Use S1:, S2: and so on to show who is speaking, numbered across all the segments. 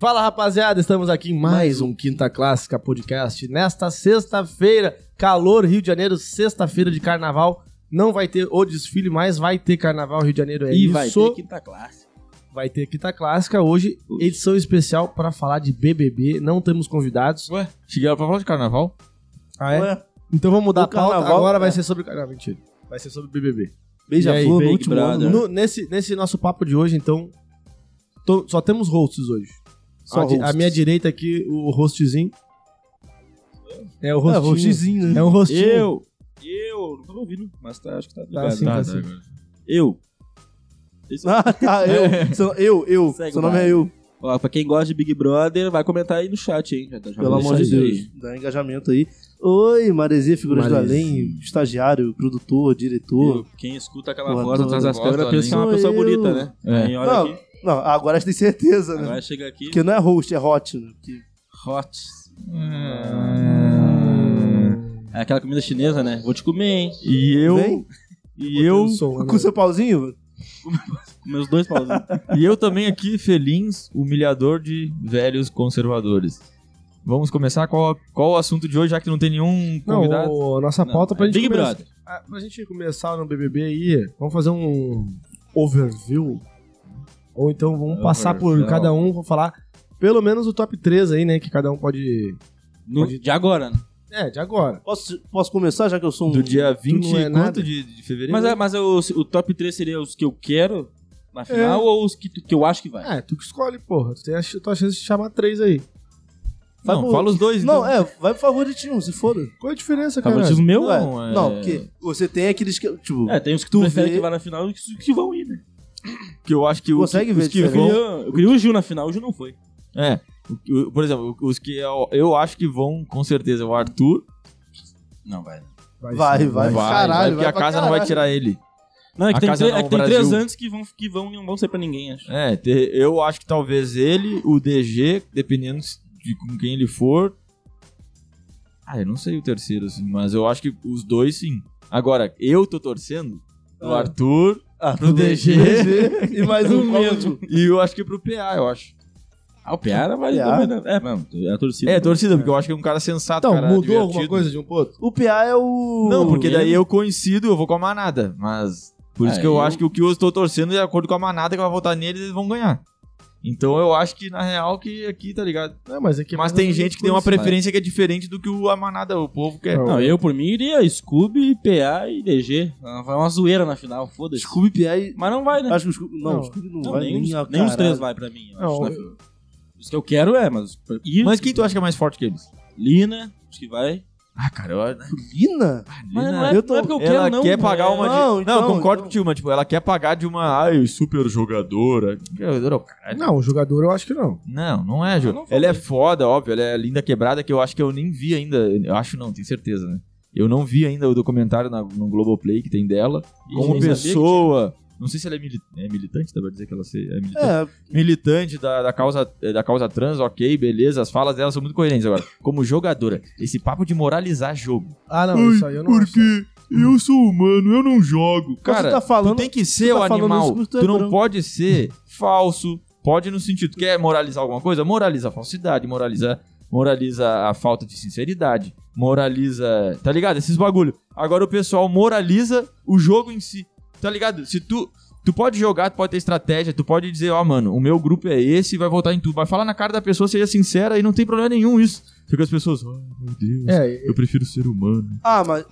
S1: Fala rapaziada, estamos aqui em mais um Quinta Clássica Podcast. Nesta sexta-feira, calor Rio de Janeiro, sexta-feira de carnaval. Não vai ter o desfile, mas vai ter carnaval Rio de Janeiro. É
S2: e
S1: isso.
S2: vai ter quinta classe.
S1: Vai ter Quinta Clássica hoje, edição especial para falar de BBB. Não temos convidados.
S3: Ué, chegaram pra falar de carnaval?
S1: Ah, é? Então vamos mudar
S2: O
S1: a pauta.
S2: carnaval,
S1: Agora vai
S2: é.
S1: ser sobre. Ah, mentira. Vai ser sobre BBB. E aí,
S2: Beija-flor no
S3: Big
S2: último
S3: Brother?
S2: ano.
S1: No- nesse, nesse nosso papo de hoje, então, to- só temos hosts hoje.
S2: Só
S1: a, di- a
S2: hosts.
S1: minha direita aqui, o hostzinho. É o
S2: É,
S1: hostinho.
S2: roxizinho, né?
S1: É um rostinho.
S3: Eu! Eu! Não tava ouvindo, mas tá, acho que tá ligado.
S1: sim, tá sim.
S3: agora. Eu! é
S2: Ah, tá, eu. Seu- Eu, eu.
S3: Segue
S2: Seu
S3: o
S2: nome é
S3: baile.
S2: eu.
S3: Ó, pra quem gosta de Big Brother, vai comentar aí no chat, hein? Já, já
S2: Pelo
S3: deixa
S2: amor de
S3: isso aí.
S2: Deus. Dá engajamento aí. Oi, Maresia, figuras do
S1: Maresia.
S2: além, estagiário, produtor, diretor.
S4: Quem escuta aquela
S2: Pô,
S4: voz
S2: tô-
S4: atrás das
S3: Agora
S4: câmeras
S3: pensa que
S4: pensa
S3: é
S4: que
S3: uma pessoa
S2: Sou eu.
S3: bonita, né?
S4: É.
S3: Aí olha
S2: Não,
S3: aqui.
S2: não, agora a gente tem certeza, né?
S4: Agora chega aqui.
S2: Porque não é host, é hot, né? Porque-
S4: Hot. É aquela comida chinesa, né? Vou te comer, hein?
S3: E eu.
S2: Vem
S3: E eu.
S1: Botando som lá
S2: com
S1: no-
S2: seu pauzinho?
S4: Com meus dois pauzinhos.
S3: E eu também aqui, feliz, humilhador de velhos conservadores. Vamos começar qual, qual o assunto de hoje, já que não tem nenhum
S1: Não,
S3: convidado?
S1: o- a nossa pauta pra,
S4: é
S1: gente
S4: Big
S1: começar-
S4: Brother.
S1: ah, pra gente começar no BBB aí, vamos fazer um overview. Ou então vamos passar por
S3: Overview.
S1: cada um, vou falar pelo menos o top 3 aí, né? Que cada um pode.
S4: No- de agora, né?
S1: É, de agora.
S2: Posso, posso começar, já que eu sou um...
S3: Do dia 20
S1: não é
S3: e
S1: nada.
S3: quanto de, de fevereiro?
S4: Mas, é- mas é o, o top 3 seria os que eu quero na final ou os que, tu- que eu acho que vai?
S1: É, tu que escolhe, porra. Tu tem a ch- tua chance de chamar três aí.
S3: Não,
S2: Vamos-
S3: fala os dois,
S2: Não,
S3: então.
S2: é, vai pro favoritinho, se for.
S1: Qual é a diferença, cara?
S3: Favoritismo meu
S2: Ué,
S3: não, é...
S2: Não, porque você tem aqueles que, tipo...
S4: É, tem os que
S2: Tu
S4: tu prefere
S2: vê-
S4: que vai na final e os que vão ir, né?
S3: então, que eu acho que os,
S2: Consegue ver
S3: os
S2: a
S3: que
S4: Eu
S2: diferença?
S3: vão...
S4: queria, eu queria o Gil na final, o Gil não foi.
S3: É, o- o- por exemplo, os que eu, eu acho que vão, com certeza, é o Arthur
S4: Não, vai. né?
S2: Vai,
S1: sim,
S2: vai. Caralho,
S3: porque
S2: vai
S3: a
S2: pra
S3: casa não vai
S2: caralho.
S3: tirar ele.
S4: Não, é que
S3: A
S4: tem,
S3: casa
S4: tre-
S3: não,
S4: é que tem
S3: o
S4: três
S3: Brasil.
S4: antes que vão, que vão e não vão ser pra ninguém, acho.
S3: É, te- eu acho que talvez ele, o DG, dependendo de com quem ele for. Ah, eu não sei o terceiro, assim, mas eu acho que os dois sim. Agora, eu tô torcendo pro
S2: Ah.
S3: Arthur
S2: Ah,
S3: pro DG.
S2: e mais um mesmo.
S3: e eu acho que pro PA, eu acho.
S4: Ah, o Piara vai
S2: Piara.
S4: dominar. É, mano, a torcida.
S3: É, torcida, porque eu acho que é um cara sensato.
S1: Então,
S3: cara
S1: mudou
S3: divertido.
S1: alguma coisa de um ponto?
S2: O PA é o...
S3: Não, porque daí
S4: Ele-
S3: eu coincido, eu vou com a manada. Mas por isso
S4: Ah,
S3: que eu,
S4: eu-
S3: acho que o que eu estou torcendo é de acordo com a manada que vai votar neles, eles vão ganhar. Então eu acho que, na real, que aqui, tá ligado?
S1: Não, mas é que
S3: mas tem gente que tem uma
S4: né?
S1: preferência.
S3: preferência que é diferente do que o, a manada, o povo quer.
S1: Não.
S4: Não, eu por mim iria Scooby, PA e DG. Ah, Vai uma zoeira na final, foda-se.
S2: Scooby PA e...
S4: Mas não vai, né?
S2: Acho que o Scooby... Não,
S1: É. Não,
S2: o Scooby não,
S4: Não,
S2: vai
S4: nem,
S2: nem, a
S4: os, nem os
S2: caralho.
S4: três vai pra mim, eu
S1: Não,
S4: acho. na final. Os que eu quero é, mas... E
S3: Mas quem tu acha que é mais forte que eles?
S4: Lina, acho que vai.
S3: Ah, cara, eu acho.
S2: Lina?
S4: Mas não
S3: Lina-
S4: é,
S2: eu tô-
S4: não é porque eu quero,
S3: Ela
S4: não.
S3: quer pagar
S4: é-
S3: uma de.
S2: Não,
S3: Não,
S2: então,
S3: eu concordo
S2: então.
S3: contigo, mas tipo, ela quer pagar de uma. Ai, super jogadora. Jogadora é o caralho.
S1: Não, o jogador eu acho que não.
S3: Não, não é, Ju.
S4: não
S3: Ela é foda, óbvio. Ela é linda quebrada, que eu acho que eu nem vi ainda. Eu acho não, tenho certeza, né? Eu não vi ainda o documentário na, no Globoplay que tem dela.
S4: E
S3: Como
S4: nem sabia
S3: pessoa. Não sei se ela é, mili- é militante, dá pra dizer que ela se- é militante.
S2: É,
S3: Militante da, da causa, eh, da causa trans, ok, beleza. As falas dela são muito coerentes agora. Como jogadora, esse papo de moralizar jogo.
S1: Ah, não,
S3: Ai,
S1: isso aí eu não acho.
S3: eu sou humano, eu não jogo.
S2: você tá falando...
S3: Tu tem que ser
S2: tá
S3: o
S2: falando isso
S3: animal.
S2: porque tu é
S3: Tu não
S2: branco.
S3: pode ser falso. Pode no sentido. Quer moralizar alguma coisa? Moraliza a falsidade, moraliza, moraliza a falta de sinceridade, moraliza. Tá ligado? Esses bagulho. Agora o pessoal moraliza o jogo em si. Tá ligado? Se tu. Tu pode jogar, tu pode ter estratégia, tu pode dizer, ó, mano, o meu grupo é esse e vai votar em tudo. Vai falar na cara da pessoa, seja sincera e não tem problema nenhum isso. Fica as pessoas, oh, meu Deus,
S1: É,
S3: eu prefiro ser humano.
S2: Ah, mas...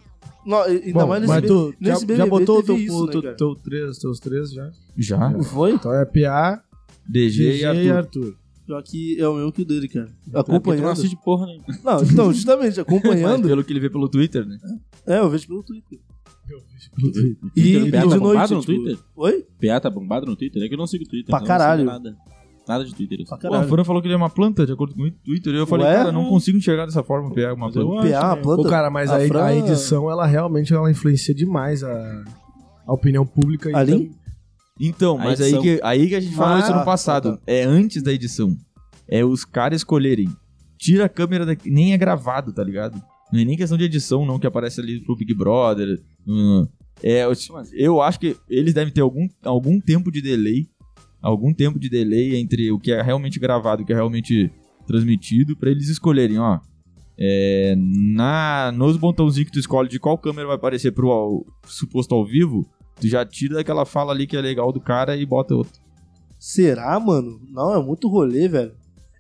S2: Não, ainda
S1: bom,
S2: mais nesse...
S1: mas
S2: B-
S1: tu já,
S2: nesse BBB
S1: já botou o teu,
S2: teve isso,
S1: o
S2: né,
S1: teu,
S2: cara?
S1: teu três, teus três já?
S3: Já.
S2: Foi?
S1: Então é PA,
S3: DG,
S1: GG
S3: e
S1: e
S3: Arthur.
S1: Arthur.
S2: Pior que é o meu que o dele,
S4: É
S2: cara.
S4: porque tu não
S2: Acompanhando.
S4: assiste porra nenhuma.
S2: Não, então, justamente,
S3: Mas
S2: acompanhando.
S3: pelo que ele vê pelo Twitter, né?
S2: é, eu vejo pelo Twitter. E,
S4: Twitter,
S2: e
S4: o PA tá
S2: de noite,
S4: bombado no
S2: tipo,
S4: Twitter?
S2: Oi?
S4: PA tá bombado no Twitter? É que eu não sigo o Twitter.
S2: Pra
S4: não
S2: caralho.
S4: sigo Nada. nada de Twitter. eu
S2: Pra
S4: só-
S3: Pô, a
S2: caralho.
S3: Fran falou que ele é uma planta, de acordo com o Twitter. Eu falei,
S2: Ué?
S3: cara, não consigo enxergar dessa forma o PA é uma
S4: Mas eu
S3: planta.
S4: acho,
S2: PA,
S4: né?
S1: Pô,
S2: planta.
S1: cara, mas
S2: a
S1: a,
S2: Fran-
S1: a edição, ela realmente ela influencia demais a, a opinião pública. e
S2: Ali?
S1: tam-
S3: Então,
S4: A
S3: mas aí
S4: edição.
S3: que, aí que a gente falou
S2: Ah,
S3: isso
S2: tá,
S3: no passado. É antes da edição. É os caras escolherem. Tira a câmera daqui. Nem é gravado, tá ligado? Não é nem questão de edição, não, que aparece ali pro Big Brother. Hum. É, eu, eu acho que eles devem ter algum, algum tempo de delay algum tempo de delay entre o que é realmente gravado e o que é realmente transmitido, pra eles escolherem, ó. é, na, nos botãozinhos que tu escolhe de qual câmera vai aparecer pro ao- suposto ao vivo, tu já tira daquela fala ali que é legal do cara e bota outro.
S2: Será, mano? Não, é muito rolê, velho.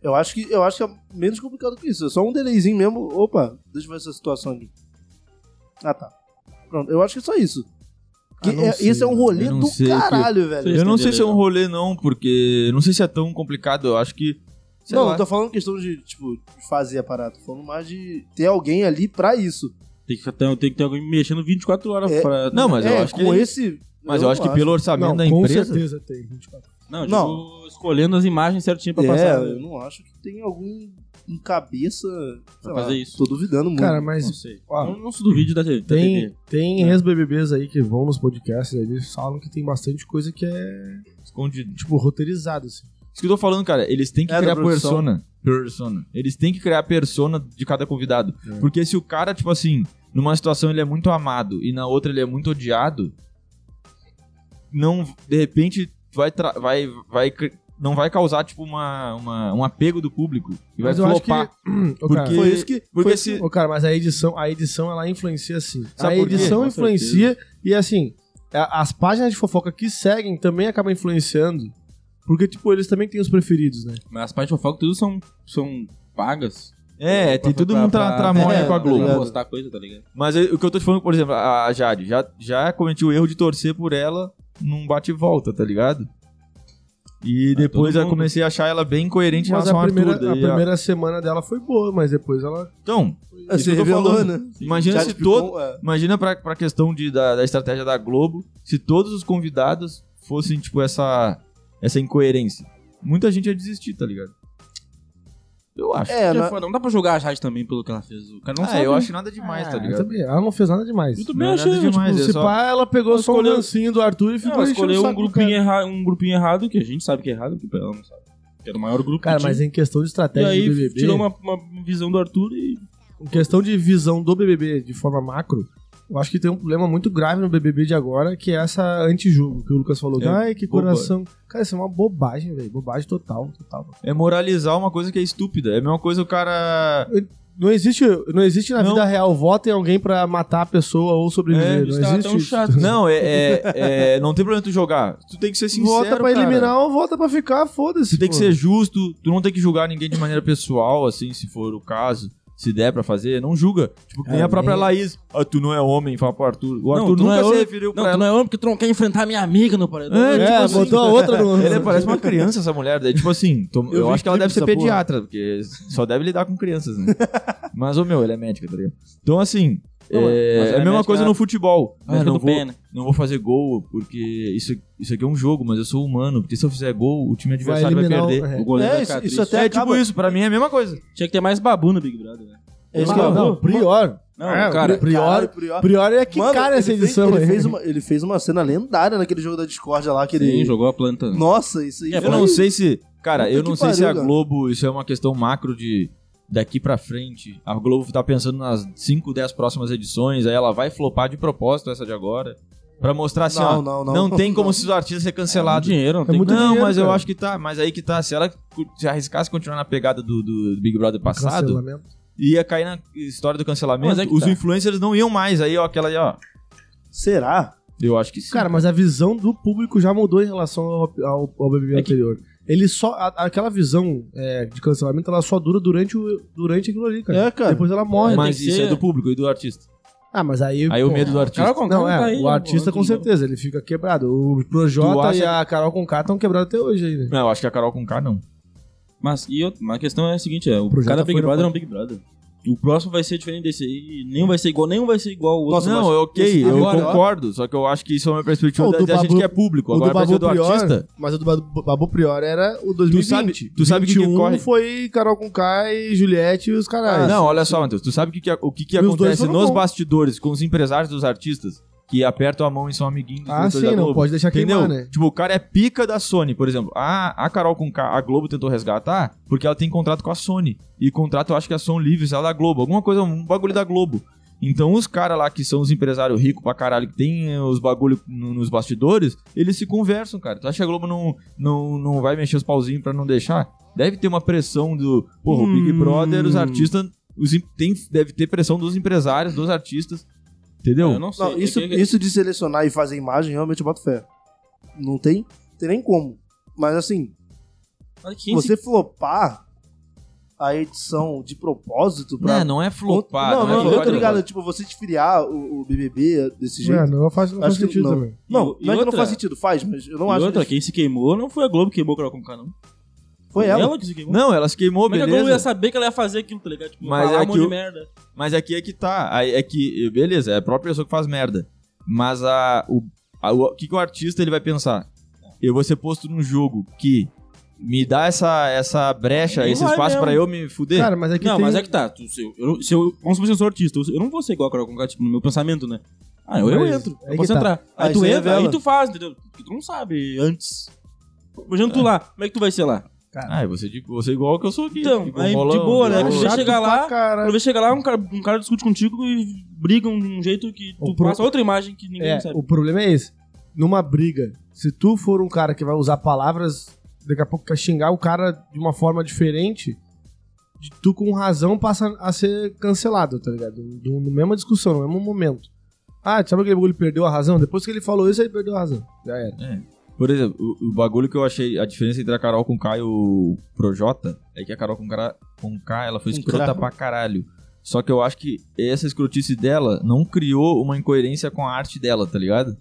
S2: Eu acho que, eu acho que é menos complicado que isso. É só um delayzinho mesmo. Opa, deixa eu ver essa situação aqui. Ah, tá. Pronto, eu acho que é só isso.
S3: Ah,
S2: Que
S3: não
S2: é-
S3: sei,
S2: esse é um
S3: mano.
S2: rolê
S3: Eu não
S2: do
S3: sei que-
S2: caralho, velho.
S4: Vocês
S3: Eu não sei
S4: entenderam,
S3: se é um
S4: né?
S3: rolê não, porque não sei se é tão complicado, eu acho que sei
S2: não, então,
S3: lá.
S2: eu tô falando questão de, tipo, de fazer a parada. Tô falando mais de ter alguém ali pra isso.
S4: Tem que, ter- tem que ter alguém mexendo 24 horas
S2: É.
S4: pra.
S3: Não, mas eu
S2: É,
S3: acho que
S2: com esse...
S3: mas eu acho que pelo orçamento
S1: Não,
S3: da
S1: com
S3: empresa,
S1: certeza tem. 24.
S4: Não, eu
S2: Não.
S4: digo, escolhendo as imagens certinho pra
S2: É,
S4: passar.
S3: né?
S2: eu não acho que tem algum em cabeça... sei lá,
S4: fazer isso.
S2: Tô duvidando muito.
S1: Cara,
S4: Não
S1: mas
S4: sei.
S1: ó,
S4: Eu não sou do vídeo da
S3: tá
S4: TV.
S1: tem,
S3: É.
S1: tem ex-BBBs aí que vão nos podcasts, eles falam que tem bastante coisa que é,
S3: escondido.
S1: tipo, roteirizada, assim.
S3: Isso que eu tô falando, cara, eles têm que
S2: É, da
S3: criar
S2: produção.
S3: persona. Persona. Eles têm que criar persona de cada convidado.
S1: É.
S3: Porque se o cara, tipo assim, numa situação ele é muito amado e na outra ele é muito odiado, não, de repente, vai, tra- vai, vai, cr- não vai causar, tipo, uma, uma- um apego do público. E vai
S1: Mas eu acho que-
S3: flopar.
S1: Ô, cara,
S3: Porque-
S2: Foi isso que...
S3: Porque
S2: foi isso
S3: se-
S1: Ô, cara, mas a edição, a edição ela influencia sim.
S3: Sabe
S1: a
S3: por quê?
S1: edição
S4: Com
S1: influencia e assim, a- as páginas de fofoca que seguem também acabam influenciando. Porque, tipo, eles também têm os preferidos, né?
S4: Mas as partes de fofoca tudo são, são pagas.
S3: É, tem
S4: Pra-
S3: todo
S4: pra-
S3: mundo
S4: pra-
S3: tra tramóia
S2: é,
S3: com a
S2: tá
S3: Globo.
S4: Pra
S2: ligado?
S4: postar coisa, tá ligado?
S3: Mas eu- o que eu tô te falando, por exemplo, a a Jade, já, já cometi o erro de torcer por ela num bate e volta, tá ligado? E depois
S4: todo
S3: eu
S4: mundo.
S3: comecei a achar ela bem coerente em
S1: Ah, Mas
S3: relação
S1: a
S3: ao
S1: primeira,
S3: Arthur.
S1: a
S3: daí a-
S1: primeira semana dela foi boa, mas depois ela.
S3: Então,
S2: Ah, Você
S3: isso que eu tô
S2: revelou,
S3: falando.
S2: né?
S3: imagina
S2: Jade
S3: se
S2: Picon,
S3: todo.
S2: é.
S3: Imagina pra, pra questão de, da, da estratégia da Globo, se todos os convidados fossem, tipo, essa, essa incoerência. Muita gente ia desistir, tá ligado? Eu acho.
S2: É,
S4: Que
S2: na-
S4: foda, Não dá pra jogar a Jade também pelo que ela fez. O cara não
S3: Ah,
S4: sabe.
S3: eu
S4: né?
S3: acho nada demais, tá
S1: Ah,
S3: ligado?
S1: também, ela não fez nada demais.
S4: Eu
S1: Tipo,
S4: também
S3: Não é
S4: achei.
S3: nada
S4: tipo,
S3: demais, é
S1: se
S3: só-
S1: pá, ela pegou
S4: Ela
S1: só
S4: escolheu-
S1: um lancinho do Arthur e ficou
S4: Ela
S1: enchendo o
S4: escolheu
S1: saco
S4: um
S1: do
S4: grupinho,
S1: cara.
S4: erra- um grupinho errado, que a gente sabe que é errado, que ela não sabe. Que era o maior grupo
S1: Cara,
S4: que
S1: mas
S4: tinha.
S1: em questão de
S4: E
S1: estratégia do
S4: aí
S1: BBB,
S4: tirou uma, uma visão do Arthur e.
S1: em questão de visão do BBB de forma macro, eu acho que tem um problema muito grave no BBB de agora, que é essa antijogo que o Lucas falou.
S3: É,
S1: Ai, que
S3: boba.
S1: coração. Cara, isso é uma bobagem, velho. Bobagem total, total.
S3: É moralizar uma coisa que é estúpida. É a mesma coisa o cara.
S1: Não existe, não existe na
S3: Não.
S1: vida real voto em alguém pra matar a pessoa ou
S3: É,
S1: sobreviver.
S4: isso
S1: não
S4: tá
S1: existe.
S4: tão
S1: isso.
S4: chato.
S3: Não, é, é- é- Não tem problema tu jogar. Tu tem que ser sincero.
S1: vota pra
S3: cara.
S1: eliminar ou vota pra ficar, foda-se.
S3: Tu tem que
S1: pô.
S3: ser justo. Tu não tem que julgar ninguém de maneira pessoal, assim, se for o caso. Se der pra fazer, não julga. Tipo, que nem a
S1: Cara,
S3: própria
S1: nem-
S3: Laís. Ah, tu não é homem, fala pro Arthur. O Arthur
S4: tu não
S3: nunca
S4: é
S3: se
S4: homem.
S3: referiu pra ela.
S4: não tipo assim. é homem porque tu não quer enfrentar minha amiga no paredão. né?
S1: É, botou a outra no.
S3: Ela é- Tipo parece uma criança, essa mulher. Daí, tipo assim, tô- eu,
S2: vi
S3: acho que
S2: clipe
S3: ela deve ser
S2: dessa porra.
S3: pediatra, porque só deve lidar com crianças, né? Mas, ô meu, ela é médica, tá ligado? Então, assim,
S4: Não, mas
S3: é,
S4: ela é
S3: é a mesma
S4: médica-
S3: coisa
S1: né?
S3: no futebol. Ah,
S4: Médica
S3: não
S4: do
S3: vou,
S4: pé, né?
S3: não vou fazer gol, porque isso, isso aqui é um jogo, mas eu sou humano. Porque se eu fizer gol, o time adversário vai,
S1: eliminar o-
S3: perder.
S1: é.
S4: O goleiro
S2: É,
S4: vai
S2: isso-
S4: ficar
S2: isso
S4: triste.
S2: até
S3: É tipo
S2: acaba-
S3: isso, pra mim é a mesma coisa.
S4: Tinha que ter mais babu no Big Brother, né?
S2: É isso que
S1: Não,
S2: eu-
S1: não, prior.
S4: Não,
S1: É,
S4: cara.
S1: prior.
S2: Caralho, Prior.
S1: Prior é que
S2: Mano,
S1: cara essa
S2: ele fez-
S1: edição
S2: ele
S1: aí.
S2: fez uma- ele fez uma cena lendária naquele jogo da Discord lá, que
S4: Sim,
S2: ele.
S4: jogou a planta.
S2: Nossa, isso aí.
S4: É,
S3: Eu
S2: foi-
S3: não sei se. Cara,
S2: Puta
S3: eu
S2: que
S3: não sei se
S2: pariu,
S3: a
S2: cara.
S3: Globo, isso é uma questão macro de daqui pra frente. A Globo tá pensando nas 5, 10 próximas edições, aí ela vai flopar de propósito essa de agora. Pra mostrar assim,
S2: Não,
S3: ó.
S2: não, não.
S3: tem como
S2: Não.
S3: se os artistas ser
S4: Pelado.
S3: cancelados.
S4: dinheiro, não
S1: É
S4: tem
S1: muito
S4: como-
S3: não,
S1: dinheiro,
S3: mas eu
S1: cara.
S3: acho que tá. Mas aí que tá. Se ela cu- se arriscasse continuar na pegada do, do Big Brother passado,
S1: Cancelamento.
S3: ia cair na história do cancelamento.
S4: Mas é que
S3: os
S4: tá.
S3: influencers não iam mais. Aí, ó, aquela aí, ó.
S2: Será?
S3: Eu acho que sim.
S1: Cara, mas a visão do público já mudou em relação ao, ao, ao BBB
S4: É que-
S1: anterior. Ele só. a- aquela visão é, de cancelamento, ela só dura durante, o, durante aquilo ali, cara.
S2: É, cara.
S1: Depois ela morre.
S4: tem
S3: Mas
S4: que
S3: isso
S4: ser-
S3: é do público e do artista.
S1: Ah, mas aí.
S3: Aí o medo do artista.
S4: Carol Conká
S1: Não, é,
S4: tá aí,
S1: o artista
S4: mano,
S1: com certeza, ele fica quebrado. O
S3: Tu
S1: Projota
S3: acha
S1: e a Carol Conká estão quebrados até hoje aí, né?
S3: Não, eu acho que a Carol com K não.
S4: Mas e outra- mas a questão é a seguinte, é, o
S1: projeto
S4: cada
S1: foi
S4: Big
S1: na
S4: Brother é um Big Brother. O próximo vai ser diferente desse aí, nenhum vai ser igual, nenhum vai ser igual ao outro.
S2: Nossa,
S3: não,
S2: mas
S3: é ok,
S2: esse
S3: eu
S2: agora, ó.
S3: concordo. Só que eu acho que isso é uma perspectiva
S1: O
S3: da,
S1: do
S3: da gente
S1: Babu-
S3: que é público. Agora a perspectiva do artista.
S1: mas o do Babu, Babu Prior era o 2020.
S3: sabe- tu sabe que quem
S1: 21
S3: corre-
S1: foi Carol Conká e Juliette e os caras.
S3: Ah, não, olha só, Matheus. Tu sabe que, que, o que, que
S1: E os dois
S3: acontece
S1: foram
S3: nos
S1: bons.
S3: bastidores com os empresários dos artistas que apertam a mão e são amiguinhos dos
S1: ah,
S3: diretores da
S1: sim, não
S3: Globo?
S1: pode deixar
S3: Entendeu?
S1: queimar, né?
S3: Tipo, o cara é pica da Sony, por exemplo. A, a Carol com a Globo tentou resgatar porque ela tem contrato com a Sony. E contrato, eu acho que é som livre, sei lá, da Globo. Alguma coisa, um bagulho da Globo. Então os caras lá que são os empresários ricos pra caralho, que tem eh, os bagulho no- nos bastidores, eles se conversam, cara. Tu acha que a Globo não, não, não vai mexer os pauzinhos pra não deixar? Deve ter uma pressão do... Porra, o Big
S2: Hum.
S3: Brother, os artistas... Os, em- tem, deve ter pressão dos empresários, dos artistas. Entendeu?
S4: Eu É, não sei.
S2: Não, isso,
S4: Eu- eu-
S2: isso de selecionar e fazer imagem, realmente eu boto fé. Não tem, tem nem como. Mas assim,
S4: Mas quem se-
S2: você flopar a edição de propósito pra.
S3: Não, não é flopar.
S2: não,
S4: né?
S3: Não,
S2: não,
S3: é flopar
S2: eu tô
S3: de
S2: ligado.
S3: propósito.
S2: Tipo, você desfiliar o, o BBB desse jeito.
S1: É, não faz, não faz
S2: Acho que
S1: sentido
S2: não.
S1: também.
S2: Não,
S4: E- e
S2: não é que não
S4: outra-
S2: faz sentido, faz, mas eu não
S4: e
S2: acho
S4: outra,
S2: que
S4: quem se queimou não foi a Globo que queimou o Carol Conká, não.
S2: foi ela.
S4: que se queimou.
S3: Não, elas queimou,
S4: Como é que a Globo ia
S3: beleza.
S4: saber que ela ia fazer aquilo, tá ligado? Tipo,
S3: Mas
S4: falar
S3: é
S4: um monte de
S3: que o-
S4: merda.
S3: Mas aqui é que tá. Aí É que, beleza, é a própria pessoa que faz merda. Mas a, o, a- o que, que o artista ele vai pensar? Eu vou ser posto num jogo que me dá essa, essa brecha,
S4: Ele
S3: esse
S4: vai
S3: espaço
S4: mesmo.
S3: pra eu me fuder.
S1: Cara, mas é que
S4: não,
S1: tem-
S4: mas é que tá. tu- se eu, eu, se eu, vamos supor que eu sou artista. Eu, eu não vou ser igual a Carol Conká, tipo, no meu pensamento, né? Ah, eu, eu
S1: Mas
S4: entro.
S1: é
S4: eu posso
S1: que tá.
S4: entrar. Aí,
S2: Aí
S4: tu
S2: você
S4: entra,
S2: revela.
S4: aí tu faz, entendeu? Porque tu não sabe antes. Imagina tu lá. Como é que tu vai ser lá?
S3: Ah, eu vou ser, de- vou ser igual ao que eu sou aqui.
S4: Então,
S3: Tipo,
S4: aí de
S3: molão,
S4: boa, né?
S3: igual-
S4: Quando
S1: Chato
S4: você chegar
S1: pra
S3: tá.
S4: lá,
S1: caralho.
S4: quando você chegar lá, um cara, um cara discute contigo e brigam de um jeito que tu
S1: O pro-
S4: passa outra imagem que ninguém
S1: É,
S4: sabe.
S1: o problema é esse. Numa briga, se tu for um cara que vai usar palavras, daqui a pouco quer xingar o cara de uma forma diferente, de- tu com razão passa a ser cancelado, tá ligado? No, no mesma discussão, no mesmo momento. Ah, sabe aquele bagulho que perdeu a razão? Depois que ele falou isso, ele perdeu a razão. Já era.
S3: É. Por exemplo, o, o bagulho que eu achei, a diferença entre a Carol com K e o Projota é que a Carol com K, com K ela foi
S2: Com
S3: escrota
S2: K.
S3: pra caralho. Só que eu acho que essa escrotice dela não criou uma incoerência com a arte dela, tá ligado?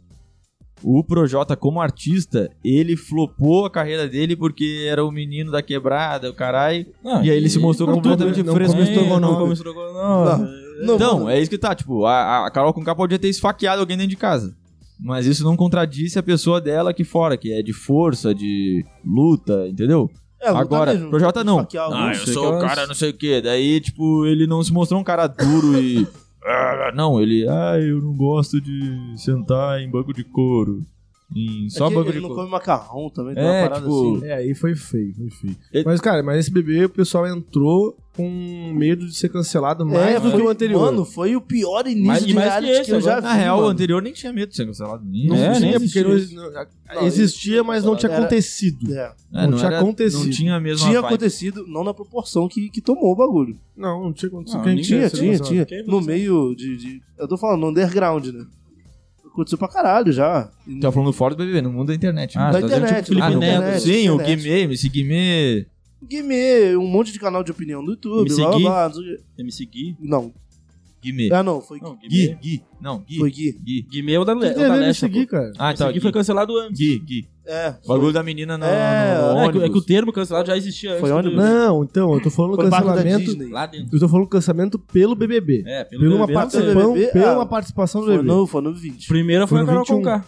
S3: O Projota, como artista, ele flopou a carreira dele porque era o menino da quebrada, o caralho.
S4: Ah, Não,
S3: E aí ele se mostrou
S1: não
S3: completamente
S1: come- não
S3: fresco.
S1: come estrogonofe.
S4: Não come estrogonofe.
S2: Não. Não,
S3: Então,
S2: mano,
S3: é isso que tá. Tipo, a, a Carol com K podia ter esfaqueado alguém dentro de casa. Mas isso não contradisse a pessoa dela aqui fora, que é de força, de luta, entendeu?
S2: é, luta
S3: agora,
S2: mesmo, é
S3: Projota não.
S2: esfaquear alguém.
S3: Ah, eu
S4: sei
S3: sou
S4: que
S3: o
S4: elas-
S3: cara não sei o quê. Daí, tipo, ele não se mostrou um cara duro e. Ah, não, ele. Ah, eu não gosto de sentar em banco de couro. Em
S2: É
S3: só
S2: que
S3: banco
S2: ele
S3: de
S2: não
S3: couro.
S2: come macarrão também, tem
S3: É,
S2: uma parada
S3: tipo,
S2: assim.
S1: É, aí foi feio, foi feio.
S3: Ele-
S1: Mas, cara, mas esse bebê o pessoal entrou com medo de ser cancelado mais do que
S2: É, foi-
S1: o anterior.
S2: Mano, foi o pior início
S4: Mas-
S2: de
S4: mas que
S2: reality que,
S4: esse,
S2: eu já
S4: né?
S2: vi.
S3: Na real, o
S2: tá assim, mano.
S3: anterior nem tinha medo de ser cancelado. né? Nem
S4: Não
S1: não
S4: É,
S1: tinha,
S4: nem
S1: porque
S4: existia.
S1: não-
S2: Não,
S1: existia, mas não tinha
S2: era-
S1: acontecido.
S2: É.
S1: não tinha acontecido.
S3: Não tinha a mesma
S2: Tinha
S3: vibe.
S2: acontecido, não na proporção que, que tomou o bagulho.
S1: Não, não tinha acontecido.
S4: Não,
S1: Quem
S4: ninguém
S1: tinha,
S2: Tinha,
S4: Sim,
S2: tinha,
S4: sim,
S2: tinha.
S4: sim.
S2: No meio de, de- Eu tô falando, no underground, né? Aconteceu pra caralho já.
S3: Tá falando fora do BBB, no mundo da internet.
S4: Ah,
S2: da
S3: né?
S4: tá dizendo
S2: internet,
S4: tipo Felipe
S3: Ah,
S2: da
S3: não,
S4: Neto.
S2: internet,
S3: sim,
S2: da
S3: o
S2: internet.
S3: Guimê, MC Guimê.
S2: Guimê, um monte de canal de opinião do YouTube,
S4: Me
S2: blá, blá,
S4: seguir?
S2: blá, não sei o quê.
S4: MC Gui.
S2: Não.
S3: Guimê.
S2: Ah, não, foi
S4: é Não,
S3: Gui,
S4: Gui.
S3: Gui. Não, Gui.
S2: Foi Gui.
S3: Gui.
S4: Gui é o da
S1: Quem
S4: Le- o
S1: tem a
S4: da
S1: ver
S4: Lecha,
S1: nesse
S4: pô.
S1: Gui, cara?
S3: Ah,
S4: Esse
S3: tá.
S4: Gui
S3: Gui,
S4: foi cancelado antes.
S3: Gui, Gui.
S2: É.
S3: O bagulho da menina no,
S2: É,
S3: no
S4: É, que- é que o
S3: ônibus.
S4: termo cancelado já existia antes.
S2: Foi
S4: do-
S2: ônibus?
S1: Não, então, eu tô falando
S2: Foi barco da
S1: cancelamento.
S2: Disney.
S4: Lá dentro.
S1: Eu tô falando cancelamento pelo BBB.
S4: É, pelo
S1: Pelo uma
S4: BBB, não sei.
S2: participa-
S1: participação,
S2: BBB,
S1: pela
S2: ah,
S1: uma participação do
S2: Foi
S1: BBB.
S2: no, foi no 20.
S4: Primeira foi
S1: Foi
S4: a
S1: no
S4: Carol
S1: 21.
S4: Conká.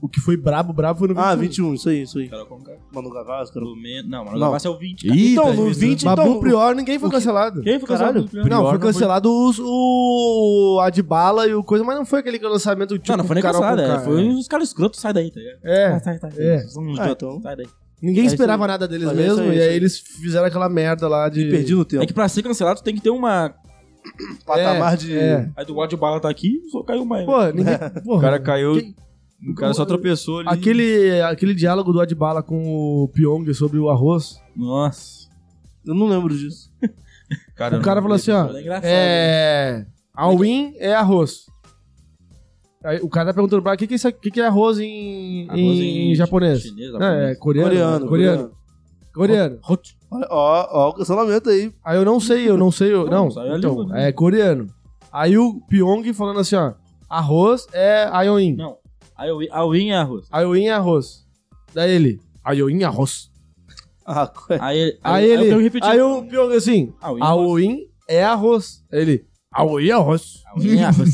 S1: O que foi brabo, brabo foi no 21.
S2: Ah, 21, isso aí, isso aí.
S4: Carol Conká.
S2: Mano Gavassi, cara.
S4: Pelo menos- Não, mano,
S2: Não.
S4: vai ser o 20.
S3: Ih,
S2: Então,
S3: tá
S2: no
S3: administrando.
S2: 20,
S1: Babu
S2: então,
S1: Prior, ninguém foi cancelado.
S4: Quem foi cancelado?
S2: Caralho.
S4: pelo primeiro?
S1: Não,
S3: Prior
S1: foi
S3: não foi-
S1: cancelado os- o Adbala e o coisa, mas não foi aquele lançamento tipo
S4: Não, não foi nem
S1: Carol
S4: cancelado.
S1: com
S4: é,
S1: K.
S4: Foi os caras escrotos, sai daí, tá ligado?
S1: É,
S4: Ah, sai, sai, sai.
S1: é.
S4: São uns
S2: Ah,
S4: idiotas,
S2: então.
S4: sai daí.
S1: ninguém
S2: É isso
S1: esperava
S2: aí.
S1: nada deles
S2: Mas é isso
S1: mesmo,
S2: aí,
S1: e
S2: isso
S1: aí
S2: aí.
S1: eles fizeram aquela merda lá de...
S2: Perdi no tempo.
S4: É que pra ser cancelado, tu tem que ter uma.
S2: Patamar de...
S1: É.
S4: Aí do de bala tá aqui, só caiu mais.
S1: Pô, ninguém...
S3: O
S1: porra.
S3: cara caiu.
S1: Quem-
S3: O cara só tropeçou ali.
S1: Aquele, aquele diálogo do Adbala com o Pyong sobre o arroz,
S4: Nossa.
S2: Eu não lembro disso.
S1: o cara falou assim, ó...
S4: É engraçado.
S1: É. Alwin é arroz. Aí o cara tá perguntando pra ela, o que, que, é isso aqui- o que que é arroz em,
S4: Arroz
S1: em japonês?
S4: Chinês,
S1: Não, é
S4: japonês.
S1: coreano.
S2: Coreano.
S1: Coreano. Coreano. coreano.
S2: Olha, Ó, ó, o cancelamento aí.
S1: Aí eu não sei, eu não sei. Eu,
S4: Não,
S1: não,
S4: saiu a língua,
S1: então,
S4: né?
S1: é coreano. Aí o Pyong falando assim, ó. Arroz é ayoin.
S4: Não. Aí a Win é arroz.
S1: Ayoin é arroz. Daí ele, ayoin é arroz.
S2: Ah, é.
S4: Aí ele.
S1: Aí,
S4: aí eu
S1: ele,
S4: repeti.
S1: aí o Pyong assim,
S4: Aoin é arroz.
S1: aoin é arroz. Aí ele, aoin é arroz.
S4: Aoin é arroz.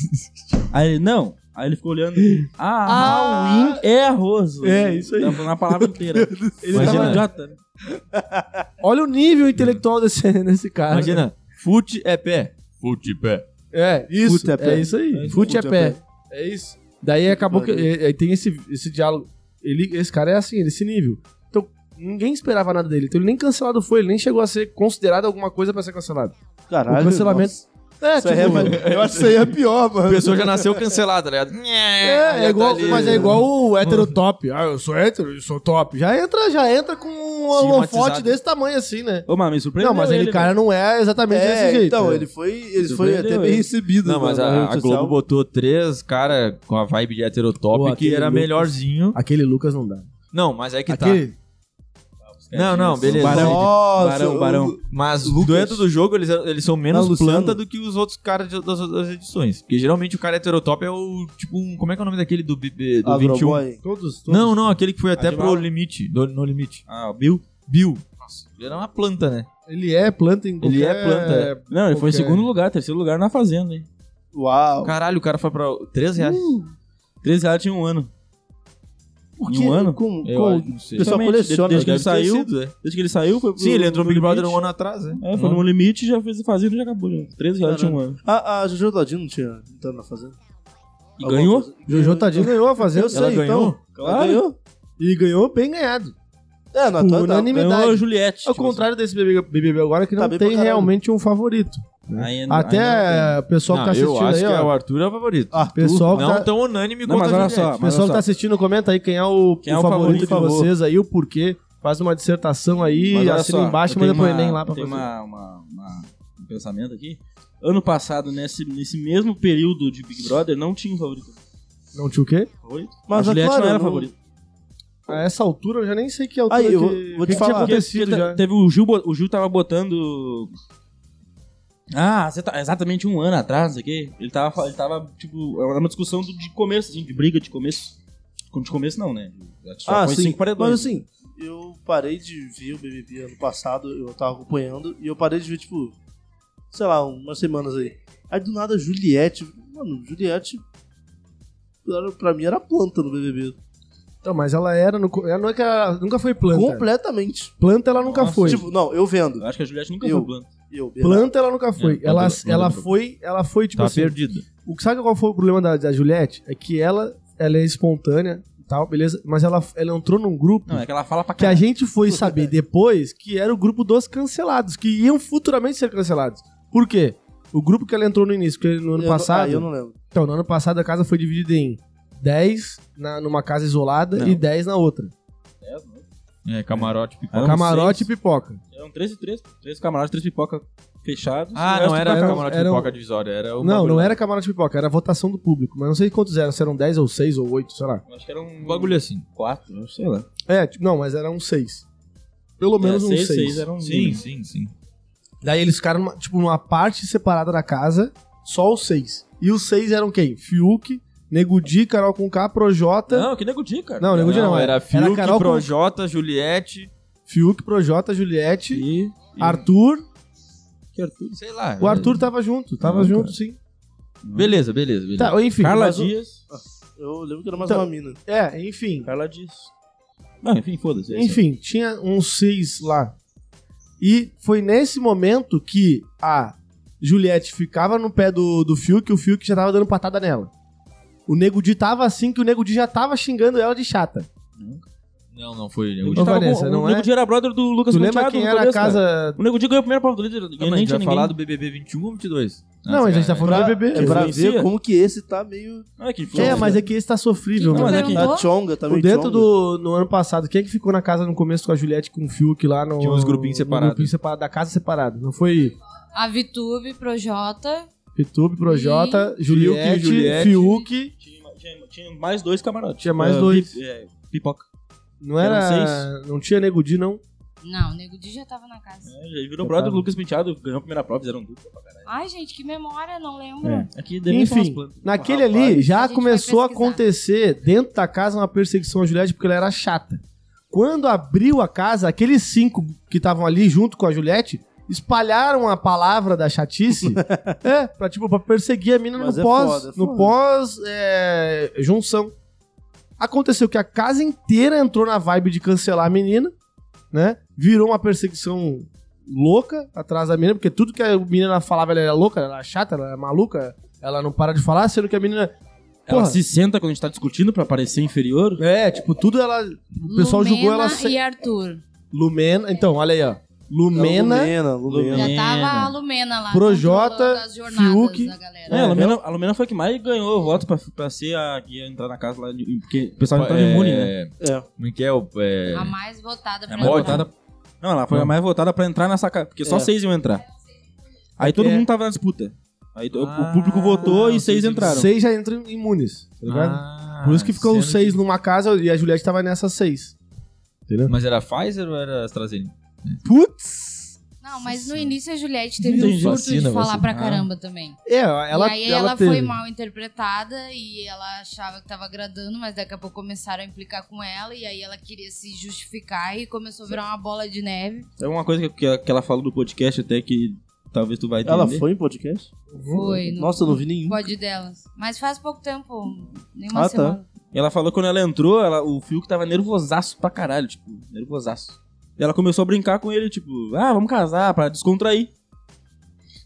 S4: Aí ele, não. Aí ele ficou olhando. Ah,
S1: Ah.
S4: Halloween é arroz.
S1: É, isso aí.
S4: Tava falando a palavra inteira.
S1: Ele
S4: Mas
S1: tava-
S4: é idiota, né?
S1: olha o nível intelectual desse, desse cara.
S3: Imagina, fute é pé. Fute pé.
S1: É, isso.
S2: Fute a
S1: é,
S2: pé.
S1: isso aí.
S2: É isso.
S1: Fute,
S2: Fute
S1: a
S2: a
S1: pé. É isso. Daí acabou que.
S2: pariu.
S1: é, é, tem esse, esse diálogo. Ele, esse cara é assim, ele é esse nível. Então, ninguém esperava nada dele. Então, ele nem cancelado foi, ele nem chegou a ser considerado alguma coisa pra ser cancelado.
S2: Caralho.
S1: o cancelamento.
S2: É,
S1: Isso aí
S2: tipo,
S1: é-
S2: eu acho que isso aí é pior,
S3: A
S2: mano.
S3: pessoa já nasceu cancelada, tá ligado?
S1: É, é igual,
S3: Tá ali.
S1: mas é igual o hétero top. Ah, eu sou hétero, eu sou top. Já entra, já entra com um holofote
S3: Estigmatizado.
S1: desse tamanho assim, né?
S4: Ô, mas me surpreendeu
S1: Não, mas ele, cara, não é exatamente
S2: É,
S1: desse jeito.
S2: então,
S1: né?
S2: ele foi, ele
S4: Isso
S2: foi
S4: prendeu
S2: até bem
S4: ele.
S2: recebido.
S3: Não, mas
S2: na- na
S3: a,
S2: rede
S3: a
S2: social.
S3: Globo botou três cara com a vibe de heterotop
S1: Pô,
S3: que
S1: aquele
S3: era
S1: Lucas.
S3: melhorzinho.
S1: Aquele Lucas não dá.
S3: Não, mas é que tá. É,
S1: Aquele, é
S3: Não, não, beleza.
S4: Barão,
S2: Nossa,
S4: barão,
S2: o-
S4: barão.
S3: Mas
S2: Lucas.
S3: dentro do jogo eles, eles são
S1: Tá
S2: Ah,
S3: menos
S2: Luciano.
S3: planta do que os outros caras de- das outras edições. Porque geralmente o cara heterotop é o tipo um. Como é que é o nome daquele do, BB do 21?
S2: Agroboy.
S1: todos, todos.
S3: Não, não, aquele que foi até
S4: Admiral.
S3: pro limite. do- no limite.
S4: Ah, o Bill?
S3: Bill. Nossa, ele era uma planta, né?
S1: Ele é planta em
S3: Ele é
S1: qualquer-
S3: planta.
S4: Não, ele foi em
S1: Ok.
S4: segundo lugar, terceiro lugar na Fazenda, hein?
S2: Uau. Uh,
S3: Caralho, o cara foi pra 3 reais.
S4: 13 reais tinha um ano.
S2: Por
S4: em um ano?
S2: Como,
S3: Eu
S2: como-
S3: acho, não
S2: O
S3: sei.
S2: pessoal
S4: Realmente,
S2: coleciona.
S4: desde que ele
S3: Deve ter
S4: saiu.
S3: sido, é.
S4: Desde que ele saiu, foi pro.
S3: Sim, ele entrou no Big Brother
S4: limite.
S3: um ano atrás, né?
S4: É, foi no limite e já fez a Fazenda e já acabou. Já. 13 reais tinha um ano.
S2: A, a Jojo Todinho não tinha entrado na fazenda?
S4: E
S2: Alguma
S4: ganhou?
S2: coisa?
S1: Jojo Tadinho ganhou a fazenda.
S2: Eu sei, então. Ela
S4: Claro.
S2: ganhou?
S1: E ganhou bem ganhado.
S2: É, na tua tá.
S1: Unanimidade.
S4: Ganhou a Juliette.
S1: Ao
S4: tipo
S1: contrário desse BBB BBB agora, que
S2: Tá
S1: não
S2: bem pra
S1: tem
S2: caralho.
S1: realmente um favorito.
S4: assim. Ainda- ainda
S1: Até o pessoal que tá
S3: Não, eu
S1: assistindo
S3: acho
S1: aí,
S3: que é o
S1: ó.
S3: Arthur é o favorito.
S2: Arthur.
S1: Pessoal que
S3: não
S1: tá,
S3: tão unânime
S4: Não,
S3: quanto
S4: mas
S3: a
S4: olha
S3: Juliette.
S4: só, mas
S1: pessoal
S4: olha
S1: que
S4: só.
S1: tá assistindo, comenta aí quem é o,
S4: Quem é
S1: o
S4: o
S1: favorito,
S4: favorito,
S1: de
S4: por favor.
S1: vocês aí, o porquê. Faz uma dissertação aí,
S4: Mas olha
S1: assina
S4: só,
S1: embaixo
S4: eu
S1: e manda
S4: tenho
S1: pro
S4: uma-
S1: Enem lá pra
S4: eu tenho
S1: fazer.
S4: uma- uma- uma- um pensamento aqui. Ano passado, nesse, nesse mesmo período de Big Brother, não tinha um favorito.
S1: Não tinha o quê?
S4: favorito.
S2: Mas
S4: a
S2: é
S4: Juliette
S2: claro,
S4: não era
S2: não-
S4: favorita.
S1: tá A essa altura eu já nem sei que altura
S2: Aí,
S1: que,
S2: eu vou- vou te
S1: que tinha
S2: falar.
S1: acontecido
S4: Porque tá-
S1: já.
S4: te- Teve o Gil, bo- o Gil tava botando. Ah, você tá- exatamente um ano atrás, não sei o quê. Ele tava, fa- ele tava, tipo, era uma discussão do- de começo, assim, de briga de começo. De começo não, né? Só
S2: Ah,
S4: foi
S2: sim.
S4: cinco paredões.
S2: Mas assim, eu parei de ver o BBB ano passado, eu tava acompanhando, e eu parei de ver, tipo, sei lá, umas semanas aí. Aí do nada, Juliette. Mano, Juliette. era- Pra mim era planta no BBB.
S1: Então, mas ela era, no, co- ela não é que ela nunca foi planta.
S2: Completamente.
S1: Planta ela nunca
S4: Nossa,
S1: foi.
S2: Tipo, não, eu vendo.
S4: Eu acho que a Juliette nunca
S2: Eu-
S4: foi planta.
S2: Eu, Bernardo.
S1: planta ela nunca foi.
S3: É,
S1: ela,
S3: não deu- não
S1: ela
S3: deu pra-
S1: foi, ela foi tipo
S3: Tá
S1: assim,
S3: perdido.
S1: O, sabe qual foi o problema da, da Juliette? É que ela, ela é espontânea e tal, beleza? Mas ela, ela entrou num grupo
S4: Não, é que ela fala pra
S1: que a
S4: caralho.
S1: gente foi saber depois que era o grupo dos cancelados, que iam futuramente ser cancelados. Por quê? O grupo que ela entrou no início, que no ano
S2: Eu não-
S1: passado.
S2: Ah, eu não lembro.
S1: Então, no ano passado a casa foi dividida em 10 na, numa casa isolada
S4: Não.
S1: e 10 na outra.
S3: É, camarote, pipoca.
S4: Eram
S1: Camarote
S4: seis.
S1: e pipoca.
S4: né? Eram 13 e 3. 3 camarotes, 3 pipoca fechados.
S3: Ah,
S4: e o
S3: não
S4: um resto
S3: era,
S4: pra cá.
S3: camarote,
S1: eram-
S3: pipoca divisória. Era
S4: um
S3: o
S1: Não,
S3: bagulho.
S1: não era camarote e pipoca, era a votação do público. Mas não sei quantos eram, se eram 10 ou 6 ou 8, sei lá.
S4: Eu Acho que era
S3: Um
S4: um
S3: bagulho assim.
S4: 4, sei lá.
S1: É, tipo, não, mas eram 6. Pelo menos um
S4: é,
S1: uns 6.
S4: seis eram
S3: Sim, sim, sim.
S1: Daí eles ficaram, numa- tipo, numa parte separada da casa, só os 6. E os 6 eram quem? Fiuk, Negudi, Carol com K, Projota.
S4: Não, que nego Di, cara.
S1: Tá. Não, nego Di não,
S3: era
S1: era
S3: Fiuk,
S1: Carol com-
S3: Projota, Juliette
S1: Fiuk, Projota, Juliette,
S4: E...
S1: Arthur.
S4: Que Arthur.
S3: sei lá.
S4: É.
S1: O Arthur tava junto, tava
S4: Não,
S1: junto, sim.
S3: Beleza, beleza, beleza.
S1: Tá, enfim.
S4: Carla
S1: mas o-
S4: Dias. Ah,
S2: Eu lembro que era mais
S1: Então-
S2: uma mina.
S1: É, enfim.
S4: Carla Dias. Não, enfim, foda-se. é isso.
S1: Enfim, tinha uns seis lá. E foi nesse momento que a Juliette ficava no pé do, do Fiuk e o Fiuk já tava dando patada nela. O Nego Di tava assim que o Nego Di já tava xingando ela de chata.
S3: Não, não foi.
S4: O
S3: Eu
S4: Nego Di
S1: Ô,
S4: tava
S1: Vanessa,
S4: com-
S1: não
S4: o
S1: é?
S4: Nego Di era brother do Lucas
S1: Tu lembra
S4: Penteado
S1: quem
S4: no
S1: era a
S4: começo, cara.
S1: casa...
S4: O Nego Di ganhou a primeira prova do líder.
S3: Não, mas a
S4: nem
S3: gente
S4: tinha
S3: vai
S4: ninguém.
S3: falar do BBB 21 ou 22?
S1: Não, mas a gente tá falando do BBB.
S2: É pra
S4: influencia?
S2: ver como que esse tá meio.
S4: Ah, que
S1: É,
S4: influência.
S2: né?
S1: mas é que esse tá sofrível,
S4: Não,
S1: mano.
S4: mas é
S1: É
S4: que-
S2: A Chonga tá
S1: Por
S2: meio
S1: dentro do
S2: tchonga.
S1: no ano passado, quem é que ficou na casa no começo com a Juliette com o Fiuk lá no.
S3: Tinha uns grupinhos
S1: no
S3: separados.
S1: grupinho separado, da casa separado. Não foi
S5: A Vitube, Projota.
S1: Pitube, Projota, Juliette,
S3: Juliette.
S1: Fiuk.
S4: Tinha, tinha- tinha mais dois camarotes.
S1: Tinha mais
S4: Ah,
S1: dois.
S4: pi- é, pipoca.
S1: Não
S4: Eram
S1: era. Não tinha Nego Di, não.
S5: Não, o Nego Di já tava na casa.
S4: É, ele virou brother do Lucas Penteado, ganhou a primeira prova, fizeram dupla.
S5: Ai, gente, que memória, não lembro.
S1: É.
S4: Aqui
S1: Enfim, Naquele
S2: Rapaz,
S1: ali
S5: a
S1: já
S5: gente vai
S1: começou a
S5: pesquisar.
S1: acontecer dentro da casa uma perseguição à Juliette porque ela era chata. Quando abriu a casa, aqueles cinco que estavam ali junto com a Juliette espalharam a palavra da chatice, é, pra, tipo, pra perseguir a mina
S2: Mas
S1: no
S2: é
S1: pós,
S2: foda, é
S1: no
S2: foda.
S1: pós é, junção. Aconteceu que a casa inteira entrou na vibe de cancelar a menina, né? Virou uma perseguição louca atrás da menina, porque tudo que a menina falava ela era louca, ela era chata, ela era maluca, ela não para de falar, sendo que a menina.
S4: Ela
S1: Porra.
S4: se senta quando a gente tá discutindo pra parecer inferior.
S1: É, tipo, tudo ela. O pessoal
S5: Lumena
S1: julgou ela. sem-
S5: e Arthur.
S1: Lumena. Então, olha aí, ó. Lumena.
S2: Tá, Lumena, Lumena.
S4: Lumena.
S5: Já tava a Lumena lá.
S1: Projota,
S5: controlando as jornadas
S1: Fiuk.
S5: da galera.
S4: É, a, Lumena, a Lumena foi a que mais ganhou votos pra, pra ser a que ia entrar na casa lá. de- Porque o pessoal entrou
S3: É,
S4: imune, né?
S2: É.
S3: Como é que é o. é,
S5: A tá mais votada pra
S4: A mais
S5: entrar.
S4: votada.
S3: Ah,
S4: Não, ela foi a
S3: Não.
S4: mais votada pra entrar nessa casa. Porque só
S2: É.
S4: seis iam entrar. Aí todo
S1: É.
S4: mundo tava na disputa. Aí to-
S3: Ah,
S4: o público votou e seis
S3: entendi.
S4: entraram.
S1: Seis já entram imunes, tá ligado?
S3: Ah,
S1: Por isso que ficou
S3: sendo
S1: os seis numa casa e a Juliette tava nessa seis.
S3: que- Mas era Pfizer ou era AstraZeneca?
S1: Putz!
S5: Não, mas no início a Juliette teve um
S3: Entendi.
S5: surto
S3: Vacina,
S5: de falar
S3: vacina.
S5: pra
S3: Ah.
S5: caramba também.
S1: É, ela,
S5: e aí
S1: ela,
S5: ela,
S1: teve.
S5: foi mal interpretada e ela achava que tava agradando, mas daqui a pouco começaram a implicar com ela e aí ela queria se justificar e começou a virar uma bola de neve.
S4: É uma coisa que, que- que ela falou no podcast até que talvez tu vai entender.
S2: Ela foi em podcast?
S5: Foi no
S2: Uhum. Nossa, eu não vi nenhum.
S5: pod delas. Mas faz pouco tempo, nenhuma
S2: Ah, tá.
S5: semana.
S4: Ela falou que quando ela entrou, ela, o Fiuk tava nervosaço pra caralho, tipo, nervosaço. E ela começou a brincar com ele, tipo, ah, vamos casar, pra descontrair.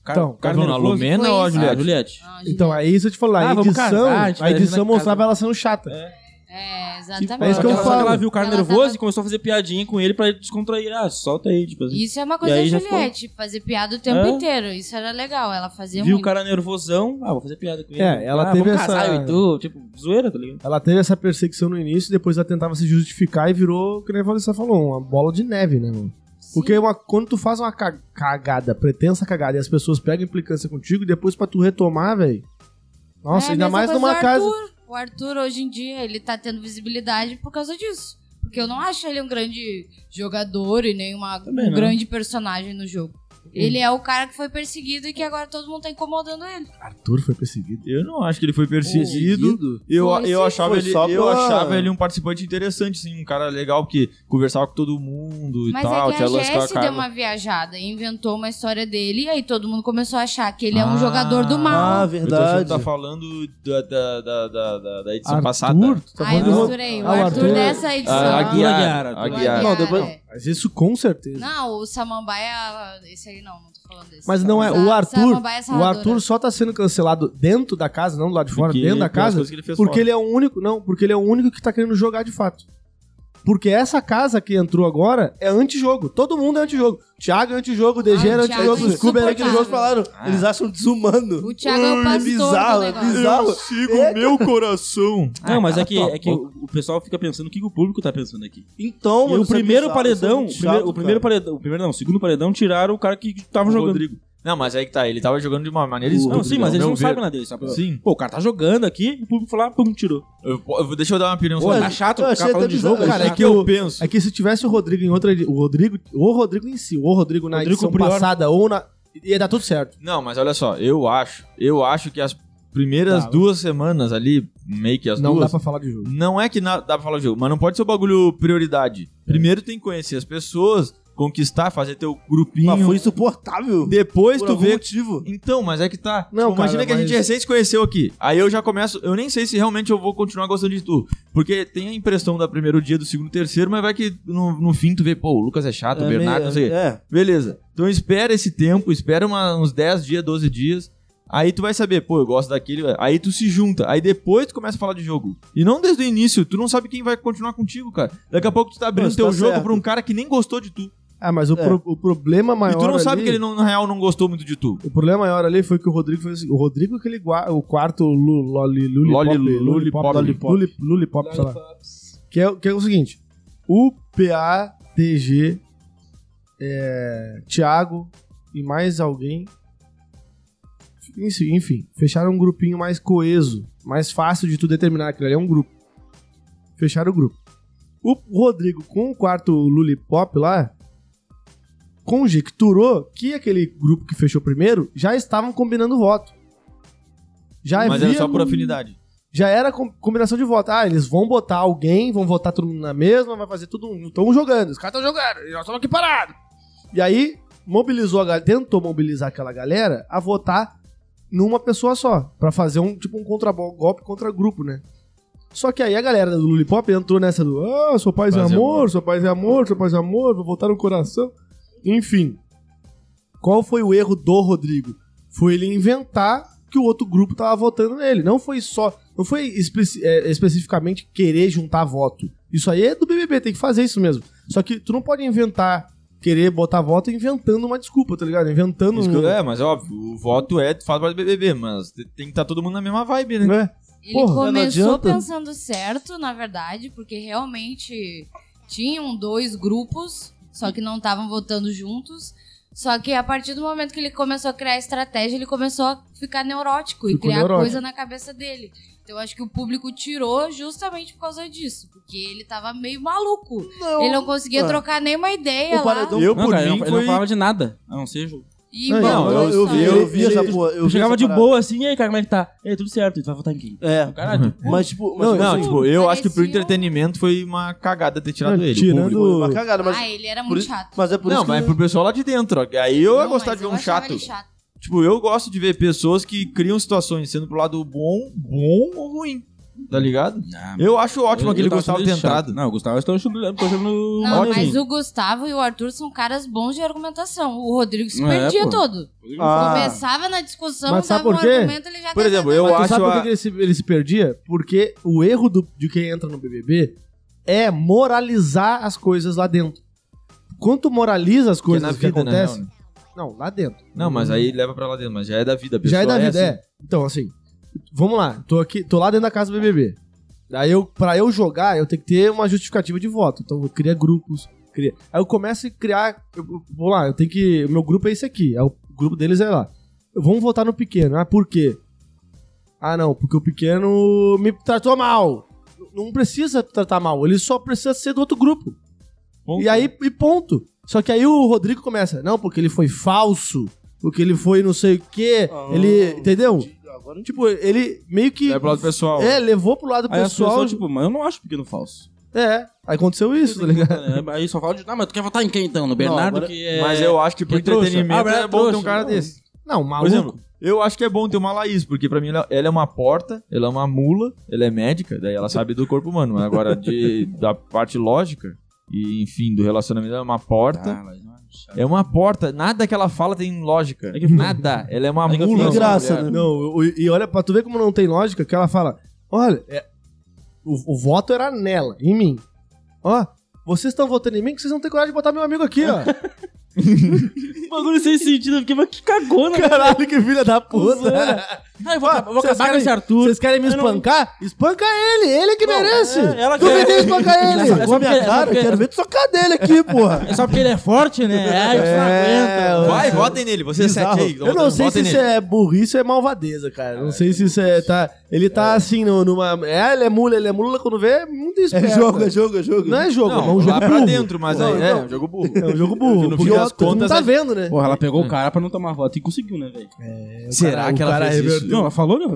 S4: Cara,
S1: Então,
S4: cara
S3: Não, na
S4: nervoso.
S3: Lumena
S5: Foi
S3: ou a
S5: isso.
S4: Ah,
S3: tá Juliette?
S4: Juliette.
S5: Ah, Juliette.
S1: Então, é isso que eu te falo. A
S4: Ah, vamos
S1: edição,
S4: casar, a gente
S1: a
S4: vai
S1: edição
S4: ali na
S1: mostrava
S4: casa.
S1: ela sendo chata.
S5: É, exatamente.
S1: É isso que eu
S4: Só ela,
S1: falo.
S4: ela viu o cara
S5: Ela tá
S4: nervoso
S5: tava-
S4: e começou a fazer piadinha com ele pra descontrair. Ah, solta aí, tipo assim.
S5: Isso é uma
S4: E
S5: coisa
S4: aí
S5: da
S4: já ficou-
S5: Juliette, fazer piada o tempo
S4: É.
S5: inteiro. Isso era legal, ela fazia
S4: Viu o
S5: muito.
S4: cara nervosão, ah, vou fazer piada com ele.
S1: É, ela
S4: ah,
S1: teve
S4: vamos
S1: essa-
S4: casar, eu e tu, tipo, zoeira, tá ligado?
S1: Ela teve essa perseguição no início, depois ela tentava se justificar e virou, que nem você falou, uma bola de neve, né, mano? Porque uma- quando tu faz uma ca- cagada, pretensa cagada, e as pessoas pegam implicância contigo, e depois pra tu retomar, velho. Nossa,
S5: É a
S1: ainda
S5: mesma
S1: mais
S5: coisa
S1: numa
S5: do
S1: casa.
S5: Arthur. O Arthur, hoje em dia, ele tá tendo visibilidade por causa disso. Porque eu não acho ele um grande jogador e nem uma-
S4: Também
S5: um
S4: não. Hum.
S5: grande personagem no jogo. Ele é o cara que foi perseguido e que agora todo mundo tá incomodando ele.
S1: Arthur foi perseguido.
S3: Eu não acho que ele foi perseguido. Eu,
S5: Foi
S3: eu,
S5: sim.
S3: achava,
S2: Foi
S3: ele,
S2: só
S3: eu
S2: pela-
S3: achava ele um participante interessante, sim, um cara legal que conversava com todo mundo e
S5: Mas
S3: tal.
S5: é que a
S3: lance com
S5: Jessie
S3: Carla.
S5: deu uma viajada e inventou uma história dele e aí todo mundo começou a achar que ele é um
S3: Ah.
S5: jogador do mal.
S2: Ah,
S3: Eu tô achando
S2: verdade.
S3: que tá falando da, da, da, da- da- da edição
S1: Arthur?
S3: passada.
S1: Tu tá
S5: aí eu
S1: falando do outro-
S5: misturei. O
S1: Ah, o
S5: Arthur,
S1: Arthur-
S5: dessa edição.
S3: Ah, Aguiar.
S4: Arthur
S5: o
S3: Aguiar.
S2: Não, depois-
S5: é.
S1: Mas isso com certeza.
S5: Não, o Samambaia. Esse aí não, não tô falando desse.
S1: Mas não é,
S5: Sa-
S1: o Arthur,
S5: Samambaia é
S1: o
S5: sarradora.
S1: Arthur só tá sendo cancelado dentro da casa, não do lado de fora,
S3: Porque-
S1: dentro da
S3: pelas
S1: casa,
S3: coisas que ele fez
S1: porque
S3: fora.
S1: ele é o único, não, porque ele é o único que tá querendo jogar de fato. Porque essa casa que entrou agora é antijogo. Todo mundo é antijogo. Thiago é antijogo, DG
S5: Ah, o
S1: era
S5: Thiago
S1: antijogo,
S5: é
S1: Scooby era
S2: É que eles
S1: antijogo.
S5: insuportável.
S2: falaram,
S4: Ah.
S2: eles acham desumano. Hum,
S5: O Thiago é o pastor do
S2: bizarro, é
S5: negócio.
S2: bizarro.
S3: sigo o meu coração.
S5: Ah,
S4: Não, mas é
S5: tá
S4: que,
S3: cala tua
S4: é que o, o pessoal fica pensando o que, que o público tá pensando aqui.
S2: Então,
S4: E
S2: mano,
S4: o
S2: isso é
S4: primeiro
S2: bizarro, isso é
S4: paredão,
S2: muito
S4: o primeiro,
S2: chato,
S4: o primeiro
S2: cara.
S4: paredão, o primeiro não, o segundo paredão tiraram o cara que tava
S3: O
S4: jogando.
S3: Rodrigo. Não, mas aí que tá, ele tava jogando de uma maneira
S4: Não, sim, mas eles não sabem nada deles. Sabe?
S3: Sim.
S4: Pô, o cara tá jogando aqui, o público foi lá, pum, tirou.
S3: Eu, eu- deixa eu dar uma opinião
S4: Pô,
S3: sobre
S4: tá
S3: isso.
S4: chato,
S2: é eu
S4: o
S2: achei
S4: cara falando
S2: até
S4: de jogo.
S2: bizarro,
S4: tá
S1: cara, é
S4: chato.
S1: que eu-
S3: penso.
S1: É que se tivesse o Rodrigo em outra, o Rodrigo, o Rodrigo em si, o Rodrigo na
S4: Rodrigo
S1: edição
S4: Prior.
S1: passada ou na ia dar tudo certo.
S3: Não, mas olha só, eu acho, eu acho que as primeiras
S1: Tá.
S3: duas semanas ali, meio que as
S1: não dá
S3: duas,
S1: pra falar de jogo.
S3: não é que na- dá pra falar o jogo, mas não pode ser o bagulho prioridade. Primeiro tem que conhecer as pessoas, conquistar, fazer teu grupinho.
S2: Mas foi insuportável.
S3: Depois
S2: Por
S3: tu
S2: algum
S3: vê
S2: motivo.
S3: Então, mas é que tá.
S1: Não,
S3: Tipo, imagina
S1: cara,
S3: que a gente
S1: mas-
S3: recém se conheceu aqui. Aí eu já começo. Eu nem sei se realmente eu vou continuar gostando de tu. Porque tem a impressão da primeiro dia, do segundo, terceiro, mas vai que no, no fim tu vê, pô, o Lucas é chato, o
S2: meio-
S3: Bernardo, não sei o quê.
S2: é.
S3: Beleza. Então espera esse tempo, espera uma- uns 10 dias, 12 dias. Aí tu vai saber, pô, eu gosto daquele. velho. Aí tu se junta. Aí depois tu começa a falar de jogo. E não desde o início, tu não sabe quem vai continuar contigo, cara. Daqui a pouco tu tá abrindo
S2: Mas
S3: teu
S2: tá
S3: jogo
S2: certo.
S3: pra um cara que nem gostou de tu.
S1: Ah, mas o,
S2: É.
S1: pro- o problema maior
S3: e tu não
S1: ali-
S3: sabe que ele, não- na real, não gostou muito de tu.
S1: O problema maior ali foi que o Rodrigo foi assim, o Rodrigo aquele gua- o quarto lu, loli,
S3: Loli-
S1: lulipop,
S3: lulipop.
S1: lulipop, luli- lulipop, sei lá. Que é, que é o seguinte, o PATG é, Thiago e mais alguém enfim, enfim, fecharam um grupinho mais coeso, mais fácil de tu determinar aquilo ali é um grupo. Fecharam o grupo. O Rodrigo com o quarto Lulipop lá, conjecturou que aquele grupo que fechou primeiro já estavam combinando voto. Já
S3: mas
S1: havia,
S3: era só por afinidade.
S1: já era com- combinação de voto. Ah, eles vão botar alguém, vão votar todo mundo na mesma, vai fazer tudo. Estão jogando, os caras estão jogando, e nós estamos aqui parados. E aí, mobilizou a galera, tentou mobilizar aquela galera a votar numa pessoa só, Pra fazer um tipo um contra golpe contra grupo, né? Só que aí a galera do Lulipop entrou nessa do Ah, sou paz,
S3: Paz
S1: e
S3: e
S1: amor,
S3: amor.
S1: sou paz e amor, sou paz e amor, vou votar no coração. Enfim. Qual foi o erro do Rodrigo? Foi ele inventar que o outro grupo tava votando nele. Não foi só. Não foi especi- é, especificamente querer juntar voto. Isso aí é do BBB, tem que fazer isso mesmo. Só que tu não pode inventar querer botar voto inventando uma desculpa, tá ligado? Inventando.
S3: Isso que
S1: um-
S3: eu- é, mas óbvio, o voto é, faz parte do BBB, mas te- tem que estar todo mundo na mesma vibe, né?
S1: né?
S5: Ele
S1: Porra, não
S5: começou
S1: adianta.
S5: pensando certo, na verdade, porque realmente tinham dois grupos, só que não estavam votando juntos. Só que a partir do momento que ele começou a criar estratégia, ele começou a ficar neurótico e
S1: Ficou
S5: criar
S1: neurótico.
S5: coisa na cabeça dele. Então eu acho que o público tirou justamente por causa disso, porque ele tava meio maluco. Ele não conseguia
S2: Ah.
S5: trocar nenhuma ideia
S2: O
S5: lá.
S2: paredão-
S3: Eu,
S4: Não,
S3: por
S4: cara, ele
S3: mim,
S4: não, ele não
S3: foi...
S4: falava de nada. A não ser jogo.
S5: E
S1: Não,
S2: Não,
S5: mandou
S2: eu, eu vi,
S5: só.
S2: eu vi essa porra. Eu
S4: Eu
S2: vi
S4: chegava
S2: essa
S4: de
S2: parada.
S4: boa assim, e aí, cara, como é que tá? Uhum. Ei, tudo certo, tu vai votar em quem?
S2: É.
S4: Caralho, tu-
S2: Mas, tipo, mas,
S1: Não,
S2: tipo,
S3: Não, tipo, eu acho que pro
S5: Parecia um-
S3: entretenimento foi uma cagada ter tirado
S1: Não,
S3: ele. o
S1: tirando-
S3: público.
S4: tipo,
S2: foi uma cagada, mas.
S5: Ah, ele era
S2: por
S5: muito
S2: isso-
S5: chato.
S2: Mas é por
S3: né? não,
S2: isso
S3: mas
S2: que.
S3: pro pessoal lá de dentro. ó. Aí eu ia
S5: Não,
S3: gostar
S5: mas
S3: de ver
S5: eu
S3: um
S5: achava
S3: chato.
S5: ele chato.
S3: Tipo, eu gosto de ver pessoas que criam situações sendo pro lado bom, bom ou ruim. Tá ligado?
S4: Ah,
S3: Eu acho ótimo
S4: eu-
S3: aquele
S4: eu tava
S3: Gustavo
S4: achando
S3: ter
S4: ele chato.
S3: entrado.
S4: Não, o Gustavo eu tô achando, tô um achando
S5: Não,
S4: ótimo.
S5: mas o Gustavo e o Arthur são caras bons de argumentação. O Rodrigo se
S4: É,
S5: perdia
S4: pô.
S5: todo.
S2: Ah.
S5: Começava na discussão,
S1: Mas sabe
S5: dava um
S1: por quê?
S5: argumento, ele já
S3: Por exemplo,
S5: tentava-
S3: eu
S1: Mas tu
S3: acho
S1: sabe por que
S3: a-
S1: que ele se, ele se perdia? Porque o erro do- de quem entra no BBB é moralizar as coisas lá dentro. Quando tu moraliza as coisas
S3: na
S1: que
S3: vida, né,
S1: acontecem...
S3: real,
S1: Não, lá dentro.
S3: Não, mas aí leva pra lá dentro, mas já é da vida. a
S1: Já é
S3: pessoa
S1: da vida,
S3: assim.
S1: é. Então, assim, vamos lá. Tô aqui, tô lá dentro da casa do BBB. Aí eu, pra eu jogar, eu tenho que ter uma justificativa de voto. Então eu cria grupos, cria. Aí eu começo a criar, eu- eu- vou lá, eu tenho que, o meu grupo é esse aqui, é o grupo deles é lá. Vamos votar no pequeno. Ah, por quê? Ah, não, porque o pequeno me tratou mal. Não precisa tratar mal, ele só precisa ser do outro grupo.
S3: Ponto.
S1: E aí, e ponto. Só que aí o Rodrigo começa, não, porque ele foi falso, porque ele foi não sei o quê,
S2: Ah,
S1: ele, entendeu?
S2: Agora
S1: Tipo, ele meio que...
S3: Leva pro lado pessoal.
S1: É, levou pro lado
S4: Aí as
S1: pessoal.
S4: pessoas, tipo, mas eu não acho pequeno falso.
S1: É, aconteceu isso, tá ligado?
S4: É, Aí só fala de, ah, mas tu quer votar em quem então? No Bernardo
S2: agora-
S4: que é...
S3: Mas eu acho que pro
S4: é trouxa. Ah,
S3: entretenimento
S4: mas é
S3: é bom ter um
S4: trouxa,
S3: cara
S4: não.
S3: desse.
S1: Não,
S3: Por
S1: maluco.
S3: exemplo, eu acho que é bom ter uma Laís, porque pra mim ela, ela é uma porta, ela é uma mula, ela é médica, daí ela sabe do corpo humano. Mas agora, de, da parte lógica e, enfim, do relacionamento, ela é uma porta.
S4: Ah, mas não acho.
S3: É uma porta, nada que ela fala tem lógica.
S4: É que-
S3: Nada. Ela é uma
S4: É que eu
S3: mula.
S4: fiz
S3: essa
S2: graça,
S3: mulher.
S2: né?
S1: Não, e e olha, pra tu ver como não tem lógica, que ela fala: olha, é, o, o voto era nela, em mim. Ó, vocês estão votando em mim que vocês não têm coragem de botar meu amigo aqui, ó.
S4: Um bagulho sem sentido, porque mas que cagou, né?
S1: Caralho, que filha da
S4: Cuzona.
S1: puta.
S4: Ah, eu vou,
S1: Ah,
S4: eu vou
S1: vocês
S4: acabar com
S1: querem-
S4: esse Arthur.
S1: Vocês querem me
S4: Eu não-
S1: espancar? Espanca ele, ele que merece.
S4: é, ela
S1: tu
S4: quer-
S1: quer espancar ele.
S4: Essa- essa-
S2: Pô, minha
S4: porque-
S2: cara,
S4: porque-
S2: quero ver tu socar dele aqui, porra.
S4: É só porque ele é forte, né? É, eu só
S1: É,
S4: aguento.
S3: Vai, votem nele, vocês
S1: Bizarro.
S3: sete aí.
S1: Eu não sei se
S3: votem
S1: isso
S3: nele. Ah,
S1: é burrice ou é malvadeza, cara. Não sei se isso é. Tá, ele tá assim, no- numa. É, ele é mula, ele é mula, quando vê, é muito esperto.
S2: É jogo, é jogo, é jogo.
S1: Não é jogo,
S3: Não,
S1: é um jogo
S3: lá pra
S1: burro.
S3: dentro, mas aí, é, um jogo burro.
S1: É um jogo
S3: No
S1: burro.
S3: fim
S1: porque
S3: das
S1: tu não
S3: contas, é-
S1: tá
S3: a-
S1: vendo, né?
S4: Porra, ela pegou o cara pra não tomar voto e conseguiu, né, velho?
S3: Será
S1: cara-
S3: que
S1: o
S3: ela
S1: cara é
S3: fez
S1: rever-
S3: isso?
S4: Não, ela falou, né?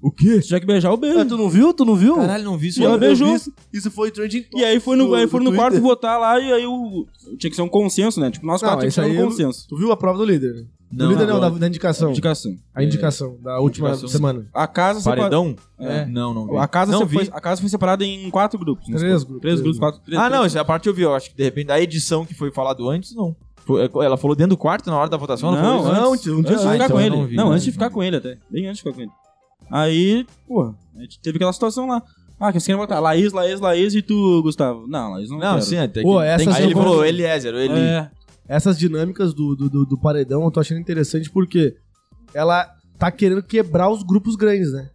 S1: O quê?
S4: Se tiver que beijar, eu beijo.
S2: Ah, tu não viu? Tu não viu?
S3: Caralho, não vi isso.
S4: E ela
S2: Eu
S4: beijou.
S2: vi Isso, isso foi trending
S4: E é aí foi no,
S2: do-
S4: aí foi
S2: do
S4: no quarto
S2: Twitter.
S4: votar lá e aí o. Tinha que ser um consenso, né? Tipo, nós
S1: Não,
S4: quatro tinha que
S1: isso
S4: ser
S1: aí.
S4: um
S1: eu-
S4: consenso.
S1: Tu viu a prova do líder? né? do líder não, da, da indicação.
S4: Indicação.
S1: A indicação da última
S3: Indicação.
S1: semana.
S4: A casa separa-
S3: Paredão?
S4: É.
S3: Não, não vi.
S4: A casa,
S3: não
S4: se-
S3: vi.
S4: foi, a casa foi separada em quatro grupos. né?
S1: Três grupos.
S4: Três grupos, quatro. Três,
S3: Ah,
S4: três.
S3: não, essa é a parte eu vi. Eu acho que de repente a edição que foi falado antes, não. Foi- Ela falou dentro do quarto na hora da votação? Ela falou
S4: Não,
S3: isso?
S1: Não,
S4: antes,
S1: um dia
S4: antes de
S1: só.
S4: ficar
S3: Ah, então
S4: com
S3: eu
S4: ele.
S3: não
S4: Não, né?
S3: vi, não
S4: antes de
S3: vi.
S4: ficar com ele até. Bem antes de ficar com ele. Aí, porra, a gente teve aquela situação lá. Ah, que você quer votar? Laís, Laís, Laís e tu, Gustavo. Não, Laís não
S3: Não,
S4: quero.
S3: sim, até que.
S1: Pô,
S3: tem
S1: essas
S3: que- Aí ele
S1: eu vou-
S3: falou Eliezer, ou Eli.
S4: É,
S1: Essas dinâmicas do, do, do- do paredão eu tô achando interessante porque ela tá querendo quebrar os grupos grandes, né?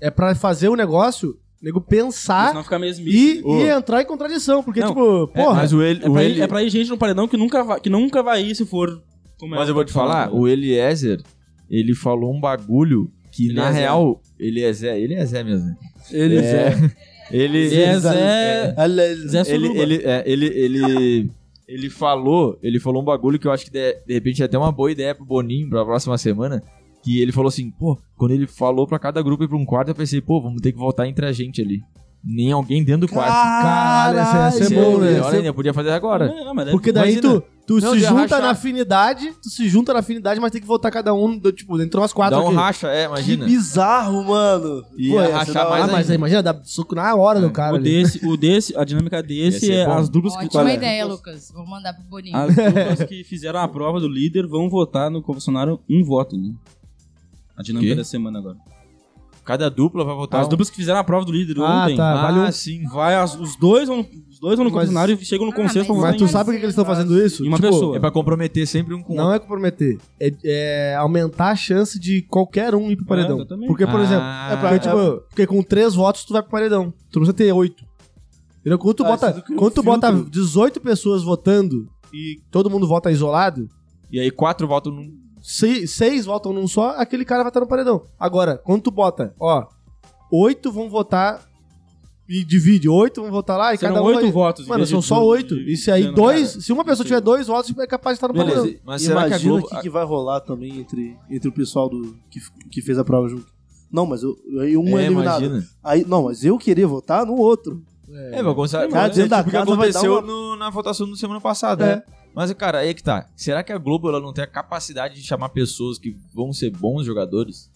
S1: É pra fazer o negócio, o nego pensar
S3: Ah,
S4: senão fica mesmo
S1: e,
S3: Ô.
S1: e entrar em contradição, porque,
S4: Não,
S1: tipo, porra.
S3: Mas o Eli.
S4: É
S3: o
S4: pra,
S3: Eli-
S4: ir, é pra ir gente no paredão que nunca vai, que nunca vai ir se for. como
S3: Mas
S4: ela
S3: eu vou te
S4: tá
S3: falar,
S4: falando.
S3: o Eliezer, ele falou um bagulho que, na
S4: Eliezer.
S3: real, é Eliezer, Eliezer mesmo. né?
S2: Ele
S3: É. Ele.
S4: é Zé,
S1: é-
S4: Zé,
S2: Olha, ele-
S4: Zé
S3: ele,
S4: Suruba.
S3: ele, é, ele, ele, ele falou, ele falou um bagulho que eu acho que de, de repente é até uma boa ideia pro Boninho pra próxima semana. Que ele falou assim, pô, quando ele falou pra cada grupo ir pra um quarto, eu pensei, pô, vamos ter que votar entre a gente ali. Nem alguém dentro do quarto.
S1: Caralho, essa ia ser
S3: Isso
S1: bom,
S3: é
S1: né?
S3: melhor ainda, eu podia fazer agora.
S4: Não, não, mas
S1: Porque daí
S3: Imagina.
S1: tu, tu
S3: né? Não,
S1: se
S3: de
S1: junta
S3: rachar.
S1: na afinidade, tu se junta na afinidade, mas tem que votar cada um, do, tipo, dentro umas quatro
S3: Dá um
S1: aqui.
S3: racha, é,
S2: Que
S3: imagina.
S2: bizarro, mano.
S4: é
S3: E
S2: Pô,
S3: ia
S2: essa
S3: rachar
S2: da hora.
S1: Ah,
S3: mais
S1: mas
S3: ainda.
S1: aí, imagina, dá soco na hora
S3: É,
S1: do cara
S4: o
S1: ali.
S4: desse, o desse, a dinâmica desse
S3: Ia ser
S4: é
S3: bom.
S4: as duplas que
S5: Ótima
S4: é?
S5: ideia, Lucas. Vou mandar pro Boninho.
S3: Ah.
S4: As duplas que fizeram a prova do líder vão votar no confessionário um voto, né? A dinâmica
S3: Quê?
S4: da semana agora.
S3: Cada dupla vai votar.
S4: As
S3: um.
S4: duplas que fizeram a prova do líder
S1: Ah,
S4: ontem.
S1: tá.
S3: Ah,
S1: Valeu.
S3: sim.
S4: Vai, as- os dois vão, os dois vão no
S1: Mas-
S4: confessionário e chegam no
S5: Ah,
S4: consenso pra
S5: mas-
S4: votar
S1: Mas
S4: em
S1: tu
S4: um.
S5: Mas-
S1: sabe por que eles estão fazendo isso? Tipo,
S4: Em uma pessoa.
S3: É pra comprometer sempre um com o
S1: Não é comprometer. É, é aumentar a chance de qualquer um ir pro paredão.
S4: exatamente.
S1: porque, por exemplo,
S3: Ah,
S2: é pra-
S1: porque, tipo, porque com três votos tu vai pro paredão. Tu não precisa ter oito. Entendeu? Quando tu,
S2: Ah,
S1: bota,
S2: isso cria um
S1: quando tu bota
S2: filtro.
S1: 18 pessoas votando e todo mundo vota isolado,
S3: E aí quatro votam num.
S1: seis, seis votam num só, aquele cara vai estar no paredão. Agora, quando tu bota, ó, oito vão votar e divide, oito vão votar lá e
S4: Serão
S1: cada um
S4: oito
S1: vai...
S4: votos. em
S1: Mano,
S4: vez
S1: são
S4: de
S1: só
S4: du-
S1: oito.
S4: de-
S1: E se aí
S4: de-
S1: dois,
S4: cara,
S1: se uma pessoa tiver dois votos, é capaz de estar no paredão.
S3: Beleza. Mas será que a
S2: Imagina o
S3: Globo.
S2: que, que vai rolar também entre, entre o pessoal do, que, que fez a prova junto. Não, mas eu, aí um é,
S3: é,
S2: eliminado.
S3: imagina.
S2: Aí, não, mas eu queria votar no outro.
S3: É, vai começar.
S2: Cara,
S3: é
S2: dentro
S3: tipo
S2: da
S3: o que
S2: casa vai dar
S3: aconteceu
S2: uma-
S3: no- na votação da semana passada.
S1: É.
S3: né? Mas, cara, aí que tá. Será que a Globo ela não tem a capacidade de chamar pessoas que vão ser bons jogadores?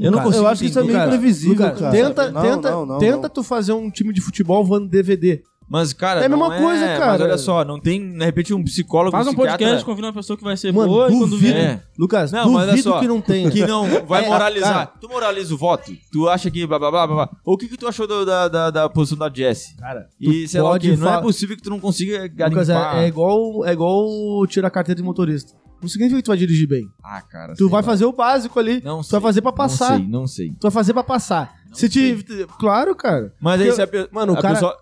S3: Eu não
S1: Cara,
S3: consigo
S2: eu acho que isso é
S3: entender.
S2: meio
S1: Lucas,
S2: previsível,
S1: Lucas,
S2: cara.
S1: Tenta,
S2: Não,
S1: tenta,
S2: não, não,
S1: tenta
S2: não.
S1: tu fazer um time de futebol voando DVD.
S3: Mas, cara,
S1: É a mesma
S3: não
S1: coisa,
S3: Mas
S1: cara.
S3: olha só, não tem, de repente, um psicólogo,
S4: Faz um
S3: psiquiatra-
S4: podcast, convida uma pessoa que vai ser
S1: Mano,
S4: boa e quando
S1: duvido.
S4: vier.
S3: É.
S1: Lucas,
S3: Não, mas olha
S1: duvido
S3: só.
S1: que não tenha.
S3: Que não vai
S1: É,
S3: moralizar.
S1: cara.
S3: Tu moraliza o voto? Tu acha que blá blá blá blá blá. O que, que tu achou do- da, da, da posição da Jess?
S1: Cara,
S3: E
S1: tu
S3: sei lá o
S1: pode
S3: quê. Não é
S1: fa-
S3: possível que tu não consiga
S1: Lucas,
S3: garimpar.
S1: é, é igual, é igual tirar a carteira de motorista. Não significa que tu vai dirigir bem.
S3: Ah, cara.
S1: Tu
S3: sei
S1: vai
S3: lá.
S1: fazer o básico ali.
S3: Não
S1: tu
S3: sei,
S1: vai fazer pra passar.
S3: Não sei, não sei.
S1: Tu vai fazer pra passar.
S3: Não
S1: Se te... Claro, cara.
S3: Mas aí
S1: Porque-
S3: se a pe-
S1: Mano, o
S3: a
S1: cara-
S3: pessoa-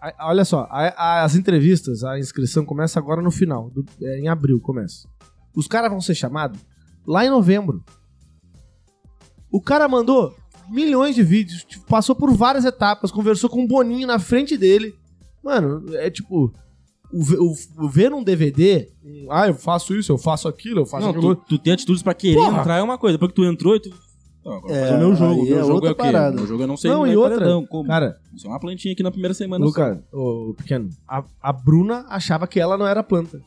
S1: A- olha só, a- as entrevistas, a inscrição começa agora no final. do- é, em abril começa. Os caras vão ser chamados lá em novembro. O cara mandou milhões de vídeos, tipo, passou por várias etapas, conversou com o Boninho na frente dele. Mano, é tipo. O, ve- o- o ver um DVD, um, ah, eu faço isso, eu faço aquilo, eu faço
S4: Não,
S1: aquilo.
S4: tu, tu tem atitudes pra querer
S1: Porra!
S4: entrar é uma coisa. Depois que tu entrou e tu. Não, agora
S2: É,
S4: fazer o meu jogo. Meu
S2: aí é
S4: jogo
S2: outra
S4: é o quê?
S2: parada.
S4: Meu jogo eu não sei.
S1: Não,
S4: onde
S1: e
S4: vai
S1: outra-
S4: paredão, como?
S1: Cara,
S4: Isso é uma plantinha aqui na primeira semana.
S1: Lucas, ô pequeno, a, a Bruna achava que ela não era planta.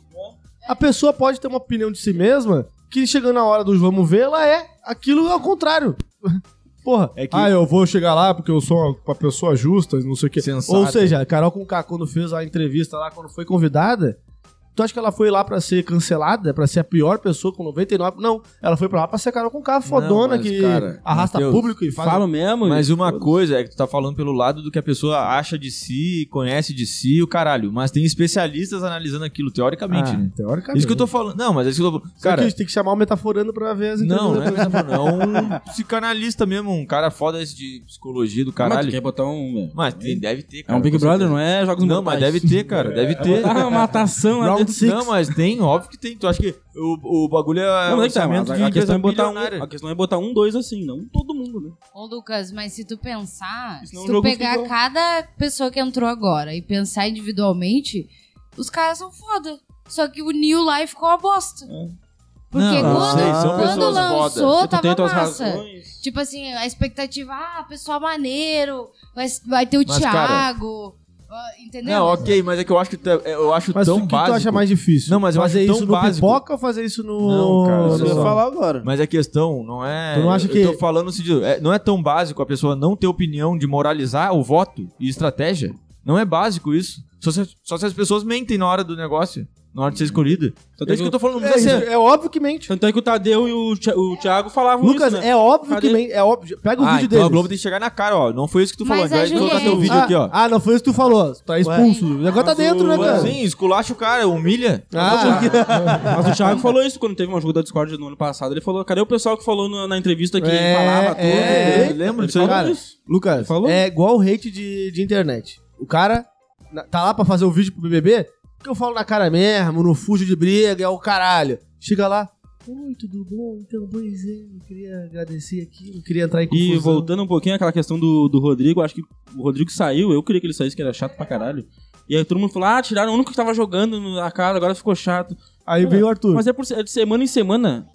S1: A pessoa pode ter uma opinião de si mesma que chegando na hora dos vamos ver, ela é. Aquilo é o contrário. Porra,
S3: É que-
S1: ah, eu vou chegar lá porque eu sou uma- uma pessoa justa, não sei o quê.
S3: Sensata.
S1: Ou seja, a Carol Conká, quando fez a entrevista lá, quando foi convidada, tu acha que ela foi lá pra ser cancelada, pra ser a pior pessoa com 99? Não, ela foi pra lá pra ser a Carol Conká, fodona
S3: mas,
S1: que
S3: cara,
S1: arrasta
S3: Matheus,
S1: público e
S4: só.
S1: faz...
S4: Falo mesmo.
S3: Mas
S4: e-
S3: uma
S4: Pô,
S3: coisa é que tu tá falando pelo lado do que a pessoa acha de si, conhece de si, o caralho. Mas tem especialistas analisando aquilo, teoricamente,
S1: Ah,
S3: né?
S4: Tá
S1: teoricamente.
S3: Isso que eu tô falando. Não, mas é isso que eu tô falando.
S1: Cara,
S3: Cara,
S1: tem que chamar o metaforando pra ver as
S3: não, não
S1: entrevistas
S3: é mesmo, não. É um psicanalista mesmo, um cara foda esse de psicologia do
S4: Mas tu
S3: caralho.
S4: quer botar um.
S3: Mas tem- deve ter,
S4: É
S3: cara.
S4: um Big
S3: com
S4: Brother,
S3: certeza.
S4: não é jogos
S3: Não, mas deve ter, cara. Deve ter.
S4: Ah, uma matação lá dentro.
S3: Não, mas tem, óbvio que tem. Tu acha que o, o bagulho é
S4: Não,
S3: um
S4: mas é que tá,
S3: orçamento
S4: mas
S3: de
S4: a, a questão é
S3: empresa
S4: botar um,
S3: bilionária.
S4: a questão é botar um, dois assim, não todo mundo, né?
S5: Ô, Lucas, mas se tu pensar,
S4: Isso não é um
S5: se tu
S4: jogo de
S5: pegar
S4: futebol.
S5: cada pessoa que entrou agora e pensar individualmente, os caras são foda. Só que o Neil lá e ficou uma bosta.
S4: É.
S5: Porque
S3: Não,
S5: quando,
S3: sei, são
S5: quando
S3: pessoas
S5: lançou,
S3: foda.
S4: Você tem
S5: tava
S4: tuas
S5: massa.
S4: razões.
S5: Tipo assim, a expectativa, ah, pessoal maneiro, vai, vai ter o
S3: Mas, cara,
S5: Thiago, ah, entendeu?
S3: Não, ok, mas é que eu acho que tá- eu acho
S1: Mas
S3: tão
S1: o que
S3: básico.
S1: tu acha mais difícil?
S3: Não, mas eu
S1: fazer
S3: acho tão
S1: isso no
S3: básico.
S1: pipoca ou fazer isso no.
S3: Não, cara, é
S1: no-
S2: Isso eu ia
S3: só.
S2: falar agora.
S3: Mas a questão não é.
S1: Tu não acha
S3: eu-
S1: que-
S3: Eu tô falando no sentido. é, não é tão básico a pessoa não ter opinião de moralizar o voto e estratégia. Não é básico isso. Só se, só se as pessoas mentem na hora do negócio, na hora de ser escolhida.
S4: Então
S3: É
S4: tem
S3: isso que eu tô falando. Não
S1: Uhum. É, isso,
S3: precisa ser.
S1: é óbvio que mente.
S4: Tanto é que o Tadeu e o, Thi- o Thiago falavam
S1: Lucas,
S4: isso, né?
S1: é óbvio
S4: Cadê?
S1: que mente. É óbvio. Pega o
S3: Ah,
S1: vídeo
S3: então a
S1: deles.
S3: Globo tem que chegar na cara, ó. Não foi isso que tu
S5: Mas
S3: falou.
S5: a
S3: Vai colocar
S5: Juliette-
S3: teu vídeo
S1: ah,
S3: aqui, ó. é
S1: Ah, não foi isso que tu falou. Tu tá expulso. Agora tá dentro, né, cara?
S3: Sim, assim, esculacha o cara, humilha.
S1: Ah,
S4: Mas o Thiago falou isso quando teve uma jogo da Discord no ano passado. Ele falou, cadê o pessoal que falou na, na entrevista que
S1: É,
S4: falava tudo?
S1: é.
S4: Ele
S3: Lembra disso aí?
S4: falou
S1: Cara,
S4: isso.
S1: Lucas,
S4: Falou?
S1: é igual o hate de, de internet. O cara na- tá lá pra fazer o vídeo pro BBB, porque eu falo na cara mesmo, não fujo de briga, é o caralho. Chega lá. Oi, tudo bom? Então, pois é, eu queria agradecer aqui, não queria entrar em confusão.
S4: E voltando um pouquinho àquela questão do, do Rodrigo, acho que o Rodrigo saiu, eu queria que ele saísse, que era chato pra caralho. E aí todo mundo falou, ah, tiraram o único que tava jogando na casa, agora ficou chato.
S1: Aí veio o Arthur.
S4: Mas é, por, se- é de semana em semana.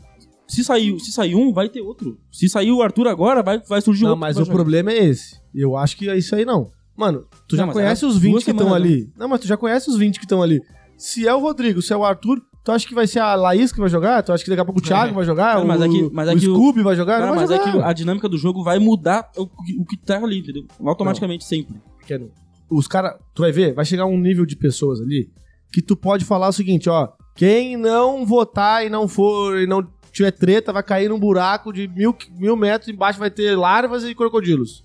S4: Se sair, se sair um, vai ter outro. Se sair o Arthur agora, vai, vai surgir
S1: Não,
S4: outro.
S1: mas
S4: que
S1: o
S4: vai jogar.
S1: problema é esse. Eu acho que é isso aí não. Mano, tu
S4: Não,
S1: já
S4: mas
S1: conhece
S4: era
S1: os 20
S4: duas
S1: que estão
S4: semanas,
S1: ali. Não, mas tu já conhece os 20 que estão ali. Se é o Rodrigo, se é o Arthur, tu acha que vai ser a Laís que vai jogar? Tu acha que daqui a pouco o Thiago vai jogar?
S4: Não, mas
S1: o,
S4: é que- mas é
S1: o
S4: que o-
S1: Scooby vai jogar?
S4: Cara,
S1: não vai
S4: mas
S1: jogar.
S4: é que a dinâmica do jogo vai mudar o, que- o que tá ali, entendeu? Automaticamente, sempre.
S1: Pequeno, Os caras, tu vai ver, vai chegar um nível de pessoas ali que tu pode falar o seguinte, ó, quem não votar e não for e não tiver treta, vai cair num buraco de mil, mil metros embaixo, vai ter larvas e crocodilos.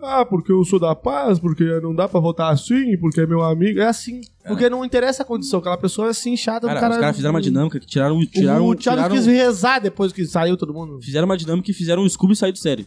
S1: Ah, porque eu sou da paz, porque não dá pra votar assim, porque é meu amigo. É assim. Porque não interessa a condição, aquela pessoa é assim chata
S4: Cara,
S1: do cara.
S4: os caras fizeram uma dinâmica que tiraram. tiraram,
S1: o Thiago
S4: tiraram-
S1: quis rezar depois que saiu todo mundo.
S4: Fizeram uma dinâmica e fizeram o Scooby sair do sério.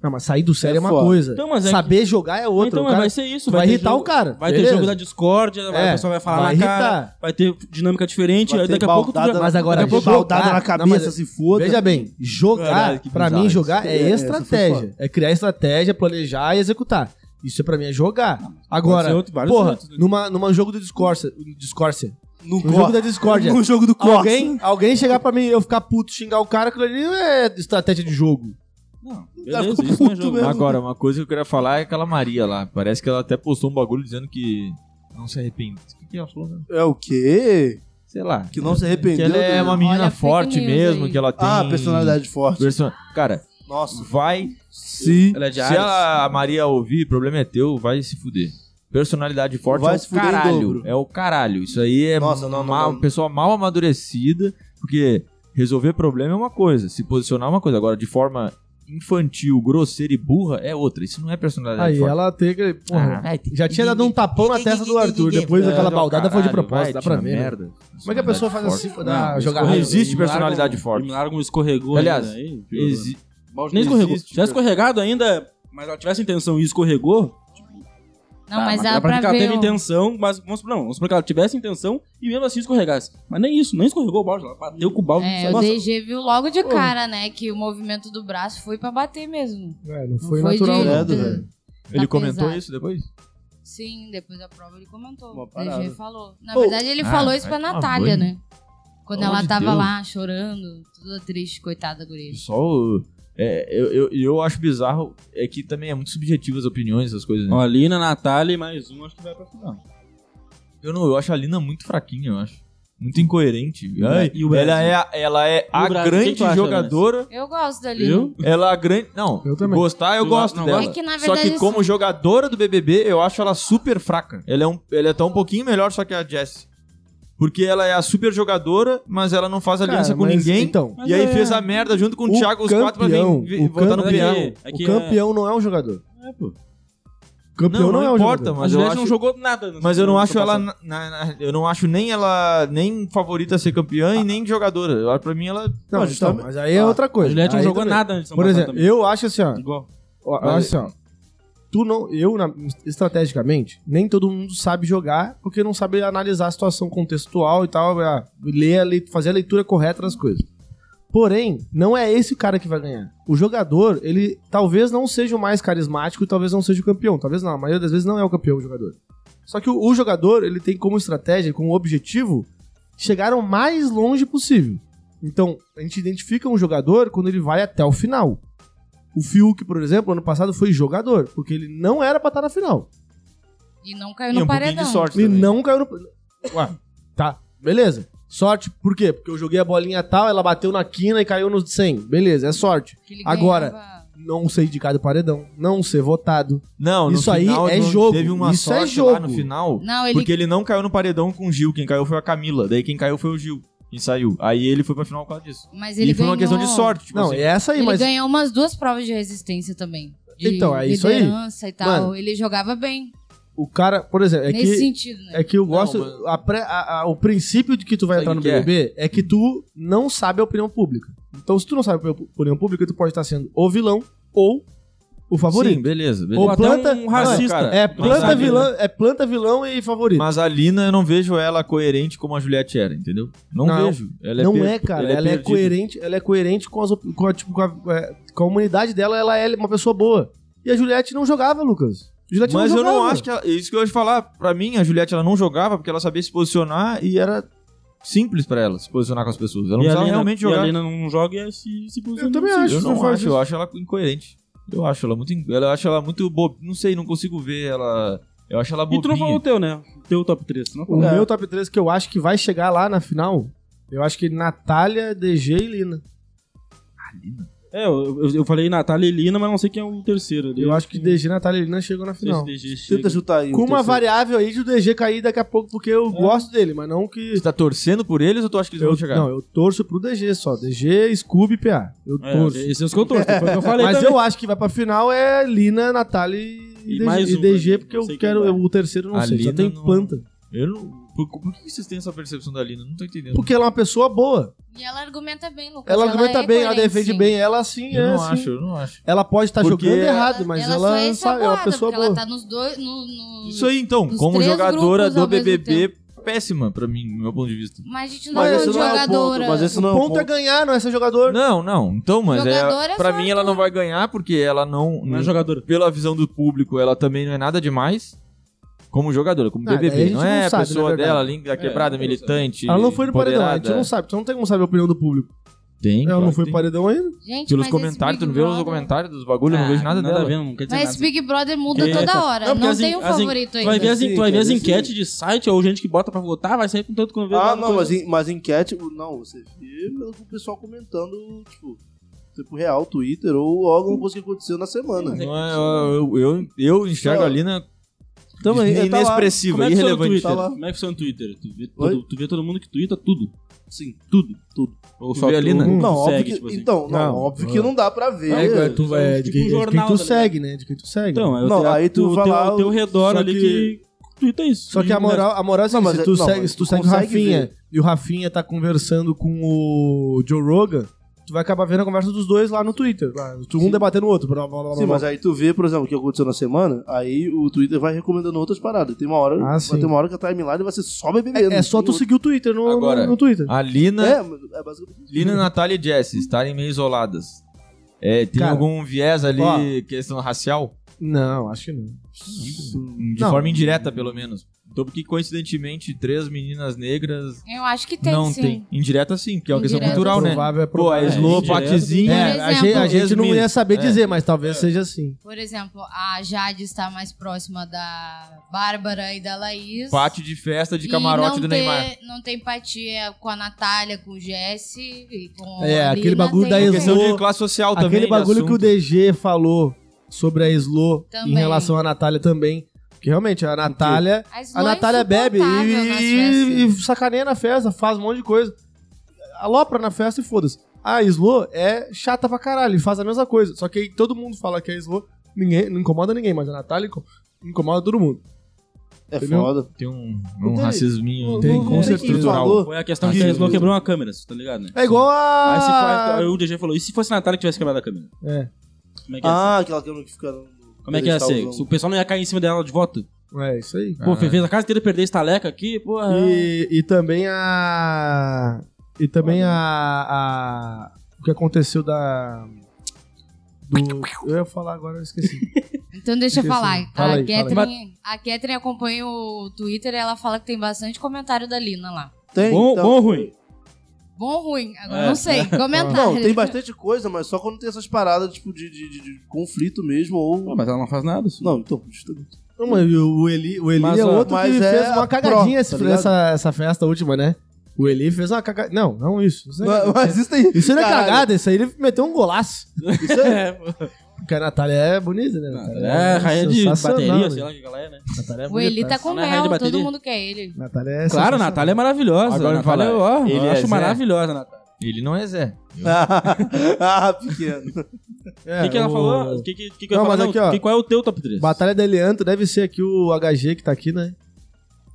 S1: Não, mas sair do sério é, uma
S2: foda.
S1: coisa.
S4: Então, mas é
S1: Saber jogar é outra.
S4: então
S1: o cara
S4: vai ser isso.
S1: vai
S4: ter
S1: irritar
S4: jogo-
S1: o cara.
S4: Vai ter
S1: beleza?
S4: jogo da Discord, a
S1: É,
S4: pessoa vai falar
S1: vai
S4: na cara,
S1: irritar.
S4: vai ter dinâmica diferente,
S2: Vai
S4: aí
S2: ter
S4: daqui a pouco tu
S2: baldada
S4: já-
S2: na-
S1: Mas agora,
S2: daqui a pouco
S1: jogar-
S2: baldada na
S1: Não,
S2: cabeça
S1: mas-
S2: se foda.
S1: Veja bem, jogar,
S3: Caralho, que
S1: pra
S3: bizarro
S1: mim,
S3: isso.
S1: jogar é,
S2: É, essa foi
S1: estratégia.
S2: foda.
S1: É criar estratégia, planejar e executar. Isso pra mim é jogar. Agora,
S4: ser outro- vários
S1: porra,
S4: outros, né?
S1: numa, numa jogo de discórdia, discórdia
S2: No
S1: um jogo da discórdia,
S2: No jogo do Corsa.
S1: alguém, alguém chegar pra mim eu ficar puto, xingar o cara, aquilo ali é estratégia de jogo.
S4: Não,
S2: Cara,
S4: beleza,
S2: ficou
S4: isso não é
S2: puto
S4: jogo.
S2: mesmo.
S3: Agora, uma coisa que eu queria falar é aquela Maria lá. Parece que ela até postou um bagulho dizendo que não se arrepende. O que, que ela falou, né?
S2: É o quê?
S3: Sei lá.
S2: Que não se
S3: Que
S2: arrependeu.
S3: ela é
S2: né?
S3: uma menina
S5: Olha a fake
S3: forte
S5: news
S3: mesmo,
S5: aí.
S3: que ela tem.
S2: Ah, personalidade
S1: é
S2: forte.
S3: Person- Cara,
S2: Nossa.
S3: vai.
S2: Se...
S4: Ela é de
S3: se
S4: Ares.
S3: ela, a Maria ouvir, problema é teu, vai se fuder. Personalidade forte
S2: Vai
S3: é
S2: se
S3: o
S2: fuder em
S3: caralho.
S2: dobro.
S3: É o caralho. Isso aí é
S2: Nossa, não, não,
S3: mal-
S2: não.
S3: pessoa mal amadurecida, porque resolver problema é uma coisa, se posicionar é uma coisa. Agora, de forma infantil, grosseira e burra é outra. Isso não é personalidade
S1: Aí
S3: forte.
S1: ela tem que. Porra,
S3: Ah,
S1: já tinha dado um tapão na testa do Arthur. Depois
S3: É,
S1: daquela
S3: do
S1: baldada foi de
S3: caralho,
S1: propósito,
S3: vai,
S1: dá pra
S3: tira
S1: ver. né?
S3: merda.
S1: Como é que a pessoa faz assim pra dar- jogar
S3: Não
S1: raiva?
S3: existe
S4: Me largam-
S3: personalidade forte.
S4: Me largam escorregou
S3: Aliás,
S4: um ainda, aí,
S3: Exi-
S4: Balde nem escorregou.
S3: existe,
S4: Se tivesse escorregado ainda, mas ela tivesse intenção e escorregou.
S5: Não,
S4: tá,
S5: mas
S4: dá
S5: dá
S4: pra
S5: pra
S4: ver que ela
S5: ver. um-
S4: teve
S5: o-
S4: intenção, mas vamos, não, vamos supor que ela tivesse intenção e mesmo assim escorregasse. Mas nem isso, nem escorregou o balde, ela bateu com o
S3: um
S4: balde.
S5: É, o
S4: Nossa,
S5: DG viu logo de cara, né, que o movimento do braço foi pra bater mesmo.
S1: É, não foi
S5: foi
S1: natural,
S5: de-
S3: né,
S1: não.
S2: Credo,
S5: de-
S2: velho.
S3: Ele
S5: Tá
S3: comentou
S5: pesado.
S3: isso depois?
S5: Sim, depois da prova ele comentou.
S2: Uma
S5: O
S2: parada.
S5: DG falou. Na
S2: Pô,
S5: verdade, ele
S3: ah,
S5: falou isso pra
S3: vai tomar
S5: Natália,
S3: banho.
S5: né? Quando
S3: Pelo amor
S5: ela
S3: de
S5: tava
S3: Deus.
S5: lá chorando, toda triste, coitada da guria.
S3: Só o- é, eu, eu, eu acho bizarro, é que também é muito subjetivo as opiniões, essas coisas. né?
S4: Ó, Lina, Natália e mais um, acho que vai pra final.
S3: Eu não, eu acho a Lina muito fraquinha, eu acho. Muito incoerente.
S4: E o
S3: Ai,
S4: Brasil?
S3: ela é, a- ela é a
S4: Brasil? Quem
S3: grande
S4: tu acha,
S3: jogadora.
S5: Eu gosto dali.
S4: Viu?
S3: Ela é a grande. Não,
S1: Eu também.
S3: gostar eu
S4: Tu
S3: gosto
S4: não
S3: dela.
S4: gosta?
S5: É que, na
S3: só
S5: verdade,
S3: que
S5: eu
S3: como
S5: sou-
S3: jogadora do BBB, eu acho ela super fraca. Ela é, um, ela é tão um pouquinho melhor só que a Jess. Porque ela é a super jogadora, mas ela não faz aliança
S1: Cara,
S3: com
S1: mas
S3: ninguém.
S1: Então,
S3: e aí fez a merda junto com o,
S1: O
S3: Thiago, os quatro pra
S1: campeão,
S3: vir, vir
S1: o
S3: votar no
S1: campeão.
S3: Biel.
S4: É que
S1: o campeão não é um jogador.
S4: É, pô.
S1: Campeão
S3: Não,
S1: não,
S3: não,
S1: é um
S3: importa,
S1: jogador.
S3: mas
S4: a
S3: eu
S4: Juliette
S3: acho.
S4: não jogou nada. né? nessa-
S3: Mas eu não
S4: nessa
S3: acho ela.
S4: passada.
S3: na- na- eu não acho nem ela. Nem favorita a ser campeã
S5: Ah.
S3: e nem jogadora. Eu- Pra mim, ela.
S1: Não,
S2: Pô,
S1: então,
S2: justamente-
S1: mas aí é
S2: Ah,
S1: outra
S4: tá. A
S1: coisa.
S4: Juliette não
S1: Aí
S4: jogou
S1: também.
S4: nada nessa
S1: Por
S4: passada
S1: exemplo,
S4: também.
S1: eu acho assim, ó.
S4: Igual.
S1: assim, Ó, Olha
S3: Mas-
S1: só. Tu não, eu, na- estrategicamente, nem todo mundo sabe jogar porque não sabe analisar a situação contextual e tal, a- ler a lei- fazer a leitura correta das coisas. Porém, não é esse o cara que vai ganhar. O jogador, ele talvez não seja o mais carismático e talvez não seja o campeão. Talvez não, a maioria das vezes não é o campeão o jogador. Só que o, o jogador, ele tem como estratégia, como objetivo, chegar o mais longe possível. Então, a gente identifica um jogador quando ele vai até o final. O Fiuk, por exemplo, ano passado foi jogador, porque ele não era pra estar na final.
S5: E não caiu
S3: E
S5: no
S3: um pouquinho
S5: paredão.
S3: de sorte.
S1: Ele
S3: também.
S1: não caiu no. Ué, tá, beleza. Sorte, por quê? Porque eu joguei a bolinha tal, ela bateu na quina e caiu nos 100. Beleza, é sorte.
S5: que ele
S1: Agora-
S5: ganhava-
S1: Não ser indicado paredão, não ser votado.
S3: Não, no
S1: Isso aí
S3: final,
S1: é
S3: não-
S1: jogo,
S3: Teve uma
S1: isso é
S3: sorte lá
S1: jogo.
S3: no final.
S5: Não, ele
S3: Porque ele não caiu no paredão com o Gil. Quem caiu foi a Camila. Daí quem caiu foi o Gil. Quem saiu. Aí ele foi pra final por causa disso.
S5: Mas
S3: E
S5: ele
S3: foi uma
S5: ganhou-
S3: questão de sorte. Tipo
S1: não,
S3: assim,
S1: é essa aí,
S5: Ele
S1: mas.
S5: ganhou umas duas provas de resistência também. De
S1: Então, é isso aí.
S5: liderança e tal.
S1: Mano.
S5: Ele jogava bem.
S1: O cara, por exemplo, é
S5: nesse
S1: que.
S5: sentido, né?
S1: É que eu gosto.
S3: mas-
S1: a pré- a- a- o princípio de que tu vai
S3: Sabe
S1: entrar no
S3: que é?
S1: BBB é que tu não sabe a opinião pública. Então, se tu não sabe a opinião pública, tu pode estar sendo o vilão ou o é favorito.
S3: Sim, beleza. beleza.
S1: Ou
S4: até
S1: planta.
S4: um racista.
S1: Mano, é,
S3: Mas a
S1: planta
S3: Lina-
S1: vilão, é planta vilão e favorito.
S3: né? Mas a Lina, eu não vejo ela coerente como a Juliette era, entendeu? Não,
S1: Não,
S3: vejo. Ela
S1: não
S3: per-
S1: é, cara. Ela, é
S3: perdida.
S1: coerente, ela é coerente com as op- com a, tipo, com a- é, com a humanidade dela, ela é uma pessoa boa. E a Juliette não jogava, Lucas. A Juliette
S3: Mas eu não
S1: jogava.
S3: acho que ela, isso que eu ia te falar, pra mim a Juliette ela não jogava porque ela sabia se posicionar e era simples pra ela se posicionar com as pessoas. Ela não
S4: E a
S3: precisava
S4: Lina-
S3: realmente
S4: E a
S3: jogar.
S4: Lina não joga e se, se posiciona.
S1: também
S4: assim.
S1: acho.
S3: eu
S1: que não
S3: não
S1: faz
S3: acho,
S1: isso.
S3: eu acho ela incoerente. Eu acho ela muito, in- ela eu acho ela muito bob, não sei, não consigo ver ela. Eu acho ela
S4: E tu não falou o
S3: bobinha.
S4: teu, né? O teu top 3. Não
S1: O
S4: falou.
S1: meu top 3 que eu acho que vai chegar lá na final, eu acho que Natália, DG e Lina.
S3: Ah, Lina.
S4: É, eu, eu- eu falei Natália e Lina, mas não sei quem é o terceiro. ali.
S1: Eu acho que DG Natália Lina chegou na
S4: Não
S1: final.
S4: sei se DG chega.
S2: Tenta chutar aí. o
S1: Com uma
S2: terceiro.
S1: variável aí de o DG cair daqui a pouco, porque eu gosto dele, mas não que.
S3: Você tá torcendo por eles ou tu acha que eles
S1: Eu,
S3: É. vão chegar?
S1: não, eu torço pro DG só. DG, Scooby e PA. Eu
S4: É,
S1: torço.
S4: esses são os que eu torço, foi o que eu falei
S1: Mas
S4: também.
S1: eu acho que vai pra final é Lina, Natália e,
S4: E
S1: DG,
S4: mais
S1: e
S4: um,
S1: DG,
S4: né?
S1: porque
S4: Não
S1: eu
S4: sei quem
S1: quero.
S4: vai.
S1: eu- o terceiro eu não
S3: A
S1: sei, só
S3: Lina
S1: tem
S3: não-
S1: planta.
S3: Eu não. Por, por que vocês têm essa percepção da Lina? Eu Não tô entendendo.
S1: Porque ela é uma pessoa boa.
S5: E ela argumenta bem, Lucas.
S1: Ela argumenta
S5: é
S1: bem, ela
S5: coerente,
S1: defende
S5: sim.
S1: bem, ela sim
S3: eu
S1: é.
S3: não
S1: assim.
S3: acho, eu não acho.
S1: Ela pode estar
S3: Porque-
S1: jogando errado, mas ela,
S5: só é
S1: sabe- é uma
S5: saboada,
S1: pessoa
S5: porque
S1: boa.
S5: Ela tá nos dois. No, no-
S3: Isso aí então,
S5: Os
S3: como
S5: três
S3: jogadora
S5: grupos
S3: do
S5: ao mesmo
S3: BBB, péssima pra mim, do meu ponto de vista.
S5: Mas a gente não
S2: Mas
S5: é
S2: esse
S5: um
S2: não é o
S5: jogadora.
S2: ponto. Mas esse
S1: O
S2: não é o
S1: ponto é
S2: ponto.
S1: ganhar, não é ser jogador.
S3: Não, não. Então, mas
S5: Jogadora
S3: é,
S5: é
S3: pra
S5: só
S3: mim ela não vai ganhar porque ela não,
S4: Não é jogadora.
S3: pela visão do público, ela também não é nada demais. Como jogadora, como
S1: Ah, daí a
S3: BBB,
S1: gente
S3: não é
S1: não
S3: a
S1: sabe, na
S3: pessoa
S1: verdade.
S3: dela, linda, quebrada,
S4: não
S3: militante.
S1: Ela não foi no paredão, a gente
S3: empoderada.
S1: não sabe, então não tem como saber a opinião do público.
S3: Tem.
S1: Ela
S3: claro
S1: não
S3: que
S1: foi
S3: tem.
S1: no paredão ainda?
S5: Gente,
S3: Pelos
S5: mas
S3: comentários,
S5: esse
S3: tu não
S5: Big
S3: vê os
S5: Brother-
S3: comentários dos bagulhos, eu não vejo nada, É.
S4: a
S3: dela.
S4: ver, não quer dizer
S5: Mas
S4: Ah, nada.
S5: esse Big Brother muda
S4: Porque-
S5: toda hora.
S4: Não,
S5: Não,
S1: assim,
S4: porque as en-
S5: tem um
S4: as en-
S5: favorito
S4: Tu vai ver
S5: ainda.
S3: assim.
S4: as,
S2: Sim,
S4: tu vai ver as
S2: sim.
S4: enquetes de site ou gente que bota pra votar, vai sair com tanto quando vê.
S2: Ah,
S4: lá
S2: não,
S4: coisa.
S2: mas, en- mas enquete. Não, você vê o pessoal comentando, tipo, tempo real, Twitter ou alguma coisa que aconteceu na semana.
S4: Sim.
S3: Não é- eu, eu, eu enxergo
S2: Só-
S3: a Lina
S2: Então, é- é, tá lá.
S3: inexpressiva,
S4: Como é que funciona o
S3: irrelevante.
S4: Twitter?
S2: Tá lá.
S4: Como é que funciona o Twitter? Tu vê,
S2: Oi?
S4: todo, tu vê todo mundo que twitta tudo.
S2: Sim.
S4: Tudo. Tudo. Ou
S3: Tu vê ali, né?
S2: Não, óbvio
S4: segue,
S2: que,
S4: tipo assim.
S2: então, não,
S1: Não.
S2: óbvio que não dá pra ver.
S4: É,
S1: tu,
S4: é,
S1: é
S4: tipo
S1: de,
S4: um
S1: quem,
S4: jornal,
S1: de quem
S4: tá
S1: tu segue, né? De quem tu segue.
S4: Então, é o
S2: Não,
S4: teu-
S2: aí tu
S4: o
S2: vai
S4: teu,
S2: lá,
S4: o teu redor
S1: só
S4: ali
S1: que-
S4: que... twitta isso.
S1: Só que a
S4: Né?
S1: moral, a moral é assim,
S2: Não, Hum, mas
S1: se
S2: é-
S1: tu
S2: não,
S1: segue,
S2: mas
S1: se tu
S2: tu
S1: segue o
S2: consegue
S1: Rafinha
S2: ver.
S1: e o Rafinha tá conversando com o Joe Rogan, tu vai acabar vendo a conversa dos dois lá no Twitter. lá, Um debatendo o outro. Blá, blá, blá,
S2: Sim,
S1: blá.
S2: mas aí tu vê, por exemplo, o que aconteceu na semana, aí o Twitter vai recomendando outras paradas. Tem uma hora,
S1: Ah,
S2: vai
S1: sim.
S2: ter uma hora que a timeline vai ser só BBB. não
S1: É, é só
S2: tem
S1: tu
S2: outro.
S1: seguir né? o Twitter no,
S3: Agora-
S1: no, no Twitter.
S3: A Lina,
S2: É, mas é basicamente isso.
S1: Uhum.
S3: Lina, Natália e Jessie estarem meio isoladas. É, tem
S1: Cara,
S3: algum viés ali,
S1: ó.
S3: questão racial?
S1: Não, acho que não.
S3: De
S1: Não.
S3: forma indireta, pelo menos. Então, porque coincidentemente, três meninas negras
S5: Eu acho que tem,
S3: não
S5: sim.
S3: tem. Indireta sim, porque é uma questão
S5: Indireta,
S3: cultural, né?
S1: Provável é
S3: Pô, a
S1: provável.
S3: Slow, a
S4: indireta,
S3: Patizinha...
S5: Por
S1: É, a gente, a gente não ia saber
S3: É.
S1: dizer, mas talvez seja assim.
S5: Por exemplo, a Jade está mais próxima da Bárbara e da Laís.
S3: Parte de festa de
S5: E
S3: camarote
S5: não
S3: do
S5: ter-
S3: Neymar.
S5: Não tem empatia com a Natália, com o Jesse e com
S1: É,
S5: a
S1: aquele
S5: Lina,
S1: bagulho
S5: tem
S1: da
S5: que-
S1: Eslo-
S3: Questão de
S1: Slow,
S3: classe social também.
S4: né,
S1: Aquele
S3: de
S1: bagulho que o
S3: assunto.
S1: DG falou sobre a Slow em
S5: Também.
S1: relação à Natália também. Porque realmente, a Natália.
S5: A, Eslo
S1: A
S5: é
S1: Natália bebe e,
S5: insuportável nas festas.
S1: e, e sacaneia na festa, faz um monte de coisa. Alopra na festa e foda-se. A Slow é chata pra caralho e faz a mesma coisa. Só que aí todo mundo fala que a Slow ninguém, não incomoda ninguém, mas a Natália inco- incomoda todo mundo.
S2: É
S1: Entendeu?
S2: foda.
S3: Tem um,
S1: Não
S3: um
S1: tem.
S3: racisminho
S1: Tem, com
S3: um
S1: certeza.
S3: estrutural.
S2: Falou.
S4: Foi a questão que a Slow quebrou uma câmera, tá ligado? Né?
S1: É igual a.
S4: Aí, se for- aí o DG falou, e se fosse Natália que tivesse quebrado a câmera?
S1: É.
S4: Como é que ia ser?
S2: Ah, aquela câmera que fica no...
S4: Como é que ia ser? Se
S2: pedestalzão.
S4: o pessoal não ia cair em cima dela de voto?
S1: É, isso aí.
S4: Pô,
S3: Ah.
S4: fez a casa inteira perder estaleca aqui, é. porra.
S1: E, e também a. E também a, a- O que aconteceu da. Do, eu ia falar agora, eu esqueci.
S5: Então deixa eu
S1: Esqueci.
S5: falar.
S1: Fala aí, fala
S5: a,
S1: aí.
S5: Catherine, a Catherine acompanha o Twitter e ela fala que tem bastante comentário da Lina lá.
S2: Tem,
S4: Bom-
S2: então.
S4: bom ou ruim?
S5: Bom ou ruim? Agora
S4: É.
S5: não sei. Comentário.
S2: Não, tem bastante coisa, mas só quando tem essas paradas, tipo, de, de, de- de conflito mesmo,
S4: Pô,
S2: ou...
S4: mas ela não faz nada. assim.
S2: Não, então, justamente.
S1: Não, mas o o Eli, o Eli
S4: Mas,
S1: é
S4: ó,
S1: outro
S2: mas
S1: que
S2: é
S1: fez
S2: a
S1: uma
S2: pró,
S1: cagadinha esse-
S2: tá ligado?
S1: essa, essa festa última, né? O Eli fez uma cagadinha. Não, não isso. Isso,
S2: Mas,
S1: não é,
S2: mas isso aí...
S1: isso não é
S2: Caralho.
S1: cagada, isso aí ele meteu um golaço.
S2: Isso é...
S1: Porque a Natália é bonita, né?
S4: Cara,
S1: Natália
S4: É, rainha de
S1: sensacional,
S4: bateria,
S1: né?
S4: sei lá o que ela é, né?
S1: Natália é
S5: O Eli
S1: bonita.
S5: tá com
S4: Não é rainha de
S5: mel,
S4: bateria?
S5: todo mundo quer ele.
S1: Natália é
S4: Claro, a Natália é maravilhosa.
S3: Agora
S4: a Natália,
S3: fala,
S4: ó,
S3: ele
S4: eu
S3: é
S4: acho
S3: Zé.
S4: maravilhosa, a Natália.
S3: Ele não é Zé.
S2: ah, pequeno.
S1: É,
S4: O que, que ela
S1: o-
S4: falou? O que, que, que, que eu
S1: Não,
S4: ia falar?
S1: mas aqui, ó.
S4: que- qual é o teu top 3?
S1: Batalha da Elianto deve ser aqui o HG que tá aqui, né?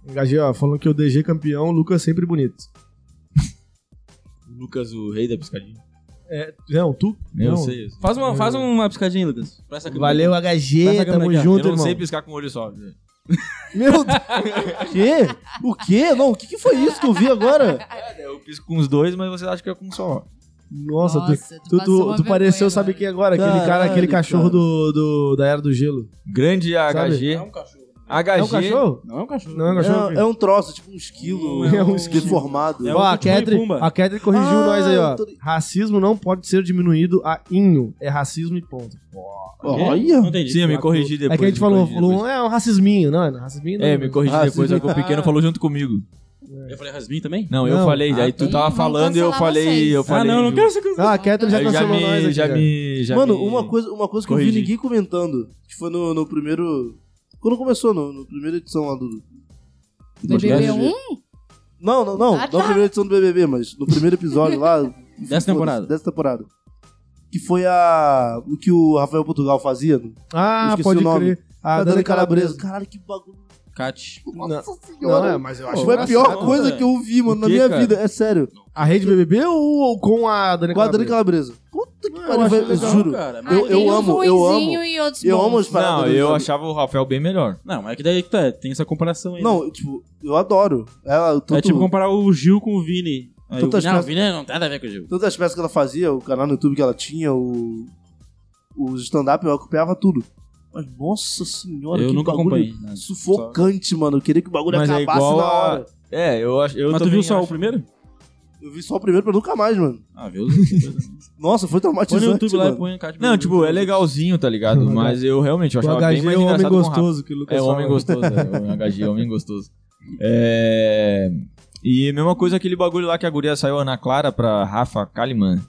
S1: HG, ó, falando que o DG campeão, o Lucas sempre bonito.
S3: Lucas, o rei da piscadinha.
S1: É, não, tu?
S3: Eu
S1: não.
S3: sei. Eu, sei.
S4: Faz uma, faz uma piscadinha, Lucas. Pra essa câmera.
S1: Valeu,
S4: Vai é
S1: HG,
S4: essa câmera
S1: tamo
S4: aqui, ó.
S3: Eu
S1: junto,
S3: não
S1: irmão.
S3: sei piscar com o olho só.
S1: Meu Deus.
S2: Quê? O quê? Não, o que, que foi isso que eu vi agora?
S3: É, Eu pisco com os dois, mas você acha que é com um só.
S1: Nossa, tu,
S5: Nossa, tu
S1: tu,
S5: passou
S1: tu,
S5: uma
S1: tu pareceu,
S5: vergonha
S1: sabe
S5: agora.
S1: quem agora? aquele cara,
S2: Caralho,
S1: aquele cachorro
S2: cara.
S1: do, do- da Era do Gelo.
S3: Grande
S1: Sabe?
S3: HG.
S4: Não é um cachorro.
S3: HG.
S1: É um cachorro?
S4: Não é um cachorro.
S1: Não é um cachorro?
S2: É, é um troço, tipo um esquilo.
S1: É um esquilo.
S2: Deformado.
S4: É
S1: Ó,
S4: um
S1: a
S4: Timão e
S1: Ketri,
S4: Pumba.
S1: a Ketri corrigiu
S2: Ah,
S1: nós aí, ó.
S2: eu tô li-
S1: Racismo não pode ser diminuído a inho. É racismo e ponto.
S4: Não
S2: Olha.
S4: entendi. Tá
S3: Sim, eu me corrigi depois.
S1: é que a gente
S3: me
S1: falou,
S3: corrigi
S1: falou,
S3: depois.
S1: é um racisminho. Não, é um racisminho não.
S3: É, me corrigi
S2: Ah,
S3: depois,
S2: sim.
S3: é que o pequeno falou junto comigo.
S4: Eu falei Rasmin também?
S3: Não, eu
S1: Não.
S3: falei,
S1: Ah,
S3: aí tu
S5: tá.
S3: tava
S5: Vão
S3: falando e eu
S5: cancelar
S3: falei,
S5: vocês.
S3: eu
S5: Ah,
S3: falei.
S4: ah, não, não
S3: viu?
S4: quero ser cancelado.
S1: Ah, a Catherine já
S3: Aí já
S1: cancelou nós
S3: me,
S1: aqui.
S3: já
S1: já.
S3: me, já
S2: Mano,
S3: me-
S2: uma coisa, uma coisa que eu
S3: corrigi.
S2: vi ninguém comentando, que foi no, no primeiro. Quando começou, no, no primeira edição lá do.
S5: BBB 1?
S2: Não, não, não.
S5: Ah,
S2: Não
S5: tá.
S2: na primeira edição do BBB, mas no primeiro episódio lá.
S4: Dessa temporada.
S2: Dessa temporada. Que foi a. O que o Rafael Portugal fazia. né?
S1: Ah,
S2: Esqueci
S1: pode
S2: o nome.
S1: crer. A
S2: A
S1: Dani Calabresa.
S2: Caralho, que bagulho.
S4: Cat.
S1: Nossa
S2: senhora.
S1: Não, é, mas eu acho
S2: Foi a pior
S4: engraçado,
S2: coisa
S4: velho.
S2: que eu vi, mano,
S3: O
S2: na
S3: quê,
S2: minha
S3: cara?
S2: vida. É sério.
S1: A rede BBB ou, ou com a Dani
S2: Com a Dani
S1: Calabresa?
S2: Calabresa. Puta que
S1: Não, eu
S2: pariu,
S1: achei
S2: velho, eu
S1: legal,
S2: juro.
S4: cara. Mas...
S2: Eu-
S5: Ah,
S2: eu
S5: tem uns
S2: amo, eu
S5: ruinzinho
S2: amo.
S5: E outros
S2: Eu
S5: bons.
S2: amo as paradas.
S3: Não,
S2: do
S3: eu
S2: Dani.
S3: achava o Rafael bem melhor.
S4: Não, é que daí que tá, tem essa comparação aí. né?
S2: Não, tipo, eu adoro. Ela, tanto,
S4: É tipo comparar o Gil com o Vini. Aí o
S2: Tantas
S4: Vini- não, o
S2: coisas-
S4: Vini não tem nada a ver com o Gil.
S2: todas as peças que ela fazia, o canal no YouTube que ela tinha, o, o stand-up, eu acompanhava tudo. Mas, nossa senhora,
S4: eu
S2: que
S4: nunca
S2: bagulho
S4: acompanhei. né?
S2: sufocante, mano. Eu queria que o bagulho
S3: Mas é
S2: acabasse
S3: igual
S2: na
S3: a-
S2: hora.
S3: É, eu acho. Eu
S4: Mas tu
S3: também
S4: viu só
S3: acho.
S4: o primeiro?
S2: Eu vi só o primeiro pra nunca mais, mano.
S4: Ah, viu?
S2: Nossa, foi
S4: Põe
S2: traumatizante,
S4: no YouTube lá e
S2: mano.
S4: põe a Cat.
S3: Não, tipo, é legalzinho, tá ligado? Mas eu realmente eu
S1: Uhum. O
S3: achava bem
S1: HG
S3: mais
S1: é o homem
S3: engraçado com o Rafa.
S1: gostoso que o Lucas
S3: É, o
S1: fala.
S3: homem gostoso. é, o HG, é o homem gostoso. É... E a mesma coisa aquele bagulho lá que a guria saiu Ana Clara pra Rafa Kalimann.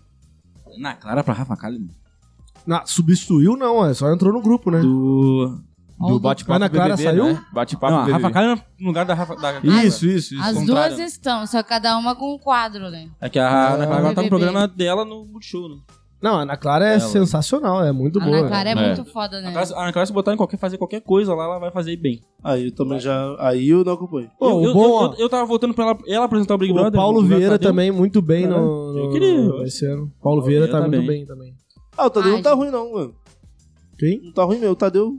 S4: Na Clara pra Rafa Kalimann.
S1: Não, substituiu não, é só entrou no grupo, né?
S4: Do...
S5: Ó, o
S3: Do bate-papo
S1: Ana Clara
S3: BBB,
S1: saiu?
S3: Né? Bate-papo
S4: Não, a Rafa
S3: BBB.
S4: Kalimann é no lugar da Rafa... Da...
S3: Isso, isso, isso.
S5: As
S4: contrário.
S5: duas estão, só cada uma com um quadro, né?
S4: É que a Ana Clara agora tá no
S5: BBB.
S4: programa dela no Multishow, né?
S1: Não, a Ana Clara é
S4: Ela.
S1: sensacional, é muito
S5: a
S1: boa.
S5: Ana Clara é,
S3: É.
S5: muito foda,
S4: A
S5: né?
S4: Ana Clara- a Ana Clara se botar em qualquer... Fazer qualquer coisa lá, ela vai fazer bem.
S2: Aí eu também já... Aí eu não acompanho.
S1: Pô,
S4: eu,
S1: o
S4: eu,
S1: bom,
S4: eu-
S1: ó.
S4: eu- eu tava voltando pra ela, ela apresentar o Big
S1: O
S4: Brother. um-
S1: Paulo
S4: conversar
S1: Vieira
S4: dele.
S1: também muito bem
S4: Caralho,
S1: no,
S4: eu
S1: no-
S4: queria.
S1: esse ano. Paulo
S4: Paulo
S1: Vieira
S4: Vieira
S1: tá,
S4: tá
S1: muito bem.
S4: bem.
S1: também.
S2: Ah, o Tadeu
S5: Ai,
S2: não tá
S5: gente.
S2: ruim, não, mano.
S1: Quem?
S2: Não tá ruim mesmo. O Tadeu...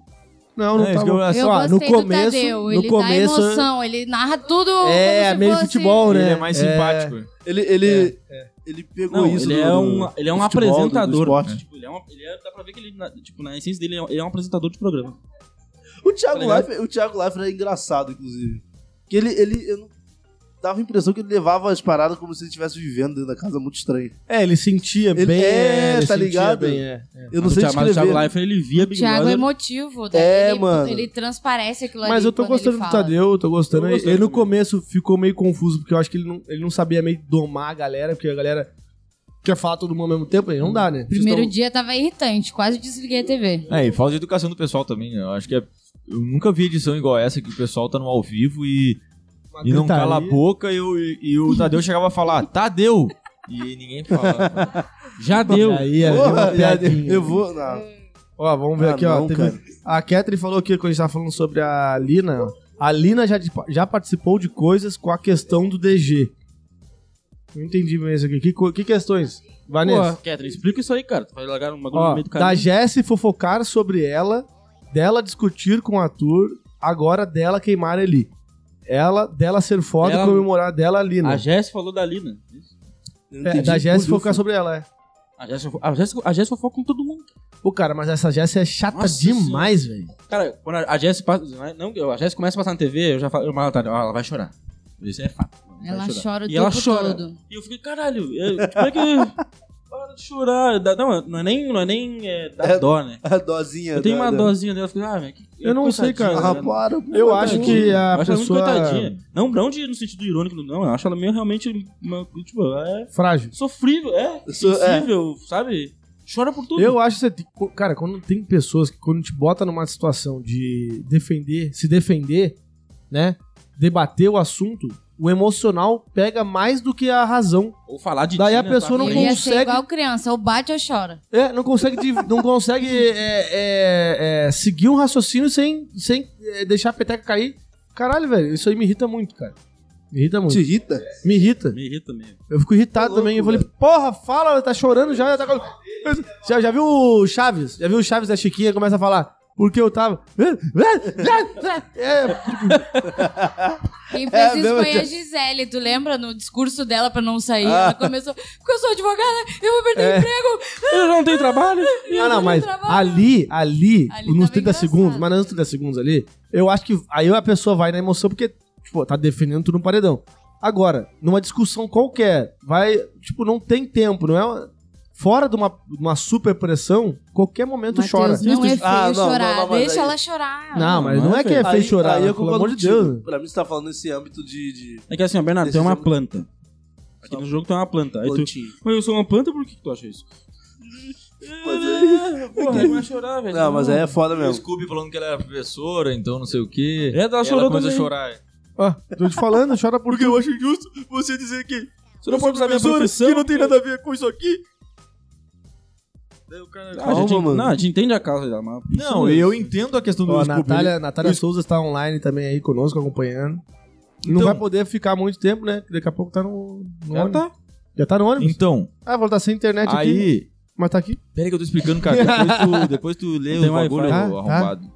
S1: Não, não
S3: É,
S1: tá.
S3: isso que eu
S1: bom.
S3: ia
S5: Eu
S1: Ó,
S5: gostei
S1: no
S5: do
S1: começo,
S5: Tadeu,
S1: no
S5: ele
S1: começo
S5: dá emoção, ele narra tudo como
S1: é
S5: se
S1: meio
S5: fosse...
S1: futebol, né?
S3: Ele é mais simpático.
S2: Ele... Ele, ele pegou
S4: Não,
S2: isso
S4: ele,
S2: do-
S4: é
S2: do-
S4: um, ele é um
S2: do futebol, do- do
S4: apresentador.
S2: esporte.
S4: né? Tipo, ele é um, ele é- dá pra ver que ele, na, tipo, na essência dele, ele é um- ele é um apresentador de programa.
S2: O Thiago,
S4: Tá ligado?
S2: Leifert, o Thiago Leifert é engraçado, inclusive. Que ele, ele eu não- dava a impressão que ele levava as paradas como se ele estivesse vivendo dentro da casa muito estranha.
S1: É, ele sentia
S2: Ele-
S1: bem. né?
S2: é,
S1: ele
S2: tá
S1: sentia
S2: ligado?
S1: Bem, é.
S2: Eu não
S4: Mas
S2: sei
S4: o Thiago- mas o
S2: escrever.
S4: Thiago Leifert, ele via Big
S5: Thiago é
S4: Brother.
S5: emotivo, né?
S2: É,
S5: ele,
S2: mano.
S5: Ele transparece aquilo
S1: Mas
S5: ali
S1: eu tô
S5: quando ele
S1: gostando do
S5: fala.
S1: Tadeu, eu tô gostando.
S4: Eu gostei
S1: ele no
S4: também.
S1: começo ficou meio confuso, porque eu acho que ele não, ele não sabia meio domar a galera, porque a galera quer falar todo mundo ao mesmo tempo, aí não dá, né? Vocês
S5: Primeiro
S1: tão-
S5: dia tava irritante, quase desliguei a TV.
S3: É, e falta de educação do pessoal também, né? Eu acho que é. Eu nunca vi edição igual essa que o pessoal tá no ao vivo e,
S1: uma
S3: e não cala a
S1: gritaria.
S3: boca e, o- e- e o Tadeu chegava a falar, Tadeu! E ninguém fala.
S4: Já deu.
S1: E aí, é, deu uma
S2: Porra, já-
S1: piadinha.
S2: eu vou. Não,
S1: Ó, vamos ver
S2: Ah,
S1: aqui, ó.
S2: não,
S1: Teve-
S2: cara.
S1: A Catherine falou aqui quando a gente tava falando sobre a Lina. ó. A Lina já, de- já participou de coisas com a questão do DG. Não entendi mesmo isso aqui. Que, co- que questões?
S4: Pô,
S1: Vanessa.
S4: Catherine, explica isso aí, cara. Tu vai largar um bagulho
S1: Ó,
S4: no meio do
S1: da
S4: caminho.
S1: Jesse fofocar sobre ela, dela discutir com o ator, agora dela queimar ele. Ela, dela ser foda
S4: Dela-
S1: e comemorar dela a Lina.
S4: A Jess falou né? da Lina.
S2: eu não
S1: É,
S2: entendi.
S1: da Jesse
S2: Por
S1: fofocar sobre ela, é.
S4: A Jess, a Jess, a Jess fofoca com todo mundo.
S1: Pô, cara, mas essa Jesse é chata
S4: Nossa
S1: demais, velho.
S4: Cara, quando a a Jess passa. né, Não, eu- a Jess começa a passar na TV, eu já falo, eu falo, tá, ó, ela vai chorar. Isso é fato.
S5: Ela
S4: vai chorar.
S5: chora o
S4: E
S5: tempo
S4: ela chora.
S5: todo.
S4: E eu fiquei, caralho, eu, como é que. Para de chorar. Dá- Não, não é nem. Não é nem é, dá
S2: É,
S4: dó, né?
S2: A dozinha.
S1: é
S4: Eu tenho
S2: da-
S4: uma
S2: da-
S4: dosinha dela. Eu fiquei, ah, velho. que-
S1: Eu não sei,
S4: coitadinha,
S1: cara.
S4: tá
S2: Ah,
S4: ligado?
S2: para, pô,
S1: Eu
S2: tá
S1: acho
S2: bom.
S1: que é
S4: Eu
S1: Ah, a
S4: acho ela muito
S1: pessoa
S4: coitadinha. Não, não de, no sentido irônico, não. Eu acho ela meio realmente. Uma, tipo, é
S1: frágil.
S4: sofrível, é.
S2: Isso, é.
S4: Sensível, sabe? Chora por tudo.
S1: Eu acho que você tem- co- cara, quando tem pessoas que quando te bota numa situação de defender, se defender, né, debater o assunto, o emocional pega mais do que a razão.
S4: Ou falar de
S1: Daí
S4: ti né,
S1: a
S4: na
S1: pessoa
S4: tua
S1: não
S5: Ele
S4: frente.
S5: ia
S1: consegue-
S5: ser igual criança, ou bate ou chora.
S1: É, não consegue, de- não consegue é, é, é, seguir um raciocínio sem, sem é, deixar a peteca cair. Caralho, velho, isso aí me irrita muito, cara. Me irrita muito.
S2: Te irrita?
S1: Me irrita.
S4: Me irrita mesmo.
S1: Eu fico irritado
S2: Tá louco,
S1: também. Eu falei, porra, fala, ela tá chorando já. ela tá com- Já, já viu o Chaves? Já viu o Chaves da Chiquinha? Começa a falar, porque eu tava. É,
S5: Quem fez
S2: É,
S5: isso
S2: mesmo,
S5: foi a
S2: Jess.
S5: Gisele, tu lembra no discurso dela pra não sair?
S1: Ah.
S5: Ela começou, porque eu sou advogada, eu vou perder
S1: É.
S5: o emprego.
S4: Eu não tenho trabalho.
S1: ah, não, mas
S5: trabalho.
S1: ali, ali,
S5: Ali
S1: nos
S5: tava
S1: 30
S5: engraçado.
S1: segundos, mas nos 30 segundos ali, eu acho que aí a pessoa vai na emoção, porque, tipo, tá defendendo tudo no paredão. Agora, numa discussão qualquer, vai, tipo, não tem tempo, não é uma- fora de uma, de uma super pressão, qualquer momento
S5: Mateus,
S1: chora.
S5: Não é feio
S2: Ah, não, não,
S5: chorar.
S2: não, mas
S5: Deixa
S2: aí-
S5: ela chorar.
S1: Não, mas não, é que é feio chorar,
S2: aí eu
S1: pelo
S2: concordo
S1: amor de
S2: contigo.
S1: Deus.
S2: Pra mim, você tá falando nesse âmbito de. de
S4: É que assim, ó, Bernardo, tu é uma
S2: Decisão-
S4: planta. Aqui no jogo tu é uma planta. Aí tu,
S2: plantinho.
S4: mas eu sou uma planta, por que que tu acha isso?
S2: Mas
S4: Porra, não vai chorar,
S2: é-
S4: velho.
S2: Não, mas aí é foda
S3: O
S2: mesmo.
S3: Scooby falando que ela era professora, então não sei o quê.
S4: É, ela
S3: E
S4: chorou
S3: começou
S4: também.
S3: a chorar.
S1: Tô te falando, chora por
S3: Porque eu acho injusto você dizer que
S4: Você não pode usar minha
S3: professora,
S4: profissão.
S3: que não tem nada a ver com isso aqui. Daí o cara-
S4: Ah, a gente,
S2: Calma, mano.
S4: Não, a gente entende a causa dela, mas...
S3: Não, eu entendo a questão do
S1: Ó, a
S3: Scooby.
S1: Natália, Natália Souza está online também aí conosco, acompanhando. Não
S3: Então.
S1: vai poder ficar muito tempo, né? Que Daqui a pouco tá no, no
S4: Ela
S1: ônibus.
S4: tá.
S1: Já tá no ônibus?
S3: Então,
S1: Ah, vou estar sem internet aqui.
S3: aí...
S1: Mas tá aqui.
S3: Pera aí que eu tô explicando, cara. Depois tu, depois tu lê
S4: Não
S3: o
S4: tem Wi-Fi.
S3: bagulho
S1: Tá, tá.
S3: arrombado.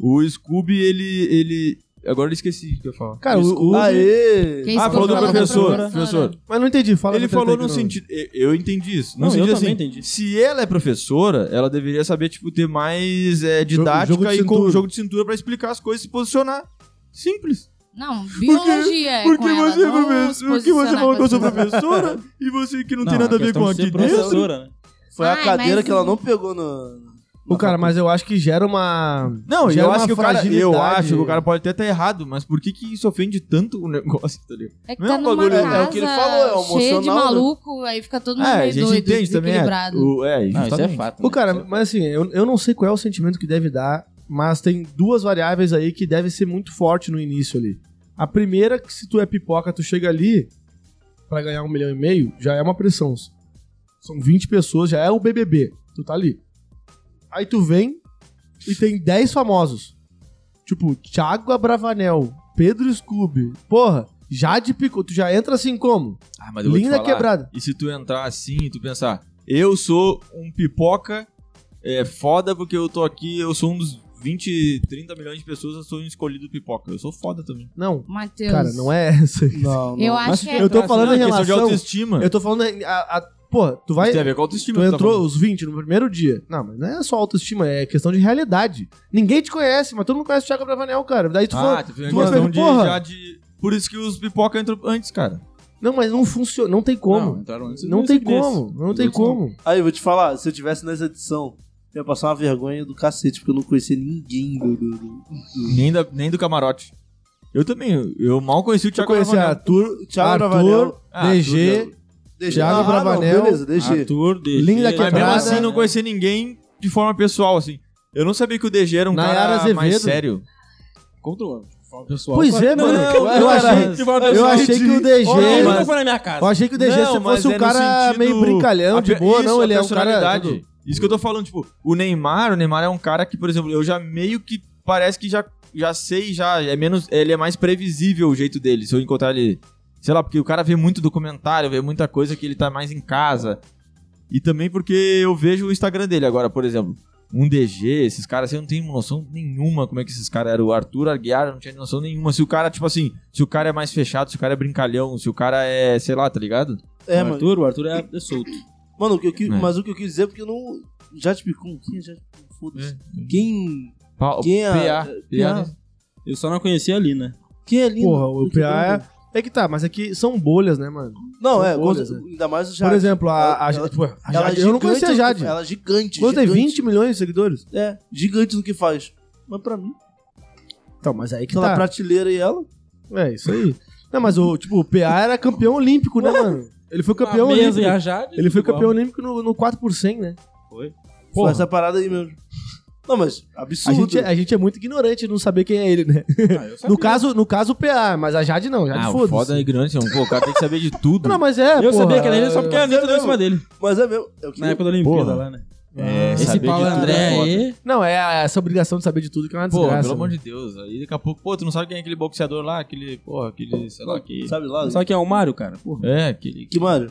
S3: O Scooby, ele, ele... Agora eu esqueci o que eu ia falar.
S1: Cara, o- o-
S3: Scooby-
S2: Aê!
S5: Que isso,
S3: Ah,
S5: quando
S3: falou do
S5: fala
S3: professor. Professor.
S1: Mas não entendi. Fala
S3: Ele
S1: que eu
S3: falou
S1: tentei de
S3: no
S1: novo.
S3: sentido. eu- Eu entendi isso. No
S4: Não, eu
S3: sentido
S4: também
S3: assim,
S4: entendi.
S3: se ela é professora, ela deveria saber, tipo, ter mais é, didática
S1: jogo de
S3: e com
S1: cintura.
S3: jogo de cintura pra explicar as coisas e se posicionar. Simples.
S5: Não, biologia é
S3: Por
S5: com
S3: que
S5: ela,
S3: você, é
S5: não
S3: professor,
S5: se
S3: por que você
S5: posicionar
S3: falou que eu sou
S5: com as pessoas.
S3: professora e você que não, tem
S4: a
S3: nada a ver
S4: questão
S3: com
S4: de ser
S3: aqui dentro?
S4: professora, né?
S2: Foi a
S5: Ai,
S2: cadeira
S5: mas
S2: que ela
S5: o-
S2: não pegou no.
S1: O cara, mas eu acho que gera uma.
S3: Não,
S1: Gera
S4: é
S3: eu
S1: uma
S3: acho que o cara. Eu
S1: fragilidade.
S3: acho que o cara pode até estar errado, mas por que, que isso ofende tanto o negócio, tá ligado?
S5: É que
S3: Não é
S5: tá
S3: um
S5: numa
S3: bagulho-
S5: casa
S2: é o que ele falou, é emocional,
S5: cheia de
S2: né?
S5: maluco, aí fica todo mundo
S3: É, a
S5: meio
S3: gente
S5: doido,
S3: entende também. É,
S5: desequilibrado.
S3: o, é,
S4: Não, isso é
S3: justamente.
S4: fato.
S1: O cara, mas assim, eu, eu não sei qual é o sentimento que deve dar, mas tem duas variáveis aí que deve ser muito forte no início ali. A primeira, que se tu é pipoca, tu chega ali pra ganhar um milhão e meio, já é uma pressão. São 20 pessoas, já é o BBB. Tu tá ali. Aí tu vem e tem 10 famosos. Tipo, Thiago Abravanel, Pedro Scooby. Porra, Jade Picô. Tu já entra assim como?
S3: Ah, mas eu vou te
S1: Linda
S3: falar,
S1: quebrada.
S3: E se tu entrar assim e tu pensar, eu sou um pipoca, é foda porque eu tô aqui, eu sou um dos 20, 30 milhões de pessoas, eu sou um escolhido pipoca. Eu sou foda também.
S1: Não,
S5: Mateus.
S1: cara, não é essa.
S2: Não,
S5: Eu acho
S4: Mas
S5: que
S4: se
S5: é.
S1: eu tô
S4: entrasse
S1: falando
S3: Não,
S1: em
S3: é questão de
S1: relação.
S3: autoestima.
S1: Eu tô falando. né, A, a- porra, tu vai.
S3: Isso tem a ver com autoestima.
S1: Tu
S3: que tá
S1: entrou
S3: falando.
S1: os 20 no primeiro dia. Não, mas não é só autoestima, é questão de realidade. Ninguém te conhece, mas todo mundo conhece o Thiago Bravanel, cara. Daí tu fala.
S3: Ah, tu fez
S1: tu
S3: uma
S1: vai
S3: questão
S1: ver,
S3: de,
S1: porra.
S3: já de... Por isso que os pipoca entram antes, cara.
S1: Não, mas não funciona. Não tem como. Não, tem como. Não tem como.
S2: Aí, eu vou te falar, se eu tivesse nessa edição, eu ia passar uma vergonha do cacete, porque eu não conhecia ninguém do. do, do-
S3: Nem, da- nem do camarote. Eu também, eu- eu mal conheci o
S1: Tu
S3: Thiago
S1: conhecia
S3: Ravanel.
S1: Arthur,
S2: Thiago
S1: Arthur,
S2: Bravanel.
S3: Ah,
S1: DG,
S2: DG.
S1: Thiago
S2: Ah, não,
S1: Bravanel,
S2: beleza, DG.
S4: Arthur, DG...
S1: Linda
S3: Mas mesmo
S1: Quebrada.
S3: assim, não conhecia ninguém de forma pessoal, assim. Eu não sabia que o DG era um
S1: Nayara
S3: cara mais
S1: Azevedo.
S3: sério.
S4: Controlando. Fala pessoal.
S1: Pois é,
S4: Não,
S1: mano.
S4: não,
S1: Eu- eu achei-
S4: de falar
S1: eu
S4: pessoal.
S1: achei que o DG
S4: Olha, ele
S3: mas-
S4: nunca foi na minha casa.
S1: Eu achei que o DG
S3: Não,
S1: se
S3: mas
S1: fosse um
S3: é no
S1: cara
S3: sentido-
S1: meio brincalhão,
S3: A
S1: de
S3: pe-
S1: boa,
S3: isso,
S1: não.
S3: a
S1: Ele é um cara.
S3: personalidade. Isso que eu tô falando, tipo, o Neymar, o Neymar é um cara que, por exemplo, eu já meio que parece que já, já sei, já é menos, ele é mais previsível o jeito dele. Se eu encontrar ele, sei lá, porque o cara vê muito documentário, vê muita coisa que ele tá mais em casa. E também porque eu vejo o Instagram dele agora, por exemplo, um DG, esses caras, assim, eu não tenho noção nenhuma como é que esses caras eram. O Arthur Arguiar, eu não tinha noção nenhuma. Se o cara, tipo assim, se o cara é mais fechado, se o cara é brincalhão, se o cara é, sei lá, tá ligado?
S2: É,
S4: o
S2: mano.
S4: Arthur, o Arthur é, é solto.
S2: Mano, o que eu, qui-
S3: É.
S2: mas o que eu quis dizer é porque eu não. Já te picou? Quem é já te picou? Foda-se.
S4: É,
S2: Quem.
S3: Pa-
S2: Quem é.
S3: PA.
S2: Quem
S3: PA, né?
S2: é,
S4: Eu só não conhecia ali, né?
S2: quem é lindo?
S1: Porra, o PA é. É que tá, mas aqui são bolhas, né, mano?
S2: Não, é,
S1: São bolhas,
S2: quando-
S1: né?
S2: ainda mais o Jade.
S1: Por exemplo, a, a-
S2: Ela-
S1: tipo, a
S2: Ela é
S1: Jade- eu não
S2: gigante
S1: conhecia a
S2: no que-
S1: Jade.
S2: Ela é gigante.
S1: Quanto tem
S2: gigante.
S1: 20 milhões de seguidores?
S2: É, gigante no que faz. Mas pra mim,
S1: Então, mas aí que
S2: aquela
S1: tá.
S2: prateleira e ela.
S1: É, isso aí. Não, mas o, tipo, o PA era campeão olímpico, né, mano? Ele foi campeão
S4: a mesa
S1: olímpico.
S4: e a Jade.
S1: Ele foi
S4: igual.
S1: campeão olímpico no, no 4 por 100, né?
S4: Foi.
S2: Foi
S1: Porra.
S2: essa parada aí mesmo. Não, mas
S1: A
S2: absurdo.
S1: gente, é- a gente é muito ignorante de não saber quem é ele, né?
S4: Ah, eu sabia.
S1: No caso, no caso, o PA, mas a Jade não, Jade
S3: Ah, o
S1: Tá foda-se.
S3: foda é a ignorância. Pô, o cara tem que saber de tudo.
S1: Não, mas é,
S4: Eu
S1: porra,
S4: sabia que era ele só porque a Anitta deu em cima dele.
S2: Mas é mesmo. É o que
S4: Na época da Olimpíada
S3: Porra.
S4: lá, né?
S3: É,
S4: Esse
S3: saber de
S4: Paulo
S3: tudo é
S4: André
S3: foda.
S4: aí...
S1: Não, é a- essa obrigação de saber de tudo que é uma
S3: Pô,
S1: desgraça.
S3: pelo amor
S1: né?
S3: de Deus. Aí daqui a pouco, pô, tu não sabe quem é aquele boxeador lá, aquele, porra, aquele, sei lá, que...
S2: Sabe lá?
S4: Só que é o Mário, cara. Porra.
S3: É, aquele...
S2: Que Mário?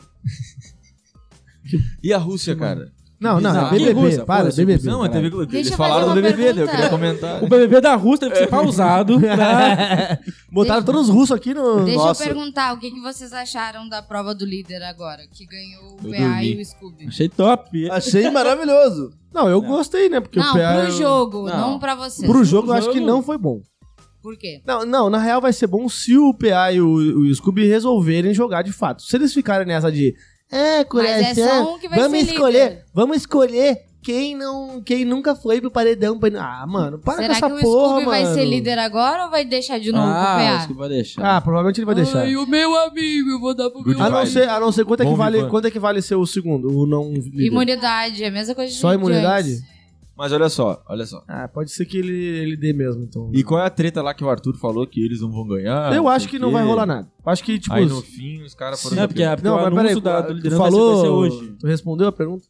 S3: E a Rússia, cara?
S1: Não, não,
S4: Não,
S1: é
S4: que tipo,
S1: BBB,
S4: russa,
S1: para,
S4: porra,
S1: BBB.
S3: Não,
S4: caralho.
S3: teve que eles
S5: eu fazer
S3: falaram do
S5: uma
S1: né?
S3: BBB, daí eu
S5: pergunta.
S3: queria comentar.
S4: O BBB da Rússia deve ser pausado. pra-
S1: Botaram todos os russos aqui no...
S5: Deixa
S2: Nossa.
S5: eu perguntar, o que, que vocês acharam da prova do líder agora, que ganhou o
S3: Eu
S5: PA e
S3: dormi.
S5: o Scooby?
S4: Achei top.
S2: Achei maravilhoso.
S1: Não, eu gostei, né? Porque
S5: Não,
S1: o PA...
S5: pro jogo, não,
S4: Não.
S5: pra vocês.
S1: Pro jogo, eu acho que
S4: jogo-
S1: não foi bom.
S5: Por quê?
S1: Não, não, na real vai ser bom se o PA e o, o Scooby resolverem jogar de fato. Se eles ficarem nessa de
S6: Ah, coração.
S5: Mas é só um que vai
S6: vamos
S5: ser
S6: escolher,
S5: líder.
S6: vamos escolher quem não, quem nunca foi pro paredão. pra- Ah, mano, para com
S5: Será
S6: essa
S5: que o
S6: porra,
S5: Scooby vai
S6: mano.
S5: ser líder agora ou vai deixar de novo
S4: Ah,
S5: pro PA?
S4: desculpa, deixa.
S1: Ah, provavelmente ele vai deixar.
S5: Ai, o meu amigo, eu vou dar pro
S3: Good
S5: meu
S1: A não
S3: Vai.
S1: ser, a não ser quanto, é que
S3: Bom
S1: vale,
S3: vivant.
S1: quanto é que vale ser o segundo, o não líder?
S5: Imunidade, é a mesma coisa de
S1: Só
S5: de
S1: imunidade?
S5: antes.
S3: Mas olha só, olha só.
S1: Ah, pode ser que ele, ele dê mesmo, então.
S3: E qual é a treta lá que o Arthur falou que eles não vão ganhar?
S1: Eu
S3: sei
S1: acho que
S3: o
S1: não
S3: quê?
S1: vai rolar nada. Acho que, tipo...
S3: Aí no fim os caras foram.
S4: Não, porque, é, porque o anúncio da, do
S1: tu
S4: liderança
S1: falou,
S4: vai ser hoje.
S1: Tu respondeu a pergunta?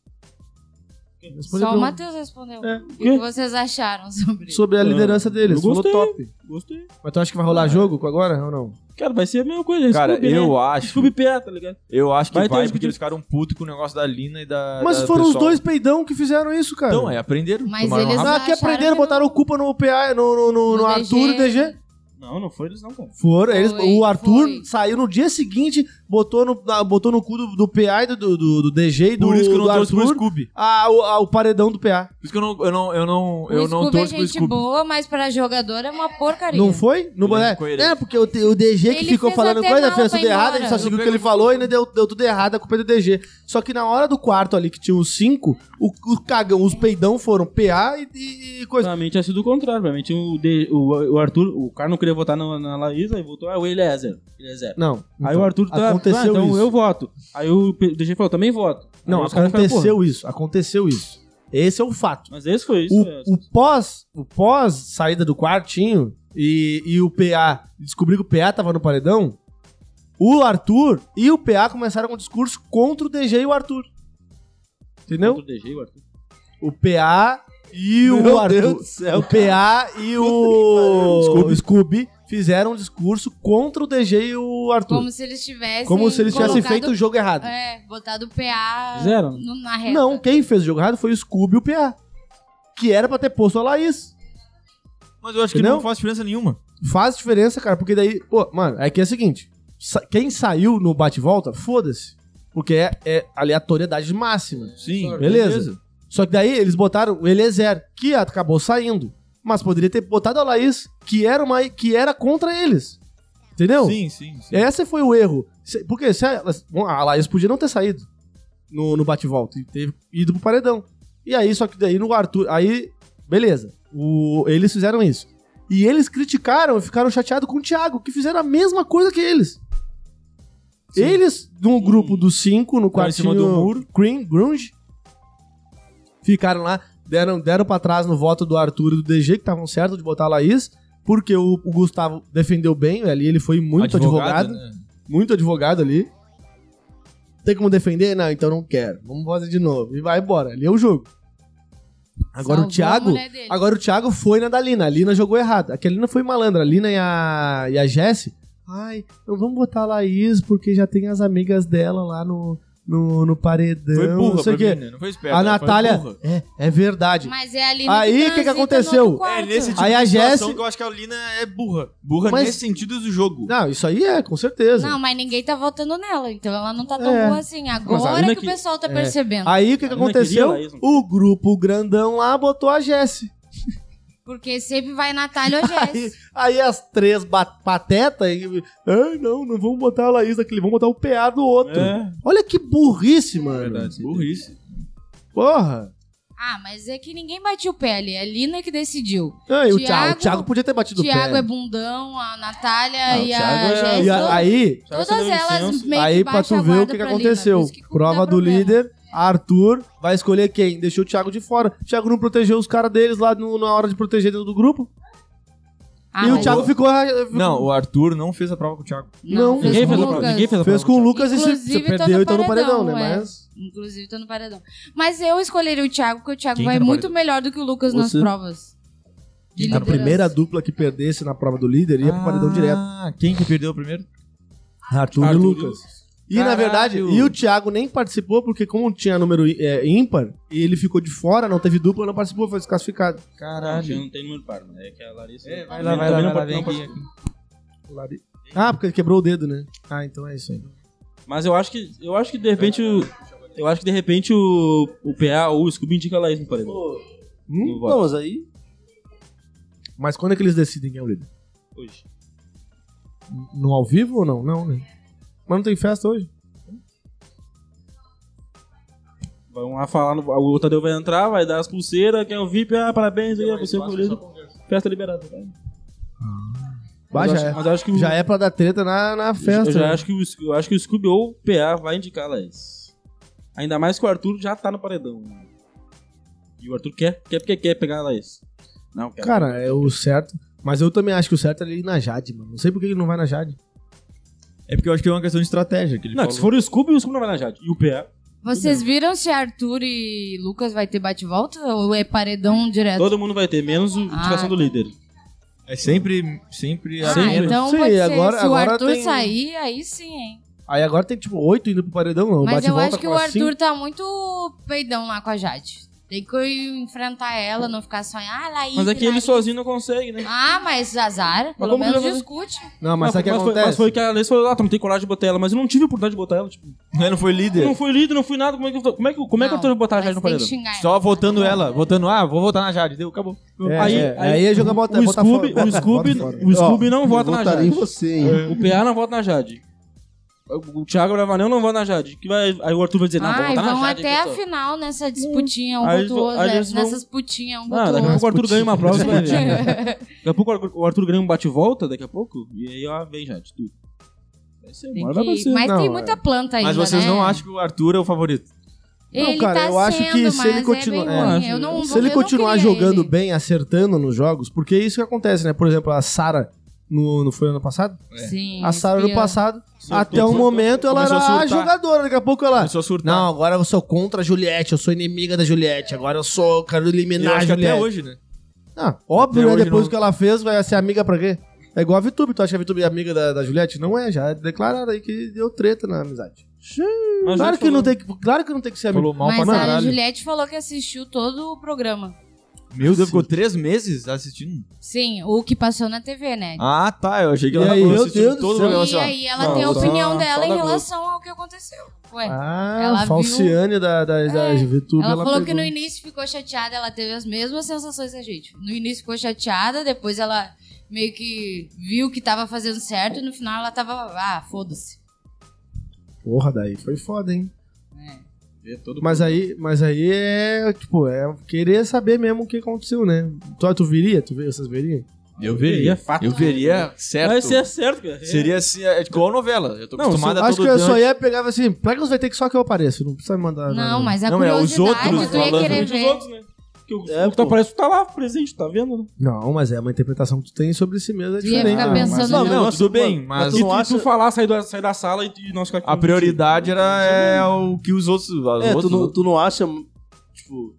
S1: Respondeu a
S5: Só o
S1: pergunta
S5: Matheus respondeu.
S1: É.
S5: O que vocês acharam sobre isso?
S1: sobre a
S4: Ah,
S1: liderança deles.
S4: eu
S1: Tu Falou
S4: gostei. Ah, é.
S1: top.
S4: Gostei.
S1: Mas tu acha que vai rolar jogo com agora ou não?
S4: Cara, vai ser a mesma
S1: é
S4: coisa.
S3: Cara,
S4: Scooby,
S3: eu
S4: né?
S3: acho.
S4: Scooby PA, tá ligado?
S3: Eu acho que
S4: Vai
S3: vai,
S4: ter os
S3: porque
S4: que-
S3: eles ficaram putos com o negócio da Lina e
S4: É,
S3: da.
S1: Mas
S3: da
S1: foram os
S3: pessoal.
S1: dois peidão que fizeram isso, cara.
S3: Então, é, aprenderam.
S5: Mas
S3: tomaram
S5: eles
S3: uma
S5: não-
S1: Ah, que
S5: acharam
S1: aprenderam,
S5: que
S1: botaram culpa no PA, no, no, no,
S5: No
S1: no Arthur e DG.
S4: Não, não foi eles não, cara.
S1: Foram, eles,
S5: Foi,
S1: o Arthur
S5: foi.
S1: saiu no dia seguinte, botou no, na- botou no cu do, do PA e do, do, do DG e do,
S3: Por isso que eu
S1: do
S3: não torço pro
S1: Arthur
S3: Scooby.
S1: a, o, a- o paredão do PA.
S3: Por isso que eu não, eu não, eu não, eu
S5: o
S3: não
S5: Scooby é
S3: torço pro
S5: gente
S3: Scooby.
S5: boa, mas pra jogador é uma porcaria.
S1: Não foi? No
S3: Ele é
S1: boné?
S3: incoerente.
S6: É, porque o, T- o DG que
S5: Ele
S6: ficou
S5: fez
S6: falando
S5: até
S6: coisa,
S5: mal
S6: fez
S5: pra
S6: tudo
S5: ir
S6: errado, ele
S5: embora.
S6: só
S5: Eu
S6: se
S1: seguiu o que ele falou e ainda deu, deu tudo errado, a culpa é do DG. Só que na hora do quarto ali, que tinha os cinco, o, o cagão, os peidão foram PA e, e- e coisa.
S4: Pra mim tinha sido o contrário. Pra mim tinha o, de, o, o Arthur, o cara não queria votar na, na Laís, aí votou, ah, o Eliezer. Eliezer.
S1: Não.
S4: aí o Arthur tá,
S1: aconteceu
S4: ah, então
S1: isso.
S4: eu voto. Aí o P- DG falou, também voto.
S1: Não,
S4: Aí os caras ficaram,
S1: aconteceu isso. Aconteceu isso. Esse é o fato.
S4: "Pô, Mas esse foi isso. é.
S1: o, o pós, o pós saída do quartinho e, e o PA descobrir que o PA tava no paredão, o Arthur e o PA começaram com um discurso contra o DG e o Arthur. Entendeu?
S4: Contra o DG, o Arthur.
S1: O PA e o
S2: Meu
S1: Arthur,
S2: Deus do céu,
S1: o PA e o Scooby. fizeram um discurso contra o DG e o Arthur. Como,
S5: Como se eles tivessem.
S1: se eles tivessem
S5: colocado-
S1: feito o jogo errado.
S5: É, botado o
S3: É.
S5: PA
S4: Fizeram?
S5: no- na reta.
S1: Não, quem fez o jogo errado foi o Scooby e o PA. Que era pra ter posto a Laís.
S3: Mas eu acho que
S1: Entendeu?
S3: não faz diferença nenhuma.
S1: Faz diferença, cara, porque daí, pô, mano, é que é o seguinte: sa- quem saiu no bate-volta, foda-se. Porque é, é aleatoriedade máxima.
S3: Sim,
S1: beleza. Só que daí eles botaram o Eliezer, que acabou saindo. Mas poderia ter botado a Laís, que era, uma, que era contra eles. Entendeu?
S3: Sim, sim, sim.
S1: Esse foi o erro. Se- Porque se a, bom, a Laís podia não ter saído no, no bate-volta e teve ido pro paredão. E aí, só que daí no Arthur. Aí, beleza. O- eles fizeram isso. E eles criticaram e ficaram chateados com o Thiago, que fizeram a mesma coisa que eles. Eles, no grupo dos cinco, no
S3: Ficaram em
S1: quartinho
S3: cima do muro.
S1: Green, Grunge, ficaram lá, deram, deram pra trás no voto do Arthur e do DG, que estavam certos de botar a Laís, porque o, o Gustavo defendeu bem, ali ele foi É muito advogado
S3: né?
S1: muito advogado ali. Tem como defender? Não, então não quero. Vamos fazer de novo. E vai embora. Ali é o jogo. Agora
S5: Salvou
S1: o Thiago.
S5: a mulher dele.
S1: Agora o Thiago foi na da Lina. A Lina jogou errado. Aqui a Lina foi malandra. A Lina e a, e a Jessie. Ai, não vamos botar a Laís porque já tem as amigas dela lá no, no, no paredão.
S3: Foi
S1: não
S3: burra
S1: sei
S3: pra
S1: o quê.
S3: mim, né? Não foi esperta.
S1: A
S3: ela foi
S1: Natália.
S3: burra.
S1: É, é verdade.
S5: Mas é ali
S1: Aí, o que que aconteceu?
S3: É, nesse tipo
S1: Aí a
S3: de situação
S1: Jessi-
S3: que eu acho que a Lina é burra. Burra
S1: Mas-
S3: nesse sentido do jogo.
S1: Não, isso aí é, com certeza.
S5: Não, mas ninguém tá votando nela, então ela não tá tão
S1: É.
S5: boa assim. Agora
S4: Lina
S5: que o
S4: que-
S5: pessoal tá percebendo.
S1: Aí o que, que
S4: A Lina queria a
S1: aconteceu?
S4: Laís, não
S1: O grupo grandão lá botou a Jessie.
S5: Porque sempre vai Natália ou Jéssica.
S1: Aí as três patetas. Ah, não, não vamos botar a Laís daquele, vamos botar o PA do outro.
S4: É,
S1: Olha que burrice, mano.
S3: Verdade. Burrice.
S1: Porra.
S5: Ah, mas é que ninguém batiu o pé ali. É a Lina que decidiu.
S1: Ah, e o,
S5: Thiago-
S1: Thiago, o Thiago podia ter batido o pé.
S5: Thiago é bundão, a Natália
S4: Ah, o
S5: e a
S4: Thiago é-
S5: Jéssica.
S1: E a- aí,
S4: Thiago
S5: Todas
S4: sendo
S5: elas
S4: licença.
S5: meio que
S1: aí pra
S5: baixam
S1: tu
S5: a
S1: ver o
S5: guarda
S1: que, que
S5: pra Lina,
S1: aconteceu.
S5: por isso que
S1: Prova
S5: dá
S1: do
S5: problema.
S1: líder, Arthur vai escolher quem? Deixou o Thiago de fora. O Thiago não protegeu os caras deles lá no- na hora de proteger dentro do grupo.
S5: Ah,
S1: e o
S5: mas
S1: Thiago ficou.
S3: Não, o Arthur não fez a prova com o Thiago.
S1: não,
S5: fez
S4: ninguém
S5: com
S4: fez a
S5: o
S4: prova.
S5: Lucas.
S4: Ninguém fez a prova.
S1: fez com o Lucas e se,
S5: Inclusive,
S1: se
S5: tô no
S1: perdeu e tá no paredão,
S5: paredão,
S1: né?
S5: é.
S1: Mas.
S5: Inclusive, tô no paredão. Mas eu escolheria o Thiago, porque o Thiago
S3: Quem
S5: vai
S3: tá no
S5: muito
S3: paredão?
S5: melhor do que o Lucas nas
S2: Você.
S5: provas. De
S1: A
S5: liderança.
S1: primeira dupla que perdesse na prova do líder ia pro paredão direto.
S3: Ah, quem que perdeu primeiro?
S1: Arthur,
S3: Arthur
S1: e
S3: e
S1: Lucas. E na
S3: Caralho.
S1: verdade, e o Thiago nem participou, porque como tinha número é, ímpar, e ele ficou de fora, não teve dupla, não participou, foi desclassificado.
S4: Não, tinha- não tem número par, né? É que a Larissa...
S3: É, vai lá, vai lá,
S4: Também
S3: vai
S4: não
S3: lá,
S4: pode-
S3: vem
S4: não pode-
S3: aqui.
S1: Ah, porque ele quebrou o dedo, né? Ah, então é isso aí.
S4: Mas eu acho que, eu acho que de repente o... Eu acho que de repente o, o PA ou o Scooby indica a Laís no paredão.
S1: Hum?
S4: No voto.
S2: Não, mas aí.
S1: Mas quando é que eles decidem quem é o líder?
S4: Hoje.
S1: No ao vivo ou não? Não, né? Mas não tem festa hoje?
S4: Vai um lá falar, no, o Tadeu vai entrar, vai dar as pulseiras, quem é o VIP, ah, parabéns, aí, você foi eleito. Festa liberada. cara.
S1: Bah,
S4: mas,
S1: já,
S4: acho,
S1: é,
S4: mas acho que o,
S1: já é pra dar treta na, na festa.
S4: Eu já
S1: né?
S4: acho que o, eu acho que o Scooby ou o PA vai indicar Laís. Ainda mais que o Arthur já tá no paredão. E o Arthur quer, quer porque quer pegar a Laís. Não, cara.
S1: Cara, é o certo. Mas eu também acho que o certo é ele ir na Jade, mano. Não sei por que ele não vai na Jade.
S3: É porque eu acho que é uma questão de estratégia. Que ele
S4: não, que
S3: falou.
S4: se for o Scooby, o Scooby não vai na Jade. E o PA.
S5: Vocês viram se Arthur e Lucas vai ter bate-volta ou é paredão direto?
S4: Todo mundo vai ter, menos o indicação
S5: Ah.
S4: do líder.
S3: É sempre. sempre
S5: Ah,
S3: sempre-
S5: então
S1: Sim,
S5: pode ser.
S1: agora-
S5: se o
S1: agora
S5: Arthur
S1: tem-
S5: sair, aí sim, hein?
S1: Aí agora tem tipo oito indo pro paredão, não.
S5: Mas
S1: Bate
S5: eu
S1: volta
S5: acho que
S1: com
S5: o
S1: as cinco.
S4: assim?
S5: Arthur tá muito peidão lá com a Jade. Tem que enfrentar ela, não ficar só em. Ah, Laís.
S4: Mas é que ele
S5: Laís."
S4: sozinho não consegue, né?
S5: Ah, mas azar. Pelo
S4: como que
S5: menos
S4: ele vai fazer?
S5: discute.
S1: Não, mas sabe o que
S4: foi,
S1: acontece?
S4: mas foi que a Laís falou, ah, tu não tem coragem de botar ela, mas eu não tive oportunidade de botar ela. Tipo,
S3: Não foi líder.
S4: não foi líder, não fui nada. Como é que eu tô- como é que, como é que
S5: Não,
S4: eu tô de botar a Jade
S5: mas
S4: no
S5: tem que
S4: paredão?
S5: xingar ela.
S3: Só votando ela, votando, ah, vou votar na Jade, deu, acabou.
S1: É,
S4: aí-
S1: é,
S4: aí-
S1: aí é jogar bota,
S4: O
S1: botar
S4: Scooby,
S1: fora-
S4: o
S1: bota
S4: Scooby,
S1: fora.
S4: o Scooby não vota na
S2: votaria
S4: Jade. É.
S2: em você,
S3: É.
S2: hein?
S4: O PA não vota na Jade. O Thiago Bravanel não vota na Jade. Que vai, aí o Arthur vai dizer, não, vou
S5: Ai,
S4: votar
S5: vão
S4: na Jade.
S5: até a
S4: pessoal.
S5: final nessa disputinha, um
S4: Hum. Aí
S5: contra o outro,
S4: vão- aí
S5: né?
S4: eles vão-
S5: nessas putinhas, um
S4: Ah,
S5: contra
S4: daqui
S5: o
S4: a pouco o
S5: outro.
S4: Arthur ganha uma prova, você vai ver.
S5: É.
S4: Daqui a pouco o Arthur- o Arthur ganha um bate-volta, daqui a pouco. E aí, ó, vem, Jade, tu. Vai ser,
S5: Tem
S4: uma hora vai
S5: que-
S4: acontecer.
S5: Mas tem
S1: Não,
S4: é.
S5: muita planta ainda,
S3: Mas vocês
S5: né?
S3: não acham que o Arthur é o favorito?
S5: Ele
S1: Não, cara,
S5: tá
S1: eu acho que
S5: sendo,
S1: se ele
S5: mas é
S1: continuar-
S5: bem
S4: é.
S5: ruim. Eu não-
S1: Se ele
S5: eu não
S1: continuar
S5: queria
S1: jogando
S5: ele.
S1: bem, acertando nos jogos, porque é isso que acontece, né? Por exemplo, a Sara no, no foi ano passado?
S5: Sim,
S1: a Sara no
S5: espiã.
S1: passado,
S3: Surtou,
S1: até o
S3: surtou.
S1: momento, ela
S3: Começou
S1: era
S3: a
S1: a,
S3: surtar.
S1: jogadora. Daqui a pouco ela.
S3: Começou a surtar.
S1: Não, agora eu sou contra a Juliette, eu sou inimiga da Juliette, agora eu sou, eu quero
S3: E eu
S1: eliminar a
S3: acho que até
S1: Juliette.
S3: hoje, né?
S1: Ah, óbvio,
S3: Até
S1: né?
S3: hoje
S1: Depois
S3: não-
S1: que ela fez, vai ser amiga pra quê? É igual a Vitube, tu acha que a Vitube é amiga da, da Juliette? Não é, já declararam aí que deu treta na amizade.
S4: Mas a
S1: Claro
S4: gente
S1: que, não
S4: falou-
S1: tem que, claro que não tem que ser amigo.
S3: Falou mal
S5: Mas
S3: pra
S5: a
S3: caralho.
S5: Juliette falou que assistiu todo o programa.
S3: Meu Deus, ficou três meses assistindo.
S5: Sim, o que passou na TV, né?
S3: Ah, tá, eu achei que
S1: E
S3: ela
S1: aí,
S3: tava
S1: meu
S3: assistindo
S1: Deus do
S3: todo o
S1: céu.
S3: programa.
S5: E
S3: assim, ó.
S5: aí ela
S4: Não,
S5: tem a
S4: só-
S5: opinião dela
S4: só
S5: em
S4: da Globo.
S5: relação ao que aconteceu. Ué,
S1: Ah,
S5: Ela
S1: a Falciane da, da, da
S5: É.
S1: Juventude.
S5: ela falou que
S1: pegou.
S5: no início ficou chateada, ela teve as mesmas sensações que a gente. No início ficou chateada, depois ela meio que viu que tava fazendo certo e no final ela tava, ah, foda-se.
S1: Porra, daí foi foda, hein?
S5: É.
S4: Vê todo-
S1: Mas aí, mas aí é, tipo, é querer saber mesmo o que aconteceu, né? Tu, tu viria? Tu, vê- vocês veriam?
S3: Eu
S4: Seria
S3: veria.
S4: é fato.
S3: Eu veria certo.
S4: Mas se é certo, cara.
S3: Seria assim, é igual a novela. Eu tô
S4: Não,
S3: acostumado a
S1: Acho
S3: todo
S1: que eu
S3: dano.
S1: só ia pegar assim, Plagas vai ter que só que eu apareça, Ah, não precisa me mandar. né?
S5: Não, mas a
S3: Não, é, os
S5: curiosidade,
S3: outros
S5: tu ia
S3: falando.
S5: querer
S4: Os
S5: ver.
S4: outros, né? Porque o
S2: É,
S4: o que tá
S2: pô.
S4: aparecendo tá lá, presente, tá vendo? né?
S1: Não, mas é uma interpretação que tu tem sobre si mesmo, é
S5: Tu ia
S1: diferente.
S5: ficar
S1: né?
S5: pensando
S1: Mas-
S5: Não,
S3: Não,
S5: não,
S3: tudo bem, mas
S4: E
S2: não
S4: tu,
S2: acha-
S4: tu falar, sair da, sair da sala e, e nós ficar
S3: a prioridade era é, o que os outros. Os
S2: É, tu
S3: outros
S2: não, tu não acha, tipo,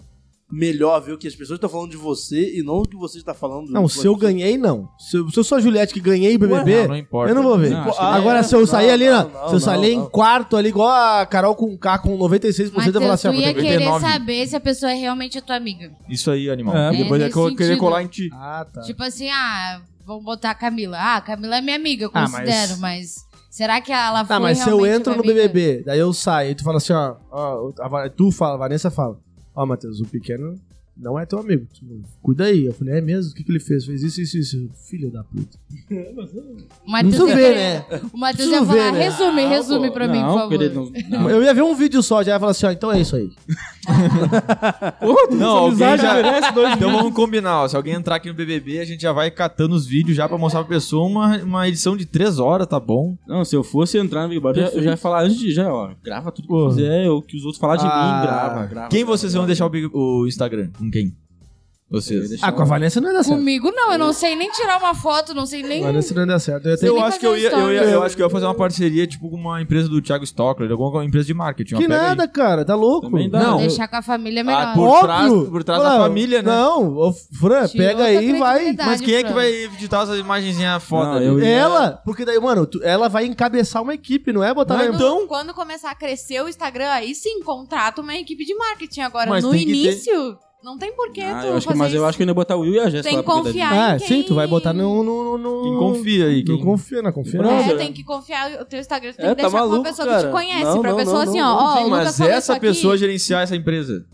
S2: melhor ver o que as pessoas estão falando de você e não o que você está falando?
S1: Não, se eu ganhei, não. Se eu, se eu sou a Juliette que ganhei BBB,
S3: Não, não importa.
S1: eu não vou ver.
S4: Não, acho que-
S1: Agora,
S2: é,
S1: se eu
S2: não,
S1: sair ali,
S2: não,
S1: ó,
S2: não,
S1: se eu sair
S2: não,
S1: em quarto ali, igual a Carol com K com 96%, eu vou falar
S5: Matheus,
S1: assim,
S5: tu
S1: ah,
S5: ia
S1: vou ter-
S5: querer
S3: 89.
S5: saber se a pessoa é realmente a tua amiga.
S3: Isso aí, animal.
S4: É,
S3: Depois
S5: é
S3: é que eu
S5: nesse
S3: queria
S5: sentido.
S3: colar em ti.
S1: Ah, tá.
S5: Tipo assim, ah, vamos botar a Camila. Ah, a Camila é minha amiga, eu
S1: Ah, mas-
S5: considero, mas... será que ela foi
S1: Tá, mas se eu
S5: realmente né?
S1: entro
S5: uma
S1: no
S5: amiga?
S1: BBB, daí eu saio e tu fala assim, ó, ó a Va- tu fala, a Vanessa fala, ó, Matheus, o pequeno não é teu amigo, tu cuida aí. Eu falei, é mesmo? O que, que ele fez? Fez isso, isso, isso. Filho da puta.
S5: O
S1: Não
S5: Matheus
S1: precisa
S5: ia
S1: ver,
S5: querer-
S1: né?
S5: O Matheus
S1: Preciso
S5: ia
S1: ver,
S5: falar,
S1: né?
S5: resume, resume pra mim, por favor.
S1: Eu ia ver um vídeo só, já ia falar assim, ó, então é isso aí.
S3: Não, alguém
S4: amizade
S3: já...
S4: merece dois
S3: Então vamos combinar, ó. Se alguém entrar aqui no BBB, a gente já vai catando os vídeos já pra mostrar pra pessoa uma, uma edição de três horas, tá bom?
S4: Não, se eu fosse entrar no Big Brother, eu já- eu já ia falar antes de já, ó. Grava tudo que
S1: Pô.
S4: quiser, o que os outros falar
S1: Ah.
S4: de mim, grava, grava.
S3: Quem
S4: grava,
S3: vocês
S4: grava.
S3: vão deixar o, Big- o Instagram? Com quem?
S4: Eu ia
S3: Vocês.
S4: deixar-
S1: Ah, com a Vanessa não ia dar certo.
S5: Comigo não, eu não sei nem tirar uma foto, não sei nem...
S1: Vanessa não ia dar certo. Eu ia ter
S5: Sei
S3: Eu
S5: nem
S3: acho que eu
S5: fazer
S3: ia, eu, ia,
S5: stories.
S3: eu acho que eu ia fazer uma parceria, tipo, com uma empresa do Thiago Stockler, alguma empresa de marketing. ó,
S1: Que
S3: pega aí.
S1: nada, cara, tá louco?
S4: Também dá.
S3: Não.
S5: Deixar com a família é melhor.
S3: Ah, por
S1: Óbvio.
S3: trás- por trás da
S1: Fala,
S3: família, né?
S1: Não, ô, Fran,
S5: Tirou
S1: pega
S5: tua
S1: aí e vai.
S5: credibilidade,
S3: Mas quem é que
S5: Fran.
S3: vai editar essas imagenzinhas foda?
S4: Não,
S3: ali?
S4: eu ia-
S1: Ela, porque daí, mano, tu- ela vai encabeçar uma equipe, não é botar na
S3: Mas
S1: então,
S3: Então-
S7: Quando começar a crescer o Instagram, aí sim, contrata uma equipe de marketing. Agora,
S3: Mas
S7: no
S3: tem que ter-
S7: início, não tem porquê
S4: Ah,
S7: tu
S4: eu acho que,
S7: fazer
S4: mas eu
S7: isso.
S4: acho que eu ia botar o Will e a Jéssica.
S7: Tem
S4: lá,
S7: que
S4: porque daí-
S7: confiar
S1: Ah,
S7: em quem...
S1: sim, tu vai botar no. no, no-
S3: Quem confia aí?
S1: Não
S3: Quem...
S1: confia na confiança.
S7: É,
S4: Brother.
S7: tem que confiar o teu Instagram, tu tem
S4: É, tá
S7: que deixar com
S4: maluco,
S7: uma pessoa que
S4: cara.
S7: te conhece,
S4: Não,
S7: pra
S4: não,
S7: pessoa
S4: não,
S7: assim,
S4: não,
S7: ó, ó,
S3: Sim,
S7: o Lucas
S3: mas
S7: falou
S3: essa
S7: isso aqui.
S3: pessoa gerenciar essa empresa.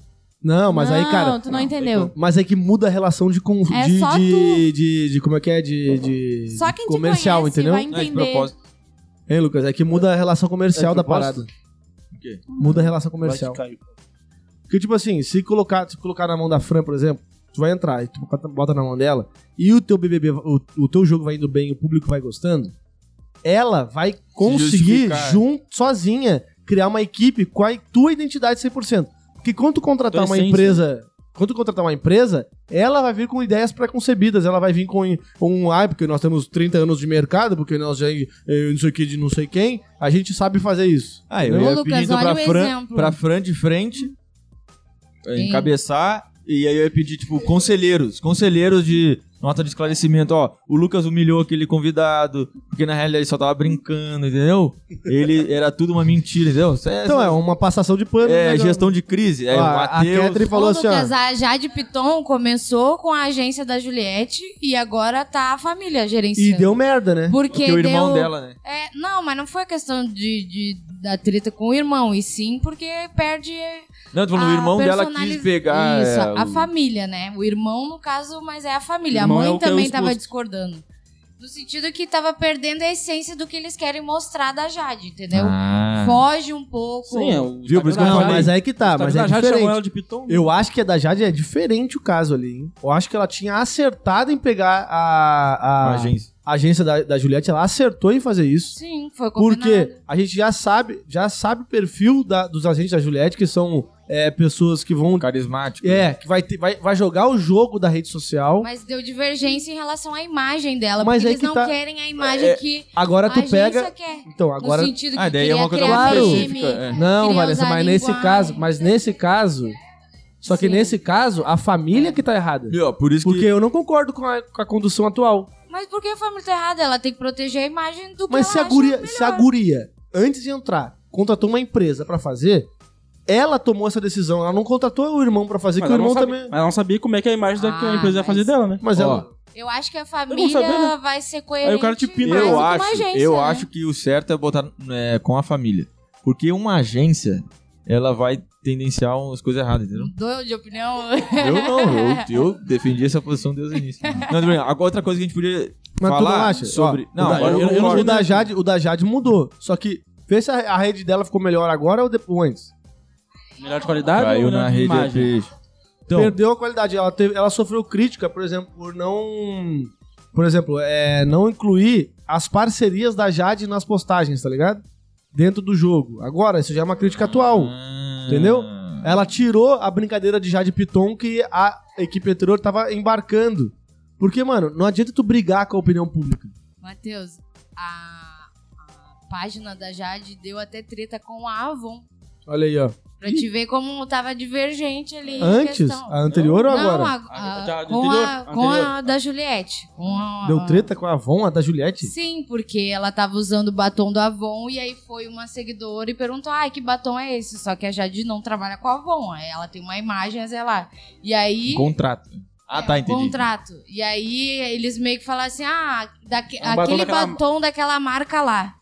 S1: Não, mas aí, cara.
S7: Não, tu não, entendeu.
S1: Mas é que muda a relação de con-
S7: É
S1: de,
S7: só
S1: de,
S7: tu.
S1: de- de- como é que é de, de-
S7: Só quem te
S1: comercial,
S7: conhece
S1: entendeu? É,
S7: vai
S3: Não, de
S7: entender.
S3: propósito.
S1: Hein, Lucas, é que muda a relação comercial
S2: É de
S1: da
S2: propósito?
S1: parada.
S3: O quê?
S1: Muda a relação
S2: Vai que
S1: comercial.
S2: caiu.
S1: Porque, tipo assim, se colocar, se colocar na mão da Fran, por exemplo, tu vai entrar e tu bota- bota na mão dela, e o teu BBB, va- o, o teu jogo vai indo bem, o público vai gostando, ela vai conseguir,
S3: justificar. é.
S1: junto, sozinha, criar uma equipe com a tua identidade 100%. Porque quando tu contratar
S4: Tua
S1: uma
S4: essência.
S3: né?
S1: empresa... Quando tu contratar uma empresa, ela vai vir com ideias pré-concebidas, ela vai vir com in- um, ai, porque nós temos 30 anos de mercado, porque nós já, eh, não sei o que, de não sei quem, a gente sabe fazer isso.
S3: Ah, eu
S5: Ô,
S3: ia
S5: Lucas,
S3: pedindo pra
S5: olha o
S3: Fran,
S5: exemplo.
S3: pra Fran de frente eh,
S5: Sim.
S3: encabeçar. E aí eu ia pedir, tipo, conselheiros. Conselheiros de nota de esclarecimento. Ó, o Lucas humilhou aquele convidado, porque na realidade ele só tava brincando, entendeu? Ele era tudo uma mentira, entendeu? Isso é-
S5: um
S1: Então é uma passação de pano.
S3: é,
S1: né,
S3: gestão de crise. É, o
S1: Ó, a
S3: Matheus.
S1: Catherine falou
S5: Ô,
S1: assim,
S5: Lucas,
S1: ó.
S5: a Jade Piton começou com a agência da Juliette e agora tá a família
S1: E
S5: gerenciando.
S1: deu merda, né?
S5: Porque
S3: Porque o irmão
S5: deu...
S3: dela, né?
S5: É, não, mas não foi questão de, de- da treta com o irmão, e sim porque perde
S3: Não, tu falou,
S5: a
S3: o irmão dela
S5: personali-
S3: quis pegar.
S5: Isso,
S3: é,
S5: a
S3: o-
S5: família, né? O irmão, no caso, mas é a família.
S4: O
S5: A
S4: irmão
S5: mãe
S4: é o que é o
S5: também
S4: exposto.
S5: tava discordando. No sentido que tava perdendo a essência do que eles querem mostrar da Jade, entendeu?
S3: Ah.
S5: Foge um pouco.
S4: Sim, é o.
S3: Viu, por isso que eu
S1: Não,
S3: falei.
S1: mas aí que tá, mas é
S4: já chamou ela
S1: diferente.
S4: de Piton?
S3: um
S1: Eu acho que a da Jade é diferente o caso ali, hein? Eu acho que ela tinha acertado em pegar a, a,
S3: Ah, gente.
S1: a agência da, da Juliette, ela acertou em fazer isso.
S5: Sim, foi combinado.
S1: Porque a gente já sabe, já sabe o perfil da- dos agentes da Juliette, que são é, pessoas que vão.
S3: Carismático.
S1: É, que vai, ter- vai, vai jogar o jogo da rede social.
S5: Mas deu divergência em relação à imagem dela.
S1: Mas
S5: porque
S1: é
S5: eles
S1: que
S5: não
S1: tá-
S5: querem a imagem que
S1: Agora
S5: a
S1: tu
S5: agência
S1: pega.
S5: quer.
S1: Então, agora.
S5: no sentido que
S3: Ah, daí é
S5: queria
S3: uma coisa
S5: criar
S1: mais
S5: meme,
S3: específica, é.
S1: Não,
S5: queria
S1: Vanessa,
S5: usar
S1: mas
S5: linguagem.
S1: nesse caso, mas nesse caso. Só que
S5: Sim. É.
S1: nesse caso, a família que tá errada.
S3: Viu, ó, por isso
S1: Porque
S3: que.
S1: eu não concordo com a, com a condução atual.
S5: Mas por que a família tá errada? Ela tem que proteger a imagem do que
S1: Mas
S5: ela
S1: se a,
S5: acha
S1: guria,
S5: melhor.
S1: se a guria, antes de entrar, contratou uma empresa pra fazer, ela tomou essa decisão. Ela não contratou o irmão pra fazer,
S4: Mas
S1: que o
S4: ela,
S1: irmão
S4: não sabia,
S1: também.
S4: mas ela não sabia como é que a imagem da que a
S5: Ah,
S4: empresa ia fazer
S5: mas-
S4: dela, né?
S1: Mas
S3: Ó,
S1: ela.
S5: Eu acho que a
S4: não
S5: família
S4: sabia, né?
S5: vai ser coerente.
S4: cara te pina.
S5: mais do que
S3: Eu
S5: uma
S3: acho,
S5: agência,
S3: eu
S5: né?
S3: acho que o certo é botar é, com a família. Porque uma agência, ela vai tendenciar umas coisas erradas, entendeu?
S5: Dou de opinião.
S3: Eu não, eu, eu defendi essa posição desde o início. Não, Adriano, agora outra coisa que a gente podia
S1: Mas tu
S3: falar
S1: não acha?
S3: sobre.
S1: Ó,
S3: não,
S1: o, da,
S3: agora eu,
S1: o-
S3: concordo.
S1: o da Jade, o da Jade mudou. Só que. Vê se a, a rede dela ficou melhor agora ou depois.
S4: Melhor de qualidade
S3: Caiu
S4: ou melhor
S3: na
S4: de
S3: rede é
S4: imagem?
S3: peixe. Então,
S1: Perdeu a qualidade. Ela, teve- ela sofreu crítica, por exemplo, por não. Por exemplo, é, não incluir as parcerias da Jade nas postagens, tá ligado? Dentro do jogo. Agora, isso já é uma crítica atual.
S3: ah,
S1: Entendeu? Ela tirou a brincadeira de Jade Piton que a equipe anterior tava embarcando. Porque, mano, não adianta tu brigar com a opinião pública.
S5: Matheus, a, a página da Jade deu até treta com a Avon.
S1: Olha aí, ó.
S5: Pra te ver como tava divergente ali. em
S1: Antes,
S5: questão.
S1: a anterior ou agora?
S5: Não, a,
S4: A-
S5: a-
S4: da- do
S5: com, a,
S4: tá, anterior,
S5: com a
S4: anterior.
S5: da Juliette. Com a-
S1: Deu treta com a Avon, a da Juliette?
S5: Sim, porque ela tava usando o batom do Avon e aí foi uma seguidora e perguntou: ai, que batom é esse? Só que a Jade não trabalha com a Avon. aí Ela tem uma imagem, é, sei lá. E aí.
S3: Contrato. Ah, tá,
S5: é, um
S3: entendi.
S5: Contrato. E aí eles meio que falaram assim: ah, daque-
S4: É um batom
S5: aquele
S4: daquela-
S5: batom daquela marca lá.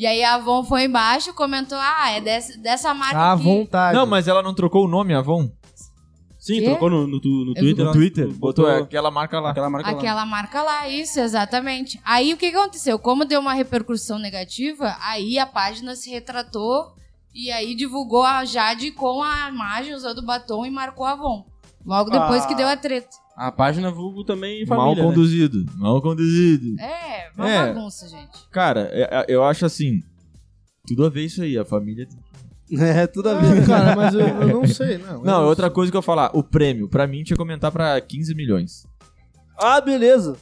S5: E aí a Avon foi embaixo e comentou: ah, é dessa, dessa marca.
S1: À
S5: aqui."
S1: vontade.
S3: Não, mas ela não trocou o nome, Avon?
S4: Sim,
S5: Quê?
S4: trocou no, no, tu- no
S5: vi-
S4: Twitter.
S3: No
S4: ela
S3: Twitter? Botou,
S4: Botou
S3: aquela marca lá.
S4: aquela marca lá.
S5: Aquela marca lá, isso, exatamente. Aí o que que aconteceu? Como deu uma repercussão negativa, aí a página se retratou e aí divulgou a Jade com a imagem usando batom e marcou a Avon. Logo depois
S3: Ah.
S5: que deu a treta.
S4: A página vulgo também
S3: mal
S4: família, né?
S3: conduzido. Mal conduzido.
S5: É, uma
S3: É.
S5: bagunça, gente.
S3: Cara, é- é- eu acho assim. Tudo a ver isso aí, a família.
S2: É, tudo a ver.
S1: Não, cara, mas eu, eu não sei, não. é
S3: Não, é outra coisa que eu ia falar, o prêmio, pra mim tinha que aumentar pra 15 milhões.
S2: Ah, beleza.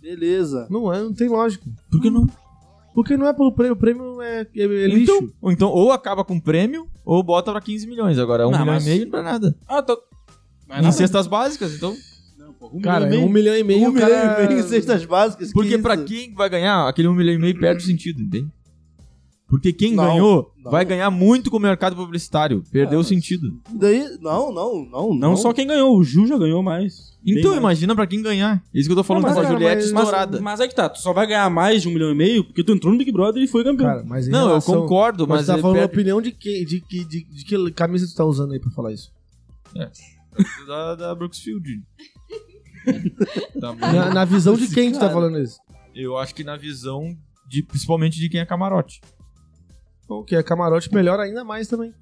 S2: Beleza.
S1: Não, é, não tem lógica.
S3: Por que não?
S1: Porque não é pelo prêmio, o prêmio é, é- é lixo.
S3: Então, ou, então, ou acaba com o prêmio, ou bota pra 15 milhões. Agora, 1 um
S4: Não,
S3: milhão
S4: mas-
S3: e meio não é nada.
S4: Ah, tá.
S1: é
S3: em cestas básicas, então.
S1: cara, é um milhão e meio.
S2: Um
S1: o cara- é-
S2: milhão e meio em cestas básicas.
S3: Porque
S2: que
S3: pra
S2: isso?
S3: quem vai ganhar, aquele 1 um milhão e meio perde o sentido, entende? Porque quem
S2: Não,
S3: ganhou
S2: não.
S3: vai ganhar muito com o mercado publicitário. Perdeu
S1: Ah,
S3: o sentido.
S2: Daí, não, não, não.
S4: Não só quem ganhou, o Ju já ganhou mais.
S3: Então
S4: Bem mais.
S3: imagina pra quem ganhar. É Isso que eu tô falando
S1: Não, mas,
S3: com a
S1: cara,
S3: Juliette
S1: mas-
S3: estourada.
S4: Mas, mas é que tá, tu só vai ganhar mais de um milhão e meio porque tu entrou no Big Brother e foi campeão.
S1: Cara, mas em
S3: não,
S1: relação-
S3: eu concordo,
S1: Mas
S3: mas... é
S1: você tá
S3: ele
S1: falando a
S3: perde-
S1: opinião de que, de, que, de, de que camisa tu tá usando aí pra falar isso?
S3: da, da Brooksfield. tá bom.
S1: Na, na visão de quem tu tá falando isso?
S3: Eu acho que na visão de principalmente de quem é camarote.
S1: Bom, que é camarote melhor ainda mais também.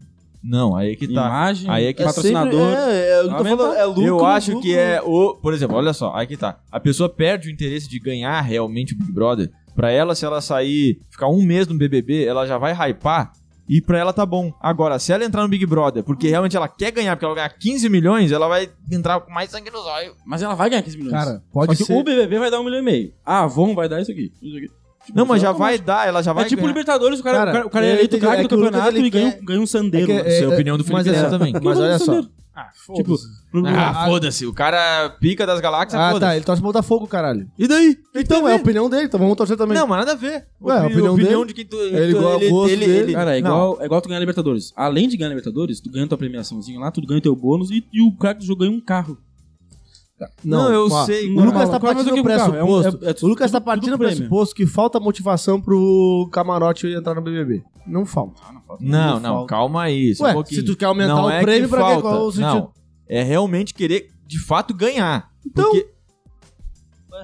S3: Não, aí que tá.
S4: Imagem,
S3: Aí é que tá
S2: É
S4: patrocinador.
S2: sempre- é, é o que eu tô
S4: Aumenta.
S2: falando, é lucro,
S3: eu acho
S2: lucro.
S3: que é o. Por exemplo, olha só, aí que tá. A pessoa perde o interesse de ganhar realmente o Big Brother. Pra ela, se ela sair, ficar um mês no BBB, ela já vai hypar e pra ela tá bom. Agora, se ela entrar no Big Brother, porque realmente ela quer ganhar, porque ela vai ganhar 15 milhões, ela vai entrar com mais sangue nos olhos.
S4: Mas ela vai ganhar 15 milhões.
S1: Cara,
S4: Só
S1: pode
S4: que
S1: ser.
S4: o BBB vai dar um milhão e meio. A Avon vai dar isso aqui. Isso aqui. Tipo,
S3: Não, mas já
S4: automático.
S3: vai dar, ela já vai
S4: é tipo o
S3: ganhar.
S4: Libertadores, o cara,
S1: Cara,
S4: o cara, o cara é
S1: eu
S4: eleito
S1: entendi,
S4: craque
S1: é
S4: do
S1: que o Lucas,
S4: campeonato
S1: ele
S4: e ganha,
S1: quer-
S4: um- ganha um sandeiro.
S1: É que-
S4: mano.
S3: Essa é a opinião do
S1: mas
S3: Felipe Neto
S1: é-
S3: também.
S1: Mas olha só.
S4: Ah,
S1: Tipo,
S4: foda-se. Pro-
S3: Ah, foda-se, o cara pica das galáxias,
S1: Ah, tá.
S3: foda-se.
S1: Ele torce pro Botafogo, caralho.
S3: E daí?
S1: Então, é a opinião dele, então vamos torcer também.
S3: Não, mas nada a ver.
S1: Ué, a
S3: Opi-
S1: opinião É,
S3: de quem tu.
S1: Ele igual ao gosto dele.
S4: Cara, é
S3: Não.
S4: igual, é igual tu ganhar Libertadores. Além de ganhar Libertadores, tu ganha tua premiaçãozinha lá, tu ganha teu bônus e, e o craque do jogo ganha um carro.
S3: Não, eu
S1: ó,
S3: sei.
S1: O Lucas
S4: Não,
S1: tá
S4: não, mas
S1: partindo
S4: o que
S1: do
S4: é um carro? É um-
S1: pressuposto.
S4: é- é
S1: O Lucas tá
S4: tudo-
S1: partindo
S4: tudo
S1: do
S4: prêmio.
S1: pressuposto que falta motivação pro camarote entrar no BBB. Não falta.
S3: Não, não, calma aí. Só
S1: Ué,
S3: um pouquinho.
S1: se tu quer aumentar
S3: não
S1: o
S3: é
S1: prêmio,
S3: que
S1: pra quê?
S3: falta.
S1: Qual o sentido?
S3: Não, é realmente querer, de fato, ganhar.
S1: Então-
S3: Porque...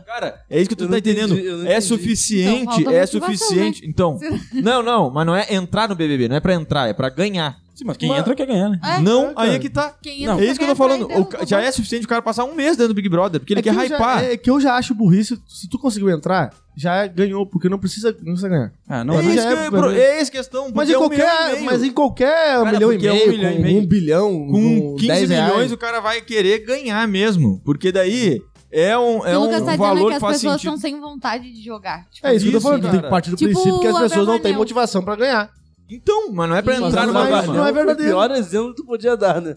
S3: Cara, é isso que tu
S2: Eu
S3: tá
S2: não entendi,
S3: entendendo.
S2: eu não
S3: é
S2: entendi.
S3: suficiente,
S7: Então, falta
S3: é
S7: motivação,
S3: suficiente. Então, não, não, mas não é entrar no BBB, não é pra entrar, é pra ganhar.
S4: Sim, mas quem
S3: Mas-
S4: entra quer ganhar, né?
S7: É,
S3: não,
S1: cara.
S3: aí é que tá.
S7: Quem
S4: Não,
S3: é isso que eu tô
S7: quer
S3: falando.
S7: entrar,
S3: O
S7: então,
S3: ca- já é suficiente o cara passar um mês dentro do Big Brother, porque ele quer
S1: eu já-
S3: hypar.
S1: é que eu já acho burrice. Se tu conseguiu entrar, já ganhou, porque não precisa, não precisa ganhar.
S4: Ah,
S3: É
S4: não,
S1: mas
S3: isso
S1: já
S3: que
S1: é-
S3: eu- pro- é essa questão.
S1: Mas
S3: porque
S1: em,
S3: é um milhão e
S1: qualquer,
S3: meio.
S1: mas em qualquer
S3: Cara,
S1: milhão e
S3: porque é um
S1: meio,
S3: milhão e
S1: com
S3: meio.
S1: um bilhão,
S3: com 15
S1: 10 reais.
S3: milhões o cara vai querer ganhar mesmo. Porque daí é um,
S7: O
S3: é
S7: Lucas
S3: um
S7: tá dizendo
S3: valor
S7: que
S3: que
S7: as
S3: faz
S7: pessoas
S3: sentido.
S7: estão sem vontade de jogar. Tipo,
S1: É isso que eu tô
S3: Isso,
S1: falando. Tem que
S3: cara.
S1: partir do
S7: Tipo,
S1: princípio que as
S7: a
S1: pessoas não têm
S7: Bravanel.
S1: motivação pra ganhar.
S3: Então, mas não é pra
S7: Isso,
S3: entrar numa
S1: mas
S3: barra.
S1: não é verdadeiro.
S2: O pior exemplo que tu podia dar, né?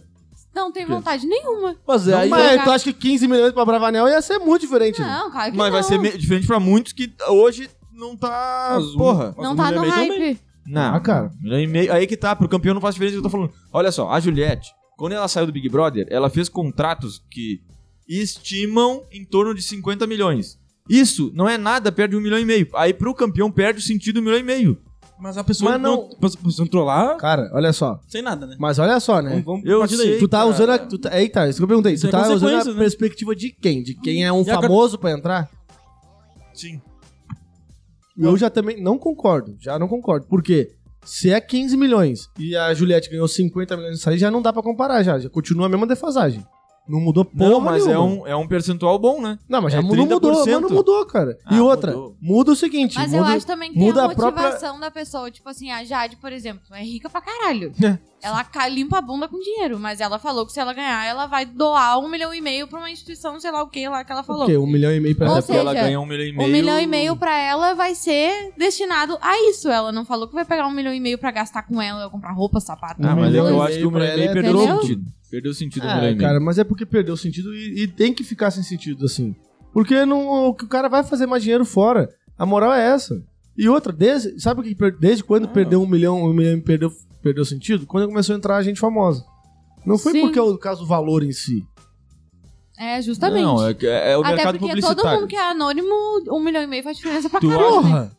S7: Não tem vontade nenhuma.
S2: Mas é,
S1: Não,
S2: aí
S1: mas
S7: jogar-
S1: tu acha que 15 milhões pra Bravanel ia ser muito diferente. né?
S7: Não, claro que
S3: Mas
S7: não.
S3: vai ser me- diferente pra muitos que hoje não tá.
S4: Mas um-
S3: Porra.
S4: mas um
S7: Não
S5: é
S7: tá
S4: milhão
S7: no
S4: e meio também.
S7: hype.
S3: Não.
S1: Ah, cara.
S3: Milhão e meio- Aí que tá, pro campeão não faz diferença o que eu tô falando. Olha só, a Juliette, quando ela saiu do Big Brother, ela fez contratos que estimam em torno de 50 milhões. Isso não é nada, perde um milhão e meio. Aí pro campeão perde o sentido um milhão e meio.
S4: Mas a pessoa
S1: Mas
S4: não... a pessoa entrou lá
S1: Cara, olha só.
S4: sem nada, né?
S1: Mas olha só, né?
S4: Vamos, vamos
S3: Eu
S4: partir daí.
S3: sei.
S1: Tu tá
S3: cara.
S1: usando. A, tu tá, eita, isso que eu perguntei. tu
S4: Isso é
S1: tá usando
S4: consequência,
S1: a
S4: né?
S1: perspectiva de quem? De quem é um
S4: E a-
S1: famoso pra entrar?
S3: Sim.
S1: Eu já também não concordo. Já não concordo. Por quê? Se é 15 milhões e a Juliette ganhou 50 milhões nisso aí, já não dá pra comparar, já. Já continua a mesma defasagem. Não mudou porra
S3: Não, mas é
S1: nenhuma.
S3: um, é um percentual bom, né?
S1: Não, mas já
S3: é
S1: mu- não mudou,
S3: 30%.
S1: mas não mudou, cara. e
S3: Ah,
S1: outra,
S3: mudou.
S1: muda o seguinte.
S7: Mas eu
S1: muda...
S7: acho também que tem
S1: muda
S7: a
S1: a própria-
S7: motivação da pessoa. Tipo assim, a Jade, por exemplo, é rica pra caralho.
S1: É.
S7: Ela ca- limpa a bunda com dinheiro, mas ela falou que se ela ganhar, ela vai doar um milhão e meio pra uma instituição, sei lá o que lá que ela falou.
S1: O quê? Um milhão e meio pra
S7: Ou
S1: ela.
S3: Até porque ela
S7: seja,
S3: ganha um milhão e
S7: Um
S3: meio.
S7: milhão e meio pra ela vai ser destinado a isso. Ela não falou que vai pegar um milhão e meio pra gastar com ela, eu comprar roupa, sapato.
S3: Ah,
S1: Um
S3: mas é que
S1: milhão e
S3: eu acho
S1: meio
S3: que o milhão
S1: pra
S3: e meio
S1: ela é
S3: perdeu o
S7: entendeu?
S3: sentido. Perdeu o sentido do
S1: Ah,
S3: milhão e meio.
S1: cara, mas é porque perdeu o sentido e, e tem que ficar sem sentido, assim. Porque não, o que o cara vai fazer mais dinheiro fora. A moral é essa. E outra, desde, sabe o que per- desde quando
S7: Ah.
S1: perdeu um milhão, um milhão e perdeu, perdeu sentido? Quando começou a entrar a gente famosa. Não foi
S7: Sim.
S1: porque é o caso do valor em si.
S7: É, justamente.
S3: Não, é, que- é o
S7: Até
S3: mercado
S7: porque todo mundo
S3: publicitário.
S7: que é anônimo, um milhão e meio faz diferença pra
S3: Tu
S7: caralho. né?
S1: Porra!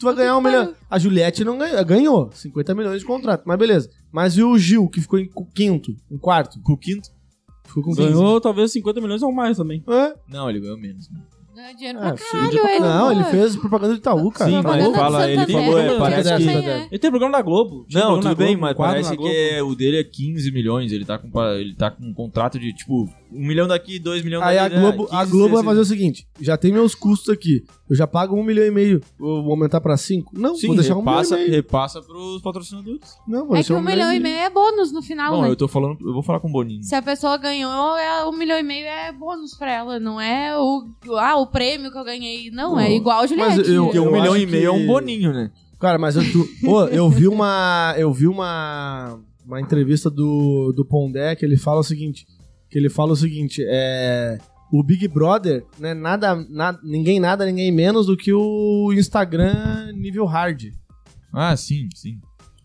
S1: Tu vai
S7: Puta
S1: ganhar um
S7: que
S1: milhão. A Juliette não ganhou, ganhou 50 milhões de contrato, mas beleza. Mas e o Gil, que ficou em cu- quinto, em quarto?
S3: Com o quinto?
S1: Ficou com
S4: Ganhou talvez 50 milhões ou mais também.
S1: 15. É?
S3: Não, ele ganhou menos.
S7: Ganha dinheiro
S1: Ah,
S7: pra
S1: filho de-
S7: caralho, ele.
S1: Não, ele
S7: pô.
S1: fez propaganda de Itaú, cara.
S3: Sim, mas
S7: Propaganda
S3: fala,
S7: de
S3: ele
S7: Santander,
S3: falou, é,
S7: né?
S3: parece
S7: Também
S1: que-
S7: é.
S4: Ele tem programa da Globo. Tinha
S3: Não,
S4: programa
S3: tudo
S4: na
S3: bem,
S1: um
S4: Globo,
S3: mas
S4: quadro na
S3: parece
S4: Globo.
S3: que é- o dele é 15 milhões. Ele tá com, pa- ele tá com um contrato de, tipo, um milhão né? daqui, dois milhões
S1: Aí a
S3: daqui.
S1: Globo, a Globo vai fazer o seguinte: já tem meus custos aqui. Eu já pago um milhão e meio. Vou aumentar pra cinco? Não,
S3: Sim,
S1: vou deixar um milhão e
S3: repassa,
S1: meio.
S3: repassa pros patrocinadores.
S1: Não, vou
S7: É que
S1: deixar
S7: um milhão e meio é bônus no final,
S3: Bom,
S7: né?
S3: eu tô falando, eu vou falar com o Boninho.
S7: Se a pessoa ganhou, é, um milhão e meio é bônus pra ela. Não é o, ah, o prêmio que eu ganhei. Não, é
S1: Não,
S7: igual a Juliette.
S1: mas eu-
S3: Porque um
S1: eu
S3: milhão
S1: acho
S3: e meio é
S1: que-
S3: um Boninho, né?
S1: Cara, mas eu, tu, Pô, eu vi uma. Eu vi uma. Uma entrevista do, do Pondé que ele fala o seguinte. Que ele fala o seguinte, é. O Big Brother, né? Nada, nada, ninguém nada, ninguém menos do que o Instagram nível hard.
S3: Ah, sim, sim.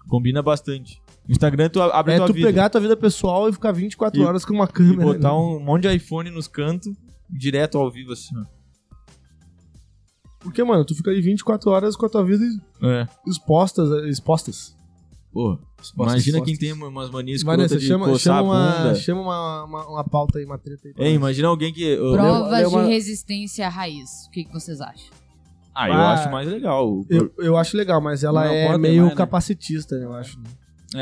S3: Combina bastante. O Instagram tu abre
S1: é
S3: tua
S1: tu
S3: vida.
S1: pegar a tua vida pessoal e ficar 24
S3: E-
S1: horas com uma
S3: e
S1: câmera.
S3: botar
S1: né?
S3: um monte de iPhone nos cantos, direto ao vivo assim. ó.
S1: Porque, mano, tu fica aí 24 horas com a tua vida
S3: É.
S1: expostas. eh, expostas.
S3: Pô, imagina quem tem umas manias
S1: Vanessa,
S3: escrotas de
S1: chama,
S3: coçar
S1: chama,
S3: a
S1: uma,
S3: bunda.
S1: chama uma, uma, uma pauta aí, uma treta aí. pra
S3: Ei,
S1: nós.
S3: imagina alguém que... eu-
S1: Pro-
S5: Provas
S1: eu- eu-
S5: de resistência à raiz. O que, que vocês acham?
S3: Ah, eu
S1: Ah.
S3: acho mais legal.
S1: eu, eu acho legal, mas ela
S4: Não,
S1: é
S4: pode
S1: meio
S4: mais, né?
S1: capacitista, eu acho. né?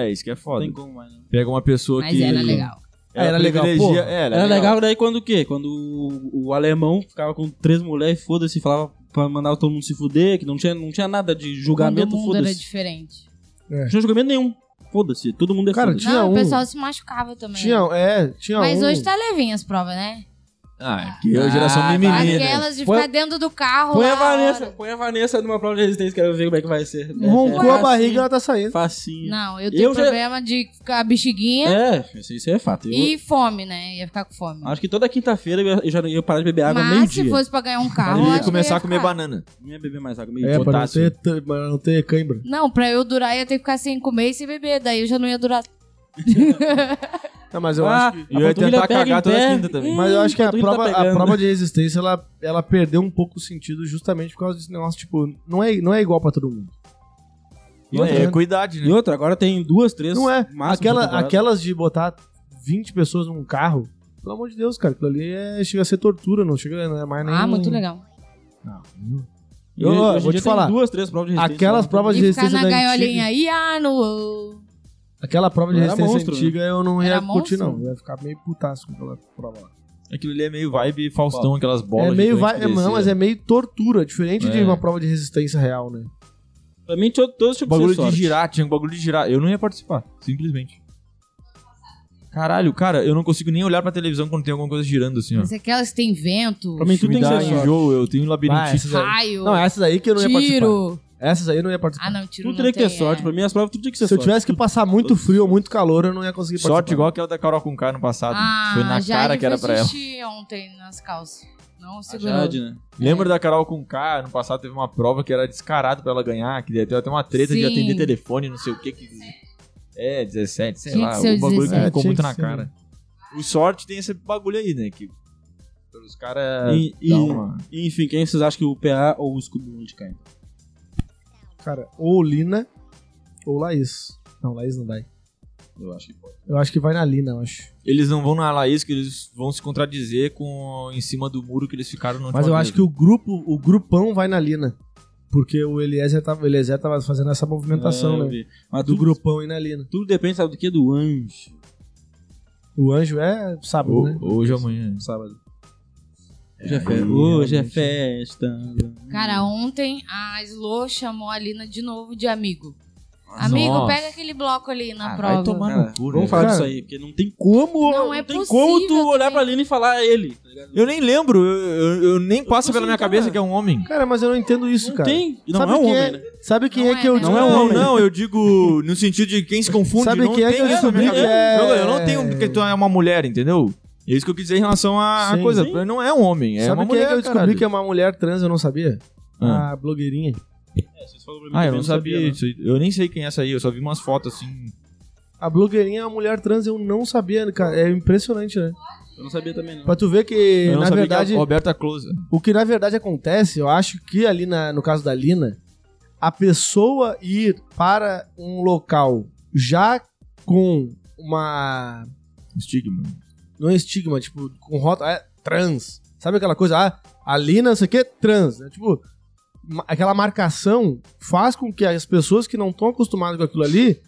S3: É, isso que é
S4: Não
S3: foda.
S4: tem como mais, não.
S3: Pega uma pessoa
S5: Mas
S3: que.
S5: era legal.
S3: Ela
S1: Era legal,
S3: privilegia-
S1: porra.
S3: é, Era,
S4: Era legal daí quando o quê? Quando o, o alemão ficava com três mulheres, foda-se, falava pra mandar todo mundo se fuder, que não tinha, não tinha nada de
S5: Todo
S4: julgamento,
S5: mundo era
S4: foda-se.
S5: diferente.
S4: Não tinha julgamento nenhum. Foda-se, todo mundo é
S1: Cara,
S4: foda-se.
S1: Tinha
S5: não,
S1: um.
S5: o pessoal se machucava também.
S1: Tinha, é, tinha
S5: Mas
S1: um.
S5: hoje tá levinha as provas, né?
S3: Ah, é porque a geração mimimi, né?
S5: Aquelas de
S1: Põe-
S5: ficar dentro do carro.
S4: Põe a
S5: lá,
S4: Vanessa,
S5: hora.
S4: põe a Vanessa numa prova de resistência, quero ver como é que vai ser. É,
S1: Roncou
S4: é
S1: a barriga e
S4: facinho,
S1: ela tá saindo.
S4: Facinho.
S5: Não, eu tenho
S4: Eu já-
S5: problema de ficar bexiguinha
S4: É, isso, isso é fato. Eu
S5: e fome, né? Ia ficar com fome.
S4: acho que toda quinta-feira eu ia- eu já ia parar de beber água é
S5: Mas
S4: meio-dia.
S5: se fosse pra ganhar um carro,
S4: Ele
S5: eu
S3: Ele
S5: acho
S3: ia
S5: que
S3: começar
S5: eu
S3: a comer
S5: ficar.
S3: banana.
S4: Não ia beber mais água meio-dia.
S1: É, pra não,
S3: potássio.
S1: ter, pra não ter cãibra.
S5: Não, pra eu durar ia ter que ficar sem comer e sem beber. Daí eu já não ia durar.
S1: Não, mas eu
S4: Ah,
S1: acho que...
S3: E eu ia
S4: panturrilha
S3: tentar
S4: pega em
S3: cagar toda
S4: pé.
S3: quinta também.
S1: Mas eu acho que a
S4: Hum, tá
S1: prova, a
S4: pegando.
S1: prova de resistência, ela, ela perdeu um pouco o sentido justamente por causa desse negócio, tipo, não é, não é igual pra todo mundo.
S4: E outra,
S3: É, cuidado,
S4: E
S3: né?
S4: outra, agora tem duas, três.
S1: Não é.
S4: máximo
S1: Aquela-
S4: por temporada.
S1: aquelas de botar 20 pessoas num carro, pelo amor de Deus, cara, aquilo ali é, chega a ser tortura, não chega, não é mais nem...
S5: Ah, muito legal.
S4: E
S1: Eu-
S4: hoje-
S1: ó,
S4: hoje em
S1: vou
S4: dia
S1: te
S4: tem
S1: falar.
S4: duas, três provas de resistência.
S1: Aquelas
S4: Lá,
S1: provas
S5: E
S1: de
S5: ficar
S1: resistência
S5: na
S1: da
S5: gaiolinha
S1: antiga,
S5: aí, ah, no.
S1: aquela prova de
S4: Era
S1: resistência
S4: monstro, né?
S1: antiga eu não ia
S5: Era
S1: curtir não,
S5: monstro?
S1: eu ia ficar meio putaço com aquela prova lá.
S3: Aquilo ali é meio vibe Faustão, aquelas bolas.
S1: É meio,
S3: gigantes
S1: vai,
S3: que
S1: é, não,
S3: descia.
S1: mas é meio tortura, diferente de
S3: É.
S1: uma prova de resistência real, né?
S4: Pra mim, to- todos os
S3: O
S4: tipos de
S3: bagulho
S4: sorte.
S3: de girar, tinha um bagulho de girar. Eu não ia participar, simplesmente. Caralho, cara, eu não consigo nem olhar pra televisão quando tem alguma coisa girando assim, ó.
S5: Mas é um aquelas que tem vento,
S4: Pra mim, tudo
S3: Me
S4: tem que
S3: dá
S4: ser sorte.
S3: enjoo, eu tenho um labirintite.
S5: raio,
S1: Não, essas aí que eu não ia participar.
S5: tiro.
S1: Essas aí eu não ia participar.
S5: Ah, não, tiro
S4: Tudo
S5: não
S4: teria que ter
S5: tem,
S4: sorte.
S5: é.
S4: Pra mim, as provas tudo tinha que ser
S1: Se eu
S4: sorte.
S1: tivesse que passar muito frio ou muito calor, eu não ia conseguir participar.
S3: Sorte igual aquela da Carol com K no passado.
S5: Ah,
S3: Foi na
S5: Jade
S3: cara que era
S5: foi
S3: pra ela.
S5: xixi ontem nas calças. Não
S4: A
S5: segurou.
S4: Jade, né?
S3: Lembra da Carol com K? No passado teve uma prova que era descarado pra ela ganhar, que teve até uma treta de
S5: Sim.
S3: atender telefone, não sei o que. que... É, 17, sei
S5: Tinha
S3: lá.
S5: que ser
S3: O bagulho
S5: 17.
S3: que
S1: É,
S3: ficou
S1: tinha
S3: muito
S1: que
S3: na
S1: ser,
S3: cara. O sorte tem esse bagulho aí, né? Que os
S1: É,
S3: caras.
S4: E- e-
S3: dão uma-
S4: E, Enfim, quem vocês acham que o PA ou o escudo onde cai?
S1: Cara, ou Lina ou Laís. Não, Laís não vai.
S4: Eu acho que pode.
S1: Eu acho que vai na Lina, eu acho.
S3: Eles não vão na Laís, que eles vão se contradizer com em cima do muro que eles ficaram no
S1: Mas eu acho que o grupo, o grupão vai na Lina. Porque o Eliezer tava, o Eliezer tava fazendo essa movimentação, né?
S4: É, Mas
S1: Do
S4: tudo,
S1: grupão ir na Lina.
S4: tudo depende, sabe do que? Do anjo.
S1: O anjo é sábado, né?
S3: Hoje ou amanhã.
S1: Sábado.
S4: Hoje é, fe- hoje é festa.
S5: Cara, ontem a Slo chamou a Lina de novo de amigo. Amigo,
S3: Nossa.
S5: pega aquele bloco ali na
S3: Ah,
S5: prova.
S3: Vai tomar
S4: Cara,
S3: no cu, né?
S4: Vamos falar
S1: Cara,
S4: disso aí, porque não tem como.
S5: Não é
S4: tem
S5: possível
S4: como tu olhar
S5: também.
S1: assim.
S4: pra Lina e falar é ele. tá ligado?
S3: Eu nem lembro, eu, eu- eu nem passa
S4: tô
S3: pela
S4: sem
S3: minha
S4: cara.
S3: cabeça que é um homem.
S1: Cara, mas eu não entendo isso,
S4: Não
S1: cara.
S4: tem. E Não
S1: Sabe
S4: é um
S1: quem
S4: homem,
S1: é?
S4: né?
S1: Sabe quem
S5: Não
S1: é,
S5: é,
S1: que eu
S5: né?
S1: descobri?
S5: Não é um
S3: Não, não, eu digo no sentido de quem se confunde.
S1: Sabe
S3: não
S1: quem é
S3: tem
S1: que eu
S3: isso na
S1: descobri
S3: minha
S1: que
S3: cabeça.
S1: é-
S3: Não, eu não tenho que tu é uma mulher, entendeu? É isso que eu quis dizer em relação à à
S1: Sim.
S3: coisa.
S4: Sim.
S3: Não é um homem, é
S1: Sabe
S3: uma
S1: quem
S3: mulher.
S1: é que eu descobri
S3: caralho.
S1: que é uma mulher trans, eu não sabia?
S3: Ah.
S1: A blogueirinha.
S4: É, vocês falam pra mim
S3: Ah,
S4: que
S3: eu não
S4: não
S3: sabia.
S4: né?
S3: isso aí. Eu nem sei quem é essa aí, eu só vi umas fotos assim.
S1: A blogueirinha é uma mulher trans, eu não sabia, cara. É impressionante, né?
S4: Eu não sabia também, não.
S1: Pra tu ver que,
S3: Eu não
S1: na
S3: sabia
S1: verdade,
S3: que é a Roberta Close. um
S1: o que na verdade acontece, eu acho que ali na- no caso da Lina, a pessoa ir para um local já com uma.
S3: Estigma.
S1: Não é estigma, tipo, com rota. É, trans. Sabe aquela coisa? Ah, a Lina, não sei o que, trans. né? Tipo, ma- aquela marcação faz com que as pessoas que não estão acostumadas com aquilo ali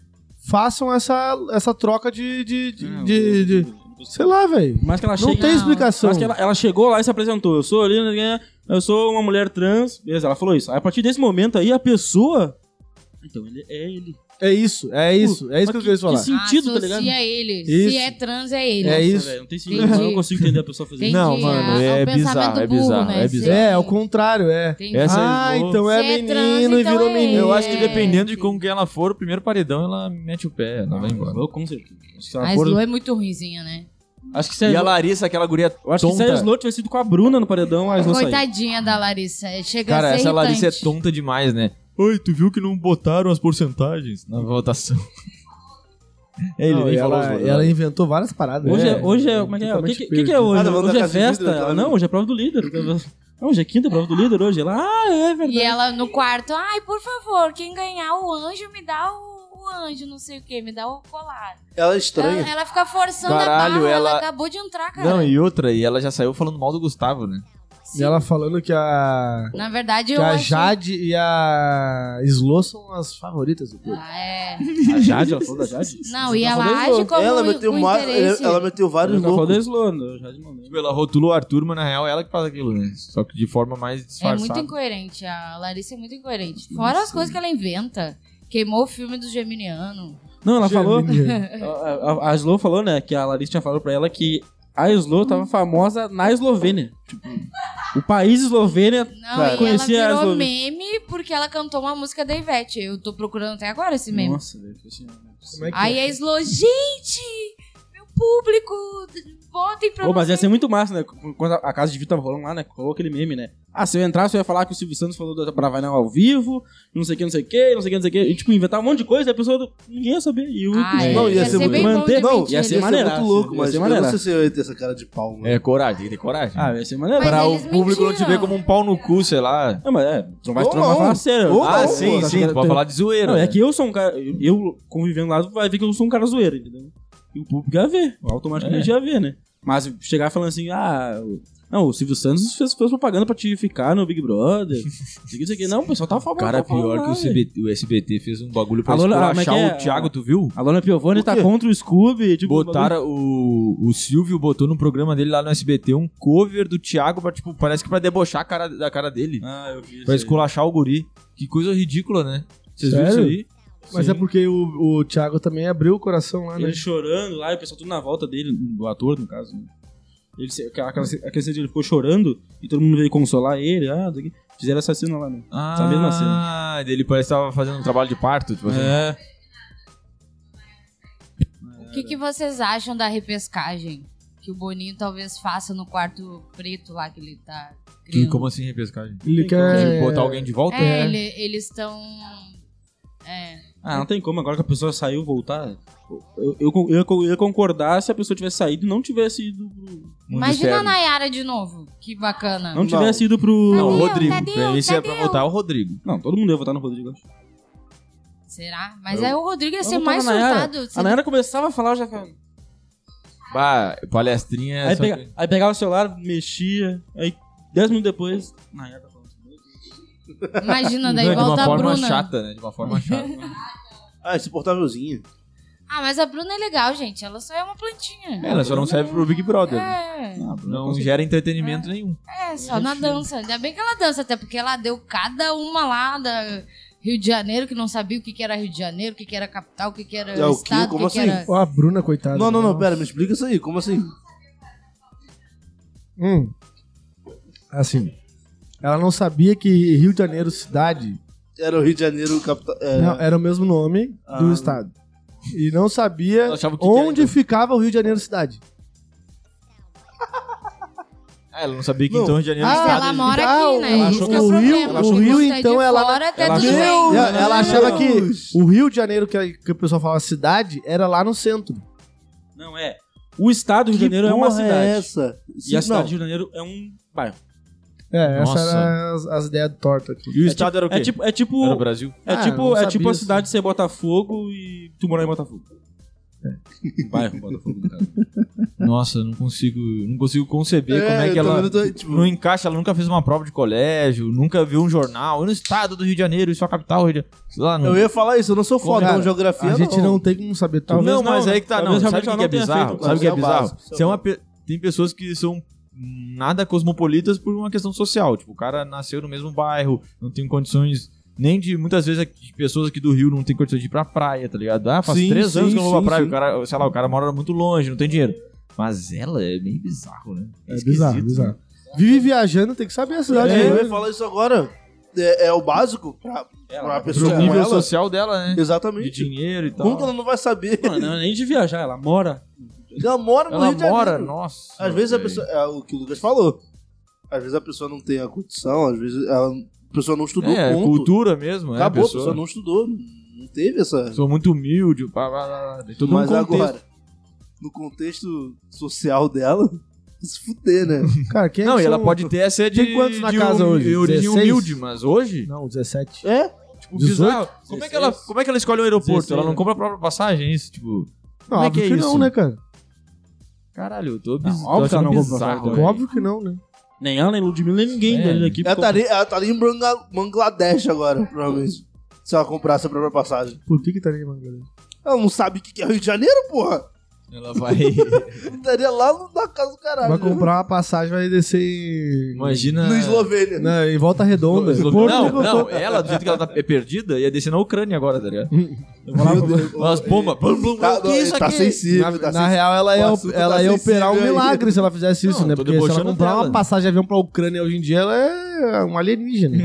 S1: façam essa, essa troca de. de, de-
S4: Ah, eu-
S1: de- de- sei lá, velho.
S4: Mas que ela
S1: Não
S4: chega.
S1: tem
S5: Não.
S1: explicação.
S4: Mas que ela, ela chegou lá e se apresentou. Eu sou ali, né, eu sou uma mulher trans. Beleza, ela falou isso. Aí, a partir desse momento aí, a pessoa. Então ele é ele.
S1: É isso, é isso. É isso que eu queria falar.
S4: Que sentido, tá
S5: Associa
S4: ligado?
S5: ele.
S1: Isso.
S5: Se é trans, é ele.
S1: É isso.
S4: velho, não tem sentido. Eu não
S5: Entendi.
S4: consigo entender a pessoa fazer
S5: Entendi.
S4: isso.
S3: Não, mano,
S5: Ah,
S3: é
S5: o pensamento
S3: bizarro, é
S5: burro,
S3: bizarro,
S5: né?
S3: é
S5: Esse
S3: bizarro.
S5: aí.
S1: É, é o contrário, é.
S5: Entendi.
S3: Essa aí.
S1: ah,
S3: Islô.
S1: então é
S5: Se é
S1: menino
S5: trans,
S1: e
S5: então
S1: virou
S5: é.
S1: menino.
S3: Eu acho que
S5: É,
S3: dependendo de
S5: sim.
S3: como que ela for, o primeiro paredão ela mete o pé, ela vai embora.
S4: Eu, com certeza. Acho que,
S5: A
S4: ela for...
S5: Slo é muito ruinzinha, né?
S4: acho que se a
S3: E a
S4: Slo-
S3: Larissa, aquela guria
S4: Eu
S1: então
S4: acho
S1: tá.
S4: que se a
S3: tonta.
S4: Slo tivesse sido com a Bruna no paredão, a Slo saiu.
S5: Coitadinha da Larissa. é- Chega
S3: Cara,
S5: a ser
S3: essa Larissa é
S5: irritante.
S3: tonta demais, né? Oi, tu viu que não botaram as porcentagens na votação? É, ele
S1: Não,
S3: nem falou
S1: ela,
S3: os votos.
S1: ela inventou várias paradas.
S4: Hoje é,
S1: né?
S4: hoje é, como é que é? O que,
S1: Totalmente
S4: que, que
S1: perdido.
S4: é hoje?
S2: Ah, tá falando
S4: hoje
S2: da
S4: é
S2: casa do líder,
S4: festa?
S2: claro.
S4: não, hoje é prova do líder. Não, hoje é quinta prova do líder hoje. Ela, ah, é verdade.
S5: E ela no quarto, ai, por favor, quem ganhar o anjo, me dá o, o anjo, não sei o que, me dá o colar.
S2: Ela é
S5: Ela,
S2: estranha.
S5: ela fica forçando
S3: Caralho,
S5: a barra, ela...
S3: ela
S5: acabou de entrar, cara.
S3: Não, e outra, e ela já saiu falando mal do Gustavo, né?
S1: E ela falando que a.
S5: Na verdade,
S1: Que
S5: eu
S1: a
S5: acho...
S1: Jade e a Slô são as favoritas do clube.
S5: Ah, é.
S4: A Jade, ela falou da Jade?
S5: Não, e ela age como
S2: Ela
S5: um-
S2: meteu,
S5: um
S2: ma-
S5: interesse...
S2: ela meteu
S4: Ela
S2: vários
S4: falou da né?
S2: loucos.
S4: Sloan, da Jade não lembro.
S3: Tipo, ela rotulou o Arthur, mas na real é ela que faz aquilo, né? Só que de forma mais
S5: É
S3: disfarçada.
S5: muito incoerente, a Larissa é muito incoerente. Fora as coisas que ela inventa. Queimou o filme do Geminiano.
S4: Não, ela falou.
S1: Gemini.
S4: A, a, a Slow falou, né? Que a Larissa tinha falado pra ela que a Slow tava famosa na Eslovênia. Tipo, o país Eslovênia.
S5: Não,
S4: Cara,
S5: e
S4: conhecia
S5: ela
S4: as
S5: virou
S4: duas.
S5: meme porque ela cantou uma música da Ivete. Eu tô procurando até agora esse meme.
S4: Nossa, velho. que assim, não é possível.
S1: Como é que
S5: Aí
S1: é?
S5: a Slo, gente, meu público, votem pra
S4: Pô, mas ia
S5: você.
S4: ser muito massa, né? Quando a- a casa de Vitor tava rolando lá, né? Colou aquele meme, né? Ah, se eu entrasse, eu ia falar que o Silvio Santos falou da Bravanel ao vivo, não sei o que, não sei o que, não sei o que, não sei o que. E, tipo, inventar um monte de coisa, e a pessoa. do- Ninguém ia saber. E o.
S5: Ah, é.
S2: Não, ia
S5: ia
S2: ser
S5: ser
S2: muito-
S5: bem bom
S4: manter-
S5: de
S2: não,
S5: mentir,
S4: ia
S5: né?
S4: ser
S2: Ia ser
S4: maneiraço,
S2: é muito louco,
S4: ia
S2: mas
S4: ser
S2: eu não sei
S4: maneiraço.
S2: se eu ia ter essa cara de pau, né? mano.
S3: É coragem, tem que ter coragem.
S4: Ah, ia ser maneiro.
S5: Mas
S3: pra o
S5: eles
S3: público não te ver
S5: mentiram.
S3: como um pau no cu, sei lá.
S4: Não, mas é, tu não vai,
S2: Ou
S4: tu não vai
S2: não.
S4: falar sério.
S2: Ou
S3: ah,
S2: não,
S3: sim,
S2: pô,
S3: sim. Tu pode falar de zoeira.
S4: Não, é
S3: né?
S4: que eu sou um cara. eu- Eu convivendo lá, vai ver que eu sou um cara zoeiro, entendeu? E o público ia ver, automaticamente
S3: É.
S4: ia ver, né? Mas chegar falando assim, ah. o- Não, o Silvio Santos fez, fez propaganda pra te ficar no Big Brother. não sei o que, não sei o que. Não, o pessoal tava falando.
S3: Cara, é
S4: tava falando
S3: pior
S4: lá,
S3: que o,
S4: velho.
S3: CBT o SBT fez um bagulho pra
S4: Alô, como é que
S3: esculachar
S4: é?
S3: o Thiago, tu viu?
S4: A Lona Piovani
S2: O
S4: tá
S2: quê?
S4: contra o Scooby. Tipo,
S3: Botaram o, o Silvio botou no programa dele lá no SBT um cover do Thiago pra, tipo, parece que pra debochar a cara, da cara dele.
S4: Ah, eu vi.
S3: pra esculachar o guri. Que coisa ridícula, né? Vocês viram isso
S1: Sério?
S3: aí?
S1: Mas
S3: Sim.
S1: é porque o, o Thiago também abriu o coração lá, né?
S4: Ele chorando lá, e o pessoal tudo na volta dele, do ator, no caso. né? Ele, se- aquela, aquela, aquele cenário, ele ficou chorando e todo mundo veio consolar ele. Ah, não sei o quê. fizeram essa cena lá, né?
S3: Ah,
S4: Essa mesma
S3: Ele parece que tava fazendo um trabalho de parto, tipo assim.
S4: É.
S5: O que, que vocês acham da repescagem? Que o Boninho talvez faça no quarto preto lá que ele tá
S3: Que-
S5: criando.
S3: Como assim repescagem?
S1: Ele
S3: Tipo,
S1: quer.
S3: botar alguém de volta?
S5: É, ele- eles estão...
S4: Ah, não tem como agora que a pessoa saiu voltar. tipo, Eu, eu, con- eu, con- eu ia concordar se a pessoa tivesse saído e não tivesse ido pro.
S3: Mundo
S5: Imagina a
S3: externo.
S5: Nayara de novo. Que bacana.
S4: Não
S2: Não.
S4: tivesse ido pro.
S3: Não, o
S5: Tadeu,
S3: Rodrigo.
S5: Tadeu,
S3: Isso é pra
S5: Tadeu.
S3: votar o Rodrigo.
S4: Não, todo mundo ia votar no Rodrigo, acho.
S5: Será? Mas aí o Rodrigo ia
S4: Eu
S5: ser
S4: votava
S5: mais
S4: na Nayara.
S5: surtado. se
S4: A
S5: ele-
S4: Nayara começava a falar, eu já ficava.
S3: Bah, palestrinha. é
S4: aí,
S3: só
S4: pega-
S3: que-
S4: aí pegava o celular, mexia, aí 10 minutos depois. Nayara tá falando.
S5: Imagina, daí
S3: de uma
S5: volta a
S3: forma
S5: Bruna.
S3: chata, né? De uma forma chata.
S2: Ah, insuportávelzinha.
S5: Ah, mas a Bruna é legal, gente. Ela só é uma plantinha.
S3: Ela só não serve pro Big Brother. né?
S5: É,
S3: Não gera entretenimento nenhum.
S5: é só na dança. Ainda bem que ela dança, até porque ela deu cada uma lá da Rio de Janeiro, que não sabia o que, que era Rio de Janeiro, o que, que era capital, o que, que era
S2: É, o quê?
S5: estado,
S2: Como
S5: o que,
S2: assim?
S5: que era...
S1: Ó, a Bruna, coitada.
S2: Não, não, não,
S1: Nossa.
S2: pera, me explica isso aí. Como assim?
S1: Hum. Assim. Ela não sabia que Rio de Janeiro, cidade,
S2: Era o Rio de Janeiro capital. É,
S1: não, era o mesmo nome do
S2: Ah.
S1: estado. E não sabia
S3: Eu achava que
S1: onde
S3: era,
S1: ficava o Rio de Janeiro, cidade.
S3: Ah, ela não sabia que
S2: Não.
S3: então o Rio de Janeiro
S5: Mas
S3: é um
S5: ela
S3: estado.
S5: mora
S1: Ah,
S5: aqui,
S1: o-
S5: né?
S1: ela
S5: Isso
S1: achou
S5: que é
S1: que o
S5: problema.
S1: Rio- o
S5: Quem
S1: Rio,
S5: gosta de
S1: então, ela-
S5: Fora, até
S3: ela
S5: tudo
S3: achou-
S5: bem.
S1: E ela, ela achava que
S2: Deus.
S1: o Rio de Janeiro, que, a- que o pessoal falava cidade, era lá no centro.
S3: então?
S4: Não é. O estado do Rio de Janeiro é uma
S2: porra
S4: cidade.
S2: É essa?
S4: E a cidade
S2: não,
S4: do Rio de Janeiro é um bairro.
S1: É,
S3: Nossa.
S1: essas eram as, as ideias tortas aqui.
S3: E o estado era o quê?
S4: É tipo. É tipo,
S3: Era Ah, o Brasil.
S4: é
S1: Ah, eu
S4: tipo,
S1: não
S4: é
S1: sabia
S4: tipo a
S1: isso.
S4: cidade ser Botafogo e tu morar em Botafogo. Um bairro Botafogo, no caso.
S3: Nossa, eu não consigo, não consigo conceber como é
S2: eu tô
S3: que ela
S2: vendo, tô- tipo,
S3: não encaixa, ela nunca fez uma prova de colégio, nunca viu um jornal. Eu no estado do Rio de Janeiro, isso é a capital, Rio de Janeiro. Sei
S4: tipo-
S3: lá, não.
S2: Eu ia falar isso, eu não sou foda
S1: Cara,
S2: em geografia,
S1: A gente não tem como saber tudo.
S4: não,
S3: não, mas
S4: né?
S3: aí que tá,
S4: Talvez
S3: não. Sabe o
S4: realmente
S3: que,
S4: ela
S3: que é
S4: não tenha
S3: bizarro?
S4: feito,
S3: Sabe o que é
S2: claro. Isso é o
S3: bizarro?
S2: básico, isso é
S3: Se é
S2: o
S3: uma pe- Tem pessoas que são nada cosmopolitas por uma questão social. Tipo, o cara nasceu no mesmo bairro, não tem condições. Nem de. Muitas vezes aqui, pessoas aqui do Rio não tem condições de ir pra praia, tá ligado? Ah, faz
S2: Sim,
S3: três
S2: sim,
S3: anos que eu não vou
S2: sim,
S3: pra praia.
S2: sim.
S3: O cara, sei lá, o cara mora muito longe, não tem dinheiro. Mas ela é meio bizarro, né?
S1: É
S3: esquisito,
S1: bizarro,
S3: né?
S1: bizarro. Vive viajando, tem que saber a cidade.
S2: É, eu
S1: né?
S2: ia falar isso agora. É, é o básico pra, pra uma pessoa
S3: Pro
S2: como
S3: nível
S2: ela.
S3: social dela, né? é De
S2: Exatamente.
S3: dinheiro e tal.
S2: Como que ela não vai saber?
S4: Mano, não é nem de viajar, ela mora.
S2: Ela mora no
S3: Ela
S2: Rio de
S3: mora,
S2: Janeiro.
S3: nossa.
S2: Às vezes a
S3: velho.
S2: pessoa. É o que o Lucas falou. Às vezes a pessoa não tem a condição, às vezes ela- a pessoa não estudou.
S3: É,
S2: ponto.
S3: cultura mesmo, é.
S2: Acabou, a
S3: pessoa-
S2: pessoa não estudou. Não teve essa.
S3: Sou muito humilde, pá, pá, pá, pá. Tem todo
S2: Mas
S3: um contexto.
S2: agora, no contexto social dela, se fuder, né?
S1: Cara, quem é
S3: Não,
S1: que
S3: e ela
S1: são-
S3: pode ter essa de,
S1: Tem quantos na
S3: de
S1: casa
S3: humi-
S1: hoje?
S3: origem
S1: 16?
S3: humilde, mas hoje,
S1: Não, 17.
S2: É?
S3: tipo,
S1: 18?
S3: bizarro. Como é, que ela,
S4: 16?
S3: como é que ela escolhe um aeroporto?
S4: 16,
S3: ela não
S4: né?
S3: compra a própria passagem, isso? Tipo,
S1: Não,
S3: Como é
S1: óbvio
S3: que
S1: que,
S3: é
S1: não,
S3: isso?
S1: né, cara?
S3: caralho, eu tô
S4: Não,
S3: bizarro.
S4: óbvio que ela não compra a
S3: bizarro,
S4: passagem.
S3: velho.
S1: Óbvio né? que não, né?
S4: Nem ela, nem Ludmilla, nem ninguém
S3: É.
S4: dali daqui.
S2: Ela
S4: porque-
S2: tá ali, ela tá ali em Bangla- Bangladesh agora, provavelmente. Se ela comprasse a própria passagem.
S1: Por que que tá em Bangladesh?
S2: Ela não sabe o que que é Rio de Janeiro, porra.
S3: Ela vai.
S2: Estaria lá no- na casa do caralho. né?
S1: Vai comprar uma passagem, vai descer em...
S3: Imagina.
S2: No Eslovênia.
S1: Na- em Volta Redonda.
S3: Eslovênia.
S1: Porto
S3: Não,
S1: Rico-
S3: não, ela, do jeito que ela tá é perdida, ia descer na Ucrânia agora, tá ligado?
S2: Meu Deus.
S3: Umas bombas. blum, blum, blum,
S2: Tá,
S3: que isso
S2: ele tá
S3: aqui?
S2: sensível,
S1: na, na
S2: tá sensível.
S1: real, ela
S2: O
S1: ia,
S2: assunto
S1: ela
S2: tá
S1: ia
S2: sensível
S1: operar um
S2: aí.
S1: milagre se ela fizesse isso,
S3: Não,
S1: né?
S3: tô
S1: Porque se ela
S3: debochando
S1: comprar
S3: dela.
S1: uma passagem de avião pra Ucrânia hoje em dia, ela é uma alienígena.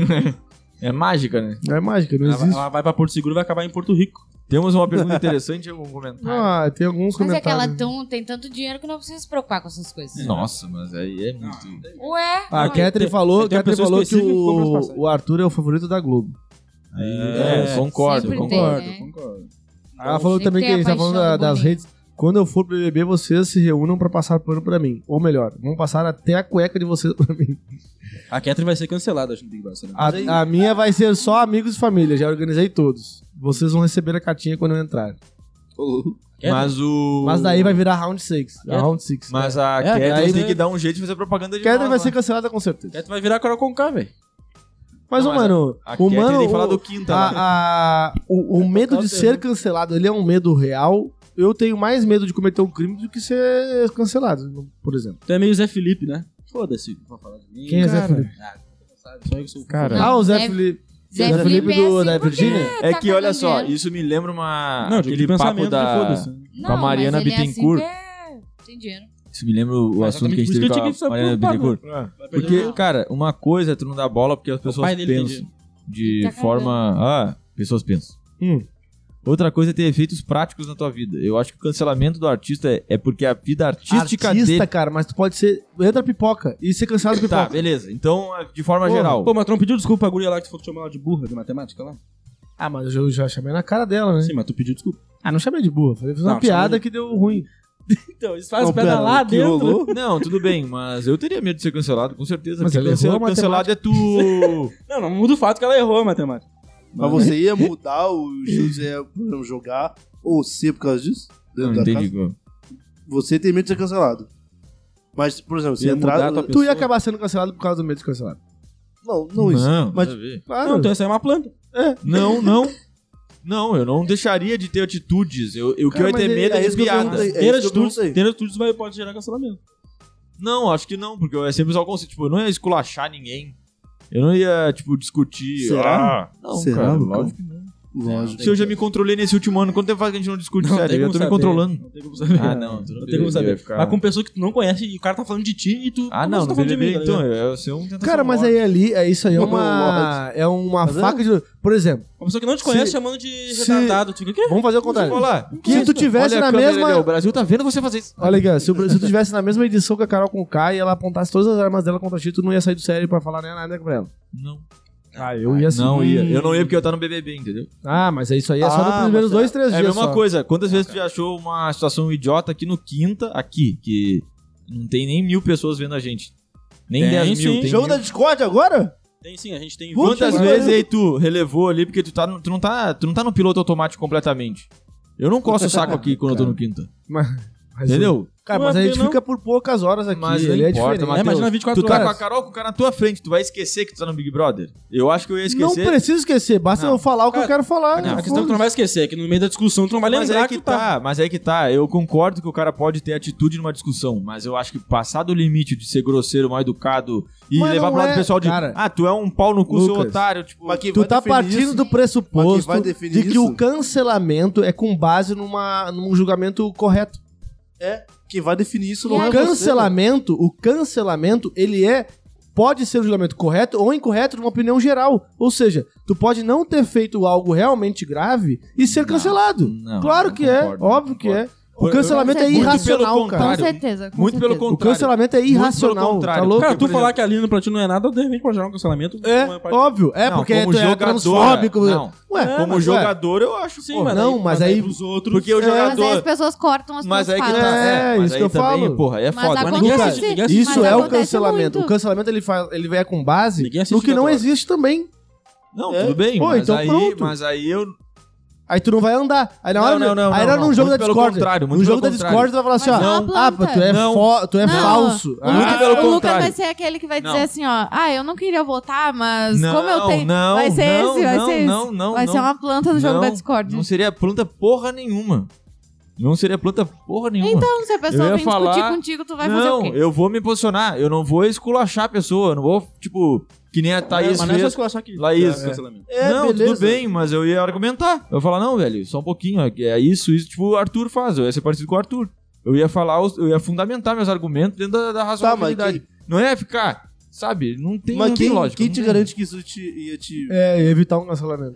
S3: É mágica, né?
S1: não é mágica, não
S4: Ela, vai-
S1: existe.
S4: ela vai pra Porto Seguro e vai acabar em Porto Rico.
S3: Temos uma pergunta interessante e algum comentário.
S1: Ah, tem alguns
S5: Mas é que
S1: comentários.
S5: ela tão- tem tanto dinheiro que não precisa se preocupar com essas coisas.
S3: Nossa, mas aí é muito.
S5: Ué,
S1: Ah, A
S5: não,
S1: Catherine falou,
S4: tem uma
S1: Catherine
S4: pessoa
S1: falou que
S4: específica que compra as
S1: o,
S4: passagens.
S1: o Arthur é o favorito da Globo.
S3: É, concordo,
S5: sempre
S3: concordo.
S5: tem, né?
S4: concordo. Ah,
S1: Ela
S4: Então,
S1: falou
S5: Tem que
S1: também
S5: ter
S1: que a gente
S5: a
S1: tá falando
S5: paixão
S1: da-
S5: do
S1: das
S5: Boninho.
S1: redes. Quando eu for pro BBB, vocês se reúnam pra passar pano pra mim. Ou melhor, vão passar até a cueca de vocês pra mim.
S4: A Catherine vai ser cancelada, acho que no Big Brother. né?
S1: A, a minha vai ser só amigos e família, já organizei todos. Vocês vão receber a cartinha quando eu entrar.
S3: Mas o.
S1: Mas daí vai virar round 6.
S4: É.
S1: Round 6.
S3: Mas a
S4: É,
S3: Catherine
S4: daí-
S3: tem que dar um jeito de fazer propaganda de né?
S1: Catherine
S3: nós
S1: vai
S3: lá.
S1: ser cancelada com certeza.
S4: Catherine vai virar Carol Conká, velho.
S1: Mas,
S3: Não,
S1: ô,
S3: mas
S1: mano,
S3: A
S1: o
S3: Catherine
S1: tá, mano.
S3: tem que falar
S1: o-
S3: do quinta né? lá.
S1: a, a- o, o medo de ser cancelado, ele é um medo real. Eu tenho mais medo de cometer um crime do que ser cancelado, por exemplo.
S4: Tu é meio Zé Felipe, né? Foda-se, não vou falar de mim.
S1: Quem é Zé
S4: Cara.
S1: Felipe?
S4: Ah, tu sabe, só eu que sou
S3: Cara.
S5: Não,
S1: ah, o Zé
S5: Zé-
S1: Felipe.
S5: Zé
S1: Zé
S5: Felipe,
S1: Felipe
S5: é
S1: do-
S5: assim
S1: da
S5: porque
S1: Virgínia?
S3: É
S5: tá
S3: que, olha só,
S5: cagando dinheiro.
S3: isso me lembra uma.
S4: Não,
S3: aquele
S4: aquele
S3: papo
S4: pensamento da...
S3: da.
S4: foda-se. né?
S5: Não,
S3: com a Mariana
S5: mas ele
S3: Bittencourt.
S5: É assim que é... Tem dinheiro.
S3: Isso me lembra o
S4: Mas
S3: assunto que a gente
S4: exatamente
S3: teve
S4: por isso que eu tinha que
S3: com a
S4: saber
S3: Mariana
S4: o papo. Ah,
S3: Bittencourt. Porque, cara, uma coisa é tu não dar bola porque as pessoas
S4: pai dele tem
S3: pensam de
S5: Tá cagando.
S3: forma. Ah, pessoas pensam.
S1: Hum.
S3: Outra coisa é ter efeitos práticos na tua vida. Eu acho que o cancelamento do artista é, é porque a vida artística
S1: artista,
S3: dele.
S1: cara, mas tu pode ser. Entra pipoca e ser cancelado
S3: Tá,
S1: pipoca.
S3: beleza. Então, de forma
S1: Porra.
S3: geral.
S4: Pô, mas tu não pediu desculpa pra guria lá que tu falou que chamou ela de burra de matemática lá?
S1: Ah, mas eu já chamei na cara dela, né?
S4: Sim, mas tu pediu desculpa.
S1: Ah, não chamei de burra. Falei, fiz
S4: Não,
S1: uma
S4: chamei
S1: piada
S4: de-
S1: que deu ruim.
S4: Então, eles fazem
S2: Não, pera,
S4: pedalar
S2: que
S4: dentro. né?
S2: rolou?
S3: Não, tudo bem, mas eu teria medo de ser cancelado, com certeza.
S1: Mas
S3: porque
S1: ela errou
S3: cancel-
S1: a
S3: cancelado é tu.
S4: Não, não muda o fato que ela errou a matemática.
S2: Mas você ia mudar o José pra jogar ou ser por causa disso?
S3: não,
S2: Dentro da
S3: entendi.
S2: casa? Você tem medo de ser cancelado. Mas, por exemplo, se
S3: Ia mudar
S2: entrar.
S3: a tua
S1: Tu ia
S3: Pessoa.
S1: acabar sendo cancelado por causa do medo de cancelar.
S2: Não, não isso.
S3: Não,
S2: Mas-
S3: nada a ver.
S1: Claro.
S4: Não, então essa é uma planta.
S3: não, não. Não, eu não deixaria de ter atitudes. Eu, eu, o que
S1: Cara,
S3: eu ia ter
S1: mas
S3: medo
S1: é
S3: é de
S2: isso que eu
S3: piadas.
S2: perguntei. É
S4: Ter
S2: isso que eu
S4: atitudes,
S2: perguntei.
S4: ter atitudes vai, pode gerar cancelamento.
S3: Não, acho que não, porque eu ia sempre usar o conceito. Tipo, eu não ia esculachar ninguém. Eu não ia, tipo, discutir.
S2: Será?
S3: Ah, não,
S2: Será,
S3: cara,
S2: Lucão?
S3: lógico que não.
S1: Né?
S2: Lógico.
S3: Se eu já me controlei nesse último ano, quanto tempo faz que a gente não discute sério? Eu já tô me controlando.
S4: Não tem como saber.
S3: Ah, não, tu não
S4: Não tem como
S3: deveria
S4: saber.
S3: ficar-
S4: Mas com pessoa que tu não conhece e o cara tá falando de ti e tu.
S3: Ah,
S4: como você
S3: não, não
S4: tá falando de mim,
S3: deveria,
S4: tá
S3: então.
S4: ligado?
S3: Eu ia ser um tentação
S1: Cara, mas aí ali, é isso aí, é uma. É uma
S2: Tá vendo?
S1: faca de. Por exemplo,
S4: Uma pessoa que não te conhece
S1: Se-
S4: chamando de
S1: se-
S4: retardado. Tu fica o quê?
S1: vamos fazer o
S3: Vou
S1: contrário.
S3: falar.
S1: Se tu tivesse
S3: um Olha a
S1: na
S3: câmera
S1: mesma.
S3: ali, ó, o Brasil tá vendo você fazer isso.
S1: Olha aqui, ó, se, o- se tu tivesse na mesma edição que a Carol com K e ela apontasse todas as armas dela contra ti, tu não ia sair do sério pra falar nem nada com ela.
S3: Não.
S1: Ah, eu ia
S3: Não ia. Eu não ia porque eu tava no BBB, entendeu?
S1: Ah, mas é isso aí, é só
S2: Ah,
S1: nos primeiros
S2: mas é-
S1: dois, três
S3: É a
S1: dias.
S3: mesma
S1: só.
S3: coisa. Quantas vezes tu já achou uma situação idiota aqui no Quinta, aqui, que não tem nem mil pessoas vendo a gente. Nem
S4: Tem,
S3: 10 mil.
S4: sim.
S3: Tem
S2: Jogo
S3: mil.
S2: da Discord agora?
S4: Tem sim, a gente tem
S3: Quantas
S1: né?
S4: 20
S3: vezes aí tu relevou ali, porque tu, tá no- tu, não tá, tu não tá no piloto automático completamente. Eu não coço o saco aqui quando eu tô no Quinta.
S1: Mas o-
S3: Entendeu? é assim,
S1: Cara, mas a
S4: Ué,
S1: gente
S4: não.
S1: fica por poucas horas aqui.
S3: Mas não
S1: ele
S3: importa,
S1: é diferente.
S3: Mateus,
S4: É, imagina 24
S3: Tu tá
S4: horas.
S3: com a Carol com o cara na tua frente, tu vai esquecer que tu tá no Big Brother? Eu acho que eu ia
S1: Não
S3: esquecer.
S1: preciso esquecer, basta
S3: Não.
S1: eu falar o que eu quero falar. né?
S4: A questão é que tu não vai esquecer é que no meio da discussão tu não vai
S3: Mas
S4: lembrar
S3: aí que tá, mas aí que tá. Eu concordo que o cara pode ter atitude numa discussão, mas eu acho que passar do limite de ser grosseiro, mal educado e
S1: Mas
S3: levar
S1: não
S3: pro lado
S1: é,
S3: do pessoal de
S1: cara.
S3: ah, tu é um pau no cu, seu
S1: Lucas,
S3: otário, tipo,
S2: Mas quem
S1: Tu
S2: vai
S1: tá
S2: definir
S1: partindo
S2: isso-
S1: do
S2: Mas quem
S1: pressuposto
S2: vai
S1: de
S2: definir
S1: que
S2: isso?
S1: o cancelamento é com base numa, num julgamento correto.
S2: Quem vai definir isso não
S5: E
S2: é
S1: O
S5: aí-
S2: você,
S1: cancelamento, o cancelamento, ele é pode ser um julgamento correto ou incorreto de uma opinião geral. Ou seja, tu pode não ter feito algo realmente grave e ser cancelado.
S3: não,
S1: claro
S3: não
S1: que é,
S3: concordo,
S1: óbvio
S3: não
S1: que é.
S3: Eu-
S1: O cancelamento é
S7: Muito pelo
S1: irracional,
S7: Com
S1: cara.
S3: contrário.
S7: certeza. com
S3: muito pelo
S7: certeza.
S1: O
S3: contrário.
S1: cancelamento é
S3: pelo
S1: irracional, tá
S3: contrário.
S1: louco?
S4: Cara, tu
S3: Por
S4: falar que a Lina pra ti não é nada, de repente pode gerar um cancelamento.
S1: É,
S4: Uma parte-
S1: óbvio. É
S3: Não,
S1: porque
S3: como
S1: tu é
S3: jogadora,
S1: transfóbico. né?
S3: não.
S1: Ué,
S4: É,
S3: Como
S1: ué,
S3: jogador, eu acho,
S4: Sim,
S3: pô.
S4: mas
S1: não,
S4: aí,
S1: mas
S4: mas aí
S1: aí-
S4: pros outros.
S3: Porque o
S7: Mas aí as
S3: jogador.
S7: pessoas cortam as
S3: tá, Mas
S7: tuas
S3: aí que
S7: falas.
S3: tá.
S1: É,
S3: mas
S1: isso
S3: aí
S1: que eu
S3: também,
S1: falo.
S3: Porra, aí é
S7: Mas
S3: foda.
S4: Mas
S7: acontece,
S4: ninguém
S1: Lucas,
S4: assiste, ninguém assiste.
S1: Isso
S7: Mas
S1: é o
S7: acontece
S1: cancelamento.
S7: muito.
S1: O cancelamento ele, faz, ele vai com base
S4: Ninguém assiste
S1: no que não
S4: jogador.
S1: existe também.
S3: Não, tudo bem,
S1: é. Pô,
S3: mas
S1: então
S3: aí,
S1: pronto.
S3: mas aí eu
S1: Aí tu não vai andar. Aí na
S3: Não,
S1: hora
S3: não, não,
S1: aí
S3: não,
S1: era
S3: não.
S1: num jogo
S3: Muito
S1: da
S3: pelo
S1: Discord.
S3: contrário, muito
S1: no jogo da
S3: pelo
S1: Discord tu vai falar assim,
S7: Mas
S1: ó,
S7: não
S1: ah,
S7: planta.
S1: pá, tu é,
S3: Não.
S1: fo- tu é
S7: Não.
S1: falso.
S7: O
S1: Ah,
S3: Muito
S7: Lucas-
S3: pelo
S7: o Lucas
S3: contrário.
S7: vai ser aquele que vai dizer
S3: Não.
S7: assim, ó. Ah, eu não queria votar, mas
S3: Não,
S7: como eu tenho.
S3: não,
S7: vai ser
S3: não,
S7: esse, vai
S3: não,
S7: ser esse.
S3: não, não,
S7: vai
S3: não.
S7: ser uma planta do jogo
S3: não,
S7: da Discord.
S3: Não seria planta porra nenhuma. Não seria planta porra nenhuma.
S7: Então, se a
S3: Eu
S7: pessoa
S3: ia
S7: vem
S3: falar-
S7: discutir contigo, tu vai fazer o
S3: não,
S7: quê?
S3: eu vou me posicionar. Eu não vou esculachar a pessoa. Eu não vou, tipo, que nem a
S4: mas
S3: Thaís
S4: não é só
S3: fez.
S4: escolher só que
S3: Laís.
S4: é cancelamento.
S2: É,
S3: não,
S2: beleza.
S3: tudo bem, mas eu ia argumentar. Eu ia falar, não, velho, só um pouquinho. ó, que É isso, isso. Tipo, o Arthur faz. Eu ia ser parecido com o Arthur. Eu ia falar, os- eu ia fundamentar meus argumentos dentro
S4: Tá,
S3: da, da razoabilidade. Não ia ficar, sabe? Não tem,
S2: Mas
S3: não
S2: quem,
S3: tem lógica.
S2: quem
S3: não
S2: te
S3: tem.
S2: garante que isso te, ia te.
S1: É, evitar um cancelamento.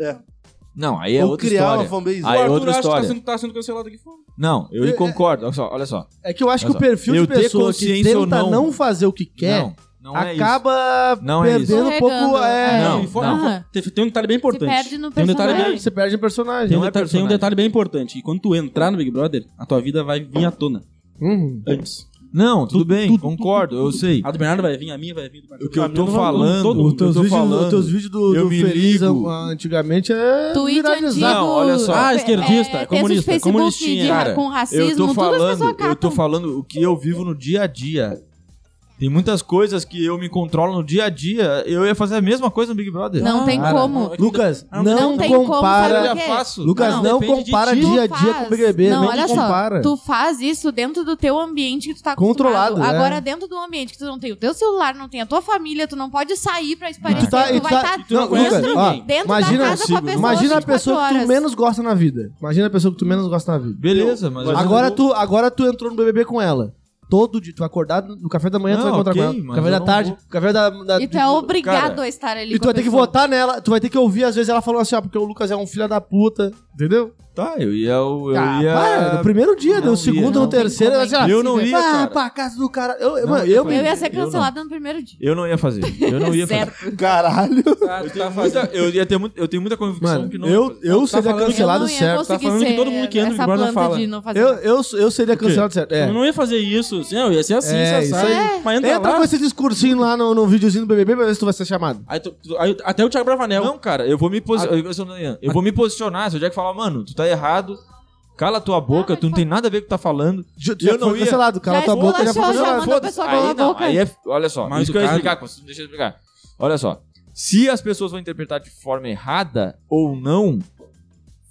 S3: Não, aí é
S2: ou
S3: outra
S2: criar
S3: história.
S2: uma fanbase?
S3: Aí é
S4: Arthur
S3: outra
S4: acha que
S3: história.
S4: Tá sendo, tá sendo cancelado aqui fora.
S3: Não, eu concordo. Olha só, olha só.
S1: É que eu acho
S3: Olha
S1: que
S3: só,
S1: o perfil
S3: eu
S1: de
S3: ter
S1: pessoa que
S3: consciência ou
S1: tenta
S3: não-
S1: não, fazer o que quer
S3: Não, não é isso.
S1: acaba
S3: Não é isso.
S1: perdendo um pouco.
S7: Escorregando.
S1: É,
S3: Não,
S4: E fora-
S7: não.
S4: Tem, tem um detalhe bem
S7: Se
S4: importante.
S7: perde no
S4: Tem um detalhe
S7: personagem.
S4: bem-
S1: Você perde um personagem.
S4: Tem um,
S3: Não é
S4: detalhe, tem um
S3: personagem.
S4: detalhe bem importante. E quando tu entrar no Big Brother, a tua vida vai vir à tona.
S3: um
S1: Uhum.
S4: Antes.
S3: Não, tudo
S4: Tudo,
S3: bem,
S4: tudo,
S3: concordo, eu sei.
S4: A do Bernardo vai vir, a minha vai vir. do Marcelo.
S3: O que eu
S4: A
S3: tô
S4: minha não vai-
S3: falando-
S4: todo
S1: Os
S4: mundo.
S1: teus,
S3: tô
S1: vídeos,
S3: falando.
S1: os teus vídeos do,
S3: Eu
S1: do
S3: me
S1: Feliz
S3: ligo.
S1: an- antigamente é
S7: Tweet
S1: viralizar.
S7: antigo.
S3: Não, olha só.
S4: Ah, esquerdista,
S7: é, texto de
S4: comunista,
S7: Facebook
S4: comunistinha.
S7: de ra-
S3: Cara,
S7: com racismo,
S3: eu tô
S7: tudo as
S3: falando,
S7: pessoas
S3: eu tô
S7: catam.
S3: falando o que eu vivo no dia a dia. Tem muitas coisas que eu me controlo no dia a dia. Eu ia fazer a mesma coisa no Big Brother.
S7: Não tem
S1: Cara,
S7: como.
S1: Lucas,
S4: Não,
S1: não,
S7: não tem como
S1: compara.
S7: saber
S3: eu
S7: o
S3: já
S7: quê?
S3: faço.
S1: Lucas,
S7: Não,
S1: não,
S4: depende de
S1: compara
S4: ti.
S1: dia a
S7: Tu
S1: dia
S7: faz.
S1: com o BBB.
S7: Não,
S1: Não,
S7: olha
S1: compara.
S7: só. Tu faz isso dentro do teu ambiente que tu tá acostumado.
S1: Controlado, é.
S7: Agora, dentro do ambiente que tu não tem o teu celular, não tem a tua família, tu não pode sair pra espalhar.
S1: Tu tá-
S7: tu
S1: tu
S7: vai
S1: tá-
S7: estar
S1: tu não
S7: dentro,
S1: conhece ninguém.
S7: dentro
S1: Imagina-
S7: da casa com a pessoa
S1: Imagina a
S7: 24
S1: pessoa que
S7: horas.
S1: tu menos gosta na vida. Imagina a pessoa que tu menos gosta na vida.
S3: Beleza, mas eu-
S1: Agora tu, agora tu entrou no BBB com ela. Todo dia, tu vai acordar no café da manhã,
S3: Não,
S1: tu vai encontrar
S3: ok,
S1: com ela.
S3: mas
S1: Café
S3: eu
S1: da
S3: não
S1: tarde,
S3: vou.
S1: café da. da-
S7: E tu é obrigado
S3: Cara,
S7: a estar ali
S1: E
S7: com
S1: tu
S7: a
S1: vai ter que
S7: pessoa.
S1: votar nela, tu vai ter que ouvir, às vezes, ela falando assim, ó, porque o Lucas é um filho da puta, entendeu?
S3: tá, eu ia eu, eu
S1: Ah,
S3: ia
S1: para, no primeiro dia,
S3: Não
S1: no segundo,
S3: ia,
S1: no
S3: não
S7: tem
S1: terceiro,
S7: como,
S1: ela vai assim,
S3: eu não
S1: ah,
S3: ia, cara.
S1: pra casa do cara. Eu, eu,
S3: Não
S1: mano,
S3: ia
S1: eu
S3: fazer.
S1: me-
S7: Eu ia
S3: Eu
S7: ser
S3: não.
S7: cancelada no primeiro dia.
S3: Eu não ia fazer. Eu não ia fazer.
S7: Certo.
S2: Caralho.
S4: Tá, tu tá fazendo.
S3: eu ia ter muito, eu tenho muita convicção
S1: Mano,
S3: que não ia
S1: eu,
S3: fazer.
S1: eu é
S4: Tá
S1: seria
S4: falando-
S1: cancelado
S7: eu não ia
S1: certo.
S4: Tá
S7: conseguir
S4: falando que
S7: ser
S4: todo mundo que entra no
S7: essa
S4: Big Brother
S7: planta
S4: fala.
S7: de não fazer
S1: Eu,
S7: nada.
S1: eu, eu seria cancelado certo.
S4: Eu
S1: É.
S4: não ia fazer isso. Assim, eu ia ser assim,
S1: É,
S4: você
S1: isso
S4: sabe.
S1: aí.
S4: Mas entra,
S1: Entra
S4: lá.
S1: com esse discursinho lá no, no videozinho do BBB pra ver se tu vai ser chamado.
S4: Aí tu- tu- aí- até o Thiago Bravanel.
S3: Não, cara, eu vou me posicionar. Eu, eu vou me posicionar. Se o Jack falar, mano, tu tá errado, cala tua boca, tu não tem nada a ver com o que tá falando.
S1: Já,
S3: Eu
S1: já
S3: não
S1: foi
S3: ia.
S1: cancelado, cala
S7: Já
S1: tua boca já foi
S7: esculachou, já
S1: cancelado.
S7: mandou a pessoa calar a
S3: aí, não,
S7: boca.
S3: aí é, olha só,
S4: Mal
S3: isso que eu ia
S4: educado.
S3: explicar, Constantino, deixa eu explicar. Olha só, se as pessoas vão interpretar de forma errada ou não,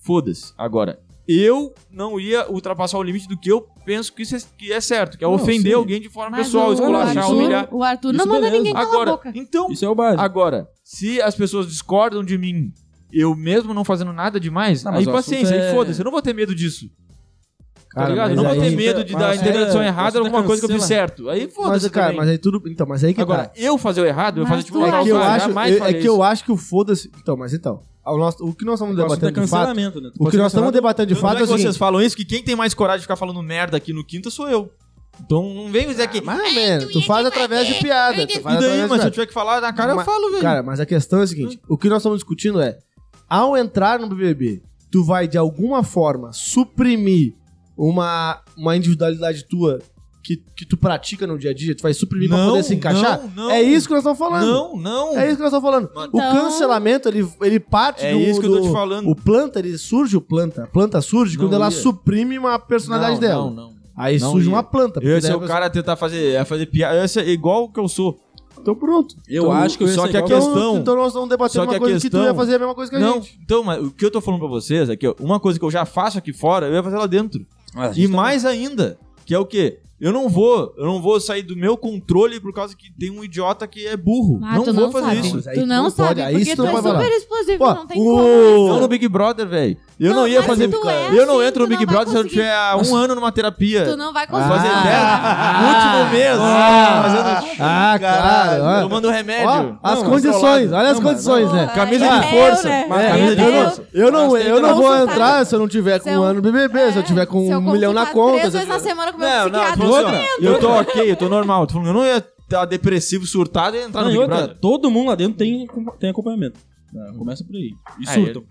S3: foda-se. Agora, eu não ia ultrapassar o limite do que eu penso que, isso é, que é certo, que é
S4: Não,
S3: ofender
S4: sim.
S3: alguém de forma
S7: Mas
S3: pessoal,
S7: o-
S3: esculachar,
S7: o Arthur,
S3: humilhar.
S7: O Arthur não
S4: Isso
S7: manda
S4: beleza.
S7: ninguém calar a
S3: Agora,
S7: boca.
S3: então,
S4: Isso é o básico.
S3: agora, se as pessoas discordam de mim, eu mesmo não fazendo nada demais,
S4: Não, mas
S3: aí
S4: o assunto
S3: paciência,
S4: é-
S3: aí foda-se, eu não vou ter medo disso.
S1: Cara,
S3: tá ligado? Eu
S1: mas
S3: não vou
S1: aí-
S3: ter medo de
S4: mas
S3: dar a
S4: é-
S3: interpretação
S4: o assunto
S3: errada
S4: é
S3: alguma coisa que eu fiz
S4: cancela.
S3: certo. Aí
S1: Mas,
S3: foda-se.
S1: cara,
S3: também.
S1: mas aí tudo. Então, mas aí que
S3: Agora,
S1: tá.
S3: eu fazer o errado, eu
S7: Mas
S3: fazer tipo um
S7: tu
S1: É que
S3: caos,
S1: eu
S3: cara,
S1: acho,
S3: jamais
S1: eu, é
S3: faria
S1: que eu
S3: isso.
S1: acho que o foda-se. Então, mas então. O, nosso, o que nós estamos
S4: O assunto é
S1: debatendo de fato.
S4: cancelamento, né? Tu
S1: O
S4: pode
S1: que
S4: ser
S1: nós estamos
S4: cancelado.
S1: debatendo de
S3: Tanto
S1: fato
S3: é
S1: é
S3: que
S1: o seguinte.
S3: vocês falam isso, que quem tem mais coragem de ficar falando merda aqui no quinta sou eu. Então não vem dizer que.
S1: Mas, mano, É, tu faz através de piada. Tu faz
S3: e daí,
S1: através de
S3: mas se eu
S1: piada.
S3: tiver que falar na cara, eu
S1: Mas-
S3: falo, velho.
S1: Cara, mas a questão é a seguinte: o que nós estamos discutindo é, ao entrar no BBB, tu vai de alguma forma suprimir uma, uma individualidade tua que, que tu pratica no dia a dia? Tu vai suprimir pra
S3: Não,
S1: poder se encaixar?
S3: não, não.
S1: é isso que nós estamos falando.
S3: não, não.
S1: É isso que nós estamos falando. O
S7: Então-
S1: cancelamento, ele, ele parte
S3: É
S1: do.
S3: isso que eu tô
S1: do-
S3: te falando.
S1: O planta, ele surge, o planta. A planta surge
S3: Não
S1: quando ela
S3: ia.
S1: suprime uma personalidade
S3: Não,
S1: dela.
S3: Não, não.
S1: Aí
S3: Não
S1: surge
S3: ia.
S1: uma planta. porque
S3: Eu ia ser
S1: daí a
S3: é o
S1: pessoa-
S3: cara a tentar fazer, ia fazer piada. Eu ia ser igual que eu sou.
S1: Então pronto.
S4: Eu
S3: Então,
S4: acho que eu ia
S3: só
S4: ser
S3: que a
S4: igual-
S1: Então,
S3: questão-
S1: então nós estamos
S3: só
S1: debatendo
S3: que
S1: uma
S3: a
S1: coisa que tu
S3: questão-
S1: ia fazer a mesma coisa que a
S3: não,
S1: gente.
S3: então, mas o que eu tô falando pra vocês é que ó, uma coisa que eu já faço aqui fora, eu ia fazer lá dentro.
S4: Ah, a gente
S3: E
S4: tá-
S3: mais ainda, que é o quê? Eu não vou, eu não vou sair do meu controle por causa que tem um idiota que é burro.
S7: Ah,
S3: não
S7: tu
S3: vou
S7: não
S3: fazer
S7: sabe.
S3: isso.
S1: Mas aí
S7: Tu
S1: tu
S7: não
S1: não
S7: sabe,
S1: pode, aí
S7: porque
S1: isso
S7: tu
S1: tu
S7: é
S1: não vai
S7: super
S1: falar.
S7: explosivo,
S1: Pô,
S7: não tem
S1: o-
S3: Não
S7: como.
S3: no Big Brother, velho. Eu não,
S7: Não,
S3: ia
S7: mas
S3: fazer.
S7: tu é
S3: eu não
S7: assim,
S3: entro no
S7: tu
S3: Big
S7: não vai
S3: Brother se eu
S7: conseguir.
S3: tiver há um ano numa terapia.
S7: Tu não vai
S3: Vou
S7: conseguir.
S3: Fazer
S1: Ah.
S3: teste. Último mês. fazendo-
S1: Ah,
S2: Caralho,
S1: claro. ó.
S3: tomando
S1: Ó,
S3: remédio.
S1: as
S3: é Não,
S1: condições, olha as
S4: Não,
S1: condições, né?
S3: Camisa
S1: Ah,
S3: de força.
S7: né?
S3: Mas
S7: É,
S3: camisa de
S7: eu-
S3: força.
S1: Eu não,
S4: Mas tem
S1: eu não
S3: um
S4: que
S1: vou
S7: consultar.
S1: entrar se eu não tiver com
S7: Se eu- é,
S1: um ano do BBB, se eu tiver com
S7: Se eu
S1: um milhão na
S7: consultar
S1: conta.
S7: Três
S1: se eu
S7: vezes na
S1: tiver-
S7: semana com meu
S3: Não, não,
S7: psiquiatra.
S3: eu tô, assim, ó, eu tô ok, eu tô normal. Tô falando, eu não ia estar depressivo, surtado e entrar
S4: Não,
S3: no
S4: e
S3: Big
S4: tá outra,
S3: Brother.
S4: todo mundo lá dentro tem, tem acompanhamento. Começa por aí. E
S3: Ah,
S4: surtam.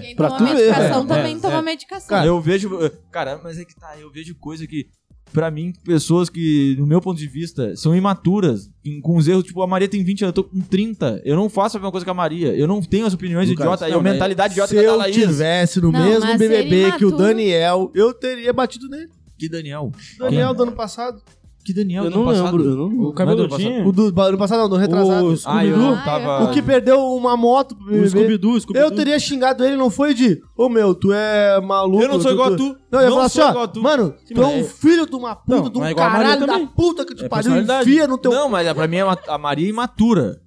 S7: Quem
S1: pra
S7: toma
S1: tu ver,
S7: medicação
S1: é,
S7: também
S3: é,
S7: toma
S3: é.
S7: medicação.
S3: Cara, eu vejo. Cara, mas é que tá, eu vejo coisa que. pra mim, pessoas que, no meu ponto de vista, são imaturas, em- com os erros, tipo, a Maria tem 20 anos, eu tô com 30, eu não faço a mesma coisa que a Maria, eu não tenho as opiniões
S4: Lucas,
S3: idiotas,
S4: não,
S3: a
S4: né?
S3: mentalidade idiota
S1: Se
S3: que a
S1: eu
S3: Laís.
S1: tivesse no
S7: Não,
S1: mesmo
S7: mas
S1: BBB
S7: ele
S1: que o
S7: matou-
S1: Daniel, eu teria batido nele.
S3: Que Daniel?
S1: Daniel
S3: Quem?
S1: do ano passado.
S3: Que Daniel?
S2: Eu
S3: do ano
S2: não
S3: passado?
S2: lembro, eu não lembro.
S4: O cabeludinho.
S1: O do do ano passado, não, do retrasado.
S4: O
S3: Ah, eu
S7: Scooby-Doo?
S3: tava...
S1: O que perdeu uma moto pro
S4: O
S1: BBB.
S4: Scooby-Doo, o Scooby-Doo.
S1: Eu teria xingado ele, não foi de, ô meu, tu é maluco.
S3: Eu não sou igual a tu.
S1: Não, eu ia
S3: Não
S1: falar assim,
S3: sou igual a
S1: ó,
S3: tu.
S1: mano,
S4: Sim,
S1: tu é
S4: mas
S1: um
S4: é-
S1: filho de uma puta,
S4: Não,
S1: de um
S4: mas é igual a
S1: caralho
S4: Maria
S1: da
S4: também.
S1: puta que te
S4: É
S1: pariu,
S4: personalidade.
S1: enfia no teu...
S3: Não, mas é, pra mim é uma- a Maria é imatura.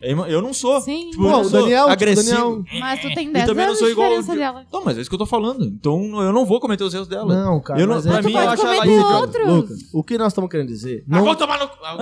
S3: É ima- Eu não sou.
S7: Sim.
S3: Tipo, eu
S1: Pô,
S3: não
S1: o
S3: sou
S1: Daniel, tipo,
S3: agressivo.
S1: Daniel-
S7: Mas tu tem
S3: Eu
S7: 10
S3: também não
S7: anos
S3: sou
S7: de
S3: igual
S7: diferença
S3: ao-
S7: dela.
S3: Não, mas é isso que eu tô falando. Então eu não vou cometer os erros dela.
S1: Não, cara,
S3: Eu não-
S1: mas
S3: pra
S1: é-
S3: mim,
S7: Tu
S3: eu
S7: pode
S3: acho ela
S7: cometer
S3: idiota.
S7: outros.
S1: o que nós estamos querendo dizer?
S3: Ah,
S1: Não,
S3: vou tomar no... cu. Ah,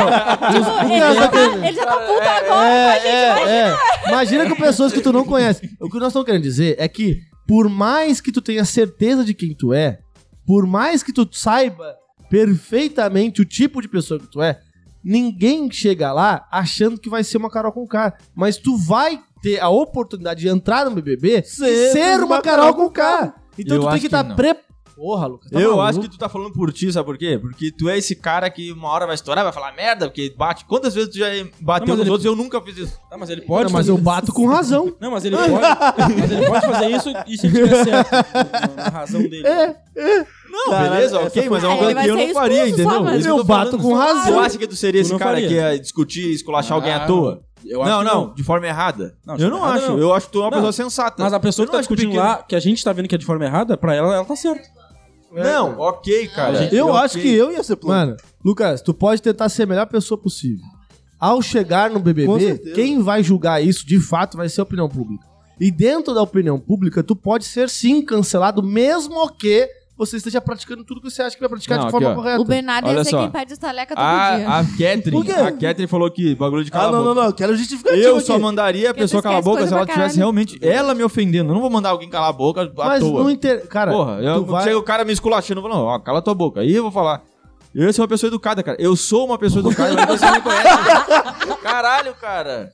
S7: Tipo, ele já tá- ele já tá puto agora.
S1: é, é. Imagina com pessoas que tu não conhece. O que nós estamos querendo dizer é que, por mais que tu tenha certeza de quem tu é, por mais que tu saiba perfeitamente o tipo de pessoa que tu é, ninguém chega lá achando que vai ser uma Carol com K. Mas tu vai ter a oportunidade de entrar no BBB e ser uma, Carol com K. Então
S3: Eu
S1: tu tem
S3: acho
S1: que estar
S3: que não.
S1: pre... Porra, Lucas. tá
S3: eu
S1: maluco?
S3: acho que tu tá falando por ti, sabe por quê? Porque tu é esse cara que uma hora vai estourar, vai falar merda, porque bate. Quantas vezes tu já
S4: Não,
S3: bateu
S4: mas
S3: nos
S4: ele-
S3: outros e eu nunca fiz isso?
S4: Ah, mas ele
S1: Não,
S4: pode
S1: mas
S4: fazer
S1: eu
S4: isso.
S1: bato com razão.
S4: Não, mas ele pode, mas ele pode fazer isso e se tiver certo. na- Na razão dele.
S3: Não, beleza, ok, mas é uma
S7: Ah,
S3: coisa
S7: ele
S3: que eu
S7: vai
S3: não
S7: ser
S3: faria,
S7: expulso
S3: entendeu?
S7: só, mas-
S3: Isso que
S1: Eu
S3: tô
S1: bato
S3: falando.
S1: com razão.
S3: Tu acha que tu seria
S4: Tu
S3: esse
S4: não
S3: cara
S4: faria.
S3: que ia discutir, esculachar alguém à
S4: Ah,
S3: toa?
S4: Eu acho
S3: Não,
S4: que
S3: não, de forma errada.
S4: Não,
S3: eu não
S4: errada
S3: acho.
S4: não.
S3: Eu acho que tu é uma
S4: Não,
S3: pessoa sensata.
S4: Mas a pessoa
S3: Eu
S4: que
S3: não
S4: tá
S3: acho o
S4: discutindo
S3: pequeno-
S4: lá, que a gente tá vendo que é de forma errada, pra ela, ela tá certa.
S3: Não, ok, cara.
S2: Eu
S3: Ok.
S2: acho que eu ia ser plano.
S1: Mano, Lucas, tu pode tentar ser a melhor pessoa possível. Ao chegar no
S2: Com
S1: BBB,
S2: certeza.
S1: quem vai julgar isso de fato vai ser a opinião pública. E dentro da opinião pública, tu pode ser sim cancelado, mesmo que você esteja praticando tudo que você acha que vai praticar
S3: Não,
S1: de forma
S3: aqui, ó.
S1: correta.
S7: O Bernardo
S3: Olha
S7: ia ser
S3: só.
S7: quem pede os taleca todo dia.
S3: A, a
S2: Por quê?
S3: Catherine, a Catherine falou que bagulho de cala
S2: Ah,
S3: a
S2: não,
S3: boca.
S2: não, não. Quero justificativa
S3: Eu
S1: Tipo
S2: aqui.
S3: só mandaria a
S7: Porque tu
S3: pessoa calar a
S7: esquece
S3: boca
S7: coisa
S3: se ela
S7: pra
S3: tivesse
S7: caralho.
S3: realmente ela me ofendendo. Eu não vou mandar alguém calar a boca à
S1: Mas
S3: toa.
S1: não inter... Cara,
S3: Porra, eu,
S1: tu vai...
S3: chega o cara me esculachando, falando, ó, cala tua boca. Aí eu vou falar. Eu sou uma pessoa educada, cara. Eu sou uma pessoa educada, mas você não me conhece. Caralho, cara.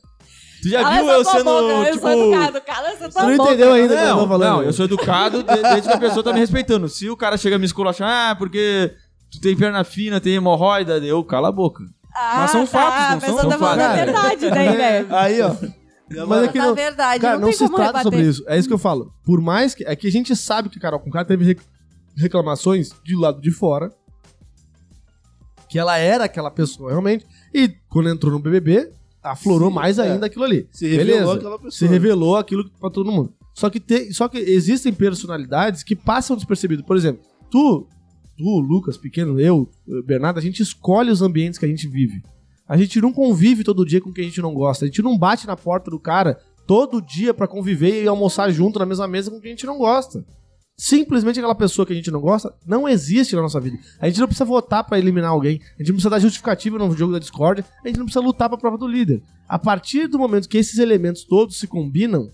S3: Tu já
S1: Ah,
S7: Cala
S3: viu
S7: essa
S3: eu
S7: tua
S3: sendo,
S7: boca,
S3: tipo...
S7: Eu sou educado, cala essa
S1: Tu
S7: tua
S1: não
S7: boca.
S1: entendeu ainda o que eu
S3: Não,
S1: tô falando.
S3: não, eu sou educado de- desde que a pessoa tá me respeitando. Se o cara chega me esculachando, ah, porque tu tem perna fina, tem hemorroida, eu cala a boca.
S7: Ah,
S4: Mas são fatos, não
S7: tá,
S4: são?
S7: Mas eu
S3: São
S7: tô falando a
S3: fatos.
S7: verdade daí, né?
S2: Aí, ó.
S1: Mas é que
S3: Tá
S7: Na
S1: não...
S7: verdade,
S1: Cara, não,
S7: tem
S1: se
S7: como
S1: trata
S7: rebater.
S1: sobre isso. É isso que eu falo. Por mais que. É que a gente sabe que Carol Conká teve rec- reclamações de lado de fora. Que ela era aquela pessoa realmente. E quando entrou no BBB, aflorou
S2: Sim,
S1: mais
S2: é.
S1: ainda aquilo ali.
S2: Se revelou
S1: Beleza.
S2: aquela pessoa. né?
S1: Se revelou aquilo pra todo mundo. Só que, te- só que existem personalidades que passam despercebido. Por exemplo, tu, tu, Lucas, pequeno, eu, Bernardo, a gente escolhe os ambientes que a gente vive. A gente não convive todo dia com quem a gente não gosta. A gente não bate na porta do cara todo dia pra conviver e almoçar junto na mesma mesa com quem a gente não gosta. Simplesmente aquela pessoa que a gente não gosta não existe na nossa vida. A gente não precisa votar pra eliminar alguém. A gente não precisa dar justificativa no jogo da discórdia. A gente não precisa lutar pra prova do líder. A partir do momento que esses elementos todos se combinam,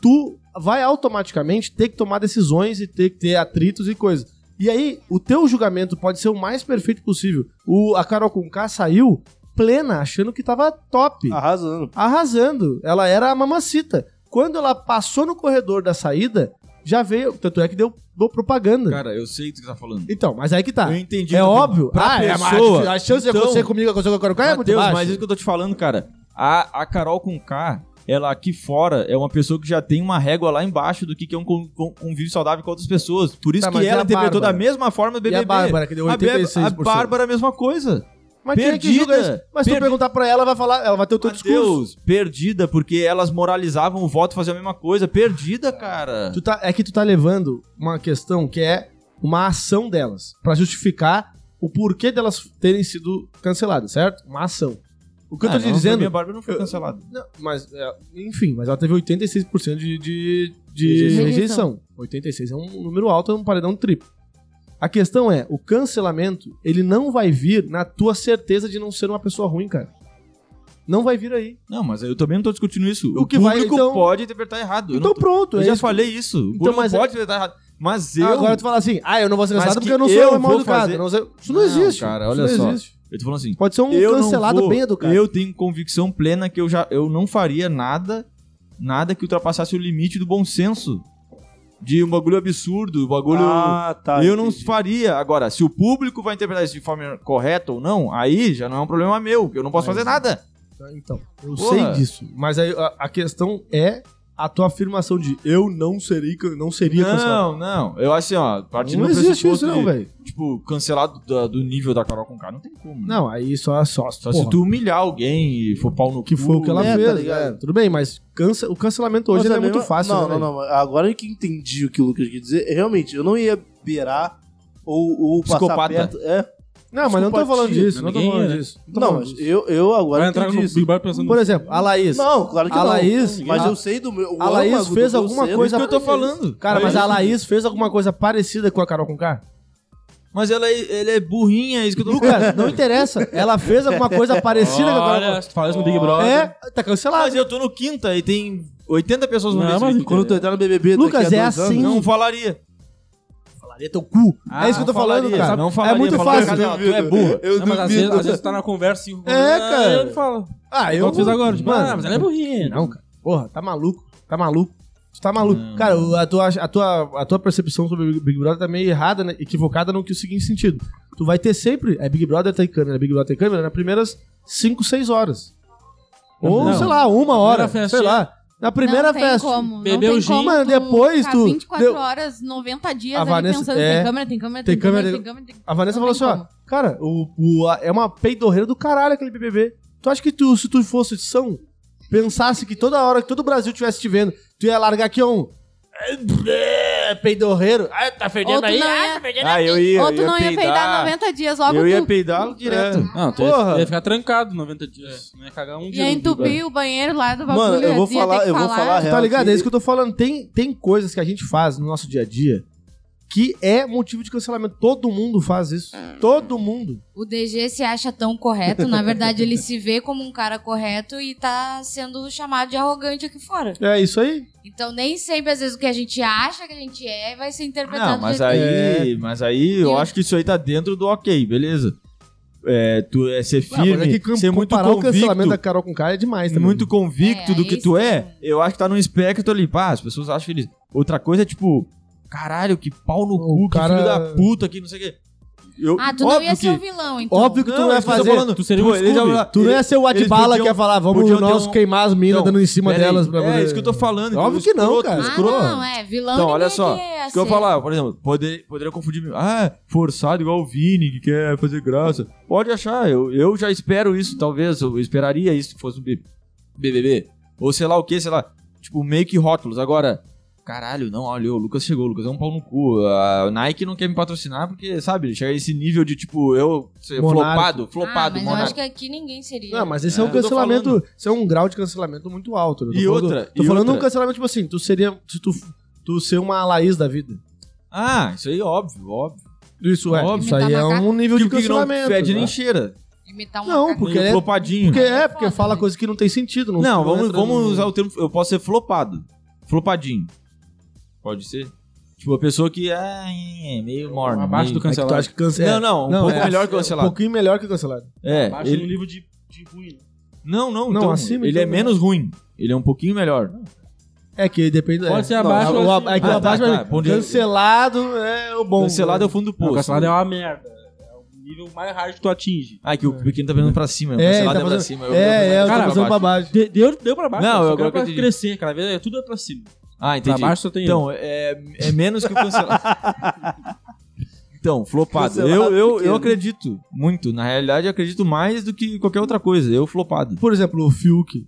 S1: tu vai automaticamente ter que tomar decisões e ter que ter atritos e coisas. E aí, o teu julgamento pode ser o mais perfeito possível. O, a Carol Conká saiu plena, achando que tava top
S3: Ah.
S2: Arrasando.
S1: arrasando. Ela era a mamacita. Quando ela passou no corredor da saída, já veio. Tanto é que deu, deu propaganda.
S3: Cara, eu sei o que tu tá falando.
S1: então, mas aí que tá.
S3: Eu entendi.
S1: É
S3: o que tu tá
S1: óbvio.
S3: Pra
S1: é, mas
S3: pessoa,
S1: a chance de
S3: então-
S1: acontecer comigo, acontecer com a Carol Conká é muito
S3: Mateus,
S1: baixa.
S3: mas isso que eu tô te falando, cara. A, a Carol com K, ela aqui fora é uma pessoa que já tem uma régua lá embaixo do que, que é um con- con- convívio saudável com outras pessoas. Por isso
S1: Tá, mas
S3: que
S1: e
S3: ela
S1: a
S3: interpretou da
S1: Bárbara?
S3: mesma forma
S1: E
S3: o BBB.
S1: a Bárbara, que deu
S3: A Bé-
S1: 86%.
S3: a Bárbara é a mesma coisa.
S1: Mas quem é que julga
S3: Perdida.
S1: isso? Mas se tu
S3: Perdi-
S1: perguntar pra ela, ela vai falar, ela vai ter o teu discurso.
S3: Mateus, perdida, porque elas moralizavam o voto fazer a mesma coisa. Perdida, cara.
S1: Tu tá- é que tu tá levando uma questão que é uma ação delas, pra justificar o porquê delas terem sido canceladas, certo? Uma ação. O que eu tô te dizendo
S3: A Bárbara Ah, não foi
S1: eu-
S3: cancelada.
S1: Não, mas, é, enfim, mas ela teve 86% de, de, de
S7: Rejeição.
S1: rejeição. 86 é um número alto, é um paredão triplo. A questão é, o cancelamento, ele não vai vir na tua certeza de não ser uma pessoa ruim, cara. Não vai vir aí.
S3: Não, mas eu também não tô discutindo isso.
S1: O
S3: O,
S1: que vai,
S3: público
S1: então-
S3: pode interpretar errado. Eu não
S1: então
S3: tô-
S1: pronto,
S3: Eu
S1: é
S3: já
S1: isso.
S3: falei isso. O público
S1: mas é-
S3: pode interpretar errado. Mas eu.
S1: Agora tu fala assim, ah, eu não vou ser
S3: Mas
S1: cancelado
S3: que
S1: porque eu não
S3: eu
S1: sou mal
S3: vou
S1: educado.
S3: fazer-
S1: eu não sei- Isso não,
S3: Não,
S1: existe.
S3: cara,
S1: Isso
S3: olha
S1: não
S3: só.
S1: existe.
S3: Eu tô falando assim.
S1: Pode ser um
S3: eu
S1: cancelado
S3: não vou,
S1: bem educado.
S3: Eu tenho convicção plena que eu já eu não faria nada nada que ultrapassasse o limite do bom senso de um bagulho absurdo, um bagulho.
S2: Ah, tá.
S3: eu não
S2: entendi.
S3: faria. Agora, se o público vai interpretar isso de forma correta ou não, aí já não é um problema meu. Eu não posso fazer nada.
S1: Então, eu
S3: Porra.
S1: sei disso. Mas aí a, a questão é a tua afirmação de eu não serei, can- não seria cancelado.
S3: Não, não. Eu acho assim, ó, partindo
S1: Não
S3: do
S1: existe
S3: pressuposto
S1: isso, não,
S3: de,
S1: velho.
S3: tipo, cancelado da- do, nível da Carol com K, não tem como. né?
S1: Não, aí só, só,
S3: Só
S1: porra,
S3: se tu humilhar alguém e for pau no
S1: que
S3: cu,
S1: foi o que ela
S3: né?
S2: é, tá
S1: fez.
S2: ligado?
S1: é, tudo bem, mas cansa, o cancelamento hoje
S2: Mas
S1: ele é
S2: também
S1: muito
S2: não-
S1: fácil.
S2: Não,
S1: né,
S2: não,
S1: velho?
S2: não. Agora que entendi o que o Lucas quis dizer, realmente, eu não ia beirar ou, ou passar
S3: Psicopata.
S2: perto.
S1: Tá
S2: É.
S1: Não, mas não tô falando
S2: Psicopatia,
S1: disso. Não tô
S4: ninguém
S1: falando
S4: é.
S1: disso. tô
S2: Não,
S1: falando
S2: mas
S1: disso.
S2: eu, eu agora
S4: Vai entrar no
S2: entendi isso.
S4: Big Brother pensando
S1: Por exemplo, a Laís.
S2: Não, claro que
S1: A
S2: não.
S1: Laís-
S2: mas
S1: a-
S2: eu sei do meu.
S1: a Laís fez alguma coisa-
S3: É isso que eu tô falando.
S1: Cara, mas
S3: É
S1: a
S3: isso.
S1: Laís fez alguma coisa parecida com a Carol com K?
S3: Mas ela é, ela é burrinha, é isso que eu tô
S1: Lucas,
S3: falando.
S1: não interessa. Ela fez alguma coisa parecida com a Carol
S4: Olha, se tu fala isso no Big
S1: com K.
S4: Brother.
S1: É, tá cancelado.
S3: Mas eu tô no quinta e tem 80 pessoas no
S4: Não,
S3: mesmo
S4: mas
S3: vídeo,
S2: Quando tu
S3: entendeu?
S2: entrar no BBB,
S1: é Lucas,
S2: daqui a
S1: é
S2: dois
S1: assim.
S2: anos,
S3: Não falaria.
S1: Falaria teu cu.
S4: Ah,
S1: é isso que eu tô
S3: não
S1: falando,
S3: falaria,
S1: cara.
S3: Não falaria.
S1: é muito
S3: falaria,
S1: fácil.
S3: "Cara, tu é burra.
S2: Eu
S4: Não, mas às vezes,
S2: duviso.
S4: às vezes tu tá na conversa e...
S1: É, cara.
S4: Ele fala.
S1: Ah,
S4: Eu
S1: eu.
S4: fiz agora. Tipo,
S1: Mano,
S4: ah, mas ela é burrinha.
S1: Não, cara. Porra, tá maluco. Tá maluco. Tu tá maluco. Cara, o- a tua, a, tua, a tua percepção sobre o Big- Big Brother tá meio errada, né? equivocada no que o seguinte sentido. Tu vai ter sempre. É Big Brother tem câmera, Big Brother tem câmera nas primeiras 5, 6 horas. Ou,
S4: Não.
S1: sei lá, uma hora.
S4: Primeira é.
S1: Sei
S4: festinha.
S1: lá. Na primeira
S7: não tem
S1: festa.
S7: Como,
S4: Bebeu
S7: não tem
S4: gin.
S7: como
S1: Mano,
S7: tu
S1: depois
S7: ficar
S1: tu-
S7: 24
S1: deu-
S7: horas, 90 dias
S1: A
S7: ali
S1: Vanessa-
S7: pensando,
S1: é.
S7: tem câmera, tem câmera,
S1: Tem
S7: tem, câmera,
S1: câmera,
S7: tem câmera, tem câmera.
S1: A Vanessa
S7: Não
S1: falou
S7: tem
S1: assim, ó, cara, o, o- a- é uma peidorreira do caralho aquele BBB. Tu acha que tu, se tu fosse de São, pensasse que toda hora que todo o Brasil estivesse te vendo, tu ia largar aqui um... "É, Peidorreiro. Ah, tá
S7: Ou
S1: fedendo
S7: tu não
S1: aí?
S7: ia,
S3: Ah, eu ia.
S7: ou tu
S3: eu ia
S7: não ia peidar 90 dias, logo
S3: Eu ia
S7: tu
S3: peidar direto.
S4: Não, tu ia-
S3: Porra.
S4: ia ficar trancado 90 dias. Não ia cagar um dia.
S7: ia
S4: no Big Brother.
S7: entupir o banheiro lá do bagulho.
S2: Mano, eu vou
S7: ia ter
S2: falar-
S7: que
S2: eu vou falar a real.
S1: Tá ligado?
S2: que-
S1: É isso que eu tô falando. Tem, tem coisas que a gente faz no nosso dia a dia que é motivo de cancelamento. Todo mundo faz isso. Todo mundo.
S5: O DG se acha tão correto, na verdade ele se vê como um cara correto e tá sendo chamado de arrogante aqui fora.
S1: É isso aí.
S5: Então nem sempre, às vezes, o que a gente acha que a gente é vai ser interpretado
S3: Não, mas
S5: do jeito-
S3: aí,
S1: É.
S3: mas aí eu
S5: Eu-
S3: acho que isso aí tá dentro do ok, beleza. É, tu é ser
S1: Ah, mas é
S3: firme,
S1: cam-
S3: ser muito
S1: comparar o cancelamento da
S3: convicto,
S1: Carol com o cara é demais também.
S3: muito convicto
S5: É,
S3: do
S5: aí
S3: que tu
S5: sim.
S3: é, eu acho que tá num espectro ali, pá, as pessoas acham que eles... Outra coisa é tipo, caralho, que pau no
S1: O
S3: cu, que
S1: cara-
S3: filho da puta, que não sei o quê. Eu,
S5: Ah, tu não
S3: óbvio
S5: ia ser
S3: que-
S5: o vilão, então.
S1: Óbvio que tu
S3: Não,
S1: não
S3: é
S1: ia
S3: isso que eu tô
S1: fazer.
S3: falando.
S4: Tu seria um
S3: Pô, ele já-
S4: Scooby.
S1: Tu não ia ser o
S3: eles
S1: Adbala
S3: podiam-
S1: que ia falar, vamos
S3: podiam
S1: no nosso
S3: ter um-
S1: queimar as minas
S3: Não,
S1: dando em cima
S3: Pera aí,
S1: delas. Pra
S3: É
S1: poder-
S3: isso que eu tô falando. que
S1: Óbvio
S3: o
S1: que não,
S3: escroto-
S1: cara.
S5: Ah,
S1: escroto.
S5: não, é. Vilão
S3: Então,
S5: ninguém
S3: olha só,
S5: quer
S3: o que eu
S5: ser.
S3: falava, por exemplo, poder, poderia confundir, ah, forçado igual o Vini, que quer fazer graça. Pode achar, eu, eu já espero isso, talvez, eu esperaria isso se fosse um B- BBB. Ou sei lá o que, sei lá, tipo, meio que rótulos. Agora, caralho, não, olha, o Lucas chegou, o Lucas é um pau no cu. A Nike não quer me patrocinar porque, sabe, chega esse nível de, tipo, eu ser
S1: Monarca.
S3: flopado, flopado,
S5: ah, mas eu
S3: monarca.
S5: acho que aqui ninguém seria.
S1: Não, mas esse é,
S3: É,
S1: um
S3: eu tô
S1: cancelamento.
S3: falando.
S1: Isso é um grau de cancelamento muito alto. né? Eu tô
S3: E
S1: falando-
S3: outra,
S1: Tô
S3: e
S1: falando um
S3: outra.
S1: cancelamento tipo assim, tu seria. Se tu, tu ser uma Laís da vida.
S3: Ah, isso aí, óbvio, óbvio.
S1: Isso é.
S3: Óbvio.
S1: Isso aí é
S5: Imitar macaco.
S1: um nível
S3: Que,
S1: de
S3: que não
S1: cancelamento.
S3: fede nem
S1: né?
S3: cheira.
S5: Imitar um
S1: Não,
S5: macaco.
S1: Porque
S3: Meio
S1: é-
S3: flopadinho.
S1: Porque é, porque
S5: Foda,
S1: fala
S5: né?
S1: coisa que não tem sentido. Não,
S3: Não, vamos,
S1: entra
S3: vamos
S1: no-
S3: usar o termo. Eu posso ser flopado. Flopadinho. Pode ser? Tipo, a pessoa que ah, é meio morna.
S4: Abaixo
S3: meio-
S4: do
S1: É que tu
S4: cancelado.
S1: acha que cancela.
S3: Não, não, um
S1: Não,
S3: pouco
S1: é,
S3: melhor que o
S1: Um
S3: cancelado.
S1: pouquinho melhor que cancelado.
S3: É,
S4: Abaixo
S3: ele...
S4: no nível de, de ruim.
S3: Não, não,
S1: Não,
S3: então,
S1: acima,
S3: ele
S1: então,
S3: é
S1: né?
S3: menos ruim. Ele é um pouquinho melhor.
S1: É que depende.
S4: Pode
S1: é.
S4: ser abaixo
S1: Não,
S4: ou
S1: o-
S4: acima.
S1: é que o
S3: Ah, tá,
S1: abaixo, mas
S3: tá, bom dia.
S1: cancelado é o bom.
S3: cancelado é o fundo do
S4: Não,
S3: poço.
S4: cancelado é uma merda. É o nível mais hard que tu atinge.
S3: Ah, que o pequeno tá vendo pra cima. O
S1: É,
S3: cancelado
S1: ele tá
S3: é pra
S1: fazendo-
S3: cima.
S1: É, é, eu tô
S4: Cara,
S1: fazendo pra baixo.
S3: baixo.
S4: De- Deu, deu pra baixo.
S3: Não,
S4: só
S3: eu-
S4: quero
S3: agora que
S4: pra
S3: eu entendi.
S4: crescer, cada vez é tudo é pra cima.
S3: Ah, entendi.
S4: Pra baixo só tem
S3: Então, é, é menos que o cancelado. então, flopado.
S2: Cancelado
S3: Eu, eu, eu
S2: pequeno.
S3: acredito muito. Na realidade, eu acredito mais do que qualquer outra coisa. Eu flopado.
S1: Por exemplo, o Fiuk,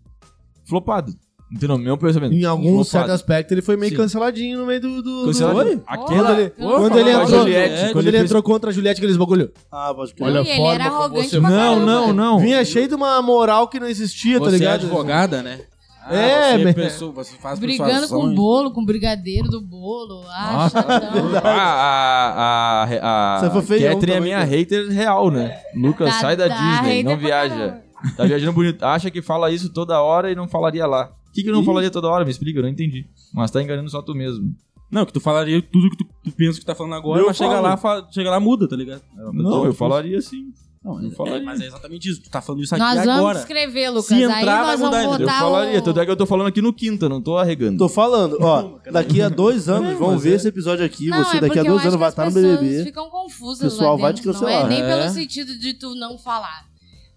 S3: Flopado. Entendeu? Meu pensamento.
S1: em algum
S3: Flopado.
S1: certo aspecto, ele foi meio
S3: Sim.
S1: canceladinho no meio do. do- do-
S3: Cancelado.
S1: Oi?
S3: Aquela...
S1: Quando ele-
S5: Eu
S4: Opa,
S1: Quando ele
S4: mas
S1: entrou,
S4: Juliette,
S1: quando ele entrou contra a Juliette, aqueles bagulho.
S2: Ah, pode
S5: Não,
S2: crer.
S5: e ele era arrogante pra
S3: Não,
S5: caramba.
S3: não, não.
S1: Vinha cheio de uma moral que não existia, tá
S4: Você é
S1: ligado?
S4: advogada, né? Ah,
S1: É,
S4: você
S1: meu-
S4: pessoa- você faz
S5: Brigando com o
S4: persuasões.
S5: bolo, com o brigadeiro do bolo. Ah,
S3: Nossa.
S5: chatão.
S3: Ah, a, a, a,
S2: Você foi feião
S3: Catherine é
S2: também,
S3: minha
S2: cara.
S3: hater real, né? Lucas,
S5: Tá-
S3: sai da
S5: tá
S3: Disney,
S5: hater
S3: não
S5: pra
S3: viaja. Tá viajando bonito. Acha que fala isso toda hora e não falaria lá. O que, que eu não falaria toda hora? Me explica, eu não entendi. Mas tá enganando só tu mesmo.
S4: Não, que tu falaria tudo que tu, tu pensa que tá falando agora,
S3: Eu
S4: mas chega
S3: falo. É
S4: lá, fala- chega lá, muda, tá ligado?
S3: Não, eu falaria sim. Não, eu
S4: É,
S3: falaria.
S4: mas é exatamente isso. Tu tá falando isso aqui
S5: Nós vamos
S4: agora.
S5: escrever, Lucas.
S4: Se entrar,
S5: Aí
S4: vai
S5: nós
S4: mudar
S5: vamos
S4: ainda.
S3: eu
S5: botar
S3: falaria,
S5: o...
S3: tanto é que eu tô falando aqui no quinta, não tô arregando.
S2: Tô falando, ó, daqui a dois anos, vão ver esse episódio aqui,
S5: Não,
S2: você
S5: é
S2: daqui a
S5: porque eu
S2: dois
S5: acho
S2: anos
S5: que
S2: vai
S5: as
S2: estar no
S5: pessoas
S2: BBB.
S5: ficam confusas
S2: Pessoal
S5: lá
S2: vai te
S5: dentro,
S2: cancelar.
S5: Não é nem
S3: É.
S5: pelo sentido de tu não falar.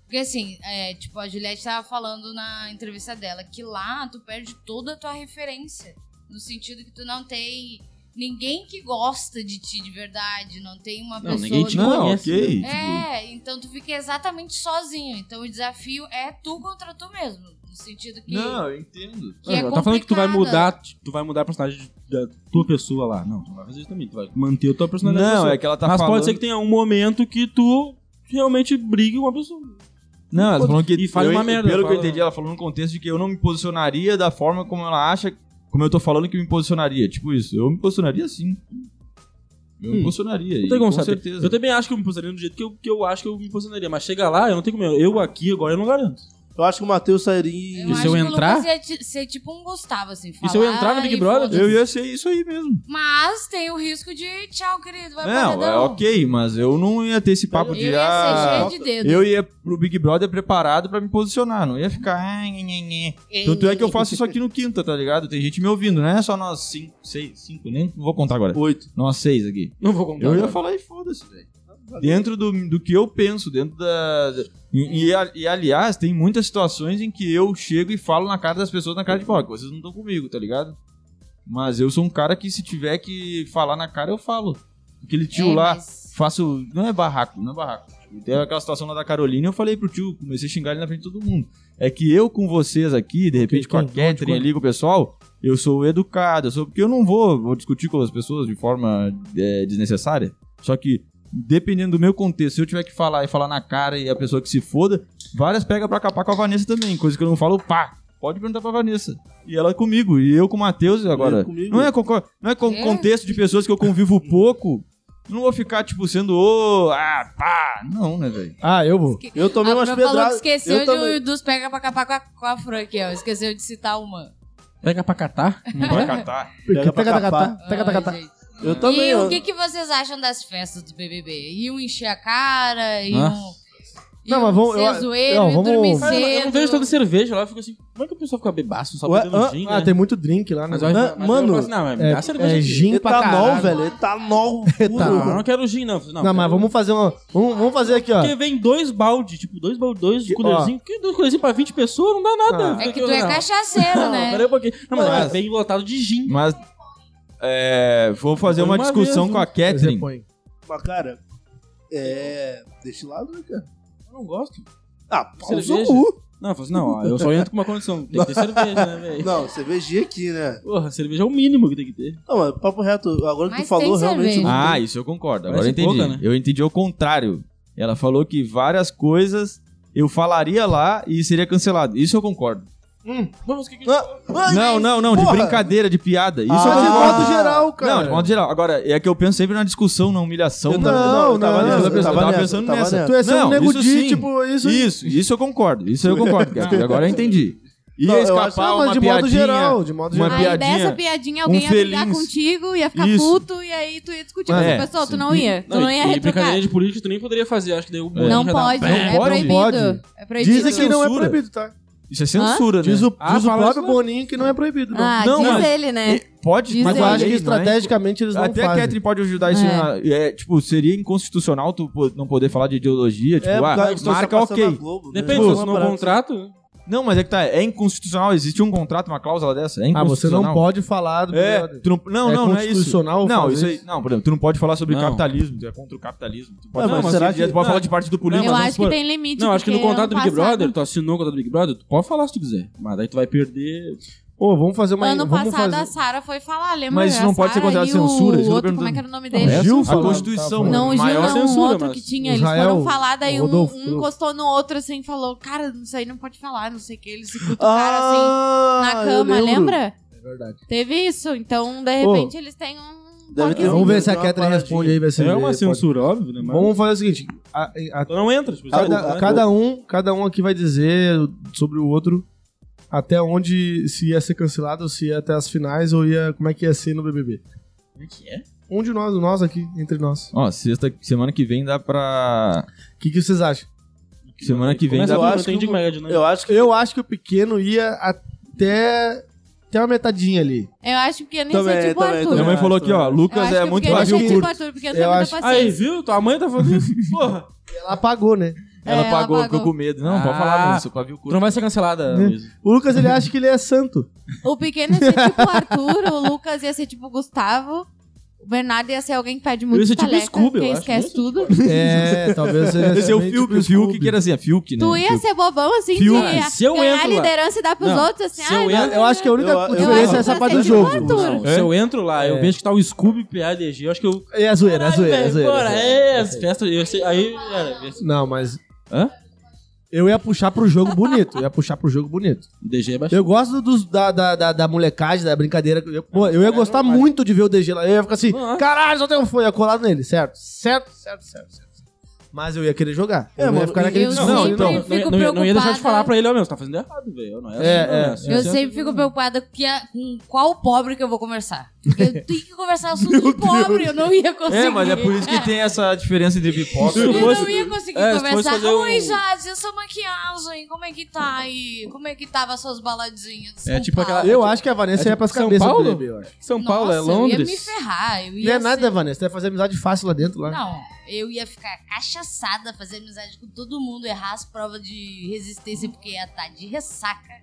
S5: Porque assim, é, tipo, a Juliette tava falando na entrevista dela que lá tu perde toda a tua referência. No sentido que tu não tem ninguém que gosta de ti de verdade. Não tem uma
S4: Não,
S5: pessoa...
S4: ninguém te
S5: que-
S3: Não,
S4: conhece.
S3: ok.
S5: É, então tu fica exatamente sozinho. Então o desafio é tu contra tu mesmo. No sentido que...
S3: Não, eu entendo.
S5: que é
S4: Ela tá falando que tu vai
S5: complicada.
S4: mudar, tu vai mudar a personagem da tua pessoa lá. Não, tu não vai fazer isso também. Tu vai manter a tua personalidade. da
S3: Não,
S4: pessoa.
S3: é que ela tá
S4: Mas
S3: falando.
S4: pode ser que tenha um momento que tu realmente brigue com a pessoa.
S3: Não, ela tá falando que.
S4: E fala
S3: eu-
S4: uma merda,
S3: Pelo que eu
S4: fala-
S3: entendi, ela falou no contexto de que eu não me posicionaria da forma como ela acha, como eu tô falando que me posicionaria. Tipo isso, eu me posicionaria sim. Eu me
S4: Hum.
S3: posicionaria.
S4: Não
S3: e
S4: tem
S3: com
S4: como saber.
S3: certeza.
S4: Eu também acho que eu me posicionaria do jeito que eu, que eu acho que eu me posicionaria. Mas chega lá, eu não tenho como. Eu eu aqui agora eu não garanto.
S2: Eu acho que o Matheus sairia.
S5: Eu
S4: E
S5: acho
S4: se eu
S5: que o
S4: entrar?
S5: Lucas ia ti- ser tipo um Gustavo, assim.
S4: se eu
S5: falar
S4: entrar no Big
S5: e
S4: Brother?
S5: foda-se.
S3: Eu ia ser isso aí mesmo.
S5: Mas tem o risco de tchau, querido, vai pra
S3: não, é
S5: dedão.
S3: ok, mas eu não ia ter esse papo
S5: Eu
S3: de.
S5: ia
S3: ah,
S5: ser cheio de dedo.
S3: eu ia pro Big Brother preparado pra me posicionar, não ia ficar. "Ah, nhê, nhê, nhê". Tanto é que eu faço isso aqui no quinta, tá ligado? Tem gente me ouvindo, né? Só nós cinco, seis, cinco, nem não vou contar agora.
S2: Oito.
S3: Nós seis aqui.
S4: Não vou contar.
S3: Eu ia
S4: agora.
S3: falar e foda-se, velho. Tá Dentro do, do que eu penso, dentro da. da- E, e a- e, aliás, tem muitas situações em que eu chego e falo na cara das pessoas, na cara de pau, que vocês não estão comigo, tá ligado? Mas eu sou um cara que se tiver que falar na cara, eu falo. Aquele tio
S5: É,
S3: lá,
S5: mas-
S3: faço. Não é barraco, não é barraco. Tipo, Teve aquela situação lá da Carolina eu falei pro tio, comecei a xingar ele na frente de todo mundo. É que eu com vocês aqui, de repente com a Catherine ali, com o pessoal, eu sou educado, eu sou. Porque eu não vou, vou discutir com as pessoas de forma é, desnecessária. Só que, dependendo do meu contexto, se eu tiver que falar e falar na cara e a pessoa que se foda, várias pega pra capar com a Vanessa também. Coisa que eu não falo, pá. Pode perguntar pra Vanessa. E ela comigo, e eu com o Matheus agora.
S2: Ele comigo.
S3: Não é, concor- não é con-
S5: É.
S3: contexto de pessoas que eu convivo pouco. Não vou ficar, tipo, sendo, ô, ah, pá. Não, né, velho?
S1: Ah, eu vou.
S2: Eu tomei
S5: a
S2: umas
S5: Fran falou que
S2: pedradas.
S5: esqueceu
S2: eu
S5: de-
S2: também.
S5: dos pega pra capar com a, com a Fran aqui, ó. Esqueceu de citar uma.
S4: Pega pra catar.
S5: É
S3: Não vai catar.
S2: Pega pra
S1: Taca, taca,
S2: capar.
S1: taca, taca, taca.
S5: Ai, gente.
S2: Eu também.
S5: E
S2: ó.
S5: o que, que vocês acham das festas do BBB? E um encher a cara, e um...
S4: Nossa.
S5: E
S1: Não,
S5: um
S1: mas vamos-
S5: ser
S1: eu-
S5: zoeiro,
S1: não,
S5: e
S1: vamos-
S5: dormir
S4: Cara, Ah, eu, não- eu não
S5: cedo.
S4: vejo tanta cerveja lá, eu fico assim, como é que o pessoal fica bebaço? Só
S2: Ué,
S4: bebendo
S2: ah,
S4: gin,
S1: Ah,
S4: né?
S1: tem muito drink lá, né?
S4: Mas eu,
S2: Não,
S4: mas
S2: mano,
S4: eu falo assim, não, mas me
S1: é-
S4: dá cerveja
S1: é
S4: aqui.
S1: gin pra
S2: Etanol,
S1: caralho.
S2: tá velho. Etanol. puro.
S4: Não, eu não quero gin, não. Não,
S1: Tá. Não, mas
S4: quero-
S1: vamos fazer uma. Vamos, vamos fazer aqui, ó.
S4: Porque vem dois balde, tipo, dois balde, dois
S1: Que-
S4: coolerzinhos. Que dois coolerzinhos pra 20 pessoas não dá nada.
S5: É
S4: Fica
S5: que
S4: aqui,
S5: tu é
S4: não.
S5: cachaceiro,
S4: Não,
S5: né?
S4: peraí um pouquinho. Não, mas,
S2: Mas-
S4: vem lotado de gin.
S3: Mas, é, vou fazer uma
S4: Uma
S3: discussão
S4: vez, né?
S3: com a
S1: Você
S3: Catherine.
S1: põe.
S2: Mas, cara, é. Destilado, né, cara?
S4: Eu não gosto.
S2: Ah, pau no seu
S4: Cerveja?
S2: cu.
S4: Não, eu falo assim, não, ó, eu só entro com uma condição. Tem que ter cerveja, né, velho?
S2: Não, cervejinha aqui, né?
S4: Porra, cerveja é o mínimo que tem que ter.
S2: Não, mas papo reto, agora que
S5: Mas
S2: tu falou,
S5: tem
S2: realmente.
S5: cerveja.
S2: eu-
S3: Ah, isso eu concordo. Agora eu
S4: Parece
S3: entendi.
S4: pouca, né?
S3: Eu entendi ao contrário. Ela falou que várias coisas eu falaria lá e seria cancelado. Isso eu concordo.
S4: Vamos, o que que...
S2: Ah,
S3: não, não, não, de
S2: porra.
S3: brincadeira, de piada. Isso eu
S2: Mas de
S3: concordo.
S2: modo geral, cara.
S3: Não, de modo geral. Agora, é que eu penso sempre na discussão, na humilhação.
S2: Eu
S3: da-
S2: tava-
S3: da-
S2: não, eu tava
S3: da-
S2: nessa,
S3: da
S2: eu
S3: pessoa.
S2: tava
S3: Eu tava
S2: nessa,
S3: pensando
S2: eu tava
S3: nessa.
S2: nessa. é
S1: Tu ia ser um
S3: Não,
S1: nego
S3: isso
S1: de,
S3: sim.
S1: tipo, isso.
S3: Isso, isso eu concordo. Isso eu concordo, Gabi. Agora eu entendi.
S2: Não,
S3: Ia
S2: eu acho-
S3: escapar
S1: Não,
S3: uma
S1: mas é de
S3: piadinha.
S1: modo geral, de modo
S3: uma
S1: geral.
S7: Aí
S3: piadinha,
S7: dessa piadinha alguém
S3: um
S7: ia brigar
S3: feliz.
S7: contigo,
S5: é
S7: ia ficar
S3: Isso.
S7: puto, e aí tu ia discutir com
S3: É,
S7: essa pessoa.
S3: sim.
S7: Tu Tipo, não ia. Tu não ia
S4: e brincadeira
S7: retrucar.
S4: de política tu nem poderia fazer, acho que daí o Boninho
S7: Não
S4: já dá-
S7: pode, é
S3: Pode,
S7: proibido. É proibido.
S1: Dizem que não é
S3: Censura.
S1: proibido, tá?
S3: Isso é censura, né?
S1: Diz o,
S4: Ah,
S1: diz o
S4: fala
S1: próprio
S4: isso lá.
S1: Boninho que não é proibido. não.
S7: Ah,
S3: Não,
S7: diz
S3: mas-
S7: ele, né?
S3: Pode,
S7: Diz
S1: Mas
S7: ele.
S1: eu acho que
S3: Não é
S1: estrategicamente eles não
S3: Até a
S1: fazem.
S3: Catherine pode ajudar isso.
S7: É.
S3: na- é, tipo, seria inconstitucional tu po- não poder falar de ideologia. Tipo,
S2: É, por causa
S3: ah,
S2: que tu
S3: marca
S2: tá passando na
S3: ok.
S2: Globo, né?
S4: Depende,
S2: Pô,
S4: se assinou
S2: uma
S4: um
S2: parada-
S4: contrato...
S3: Não, mas é que tá. É inconstitucional. Existe um contrato, uma cláusula dessa? É
S1: Ah, você
S3: inconstitucional.
S1: não pode falar do
S3: É,
S1: brother.
S3: tu não, não,
S1: É
S3: não, não é isso.
S1: constitucional
S3: Não,
S1: fazer
S3: isso aí,
S1: isso?
S3: não, por exemplo, tu não pode falar sobre
S4: Não.
S3: capitalismo, tu é contra o capitalismo. Tu pode,
S2: Não,
S3: falar
S2: mas
S3: sobre
S2: será
S3: ideologia,
S2: que-
S3: tu pode
S4: não.
S3: falar de partido político.
S4: mas
S7: Eu
S4: vamos
S7: acho que
S4: supor-
S7: tem limite.
S4: Não, acho que no
S7: porque
S4: contrato do
S7: ano
S4: Big
S7: passado-
S4: Brother, tu assinou o contrato do Big Brother, tu pode falar se tu quiser, mas daí tu vai perder...
S1: Ô, vamos fazer uma...
S7: Ano
S1: vamos
S7: passado a
S1: fazer...
S7: Sarah foi falar, lembra?
S3: Mas isso
S7: A
S3: não pode ser
S7: Sarah
S3: considerado
S7: e o
S3: censura, isso eu tô
S7: outro, como é
S3: pergunto.
S7: que era o nome
S1: Não,
S7: dele?
S1: é
S3: a
S1: falava,
S3: Constituição.
S1: tava
S7: Não, o Gil
S3: maior
S7: não, um
S4: censura,
S7: outro
S4: mas
S7: que tinha.
S1: o
S7: Eles
S1: Israel,
S7: foram falar,
S1: o
S7: daí
S1: Rodolfo,
S7: um, um
S1: Rodolfo.
S7: encostou no outro assim e falou: Cara, isso aí não pode falar, não sei o que. Eles se cutucaram
S2: Ah,
S7: assim na
S2: eu
S7: cama,
S2: lembro.
S7: lembra?
S1: É verdade.
S7: Teve isso. Então, de
S1: Ô,
S7: repente, eles têm um.
S2: deve ter
S7: toquezinho.
S1: Vamos ver se a
S2: Deu uma
S1: Catherine
S2: paradinha.
S1: responde aí, vai ser...
S4: É uma
S1: pode-
S4: censura, óbvio, né? Mas...
S1: Vamos fazer o seguinte, a- a-
S4: Então não entra, tipo,
S1: cada,
S4: sabe?
S1: cada um, cada um aqui vai dizer sobre o outro até onde se ia ser cancelado, se ia até as finais ou ia como é que ia ser no BBB.
S4: Como é que é?
S1: Um de nós, nós aqui, entre nós.
S3: Ó, sexta, semana que vem dá pra.
S1: O que, que vocês acham?
S3: Semana que vem
S4: Começa
S3: dá
S4: eu
S3: pra.
S4: acho que entendi como é que é a dinâmica.
S2: Eu acho que.
S1: Eu acho que o pequeno ia até, até uma metadinha ali.
S7: Eu acho que eu nem
S2: Também,
S7: sou tipo
S2: também,
S7: Arthur.
S3: Minha mãe falou aqui, ó,
S7: eu
S3: Lucas
S7: acho
S3: é
S7: que
S3: muito
S7: eu
S3: pavio
S7: nem sou
S3: curto.
S7: tipo Arthur, porque eu
S1: Eu
S7: não tenho
S1: acho-
S7: muita
S4: Aí,
S7: paciência.
S4: viu? Tua mãe tá falando isso. Porra.
S1: Ela apagou, né?
S3: Ela
S7: É, ela
S3: apagou, ficou
S7: apagou.
S3: com medo. Não, pode
S4: Ah.
S3: falar, mano, seu pavio
S4: Tu
S3: curto.
S4: não vai ser cancelada, Luiz.
S1: O Lucas, ele acha que ele é santo.
S7: O pequeno ia ser tipo o Arthur, o Lucas ia ser tipo o Gustavo. O Bernardo ia ser alguém que pede
S4: Eu ia
S7: muito
S4: ser tipo
S7: estaleca,
S4: Scooby, eu
S7: que
S4: acho,
S7: esquece
S4: né?
S7: tudo.
S1: É, talvez seja
S3: Esse é o
S1: também
S3: Fiuk,
S1: tipo
S3: o Fiuk
S1: Scooby.
S3: que era assim, é Fiuk, né?
S7: Tu ia
S3: Fiuk.
S7: ser bobão assim,
S3: Fio-
S7: que ia
S4: Ah, se eu
S7: ganhar
S4: entro lá-
S7: liderança e dar pros
S4: Não,
S7: outros, assim,
S4: se
S7: ah,
S4: eu
S7: não,
S4: entro-
S1: Eu acho que a única
S2: Eu- eu
S1: diferença
S2: acho
S1: é essa
S7: que
S1: parte
S7: vai
S1: do
S7: ser
S1: jogo.
S7: tipo Arthur.
S4: Não, se eu entro lá, eu
S1: É.
S4: vejo que tá o Scooby, PADG, eu acho que eu...
S1: É a zoeira, é a zoeira, é a
S4: Ai, velho,
S1: zoeira.
S4: bora, é, as festas... eu sei- Aí, era... ia ser-
S1: Não, mas...
S4: Hã?
S1: Eu ia puxar pro jogo bonito, eu ia puxar pro jogo bonito.
S4: DG é baixinho.
S1: Eu gosto dos, da, da, da, da molecagem, da brincadeira. Eu, pô, eu ia gostar muito de ver o DG lá. Eu ia ficar assim,
S4: Nossa.
S1: caralho, só tem um fone. Eu ia colado nele, certo? Certo, certo, certo, certo. Mas eu ia querer jogar.
S2: É,
S1: eu não ia
S2: mano,
S1: ficar naquele
S5: eu
S1: discurso,
S5: sempre
S1: não. então.
S5: fico
S4: não, ia- não ia- não ia deixar de
S5: preocupada.
S4: falar pra ele, ó, meu, você tá fazendo errado, velho. eu Não é assim,
S1: É,
S4: não é
S1: é.
S4: assim.
S5: Eu sempre fico preocupada que a- com qual pobre que eu vou conversar. Porque eu tenho que conversar assunto de pobre, eu não ia conseguir.
S3: É, mas é por isso que tem essa diferença entre pipoca
S4: Se
S5: Eu
S3: e.
S4: fosse-
S5: não ia conseguir
S4: é, se fosse
S5: conversar.
S4: fazer um-
S5: Oi, Jade, essa maquiagem, como é que tá aí? Como é que tava as suas baladinhas? de
S4: É
S5: São
S4: tipo aquela-
S5: Paulo?
S1: Eu acho que a Vanessa
S4: É
S1: ia pras
S4: tipo São
S1: cabeças do
S4: Paulo?
S1: bebê, eu acho.
S4: São
S5: Nossa,
S4: Paulo, é
S5: Eu ia me
S4: Londres.
S5: ferrar, eu ia
S1: Não é
S5: ser-
S1: nada, Vanessa. Você ia fazer amizade fácil lá dentro, lá.
S5: Não, eu ia ficar cachaçada, fazer amizade com todo mundo, errar as provas de resistência, porque ia estar de ressaca.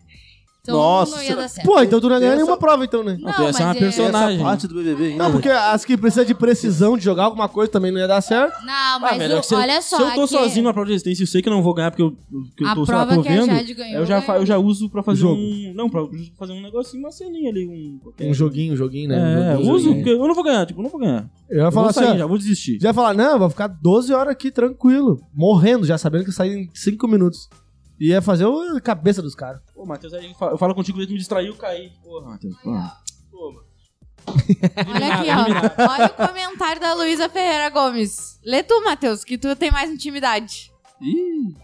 S5: Então
S2: Nossa,
S5: não ia dar certo.
S1: Pô, então tu não ia ganhar
S2: Essa-
S1: nenhuma prova, então, né?
S5: Não,
S4: tu ia ser uma
S5: mas é-
S4: personagem.
S2: Parte do BBB ainda.
S1: Não, porque as que precisam de precisão de jogar alguma coisa também não ia dar certo.
S5: Não,
S4: Ah,
S5: mas
S4: velho,
S5: o-
S4: é que se eu-
S5: olha só.
S4: Se eu tô
S5: aqui-
S4: sozinho na prova de resistência, eu sei que eu não vou ganhar porque eu, que eu
S5: A
S4: tô, sei lá,
S5: prova
S4: tô
S5: que a
S4: vendo.
S5: Jade ganhou, né?
S4: eu, já, fa- eu já uso pra fazer
S1: Jogo.
S4: um. Não, pra fazer um negocinho, uma ceninha ali, um. qualquer-
S1: Um joguinho, um joguinho, né? Um
S4: É, eu
S1: joguinho, um
S4: uso,
S1: joguinho.
S4: porque eu não vou ganhar, tipo, eu não vou ganhar.
S1: Eu ia falar
S4: Eu vou
S1: assim,
S4: sair,
S1: ó,
S4: já vou desistir.
S1: Já ia falar, não, eu vou ficar 12 horas aqui tranquilo, morrendo, já sabendo que eu saí em 5 minutos. E ia fazer o- a cabeça dos caras.
S4: Pô, Matheus, aí eu falo, eu falo contigo, tu me distraiu, caí. Porra, Matheus. porra. Pô, mano.
S7: Olha aqui, ó. Olha o comentário da Luísa Ferreira Gomes. Lê tu, Matheus, que tu tem mais intimidade.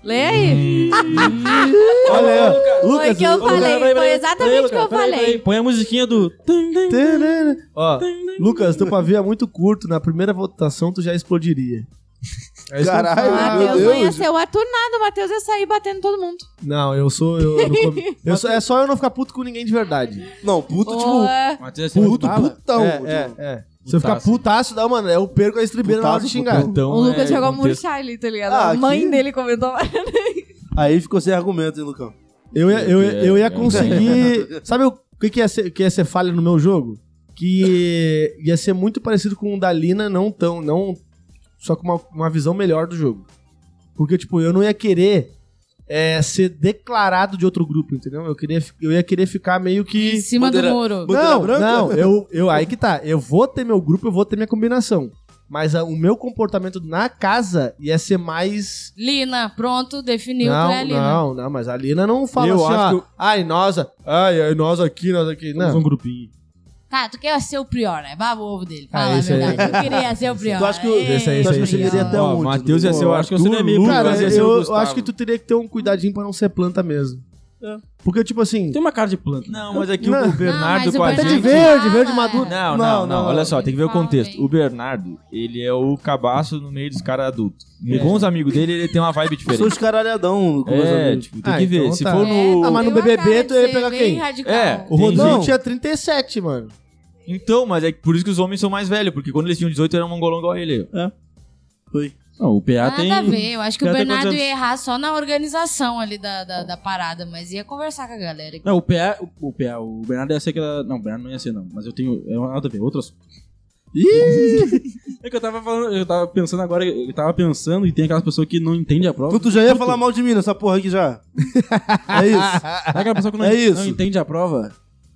S7: Lê aí.
S1: Olha aí, ó.
S7: Foi
S1: Lucas,
S7: o que eu
S4: Ô, Lucas,
S7: falei.
S4: peraí,
S7: Foi
S4: peraí, peraí,
S7: exatamente o que
S4: Lucas,
S7: eu
S4: peraí, peraí.
S7: falei.
S4: Põe a musiquinha do. Tum, tum, tum,
S1: Tadã. Ó,
S4: tum, tum.
S1: Lucas, teu pavio é muito curto, na primeira votação tu já explodiria. É isso que eu
S2: Caralho.
S1: falo.
S2: Ah,
S7: Matheus
S2: meu
S7: não ia
S2: Deus.
S7: ser o Arthur nada, o Matheus ia sair batendo todo mundo.
S1: Não, eu sou. Eu, eu não come- eu sou- é só eu não ficar puto com ninguém de verdade.
S2: Não, puto,
S7: Ou,
S2: tipo.
S7: é,
S4: Matheus, puto.
S2: Puto, putão. tipo.
S1: é, é, é. Se eu ficar
S3: Putaço.
S1: putaço, dá, mano, eu perco a estribeira na hora de
S2: Putaço,
S1: xingar.
S3: Então,
S7: o Lucas
S3: é,
S7: jogou muito
S3: contexto.
S7: Charlie, tá ligado?
S2: Ah,
S7: a mãe
S2: aqui-
S7: dele comentou.
S2: Aí ficou sem argumento, hein, Lucão?
S1: Eu ia, eu, ia- eu ia
S3: É,
S1: conseguir. Sabe o que, que, ia ser, que ia ser falha no meu jogo? Que ia ser muito parecido com o da Lina, não tão. Não, só com uma, uma visão melhor do jogo. Porque, tipo, eu não ia querer é, ser declarado de outro grupo, entendeu? Eu, queria, fi- eu ia querer ficar meio
S5: Em
S1: que.
S5: cima
S2: Bandeira-
S5: do muro.
S2: Bandeira
S1: não,
S2: branca?
S1: não, eu, eu. Aí que tá. Eu vou ter meu grupo, eu vou ter minha combinação. Mas ah, o meu comportamento na casa ia ser mais
S5: Lina, pronto, definiu
S1: não,
S5: tu é a Lina.
S1: Não, não, mas a Lina não fala
S4: Eu
S1: assim,
S4: acho
S1: ó, ai, nós, ai, ai, nós aqui, nós aqui. né?
S4: Vamos um
S1: Não.
S4: grupinho.
S5: Tá, tu quer ser o Prior, né? Baba o ovo dele. Fala
S1: Ah,
S5: a
S1: esse aí.
S5: verdade. Eu queria ser o Prior.
S2: Tu acha que eu-
S5: Ei,
S1: esse aí,
S2: Tu
S1: esse
S2: acha que eu
S1: aí.
S2: chegaria até
S3: é Ó,
S2: onde?
S3: Matheus ia
S2: Lucão?
S3: ser o
S4: Eu acho que eu
S3: Arthur,
S4: seria meio-
S3: Lucas
S1: Cara,
S3: é ia ser o
S1: eu, eu
S3: Gustavo.
S1: acho que tu teria que ter um cuidadinho pra não ser planta mesmo. Porque, tipo assim,
S4: Tem uma cara de planta.
S3: Não, mas aqui
S1: Não.
S3: o Bernardo
S5: mas o
S3: com a
S1: tá
S5: Bernardo-
S1: de
S3: gente...
S1: verde, verde
S5: Ah,
S1: maduro.
S3: Não,
S2: Não,
S3: não, não,
S2: não,
S3: Olha só, tem que ver o
S5: Fala
S3: contexto.
S5: bem.
S3: O Bernardo, ele é o cabaço no meio dos caras adultos.
S1: É.
S3: Com os amigos dele, ele tem uma vibe
S2: Eu sou
S3: diferente.
S2: os caralhadão, Lucão. meus
S3: É,
S2: amigos.
S3: tipo, tem
S1: Ah,
S3: que ver.
S1: então
S3: Se
S1: tá.
S5: é?
S3: for no...
S1: Ah, mas no
S5: tem uma
S1: BBB
S5: cara de
S1: tu ia
S5: ser
S1: pegar
S5: bem
S1: quem?
S5: radical.
S3: É,
S1: O Rodrigo
S2: Não.
S1: tinha 37, mano.
S3: Então, mas é por isso que os homens são mais velhos, porque quando eles tinham 18 era um mongolão igual ele.
S4: Não, o PA
S5: Nada
S4: tem.
S5: a ver, eu acho que
S4: Já tá
S5: o
S4: tem
S5: Bernardo
S4: quantos
S5: ia errar só na organização ali da, da, da parada, mas ia conversar com a galera.
S4: Não, o PA, o, o PA, o Bernardo ia ser aquela. Não, o Bernardo não ia ser, não. Mas eu tenho. É uma nada a ver, outras. É que eu tava falando, eu tava pensando agora, eu tava pensando e tem aquelas pessoas que não entendem a prova.
S2: Tu, tu já ia falar mal de mim nessa porra aqui já. é isso.
S4: Sabe aquela pessoa que não,
S2: É isso.
S4: não entende a prova?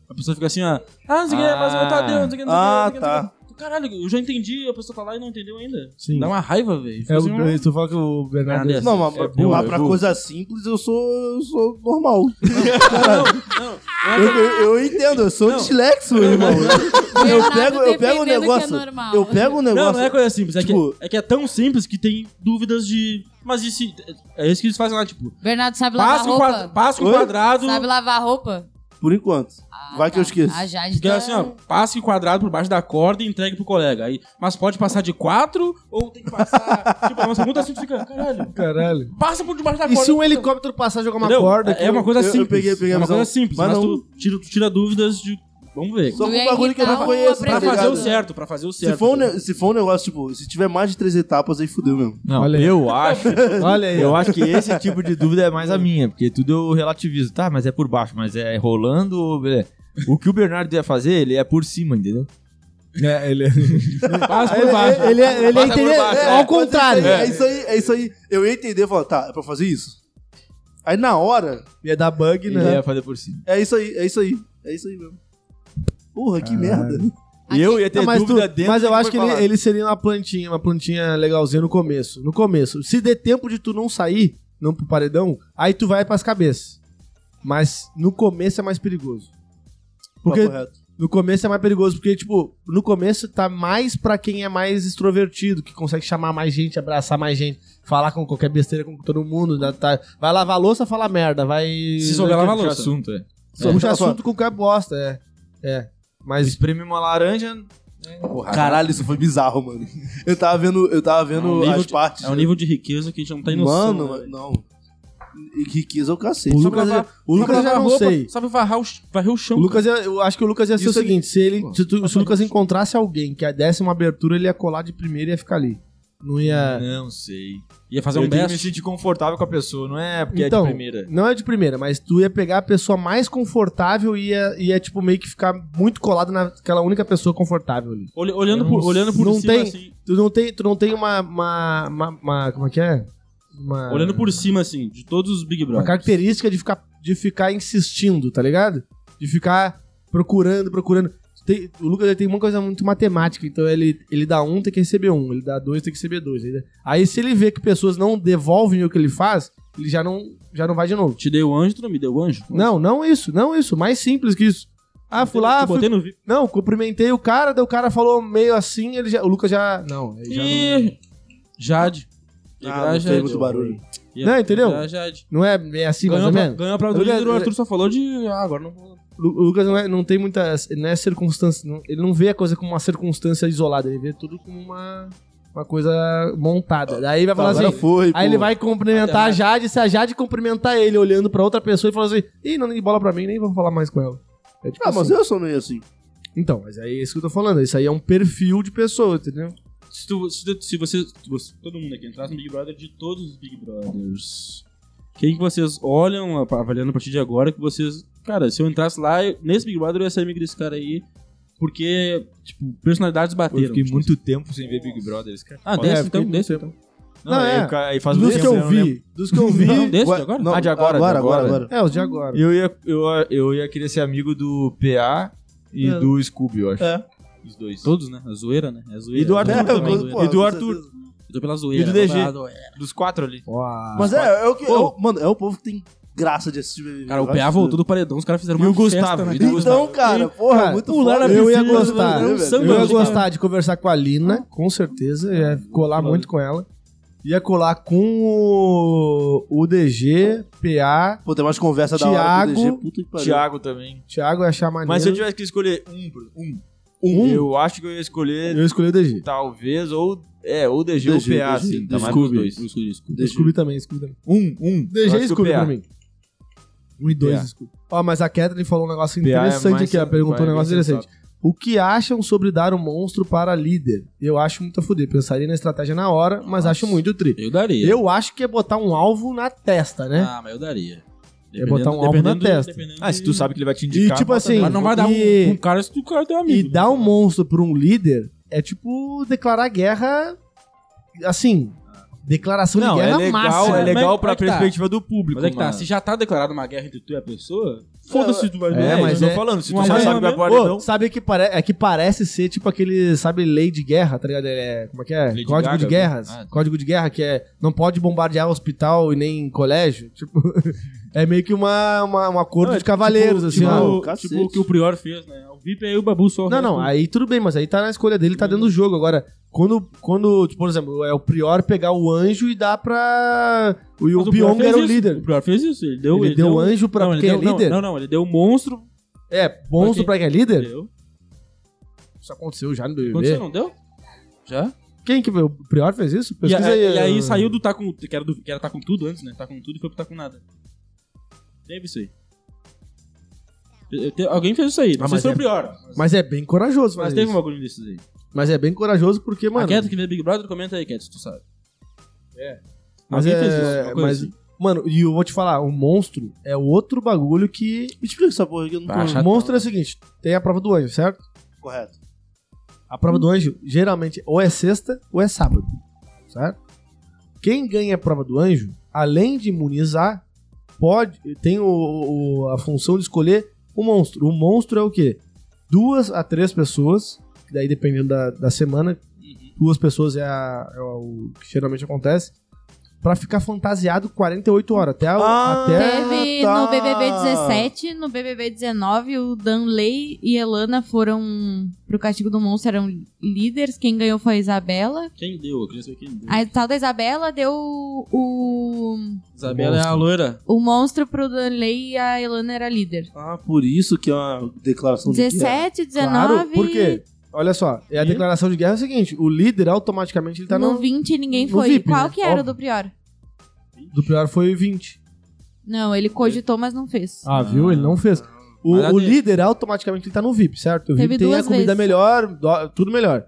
S4: A pessoa fica assim, ó. Ah, não sei o que, mas eu tá deu, não sei o que, não sei o que,
S2: Ah,
S4: não sei o que, não sei o
S2: tá.
S4: que. Caralho, eu já entendi, a pessoa tá lá e não entendeu ainda.
S1: Sim.
S4: Dá uma raiva, velho. Fica
S1: É,
S4: assim, ó.
S1: o- tu fala que o Bernardo...
S4: Bernardo
S2: Não, mas
S3: É
S2: pra-
S3: boa,
S2: mas
S3: é
S2: pra
S3: boa.
S2: coisa simples eu sou, eu sou normal.
S4: é
S2: Eu, eu- eu entendo, eu sou
S4: Não.
S2: dislexo, irmão. Eu
S5: Bernardo
S2: pego, eu pego
S5: defendendo
S2: o
S5: que é
S2: negócio.
S5: normal.
S2: eu pego o negócio.
S4: Não, não é coisa simples. É,
S2: Tipo-
S4: que, é que é tão simples que tem dúvidas de. Mas e se. É isso que eles fazem lá, tipo. um
S5: Bernardo sabe lavar
S4: Passa o,
S5: roupa?
S4: quadra, passa o
S2: Oi?
S4: quadrado.
S5: Sabe lavar roupa?
S2: Por enquanto. Vai que eu esqueço.
S5: A Jade
S4: Porque
S5: tá...
S4: era assim, ó, passe em quadrado por baixo da corda e entregue pro colega. Aí, mas pode passar de quatro ou tem que passar. tipo, é uma pergunta assim tu fica, caralho,
S1: Caralho.
S4: passa por debaixo da
S1: E
S4: corda.
S1: se um helicóptero passar e jogar uma
S4: Entendeu?
S1: corda?
S4: É uma coisa
S2: eu- eu
S4: simples.
S2: peguei- peguei
S4: é
S2: a
S4: uma
S2: visão.
S4: coisa simples,
S2: Mas
S4: mas,
S2: não-
S4: tu, tira, tu tira dúvidas de. Vamos ver.
S2: Só
S1: é
S5: Tu
S2: com um
S5: ia
S2: bagulho que eu não
S5: irritar o
S2: conheço. tá
S4: Pra
S5: Pra
S4: fazer
S5: fazer
S4: o
S5: tudo.
S4: certo, pra fazer o certo.
S2: Se for, um, ne- se for um negócio, tipo, se tiver mais de três etapas, aí fudeu mesmo.
S3: Não,
S1: Olha aí.
S3: eu acho.
S1: Olha aí.
S3: Eu acho que esse tipo de dúvida é mais a minha, porque tudo eu relativizo. Tá, mas é por baixo, mas é rolando. ou- é. O que o Bernardo ia fazer, ele é por cima, entendeu?
S1: É, ele...
S4: Passa por baixo.
S1: ele, é- ele é
S3: Passa por
S1: entender-
S3: baixo,
S1: é,
S3: é.
S1: ao contrário.
S2: É, isso aí, é isso aí. Eu ia entender e falar, tá, é pra fazer isso? Aí na hora,
S1: Ia dar bug,
S3: Ele
S1: né?
S3: ia fazer por cima.
S2: é isso aí, é isso aí. É isso aí mesmo. Porra, que merda.
S3: E eu ia ter
S1: Ah, mas, tu-
S3: dúvida dentro
S1: mas eu
S3: do
S1: acho que
S3: foi
S1: ele, é-
S3: falado.
S1: ele seria uma plantinha, uma plantinha legalzinha no começo. No começo. Se der tempo de tu não sair, não pro paredão, aí tu vai pras cabeças. Mas no começo é mais perigoso. Porque
S2: Papo reto.
S1: No começo é mais perigoso, porque, tipo, no começo tá mais pra quem é mais extrovertido, que consegue chamar mais gente, abraçar mais gente, falar com qualquer besteira com todo mundo. né, tá? Vai lavar a louça, fala merda, vai.
S4: Se souber lavar a louça.
S3: assunto, é.
S1: Puxa
S2: É.
S1: assunto com qualquer bosta, é. É. Mas.
S3: Espreme uma laranja.
S2: Caralho, isso foi bizarro, mano. Eu tava vendo, eu tava
S4: É um
S2: vendo
S4: nível
S2: as
S4: de-
S2: partes.
S1: né?
S4: É um nível de riqueza que a gente não tá em noção.
S2: mano,
S4: né, velho?
S2: não. E riqueza é o cacete.
S1: O
S4: Só
S1: Lucas,
S4: pra lavar-
S1: o
S4: só
S1: Lucas
S4: pra
S1: já
S4: lavar
S1: não
S4: roupa,
S1: sei.
S4: Só pra varrar o ch- varrer o chão.
S1: O Lucas ia- eu acho que o Lucas ia ser
S2: Isso
S1: o
S3: é
S2: aqui-
S1: seguinte: se, ele, se, tu- se o Lucas encontrasse alguém que desse uma abertura, ele ia colar de primeira e ia ficar ali. Não ia.
S3: Não sei.
S4: Ia fazer
S3: eu
S4: um
S3: tenho que me
S4: best.
S3: sentir confortável com a pessoa, não é porque
S1: Então,
S3: é de primeira.
S1: Não é de primeira, mas tu ia pegar a pessoa mais confortável e ia, ia tipo, meio que ficar muito colado naquela única pessoa confortável ali.
S4: Olhe- Olhando por, olhando por
S1: não
S4: cima,
S1: tem-
S4: assim.
S1: Tu não tem, tu não tem uma, uma, uma- uma- Como é que é? Uma,
S4: Olhando por cima, assim, de todos os Big
S1: uma
S4: Brother.
S1: característica de ficar, de ficar insistindo, tá ligado? De ficar procurando, procurando. Tem- o Lucas ele tem uma coisa muito matemática, então ele, ele dá um, tem que receber um, ele dá dois, tem que receber dois. Ele- aí se ele vê que pessoas não devolvem o que ele faz, ele já não, já não vai de novo.
S4: Te dei o anjo, tu não me deu o anjo?
S1: Não, não isso, não isso, mais simples que isso. Ah, fui lá,
S4: Te
S1: fui
S4: botei no VIP.
S1: Não, cumprimentei o cara, daí o cara falou meio assim, ele já, o Lucas já. Não, é ele já não.
S4: E... Jade. Ia virar
S2: Ah, não tem
S4: Jade.
S2: muito barulho.
S4: Ia-
S1: Não, entendeu?
S4: ia virar Jade.
S1: Não é bem assim, mais
S4: Ganhou,
S1: ou
S4: pra,
S1: menos? É.
S4: ganhou a prova do
S1: Lucas-
S4: líder, o Arthur só falou de... Ah, agora não vou...
S1: Lu- O Lucas não, é- não tem muita. Não é circunstância. não- ele não vê a coisa como uma circunstância isolada, ele vê tudo como uma, uma coisa montada. Daí vai
S2: Tá,
S1: falar
S2: agora
S1: assim.
S2: foi,
S1: Aí
S2: pô.
S1: ele vai cumprimentar a Jade, se a Jade cumprimentar ele olhando pra outra pessoa e falar assim: ih, não tem bola pra mim, nem vou falar mais com ela. É tipo
S2: Ah, mas
S1: assim.
S2: eu sou meio assim.
S1: Então, mas aí é isso que eu tô falando, isso aí é um perfil de pessoa, entendeu?
S4: Se, tu, se, tu- se você, se você- Todo mundo aqui entrasse no Big Brother de todos os Big Brothers. Quem que vocês olham, a- avaliando a partir de agora, que vocês... Cara, se eu entrasse lá, eu- nesse Big Brother eu ia sair amigo desse cara aí. Porque, tipo, personalidades
S3: Eu
S4: bateram.
S3: fiquei
S4: tipo,
S3: muito tempo sem ver Big Brother. esse cara.
S4: Ah,
S3: Olha,
S1: É,
S4: desce
S3: eu fiquei
S4: então,
S3: muito
S4: desce
S3: tempo.
S4: então.
S3: Não,
S1: Não,
S3: aí
S1: é.
S3: o cara- aí faz
S1: Dos
S3: muito
S1: que
S3: tempo, né?
S1: eu
S3: não lembro.
S1: vi, dos que eu vi.
S4: Não, desce
S2: Ué,
S4: de agora?
S2: não,
S3: Ah, de agora,
S2: agora,
S3: de
S2: agora,
S3: agora.
S2: agora.
S1: É, os de agora.
S3: Eu ia, eu, eu ia querer ser amigo do PA e
S2: É.
S3: do Scooby, eu acho.
S2: É.
S3: Os dois.
S4: Todos, né? A zoeira, né? É a zoeira.
S3: E do Arthur
S2: É,
S3: também.
S2: pô,
S3: e do
S2: com
S3: Arthur.
S2: certeza.
S4: Eu tô pela zoeira. né? é.
S3: E do DG.
S4: vamos lá, zoeira.
S3: Dos quatro ali.
S1: Uau.
S2: Mas é, é o que. é
S4: Pô.
S2: o- mano, é o povo que tem graça de assistir BBB.
S4: Cara, Ah, o
S2: Eu acho
S4: PA
S2: que-
S4: voltou do paredão, os caras fizeram
S3: E
S4: uma
S3: o Gustavo,
S4: festa, né?
S3: e
S4: cara?
S3: do
S2: Então, cara, porra,
S1: Cara,
S2: muito
S4: pular
S2: foda.
S4: na
S1: Eu ia
S4: Priscila,
S1: gostar.
S4: né,
S1: Eu,
S4: velho?
S1: ia
S4: Samba,
S1: gostar de conversar com a
S3: Ah.
S1: Lina, com certeza. Ia colar muito com ela. Ia colar com o, o DG, PA.
S2: Pô, tem umas conversas da hora
S1: Thiago-
S2: com o DG, puta que pariu.
S3: Thiago também.
S1: Thiago ia achar maneiro.
S3: Mas se eu tivesse que escolher um, Bruno, um,
S1: Um?
S3: eu acho que eu ia escolher
S1: Eu escolhi o DG.
S3: talvez ou é ou DG,
S2: DG,
S3: ou PA,
S2: DG,
S3: assim, tá mais pros
S4: Scooby.
S3: dois.
S4: Scooby, Scooby.
S2: DG.
S1: Scooby também, Scooby também.
S3: Um, um. eu
S1: DG
S3: acho que
S1: e
S3: o
S1: Scooby
S3: PA.
S1: pra mim. Um e dois,
S3: PA.
S1: Scooby. Ó, mas a Catherine falou um negócio
S3: PA é
S1: interessante
S3: mais
S1: aqui. Ela
S3: sen-
S1: perguntou um
S3: vai
S1: negócio
S3: bem
S1: interessante. O que acham sobre dar o monstro para líder? Eu acho muito a fuder. Pensaria na estratégia na hora, mas
S4: Nossa.
S1: acho muito tri.
S4: Eu daria.
S1: Eu acho que é botar um alvo na testa, né?
S4: Ah, mas eu daria.
S1: Ia botar um álbum na
S4: do-
S1: testa.
S4: dependendo
S3: Ah, se tu
S4: de-
S3: sabe que ele vai te
S1: E
S3: indicar.
S1: tipo
S3: bota
S1: assim,
S4: Mas não vai dar
S1: e,
S4: um, um cara se tu cara é teu
S1: e
S4: amigo.
S1: dar um monstro pra um líder é tipo declarar guerra, assim, declaração
S3: Não,
S1: de
S3: é
S1: guerra
S3: legal,
S1: máxima.
S3: é legal
S4: Mas
S3: pra
S4: é que tá.
S3: perspectiva do público.
S4: Mas é que tá,
S3: mano.
S4: se já tá declarada uma guerra entre tu e a pessoa, foda-se tu vai
S1: É,
S3: É,
S1: mas
S3: mas eu
S1: é-
S3: tô falando, se
S4: um
S3: tu já sabe que vai
S4: arranjamento-
S3: pro
S1: Pô,
S3: paredão,
S1: sabe que pare- é que parece ser tipo aquele, sabe, lei de guerra, tá ligado? É, como é que é?
S3: Lei de
S1: Código
S3: Gaga,
S1: de guerras.
S3: né? Ah.
S1: Código de guerra que é não pode bombardear hospital e nem colégio. Tipo, é meio que uma, uma- um acordo
S4: Não, é
S1: de cavaleiros, assim,
S4: tipo,
S1: ó.
S2: ó.
S4: tipo
S2: Cacete.
S4: o que o Prior fez, né? O VIP aí o Babu só.
S1: Não, não, aí tudo bem, mas aí tá na escolha dele, tá dentro do jogo. Agora, Quando, quando tipo, por exemplo, é o Prior pegar o anjo e dar pra. E o
S4: Mas Prior
S1: Pyong
S4: fez
S1: era o
S4: isso,
S1: líder.
S4: O Prior fez isso. Ele deu. um-
S1: ele, deu o anjo pra
S4: não, ele
S1: quem
S4: deu-
S1: é líder?
S4: Não, não, não, ele deu o monstro.
S1: É, monstro
S4: Ok.
S1: pra quem é líder?
S4: Deu.
S1: Isso aconteceu já no
S4: Aconteceu,
S1: BBB.
S4: não deu? Já?
S1: Quem que veio? O Prior fez isso?
S4: E,
S1: Pesquisa
S4: a- e aí
S1: ah.
S4: saiu do tá com. Que era, do, que era tá com tudo antes, né? Tá com tudo e foi pro tá com nada. Teve isso aí. Eu- eu- alguém fez isso aí. Não
S1: Ah,
S4: sei
S1: mas
S4: se foi
S1: é-
S4: o Prior. Mas,
S1: Mas é bem corajoso,
S4: mas
S1: fazer
S4: teve um
S1: isso.
S4: bagulho desses aí.
S1: Mas é bem corajoso porque, mano.
S4: a Cat é que vê Big Brother, comenta aí, Cat, se tu sabe.
S1: Mas
S4: Alguém
S1: é-
S4: fez isso, uma coisa
S1: mas-
S4: assim.
S1: Mano, e eu vou te falar, o monstro é outro bagulho que.
S2: Me explica essa porra aqui, eu não
S4: Ah,
S2: tô
S4: chato.
S1: O monstro é o seguinte: tem a prova do anjo, certo?
S2: correto.
S1: A prova do anjo, geralmente, ou é sexta ou é sábado, certo? Quem ganha a prova do anjo, além de imunizar, pode tem o- o- a função de escolher o monstro. O monstro é o quê? Duas a três pessoas, que daí dependendo da, da semana, duas pessoas é, a- é o que geralmente acontece, pra ficar fantasiado 48 horas, até, a-
S2: Ah,
S1: até
S7: Teve
S2: tá.
S7: no BBB 17, no BBB 19, o Danley e Elana foram pro Castigo do Monstro, eram líderes. Quem ganhou foi a Isabela.
S4: Quem deu? Eu queria saber quem deu.
S7: A tal da Isabela deu o,
S4: Isabela é a loira.
S7: o monstro pro Danley e a Elana era líder.
S2: Ah, por isso que é uma declaração de é. guerra.
S7: 17, 19...
S1: Claro, por quê? Olha só, é a
S4: E?
S1: declaração de guerra é o seguinte, o líder automaticamente ele tá
S7: no
S1: no,
S7: 20 ninguém
S1: no
S7: foi.
S1: VIP,
S7: Qual
S1: né?
S7: que era o
S1: Óbvio.
S7: do Prior?
S1: do pior foi 20.
S7: Não, ele cogitou, mas não fez.
S1: Ah, viu? Ele não fez. O,
S4: Mas a
S1: o
S4: de-
S1: líder automaticamente ele tá no VIP, certo? O
S7: Teve
S1: VIP tem a
S7: duas
S1: comida
S7: vezes.
S1: melhor, do- tudo melhor.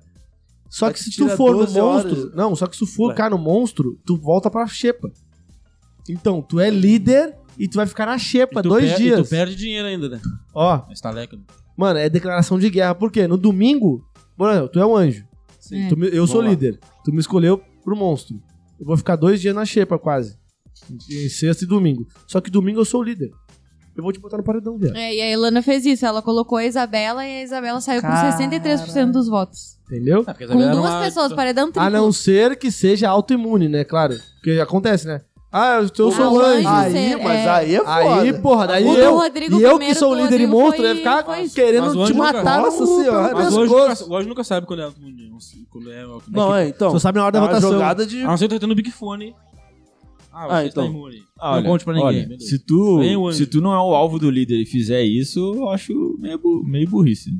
S1: Só
S2: Mas
S1: que
S2: tu
S1: se tu
S2: tira
S1: for no
S2: 12 horas.
S1: monstro, não, só que se tu for cá no monstro, tu volta pra xepa. Então, tu é líder e tu vai ficar na xepa
S4: E tu
S1: dois
S4: per- E
S1: dias.
S4: tu perde dinheiro ainda, né?
S1: Ó,
S4: Na estaleca.
S1: mano, é declaração de guerra. Por quê? No domingo, mano, tu é um anjo.
S7: Sim.
S1: Tu me- eu sou
S2: Vamos lá.
S1: líder. Tu me escolheu pro monstro. Eu vou ficar dois dias na xepa, quase. Em sexta e domingo. Só que domingo eu sou o líder. Eu vou te botar no paredão, viado.
S7: É, e a Elana fez isso. Ela colocou a Isabela e a Isabela saiu com 63% dos votos.
S1: Entendeu?
S4: Ah, porque
S7: Com
S4: Isabela era
S7: duas
S4: uma-
S7: pessoas, paredão triplo.
S1: A não ser que seja autoimune, né? Claro. Porque acontece, né? Ah, eu, eu sou
S7: Ah, o
S1: o anjo.
S7: anjo.
S1: Aí,
S2: Aí,
S7: Ser-
S2: mas
S7: é.
S2: aí é foda.
S1: aí, porra, daí
S7: O do
S1: eu,
S7: Rodrigo
S1: e eu
S7: primeiro,
S1: que sou o
S7: do
S1: líder e
S7: Rodrigo
S1: monstro,
S7: foi-
S1: ia ficar
S7: foi-
S4: Mas o tá
S1: querendo
S4: anjo
S1: te
S4: nunca-
S1: matar
S2: Nossa
S1: no-
S2: senhora.
S1: pelo
S4: Mas o anjo,
S1: pescoço.
S4: nunca, o anjo nunca sabe quando é. Quando é, quando
S2: Não,
S4: é,
S2: é, então.
S1: Só sabe na hora da
S2: é uma
S1: votação.
S2: jogada de...
S4: que... A não ser que tá tendo o Big Fone. Ah, você
S2: Ah,
S4: está
S2: então.
S4: imune.
S3: Ah, olha,
S4: não conte pra ninguém.
S3: olha,
S4: beleza.
S3: se, tu,
S4: Vem o anjo.
S3: se tu não é o alvo do líder e fizer isso, eu acho meio, bu- meio burrice. né?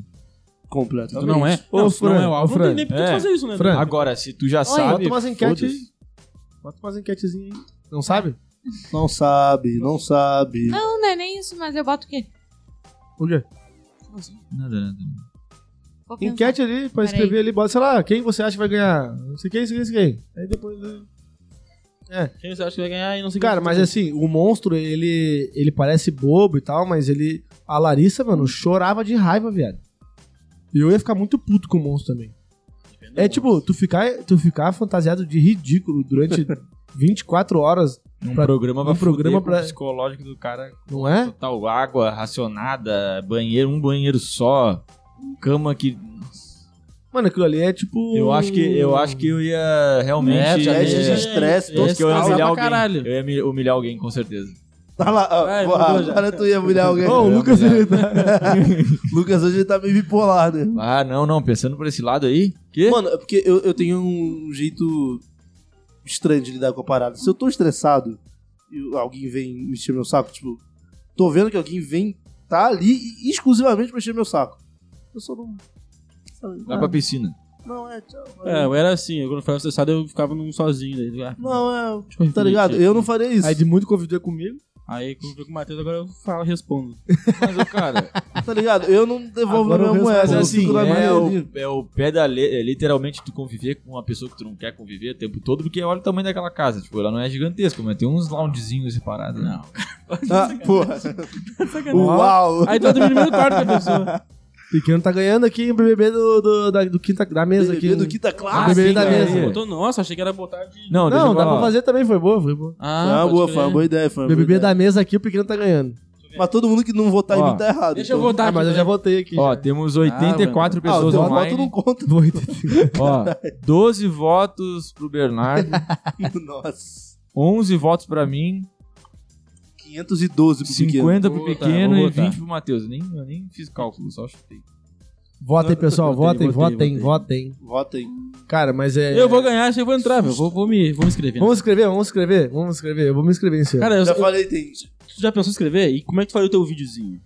S2: Completa.
S4: Tu não é?
S1: Ô,
S4: Não, se tu não
S1: Fran,
S4: é o alvo,
S1: ô,
S4: não tem
S1: Fran,
S4: nem por que tu
S3: é.
S4: fazer isso, né?
S1: Fran,
S4: Agora,
S3: Agora, se tu já sabe.
S1: Bota umas enquetes aí.
S3: foda-se.
S1: Bota umas enquetezinhas aí. Não sabe?
S2: Não sabe, não sabe.
S7: Não, não é nem isso, mas eu boto o quê?
S1: Por quê?
S3: Nada, nada.
S7: Vou pensar.
S1: Enquete ali, pra escrever ali, bota, sei lá, quem você acha que vai ganhar? Não sei quem, não sei quem, não sei quem. Aí depois. né?
S4: quem você acha que tá vai ganhar e não sei
S1: Cara,
S4: quem-
S1: mas assim, o monstro, ele, ele parece bobo e tal, mas ele. A Larissa, mano, chorava de raiva, viado. E eu ia ficar muito puto com o monstro também. É tipo, tu ficar, tu ficar fantasiado de ridículo durante 24 horas,
S3: Um
S1: Pra-
S3: programa pra
S1: um
S3: fuder
S1: programa
S3: com
S1: pra-
S3: o psicológico do cara
S1: não é?
S3: total. Água racionada, banheiro, um banheiro só, cama que.
S1: Mano, aquilo ali é tipo.
S3: Eu acho que eu acho que eu ia realmente.
S4: É, já
S2: Teste de
S4: é,
S2: estresse.
S4: é,
S2: total.
S3: acho que eu ia
S4: Causar pra
S3: humilhar alguém.
S4: caralho.
S3: Eu ia mi- humilhar alguém, com certeza.
S2: Tá lá, ó,
S4: Vai,
S2: porra,
S4: mudou já.
S2: agora tu ia humilhar alguém.
S1: Ô, o Lucas, ele tá-
S2: Lucas hoje ele tá meio bipolar, né?
S3: Ah, não, não. Pensando por esse lado aí. Que?
S2: Mano, é porque eu, eu tenho um jeito estranho de lidar com a parada. Se eu tô estressado e alguém vem me encher meu saco, tipo, tô vendo que alguém vem, tá ali e exclusivamente pra encher meu saco. Eu só não. sabe?
S3: Vai pra piscina.
S2: Não, é, tchau.
S4: É, eu era assim, eu, quando eu ficava estressado eu ficava num sozinho. Daí, ah,
S2: Não,
S4: deixa eu
S2: é. Tá
S4: refletir
S2: ligado?
S4: aqui.
S2: Eu não faria isso.
S1: Aí de muito convidou comigo.
S4: Aí quando eu fico com o Matheus, agora eu falo e respondo.
S3: Mas, ô, cara,
S2: Tá ligado? Eu não devolvo
S1: Agora
S2: na
S1: eu respondo.
S2: minha moeda.
S3: mas
S2: eu
S3: assim,
S2: fico na
S3: é
S2: minha ali.
S3: o, é o pé da le... é literalmente tu conviver com uma pessoa que tu não quer conviver o tempo todo, porque olha o tamanho daquela casa. Tipo, ela não é gigantesca, mas tem uns loungezinhos né? separados. Não.
S2: Ah, porra.
S4: Sacanagem.
S2: Uau!
S4: Aí tá dormindo no mesmo quarto que a pessoa.
S1: Pequeno tá ganhando aqui em BBB do, do, da, do quinta, da mesa
S2: Bebê
S1: aqui.
S2: do quinta classe.
S1: Ah, bebê da
S4: cara,
S1: mesa.
S4: você botou, nossa, achei que era botar de...
S3: Não, deixa
S1: Não,
S3: eu
S1: dá
S3: falar.
S1: pra fazer também, foi boa, foi boa.
S4: Ah,
S2: Foi uma
S4: pode
S2: boa,
S4: crer.
S2: foi uma boa ideia. Foi uma boa
S1: BBB
S2: ideia.
S1: da mesa aqui, o pequeno tá ganhando.
S2: Mas todo mundo que não votar em
S3: Ó,
S2: mim tá errado.
S4: Deixa eu
S2: então.
S4: votar
S1: ah, mas eu
S4: aqui
S1: já votei aqui.
S3: Ó,
S1: já.
S3: temos 84
S4: Ah,
S2: Ah, o
S3: pessoas
S2: teu voto não
S3: online.
S2: conta.
S1: Vou entender.
S3: Ó, 12 votos pro Bernardo,
S2: Nossa.
S3: 11 votos pra mim,
S2: 512 pro pequeno.
S3: 50 pro
S4: Vou botar,
S3: pequeno
S4: vou
S3: e
S4: botar.
S3: 20 pro Matheus. Nem, eu nem fiz cálculo, só chutei.
S1: Votem, pessoal,
S4: Votei,
S1: votem,
S4: votei,
S1: votem, votem.
S2: Votem.
S1: Cara, mas é.
S4: Eu vou ganhar se eu vou entrar, meu. Vou, vou me, vou me inscrever.
S1: Vamos escrever, vamos escrever, vamos escrever. Eu vou me inscrever em seu.
S4: Cara, eu,
S2: Já
S4: eu,
S2: falei, tem.
S4: tu já pensou em escrever? E como é que tu faria o teu videozinho?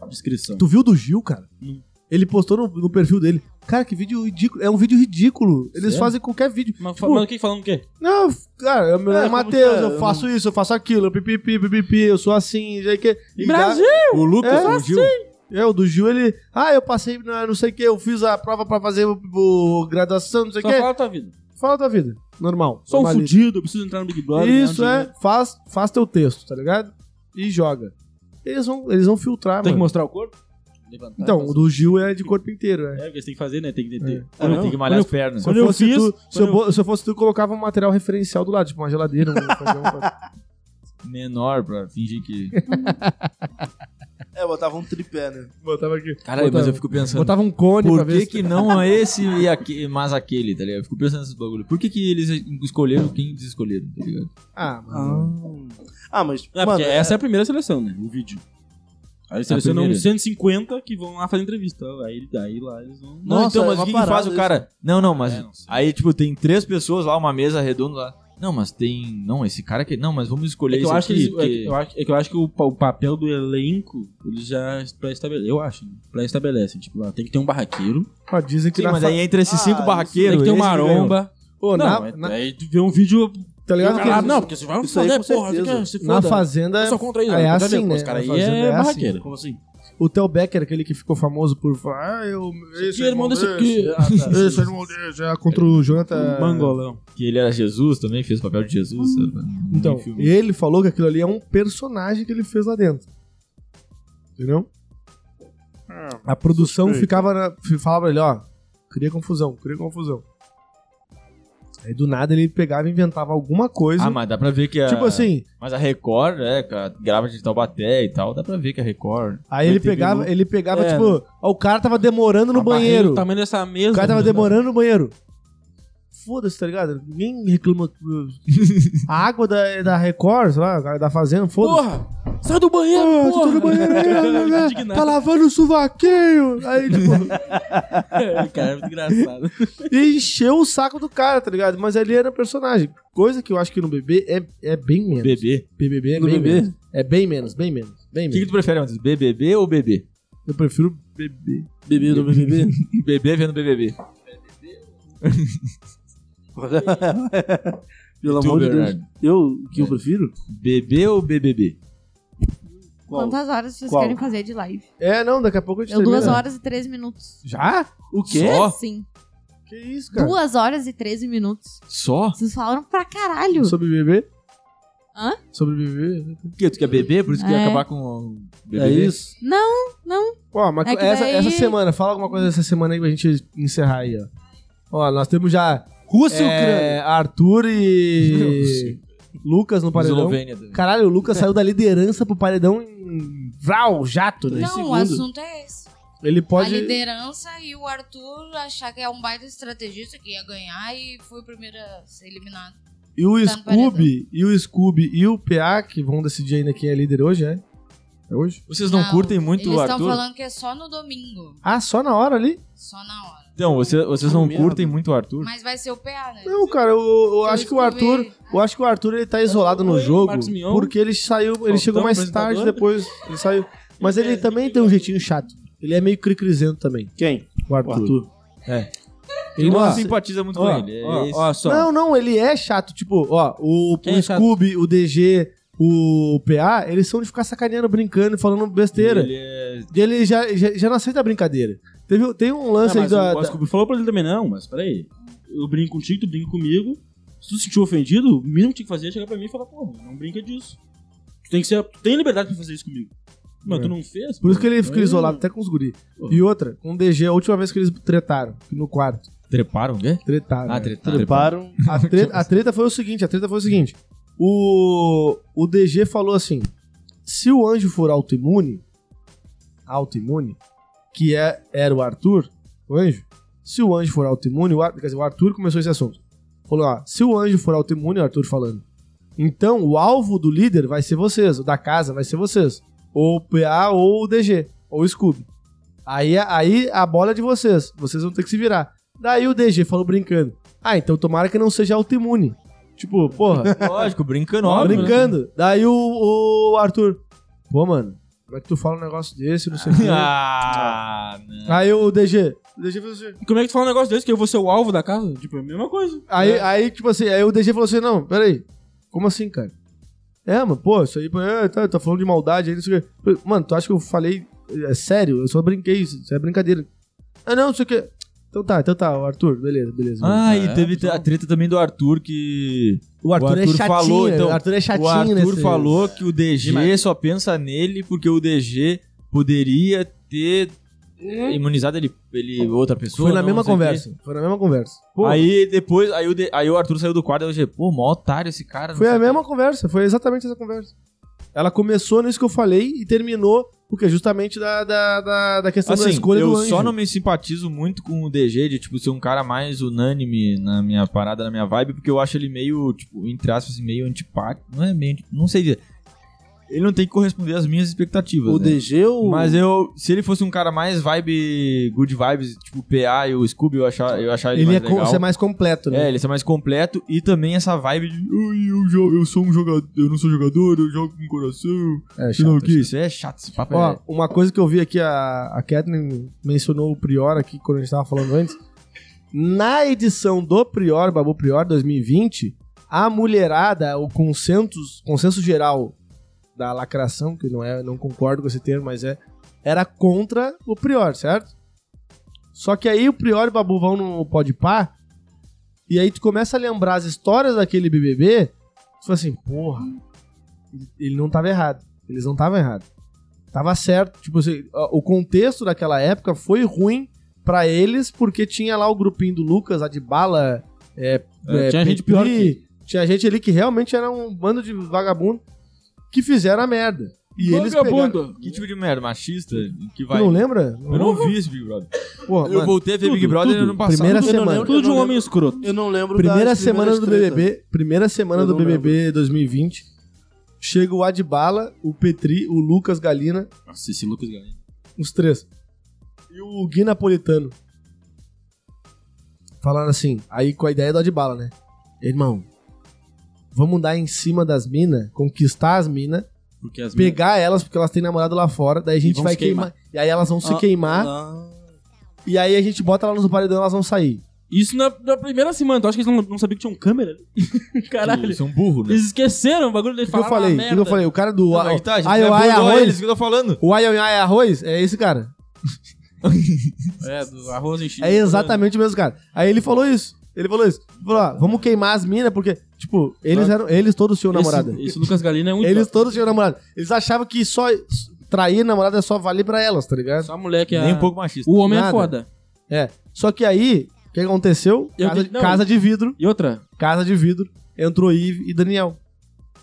S4: A descrição.
S1: Tu viu do Gil, cara?
S4: Hum.
S1: Ele postou no, no perfil dele. Cara, que vídeo ridículo. É um vídeo ridículo. Eles
S4: Sério?
S1: fazem qualquer vídeo.
S4: Mas, fa-
S1: Tipo,
S4: mas o que falando o quê?
S1: Não, cara, eu, meu
S2: É,
S1: nome é
S2: como
S1: Matheus,
S2: que é?
S1: eu faço isso, eu faço aquilo, eu pipipi, pipipi, eu sou assim, já que. e dá-
S4: Brasil! assim.
S3: O Lucas
S1: É,
S3: surgiu.
S1: É, o do Gil, ele. Ah, eu passei na não sei o que, eu fiz a prova pra fazer o, o- graduação, não sei o
S4: Só
S1: que.
S4: fala da tua vida.
S1: Fala da vida. Normal.
S4: Sou um
S1: normaliza.
S4: fudido, eu preciso entrar no Big Brother.
S1: Isso
S4: ganhar um dinheiro.
S1: é, faz, faz teu texto, tá ligado? E joga. Eles vão, eles vão filtrar,
S4: Tem que
S1: mano.
S4: mostrar o corpo? Levantar.
S1: Então, o do Gil é de corpo inteiro, é.
S4: É, porque você tem que fazer, né? Tem que ter.
S3: Ah, não, tem que malhar as pernas.
S1: Se eu,
S4: Quando eu
S1: fosse
S4: fiz-
S1: tu, se, eu,
S4: quando
S1: bo- se eu fosse tu, eu colocava um material referencial do lado, tipo uma geladeira, um fogão.
S3: Menor pra fingir que.
S2: É, botava um tripé, né?
S1: botava aqui.
S3: Caralho, mas eu fico pensando.
S1: Botava um cone pra
S3: Por
S1: ver
S3: que,
S1: se-
S3: que não é esse e aquele, mas aquele, tá ligado? Eu fico pensando nesses bagulho. Por que, que eles escolheram quem eles escolheram, tá ligado?
S1: Ah, mano.
S2: Ah, mas.
S4: É,
S2: mano,
S4: porque essa é a primeira seleção, né? O vídeo. Aí selecionam
S3: primeira.
S4: uns 150 que vão lá fazer entrevista. Aí, daí lá eles vão.
S3: Não,
S2: Nossa,
S3: então,
S2: é
S3: mas
S2: uma
S3: o que, que faz
S2: parada
S3: o cara. Não, não, mas.
S4: É, não sei.
S3: aí, tipo, tem três pessoas lá, uma mesa redonda lá. Não, mas tem. Não, esse cara que. Não, mas vamos escolher
S4: É que eu,
S3: esse
S4: acho que
S3: aqui.
S4: eles- é
S3: porque-
S4: que eu acho- é que eu acho que o, pa- o papel do elenco, eles já pré-estabelecem. Eu acho, né? Pré-estabelecem. Tipo, lá, tem que ter um barraqueiro,
S1: Ó, dizem que
S3: Sim,
S1: na
S3: mas
S1: fa-
S3: aí entre esses
S2: Ah,
S3: cinco
S2: isso
S3: barraqueiros.
S4: tem que ter um
S3: esse ganhou.
S4: maromba.
S1: Pô,
S4: não,
S1: na,
S4: é-
S1: na-
S4: aí tu vê um vídeo.
S1: tá ligado que
S4: Ah,
S1: eles-
S4: não, porque você vai me
S2: Isso aí,
S4: foder,
S2: com
S4: porra.
S2: certeza.
S4: fica- se
S1: na
S4: foda.
S1: Fazenda,
S4: Eu sou contra isso.
S1: é
S4: eu tô de
S1: assim,
S4: acordo,
S1: né?
S4: Os caras aí
S1: Na Fazenda
S4: é,
S1: é assim.
S4: barraqueiro.
S2: Como assim?
S1: o Theo Becker, é aquele que ficou famoso por... falar, Ah, eu...
S4: Esse é irmão desse Ah, aqui.
S1: Esse irmão desse, é contra o Jonathan...
S4: Mangolão.
S3: Que ele era Jesus também, fez o papel de Jesus. sabe?
S1: Então,
S3: filme.
S1: ele falou que aquilo ali é um personagem que ele fez lá dentro. Entendeu? A produção ficava na, f- falava pra ele, ó, cria confusão, cria confusão. Aí do nada ele pegava e inventava alguma coisa.
S3: Ah, mas dá pra ver que a.
S4: é
S1: tipo assim,
S3: Mas a Record, né? que a- Grava de Taubaté e tal, dá pra ver que a Record.
S1: aí
S3: vai
S1: ele
S3: ter
S1: pegava,
S3: Bilu.
S1: ele pegava
S4: É,
S1: tipo, ó, o cara tava demorando no
S4: A barriga,
S1: banheiro.
S4: O Tá tamanho dessa mesa.
S1: O cara tava
S4: né?
S1: demorando no banheiro. Foda-se, tá ligado? Ninguém reclama. A água da, da Record, sei lá, da Fazenda, foda-se.
S4: Porra! Sai do banheiro,
S1: Ah, tu tá
S4: porra!
S1: no banheiro aí, né, né?
S4: Indignado.
S1: tá lavando o suvaquinho. Aí, tipo,
S4: Cara, é muito engraçado.
S1: e encheu o saco do cara, tá ligado? Mas ele era personagem. Coisa que eu acho que no bebê é, é bem menos.
S3: Bebê.
S1: BBB é bem menos. É bem menos, bem menos. Bem
S3: O que, que
S1: menos.
S3: tu prefere antes? BBB ou BB?
S1: Eu prefiro bebê.
S2: Bebê do BBB?
S3: BB vendo BBB.
S2: é- Pelo
S3: Tu,
S2: amor de Deus.
S3: Bernardo.
S2: Eu, o que eu prefiro?
S3: BB ou BBB?
S2: Qual?
S7: Quantas horas vocês
S2: Qual?
S7: querem fazer de live?
S1: É, não, daqui a pouco eu te
S7: Deu duas
S1: termino.
S7: horas e 13 minutos.
S1: Já?
S2: O quê?
S3: Só?
S7: Sim.
S1: Que isso, cara?
S7: Duas horas e 13 minutos.
S3: Só?
S7: Vocês falaram pra caralho.
S1: Sobre bebê?
S7: Hã?
S1: Sobre bebê?
S3: Por quê? Tu quer beber? Por isso que ia
S7: É.
S3: acabar com o
S2: É
S3: BBB?
S2: isso?
S1: Ó, mas
S7: É que
S1: essa,
S7: daí-
S1: essa semana, fala alguma coisa dessa semana aí pra gente encerrar aí, ó. Ó, nós temos já Rússia
S2: e Ucrânia.
S1: Arthur e Lucas no paredão.
S3: Eslovênia também.
S1: Caralho, o Lucas saiu da liderança pro paredão em Vral, jato, né?
S5: Não,
S1: Segundo.
S5: o assunto é esse.
S1: Ele
S5: A
S1: pode.
S5: liderança e o Arthur achar que é um baita estrategista que ia ganhar e foi o primeiro a ser eliminado.
S1: E o
S5: no
S7: tá
S1: Scooby, e o Scooby e o PA, que vão decidir ainda quem é líder hoje, é? É hoje?
S3: Vocês não, curtem muito
S5: Eles
S3: o
S5: estão
S3: Arthur?
S5: falando que é só no domingo,
S1: Ah, só na hora ali?
S5: só na hora.
S3: Então, você- vocês não
S2: merda.
S3: curtem muito o Arthur?
S5: Mas vai ser o PA, né?
S1: Não, cara, eu, eu acho que o Arthur.
S5: Scooby-
S1: Eu acho que o Arthur ele tá isolado no
S4: Oi,
S1: jogo.
S4: É, Marcos Mion.
S1: Porque ele saiu. Ele
S4: Faltão,
S1: chegou mais
S4: apresentador. É,
S1: tarde depois. Ele saiu. Mas ele também tem um jeitinho chato. Ele é meio cricrizento também,
S2: Quem?
S1: o
S2: O
S1: Arthur.
S2: Arthur.
S1: Ele
S3: não
S1: não,
S3: simpatiza muito
S4: Ó,
S3: com ele. é
S4: ó,
S3: isso.
S4: ó, só.
S1: Não, não, ele é chato. Tipo, ó, o,
S4: Quem
S1: o
S4: é chato?
S1: Scooby, o DG, o PA, eles são de ficar sacaneando, brincando, e falando besteira.
S3: Ele é...
S1: E ele já, já, já não aceita brincadeira. Teve, tem um lance
S4: Não,
S1: aí
S4: mas
S1: da.
S4: o, o
S1: da-
S4: Scooby falou pra ele também, não, mas peraí. Eu brinco contigo, tu brinca comigo. Se tu se sentiu ofendido, o mínimo que tinha que fazer é chegar pra mim e falar, pô, não brinca disso. Tu tem que ser. Tu tem liberdade pra fazer isso comigo. Mas tu não fez? Então,
S1: Por isso
S4: pô.
S1: que ele fica
S4: Aí-
S1: isolado até com os guri.
S4: Pô.
S1: E outra, com o DG, a última vez que eles tretaram, no quarto.
S3: Treparam o quê?
S1: Tretaram.
S3: Ah,
S1: né?
S3: tretaram.
S2: Treparam.
S1: A treta, a treta foi o seguinte, a treta foi o seguinte. O, o DG falou assim, se o anjo for autoimune, autoimune, que é, era o Arthur, o anjo, se o anjo for autoimune, o, Ar- quer dizer, o Arthur começou esse assunto. Falou, ó, se o anjo for autoimune, é o Arthur falando, então o alvo do líder vai ser vocês, o da casa vai ser vocês, ou o PA ou o DG, ou o Scooby. Aí, aí a bola é de vocês. Vocês vão ter que se virar. Daí o DG falou brincando. Ah, então tomara que não seja autoimune. Tipo, porra,
S3: Lógico, brincando,
S1: ó,
S3: óbvio. né?
S1: brincando. Daí o, o Arthur. Pô, mano, como é que tu fala um negócio desse? Não sei o quê.
S3: Ah, né?
S1: Aí o DG. o DG fez assim.
S4: E como é que tu fala um negócio desse que eu vou ser o alvo da casa? Tipo, é a mesma coisa.
S1: Aí, aí, tipo assim, aí o DG falou assim, não, peraí, como assim, cara? É, mano, pô, isso aí, pô, é, tá, tá falando de maldade aí, não sei o quê. Pô, Mano, tu acha que eu falei, é sério? Eu só brinquei, isso, isso é brincadeira. Ah, não, não sei o quê. Então tá, então tá, o Arthur, beleza, beleza. beleza.
S3: Ah, e teve a treta também do Arthur que.
S6: O Arthur, é
S3: Arthur
S6: chatinho,
S3: falou, então,
S6: o Arthur é chatinho
S3: o Arthur
S6: nesse-
S3: falou que o DG
S4: Demais.
S3: só pensa nele porque o DG poderia ter imunizado ele, ele outra pessoa.
S1: Foi na
S3: não,
S1: mesma
S3: não sei o quê.
S1: conversa, foi na mesma conversa. Pô,
S3: Aí depois, aí o, D- aí o Arthur saiu do quadro e eu disse, pô, mó otário esse cara. não
S1: foi
S3: sei
S1: a
S3: o quê.
S1: mesma conversa, foi exatamente essa conversa. Ela começou nisso que eu falei e terminou, porque justamente da, da, da, da questão da
S3: Assim,
S1: escolha
S3: eu
S1: do anjo.
S3: só não me simpatizo muito com o DG de, tipo, ser um cara mais unânime na minha parada, na minha vibe, porque eu acho ele meio, tipo, entre aspas, assim, meio antipático. Não é meio, anti- não sei dizer. Ele não tem que corresponder às minhas expectativas,
S2: O
S3: né?
S2: DG, o...
S3: Mas eu, se ele fosse um cara mais vibe, good vibes, tipo PA e o Scooby, eu achava, eu achava ele,
S1: Ele é,
S3: mais
S1: com,
S3: legal.
S1: você é mais completo, né?
S3: É, ele ser mais completo e também essa vibe de "Ai, eu, jo- eu sou um jogador, eu não sou jogador, eu jogo com coração.
S1: É,
S3: sei lá o que, isso é chato, esse papo
S1: Ó,
S3: é...
S1: uma coisa que eu vi aqui, a, a Catherine mencionou o Prior aqui quando a gente tava falando antes. Na edição do Prior, Babu Prior 2020, a mulherada, o consenso, consenso geral da lacração, que não é, não concordo com esse termo, mas é, era contra o Prior, certo? Só que aí o Prior e o Babu vão no Podpah, e aí tu começa a lembrar as histórias daquele BBB, tu fala assim, porra, ele- ele não tava errado, eles não estavam errados tava certo. Tipo assim, a- o contexto daquela época foi ruim pra eles, porque tinha lá o grupinho do Lucas, a de bala. É,
S4: É,
S1: é,
S4: tinha
S1: Petri,
S4: gente pior que-
S1: Tinha gente ali que realmente era um bando de vagabundo que fizeram a merda. E
S4: é
S1: eles pegaram...
S3: Que tipo de merda? Machista? Que
S1: Tu
S3: vai.
S1: não lembra?
S3: Eu não vi esse Big Brother.
S1: Porra,
S3: eu
S1: mano,
S3: voltei a ver
S1: tudo,
S3: Big Brother
S1: tudo.
S3: no ano passado.
S1: Primeira
S2: Eu não
S1: semana.
S2: lembro
S4: Tudo de um homem escroto.
S2: Eu não lembro
S1: Primeira
S2: das
S1: semana
S2: primeiras
S1: do
S2: treta.
S1: BBB, primeira semana
S2: Eu
S1: do
S2: não
S1: BBB 2020. Chega o Adbala, o Petri, o Lucas Galina,
S4: Nossa, esse Lucas Galeno.
S1: os três. E o Gui Napolitano. Falando assim, aí com a ideia do Adbala, né? Irmão, vamos dar em cima das minas, conquistar as minas,
S4: Porque as minhas-
S1: pegar elas, porque elas têm namorado lá fora, daí a gente
S4: vão
S1: vai
S4: se queimar.
S1: queimar. E aí elas vão se
S2: Ah,
S1: queimar,
S2: ah.
S1: e aí a gente bota elas no paredão e elas vão sair.
S4: Isso na, na primeira semana. Tu acha que eles não, não sabiam que tinha um câmera ali? Caralho.
S3: Eles são burros, né?
S4: Eles esqueceram o bagulho
S1: O
S4: dele
S1: que, que eu
S4: falar.
S1: falei? O que, que eu falei? O cara do.
S3: Aí tá, a gente
S1: Ai,
S3: não
S1: ai, ai,
S3: é burro igual eles,
S1: arroz.
S3: isso que eu tô falando.
S1: O ai, ai, ai, arroz? É esse cara.
S4: É, do arroz enchido.
S1: É exatamente o mesmo cara. Aí ele falou isso. Ele falou isso. Ele falou, ó, vamos queimar as minas, porque, tipo, eles eram. Eles todos tinham namorada.
S4: Esse, esse Lucas Galino é um
S1: Eles todos tinham namorado. Eles achavam que só trair namorada só valer pra elas, tá ligado?
S4: Só a mulher que é...
S3: Nem um pouco machista.
S4: O homem
S1: Nada.
S4: é foda.
S1: É. Só que aí, o que aconteceu?
S4: Eu
S1: Casa,
S4: vi- não.
S1: casa de vidro,
S4: E outra?
S1: casa de vidro, entrou Ive e Daniel.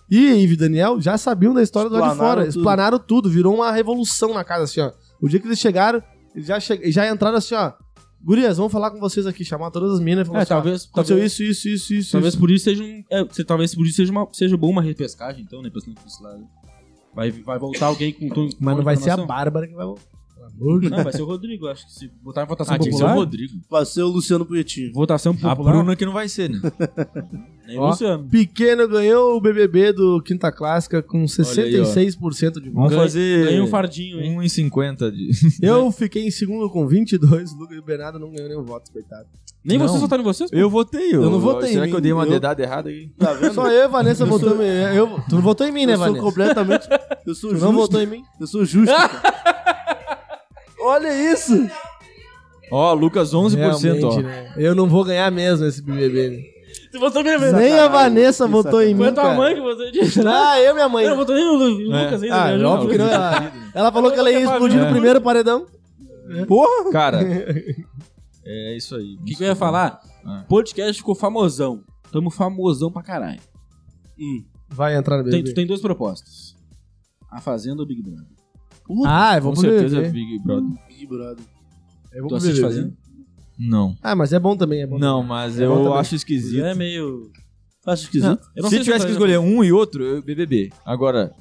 S1: E Ive e Daniel já sabiam da história do lado de
S2: Explanaram
S1: fora.
S2: tudo.
S1: Explanaram tudo, virou uma revolução na casa, assim, ó. O dia que eles chegaram, eles já, che- já entraram assim, ó. Gurias, vamos falar com vocês aqui, chamar todas as minas e falar
S4: É,
S1: assim, ó,
S4: talvez...
S1: Aconteceu
S4: talvez-
S1: isso, isso, isso, isso.
S4: Talvez
S1: isso.
S4: por isso seja um. é, se- talvez por isso seja, uma, seja boa uma repescagem, então, né? Pensando por esse lado. Vai, vai voltar alguém com. com
S1: Mas não vai ser a
S4: informação.
S1: Bárbara que vai. Pelo amor de
S4: Não, vai ser o Rodrigo, acho que se botar em votação
S3: Ah, tinha que ser o
S4: popular.
S3: Rodrigo.
S2: Vai ser o Luciano Pretinho.
S4: Votação
S3: A
S4: popular.
S3: Bruna que não vai ser, né?
S4: Nem
S1: Ó.
S4: Luciano.
S1: Pequeno ganhou o BBB do Quinta Clássica com 66% de voto.
S3: Vamos fazer
S4: Ganhei um fardinho, hein?
S3: 1,50 de...
S1: Eu fiquei em segundo com 22, Lucas Bernardo não ganhou nenhum voto, coitado.
S4: Nem
S3: Não.
S4: vocês votaram em vocês? pô.
S3: Eu votei, eu.
S1: Eu não votei em
S3: Será
S1: mim,
S3: que eu dei uma
S1: eu-
S3: dedada errada aí?
S2: Tá vendo?
S1: Só eu, e Vanessa, votou em mim. Eu, tu não votou em mim, né,
S2: eu sou
S1: Vanessa?
S2: completamente... Eu sou
S1: Tu
S2: justo.
S1: não votou em mim?
S2: Eu sou justo. cara. Olha isso.
S3: Ó, Lucas 11%, ó.
S1: Realmente, né? Eu não vou ganhar mesmo esse BBB. né?
S4: Você votou minha vez.
S1: Nem a Vanessa
S2: que
S1: votou em mim,
S4: Foi a tua
S1: cara.
S4: mãe que você disse.
S1: Ah, eu, minha mãe.
S4: Eu não votou nem no Lu- Lucas ainda.
S1: Ah,
S4: né?
S1: é óbvio que não. Ela, ela falou que ela ia explodir
S3: É.
S1: no primeiro paredão.
S3: Cara, é isso aí.
S4: O que, que eu ia falar?
S3: Ah.
S4: Podcast ficou famosão. Tamo famosão pra caralho.
S1: Vai entrar no
S4: Tem, tu
S1: BBB.
S4: tem duas propostas. A Fazenda ou Big Brother?
S1: Ah, eu vou
S3: Com
S1: pro
S3: certeza,
S1: BBB.
S3: Big Brother.
S2: Ih, brother.
S1: Eu vou
S4: Tu
S1: pro
S4: assiste
S1: BBB.
S4: Fazenda?
S3: Não.
S1: Ah, mas é bom também, é bom.
S3: Não, mas
S1: Eu
S3: eu
S1: também.
S3: acho esquisito.
S4: É meio...
S2: Acho esquisito.
S4: Eu não
S3: se
S4: sei
S3: tivesse
S4: eu
S3: que
S4: faria-
S3: escolher um e outro, eu BBB. Agora,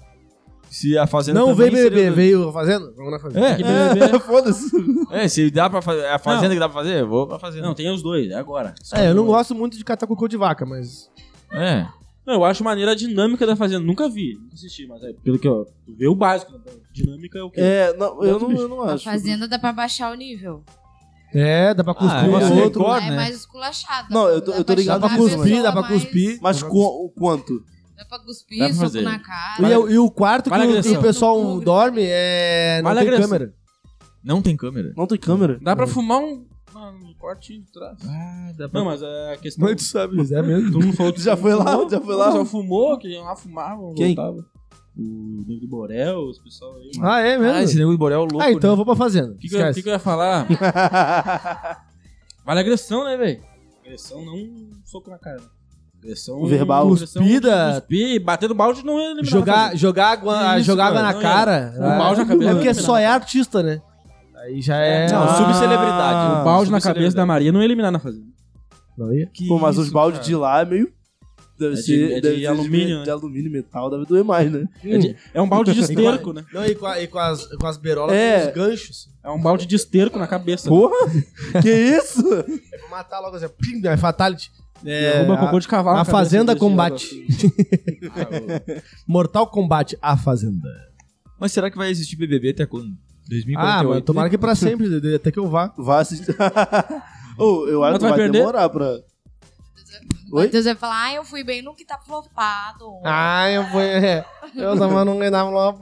S3: Se a Fazenda
S1: Não
S3: também
S1: veio BBB,
S3: seria-
S1: veio fazendo? Vamos na fazenda.
S3: É,
S2: Foda-se.
S3: é, se dá pra fazer. É a Fazenda que dá pra fazer? Eu vou pra Fazenda.
S4: Não, tem os dois, é agora. Só
S1: É, eu não
S4: dois.
S1: gosto muito de catar cocô de vaca, mas.
S3: É.
S4: Não, eu acho maneira a dinâmica da Fazenda. Nunca vi, nunca assisti, mas é pelo que eu. Tu vê o básico, né? Dinâmica é o quê?
S2: É, não, eu, não, eu não
S5: A
S4: tá
S2: acho.
S5: fazenda dá pra baixar o nível.
S1: É, dá pra
S3: Ah,
S1: cuspir
S3: eu
S1: um
S3: acho
S1: no outro.
S3: Record,
S5: Lá é
S3: né?
S5: mais esculachada.
S2: Não, eu tô- eu tô ligado
S1: Dá pra
S2: Ah, mas-
S1: cuspir, dá pra cuspir.
S2: Mas com, o quanto?
S5: Dá pra
S4: Dá pra
S5: cuspir, soco
S4: fazer.
S5: na cara.
S1: E, o- e o quarto que
S4: Vale a
S1: o, que
S4: agressão.
S1: o pessoal
S5: Vale a
S1: dorme é. Não
S4: Vale a
S1: tem
S4: agressão.
S1: câmera.
S3: Não tem
S1: Tá
S3: câmera.
S2: Não tem câmera?
S4: Dá pra fumar um. Um cortinho de trás.
S3: Ah, dá
S4: Não, mas é a questão.
S1: Mas tu sabe. Mas é mesmo.
S4: Todo mundo falou que
S2: Já foi lá?
S4: fumou.
S2: Já foi lá?
S4: Já fumou, que lá fumava,
S2: Quem?
S4: voltava. O Nego do Borel, os pessoal aí. mano.
S1: Ah, é
S3: Ah, esse
S1: mesmo?
S3: nego de Borel é louco.
S1: Ah, então eu
S3: né?
S1: vou pra fazenda.
S4: O que, que, eu- que
S1: Esquece.
S4: que eu ia falar? Vale agressão, né, velho? Agressão não um soco na cara. né? Agressão.
S2: Verbal.
S4: agressão-
S1: Cuspida.
S4: Cuspir, bater no balde não é eliminar.
S1: Jogar, jogar água,
S4: Isso,
S1: jogar água
S4: cara,
S1: na
S4: não
S1: cara.
S4: Um balde na cabeça.
S1: É porque só é artista, né? Aí já é.
S3: Não,
S2: Ah,
S3: subcelebridade.
S4: O balde na
S3: Subcelebridade.
S4: cabeça da Maria não ia eliminar na fazenda.
S1: Não ia.
S2: Pô, mas os baldes de lá é meio. Deve
S4: É de-
S2: ser.
S4: é de
S2: deve ser
S4: alumínio,
S2: De,
S4: né?
S2: de alumínio, metal, deve doer mais, né?
S4: É, de- é um balde de esterco, né?
S1: Não, e com, a- e com as, com as berolas,
S2: É.
S1: com os ganchos.
S4: É um balde de esterco na cabeça.
S2: Porra! que isso?
S1: É pra matar logo assim, pim, é fatality. É,
S4: Derruba
S1: a-
S4: cocô de cavalo.
S1: a
S4: na cabeça
S1: Fazenda
S4: desse assim.
S1: Combate.
S4: jogador.
S1: Mortal Kombat, a Fazenda.
S3: Tá Mas será que vai existir BBB até quando?
S1: Ah,
S3: 2048.
S1: mano, tomara que pra sempre, Dedê, até que eu vá.
S2: Vá assistir. Ô, eu acho
S4: Mas
S2: que
S4: vai
S2: vai,
S4: perder?
S2: demorar pra. Oi?
S5: Deus vai falar, ah, eu fui bem no que tá flopado.
S1: Ah, eu fui. Eu tava num enamorado.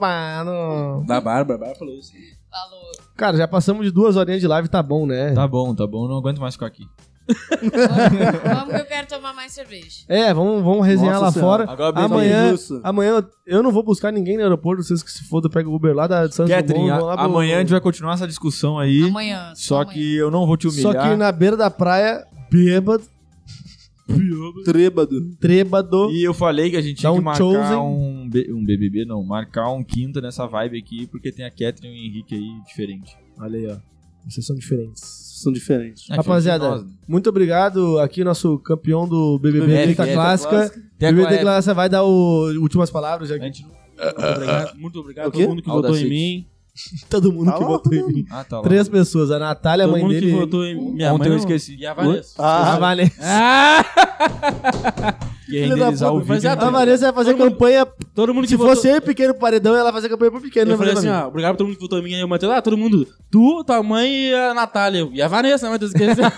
S4: da Bárbara, a Bárbara falou isso.
S5: Falou.
S1: Cara, já passamos de duas horinhas de live, tá bom, né?
S3: Tá bom, tá bom. Não aguento mais ficar aqui.
S5: Vamos, vamos que eu quero tomar mais cerveja.
S1: É, vamos, vamos resenhar
S2: Nossa
S1: lá
S2: Senhora.
S1: fora.
S3: Agora
S1: Amanhã,
S2: Isso.
S1: amanhã eu- eu não vou buscar ninguém no aeroporto, vocês que se foda, pega o Uber lá da de Santos
S3: Catherine,
S1: Dumont, vão lá pro-
S3: amanhã a gente vai continuar essa discussão aí.
S5: Amanhã.
S3: Só
S5: amanhã.
S3: que eu não vou te humilhar.
S1: Só que na beira da praia, bêbado,
S2: Trêbado.
S1: trêbado.
S3: E eu falei que a gente
S1: Dá
S3: tinha que
S1: um
S3: marcar
S1: chosen.
S3: um, B- um BBB, não. Marcar um quinto nessa vibe aqui, porque tem a Catherine e o Henrique aí diferente.
S1: Olha aí, ó. Vocês são diferentes.
S2: São diferentes.
S3: Ah,
S1: Rapaziada,
S3: diferente de nós, né?
S1: muito obrigado aqui, nosso campeão do BBB
S3: BBB,
S1: Direita
S3: Direita
S1: Clássica.
S3: Até
S1: BBB
S3: agora é-
S1: Direita Clássica vai dar o últimas palavras
S3: a
S1: aqui.
S3: gente não-
S4: Muito obrigado, muito obrigado
S2: O
S4: a
S2: quê?
S4: todo mundo que votou em
S3: Audacity.
S4: mim.
S1: Todo mundo
S2: Tá
S1: que
S2: lá,
S1: votou em mim.
S3: Ah, tá lá.
S1: Três pessoas, a
S2: É,
S1: Natália, a
S4: Todo
S1: mãe
S4: mundo
S1: dele.
S4: que votou em mim. Minha mãe
S3: Ontem eu
S4: não-
S3: esqueci.
S4: E a Vanessa.
S1: A
S2: Ah,
S1: Vanessa.
S3: Que renderizar o vídeo. né?
S4: Mas é
S1: A Vanessa vai fazer
S4: Todo mundo-
S1: campanha.
S4: Todo mundo que
S1: Se
S4: votou...
S1: fosse eu e pequeno paredão, ela vai fazer campanha pro pequeno. não
S4: Eu
S2: né,
S1: vai
S4: falei
S1: fazer
S4: assim,
S1: pra mim.
S4: ó, obrigado a todo mundo que votou em mim aí, o Matheus. Ah, todo mundo. Tu, tua mãe e a Natália. E a Vanessa, né, Matheus? Esqueceu.
S2: aí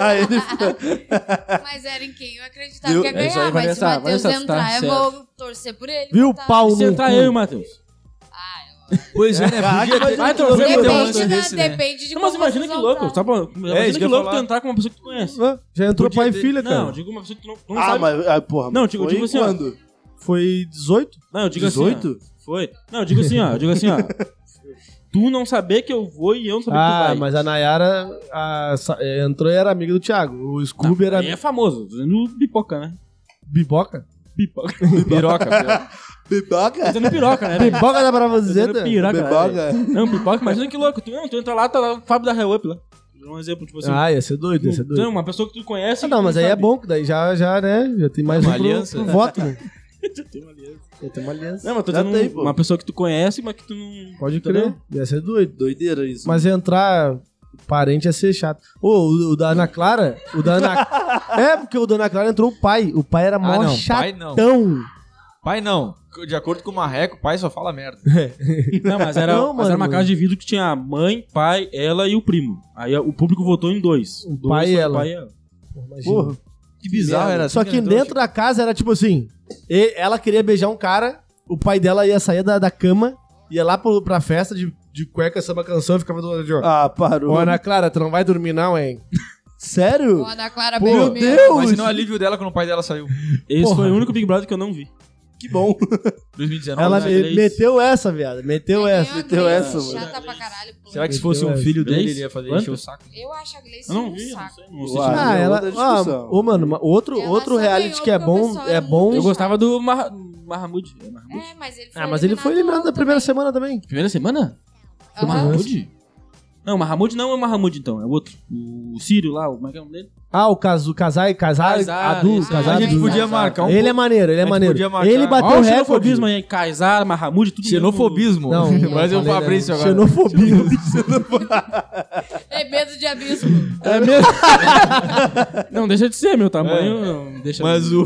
S2: Ah, ele fica-
S5: Mas era em quem eu acreditava
S2: Eu-
S5: que ia
S4: é isso
S5: ganhar.
S4: aí,
S5: mas se o
S4: Vanessa,
S5: Matheus
S4: Vanessa,
S5: entrar,
S4: tá
S5: eu vou torcer por ele.
S1: Viu,
S5: tá?
S1: pau
S4: Se
S1: no.
S4: entrar
S1: cu.
S4: eu e o Matheus.
S3: Pois é, né? Podia ter-
S4: Vai
S3: Podia
S4: torcer
S3: ter um
S4: pro
S3: lance
S5: Depende, da,
S3: desse, né?
S5: depende de
S4: Não, mas
S5: como
S4: imagina que
S5: vocês vão
S4: louco.
S5: estar.
S4: Tá bom.
S3: isso
S4: Imagina
S3: que
S4: que
S3: eu
S4: louco
S3: ia
S4: tu
S3: falar.
S4: entrar com uma pessoa que tu conhece.
S1: Hã? Já entrou
S3: Podia
S1: pai
S3: ter-
S1: e filha, cara.
S4: Não, eu digo uma pessoa que tu não, não
S2: Ah,
S4: sabe.
S2: mas. Ah, porra.
S4: Não, eu digo- eu
S2: foi
S4: digo assim, ó.
S2: quando?
S1: Foi 18?
S4: Não, eu digo
S2: 18?
S4: assim. ó, Foi. Não, eu digo assim, ó. Eu digo assim, ó. Tu não saber que eu vou e eu não saber que
S1: Ah,
S4: tu vai.
S1: mas a Nayara a, sa- é, entrou e era amiga do Thiago. O Scooby era
S4: Aí é famoso. Fazendo pipoca, né?
S1: biboca?
S4: Pipoca.
S3: Piroca. piroca.
S2: Pipoca?
S4: Fazendo piroca,
S3: é
S4: né? velho?
S1: Biboca dá pra você,
S4: Fazendo piroca. né, velho?
S2: Pipoca?
S4: Não, pipoca. Imagina que louco. Tu, não, tu entra lá, tá lá o Fábio da Reup lá. Um exemplo, tipo assim.
S1: Ah, ia ser doido, ia ser
S4: tu é
S1: doido.
S4: uma pessoa que tu conhece.
S1: Ah, não,
S4: que
S1: mas
S4: tu
S1: aí é
S4: sabe.
S1: bom, que daí já, já né? Já tem mais
S3: Uma
S1: um pro-
S3: aliança,
S1: pro
S3: né?
S1: voto, né?
S4: Tem uma aliança.
S1: Já tem uma aliança.
S4: Não, mas tô
S2: Já
S4: dizendo
S2: tem,
S4: um-
S2: pô.
S4: uma pessoa que tu conhece, mas que tu não.
S1: Pode
S4: Tá bem?
S1: crer, ia ser doido.
S2: Doideira isso.
S1: Mas entrar parente ia ser chato. Ô, o, o da Ana Clara, o da Ana... É, porque o da Ana Clara entrou o pai. O pai era
S3: Ah,
S1: mó
S3: não. Pai
S1: chatão.
S3: não. Pai não. De acordo com o Marreco, pai só fala merda.
S4: Não, mas era,
S1: Não,
S4: mas era uma
S1: mano.
S4: casa de vidro que tinha a mãe, pai, ela e o primo. Aí o público votou em dois.
S1: O
S4: Dois
S1: pai e
S4: foi
S1: ela.
S4: pai e ela.
S1: Pô, imagina.
S2: Porra.
S3: Que bizarro era
S1: Só
S3: assim
S1: que
S3: né?
S1: dentro da casa era tipo assim: e- ela queria beijar um cara, o pai dela ia sair da, da cama, ia lá pro, pra festa de, de cueca, samba canção e ficava do lado de ó.
S2: Ah, parou.
S1: Ô, Ana Clara, tu não vai dormir, não, hein?
S2: Sério?
S5: Pô, a da Clara
S2: Pô,
S5: bem
S2: meu
S5: mesmo.
S2: Deus!
S3: Imagina o é alívio dela quando o pai dela saiu.
S4: Esse
S1: Porra.
S4: foi o único Big Brother que eu não vi.
S2: Que bom.
S3: 2019.
S1: Ela
S4: não,
S1: me-
S4: três.
S1: meteu essa, viado. Meteu
S5: Ganhou
S1: essa.
S5: a
S2: meteu
S5: Gleice,
S2: essa, mano.
S5: Chata pra caralho. pô.
S1: é
S3: Será que se fosse um
S1: Deus.
S3: filho dele,
S4: Três?
S3: ele ia fazer
S4: Quanto?
S3: encher o saco?
S5: Eu acho a Gleice
S4: Eu não
S5: um
S4: vi, não
S5: saco.
S4: sei. Não sei
S2: Uau.
S4: se-
S1: Ah,
S2: é
S1: ela.
S2: outra
S1: Ah,
S2: discussão.
S1: ô, mano, uma- outro,
S5: Ela
S1: outro
S5: só
S1: reality
S5: ganhou
S1: que é
S5: porque o
S1: bom.
S5: pessoal
S1: É
S5: é
S1: bom.
S5: muito
S4: Eu gostava do Mar... Mahamud. É Mahamud.
S5: É, mas ele foi
S1: Ah, mas ele foi eliminado
S5: logo
S1: na primeira
S5: também.
S1: semana também.
S4: Primeira semana? Foi
S5: Aham.
S4: Mahamud? Não, o Mahamud não é o Mahamud, então. É o outro. O Sírio lá, o- como é que é o nome dele?
S1: Ah, o Kazu, Kazai, Kazai,
S4: Ah, Kaysar,
S1: Adu,
S4: isso.
S1: Kazai,
S3: a gente
S1: Adu.
S3: podia marcar um
S1: Ele é maneiro, ele
S3: A
S1: é
S3: gente
S1: maneiro.
S3: podia marcar-
S1: Ele
S4: Olha
S1: bateu
S4: o
S1: recorde.
S4: um xenofobismo aí. Kaysar, Mahamud, tudo
S3: Xenofobismo.
S1: Não,
S3: mas eu
S1: falei,
S3: vou abrir
S1: né?
S3: isso agora.
S1: Xenofobia.
S5: É medo de abismo.
S4: É mesmo? É. não, deixa de ser, meu tamanho. não deixa
S3: Mas o.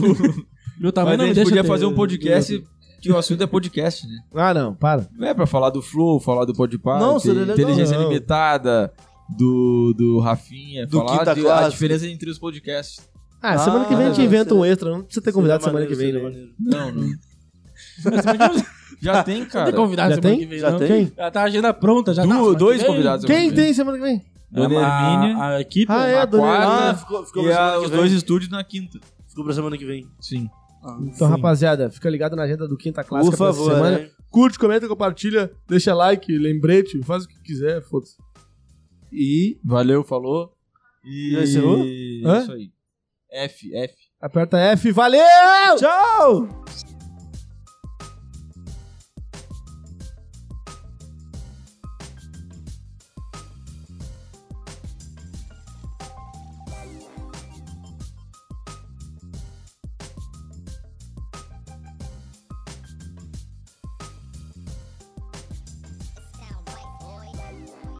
S4: Meu tamanho Ah, não
S3: Mas
S4: me
S3: a gente
S4: deixa
S3: podia
S4: ter-
S3: fazer um podcast que o assunto é podcast, né?
S1: Ah, não, para.
S3: Não é pra falar do Flow, falar do Podpah,
S2: Não, seria legal.
S3: Inteligência
S1: Não.
S3: Limitada, do, do Rafinha,
S2: Do
S3: falar
S2: Quinta
S3: de, a
S2: Classe.
S3: diferença entre os podcasts.
S1: Ah, semana que vem a gente
S2: Ah,
S1: inventa um
S2: seria-
S1: extra. Não precisa ter convidado semana que vem, né?
S3: Não, não. Já tem,
S4: Não tem
S3: cara.
S4: convidado
S1: Já
S4: semana
S1: tem?
S4: que vem,
S2: Já
S4: não.
S2: tem?
S1: Quem?
S4: Já tá a agenda pronta, já.
S3: Du-
S4: tá, semana que
S3: dois
S4: vem.
S3: convidados. É
S1: Quem tem semana que vem?
S3: Dona
S4: A-
S3: Hermínia
S4: É A, a equipe.
S1: Ah, é,
S4: a
S1: a Dona
S4: quadra.
S1: Hermínia.
S2: Ah,
S1: Ah,
S2: ficou, ficou
S3: e
S2: pra
S3: a-
S2: semana
S3: os
S2: que vem.
S3: dois estúdios na quinta.
S2: Ficou pra semana que vem.
S3: Sim.
S1: Então, rapaziada, fica ligado na agenda do Quinta Clássica
S2: Por
S1: pra essa
S2: favor,
S1: semana.
S2: né?
S1: Curte, comenta, compartilha, deixa like, lembrete, faz o que quiser, foda-se.
S2: E
S3: Valeu, falou. E
S2: Já encerrou?
S3: Isso aí. F, F.
S1: Aperta F, valeu!
S2: tchau!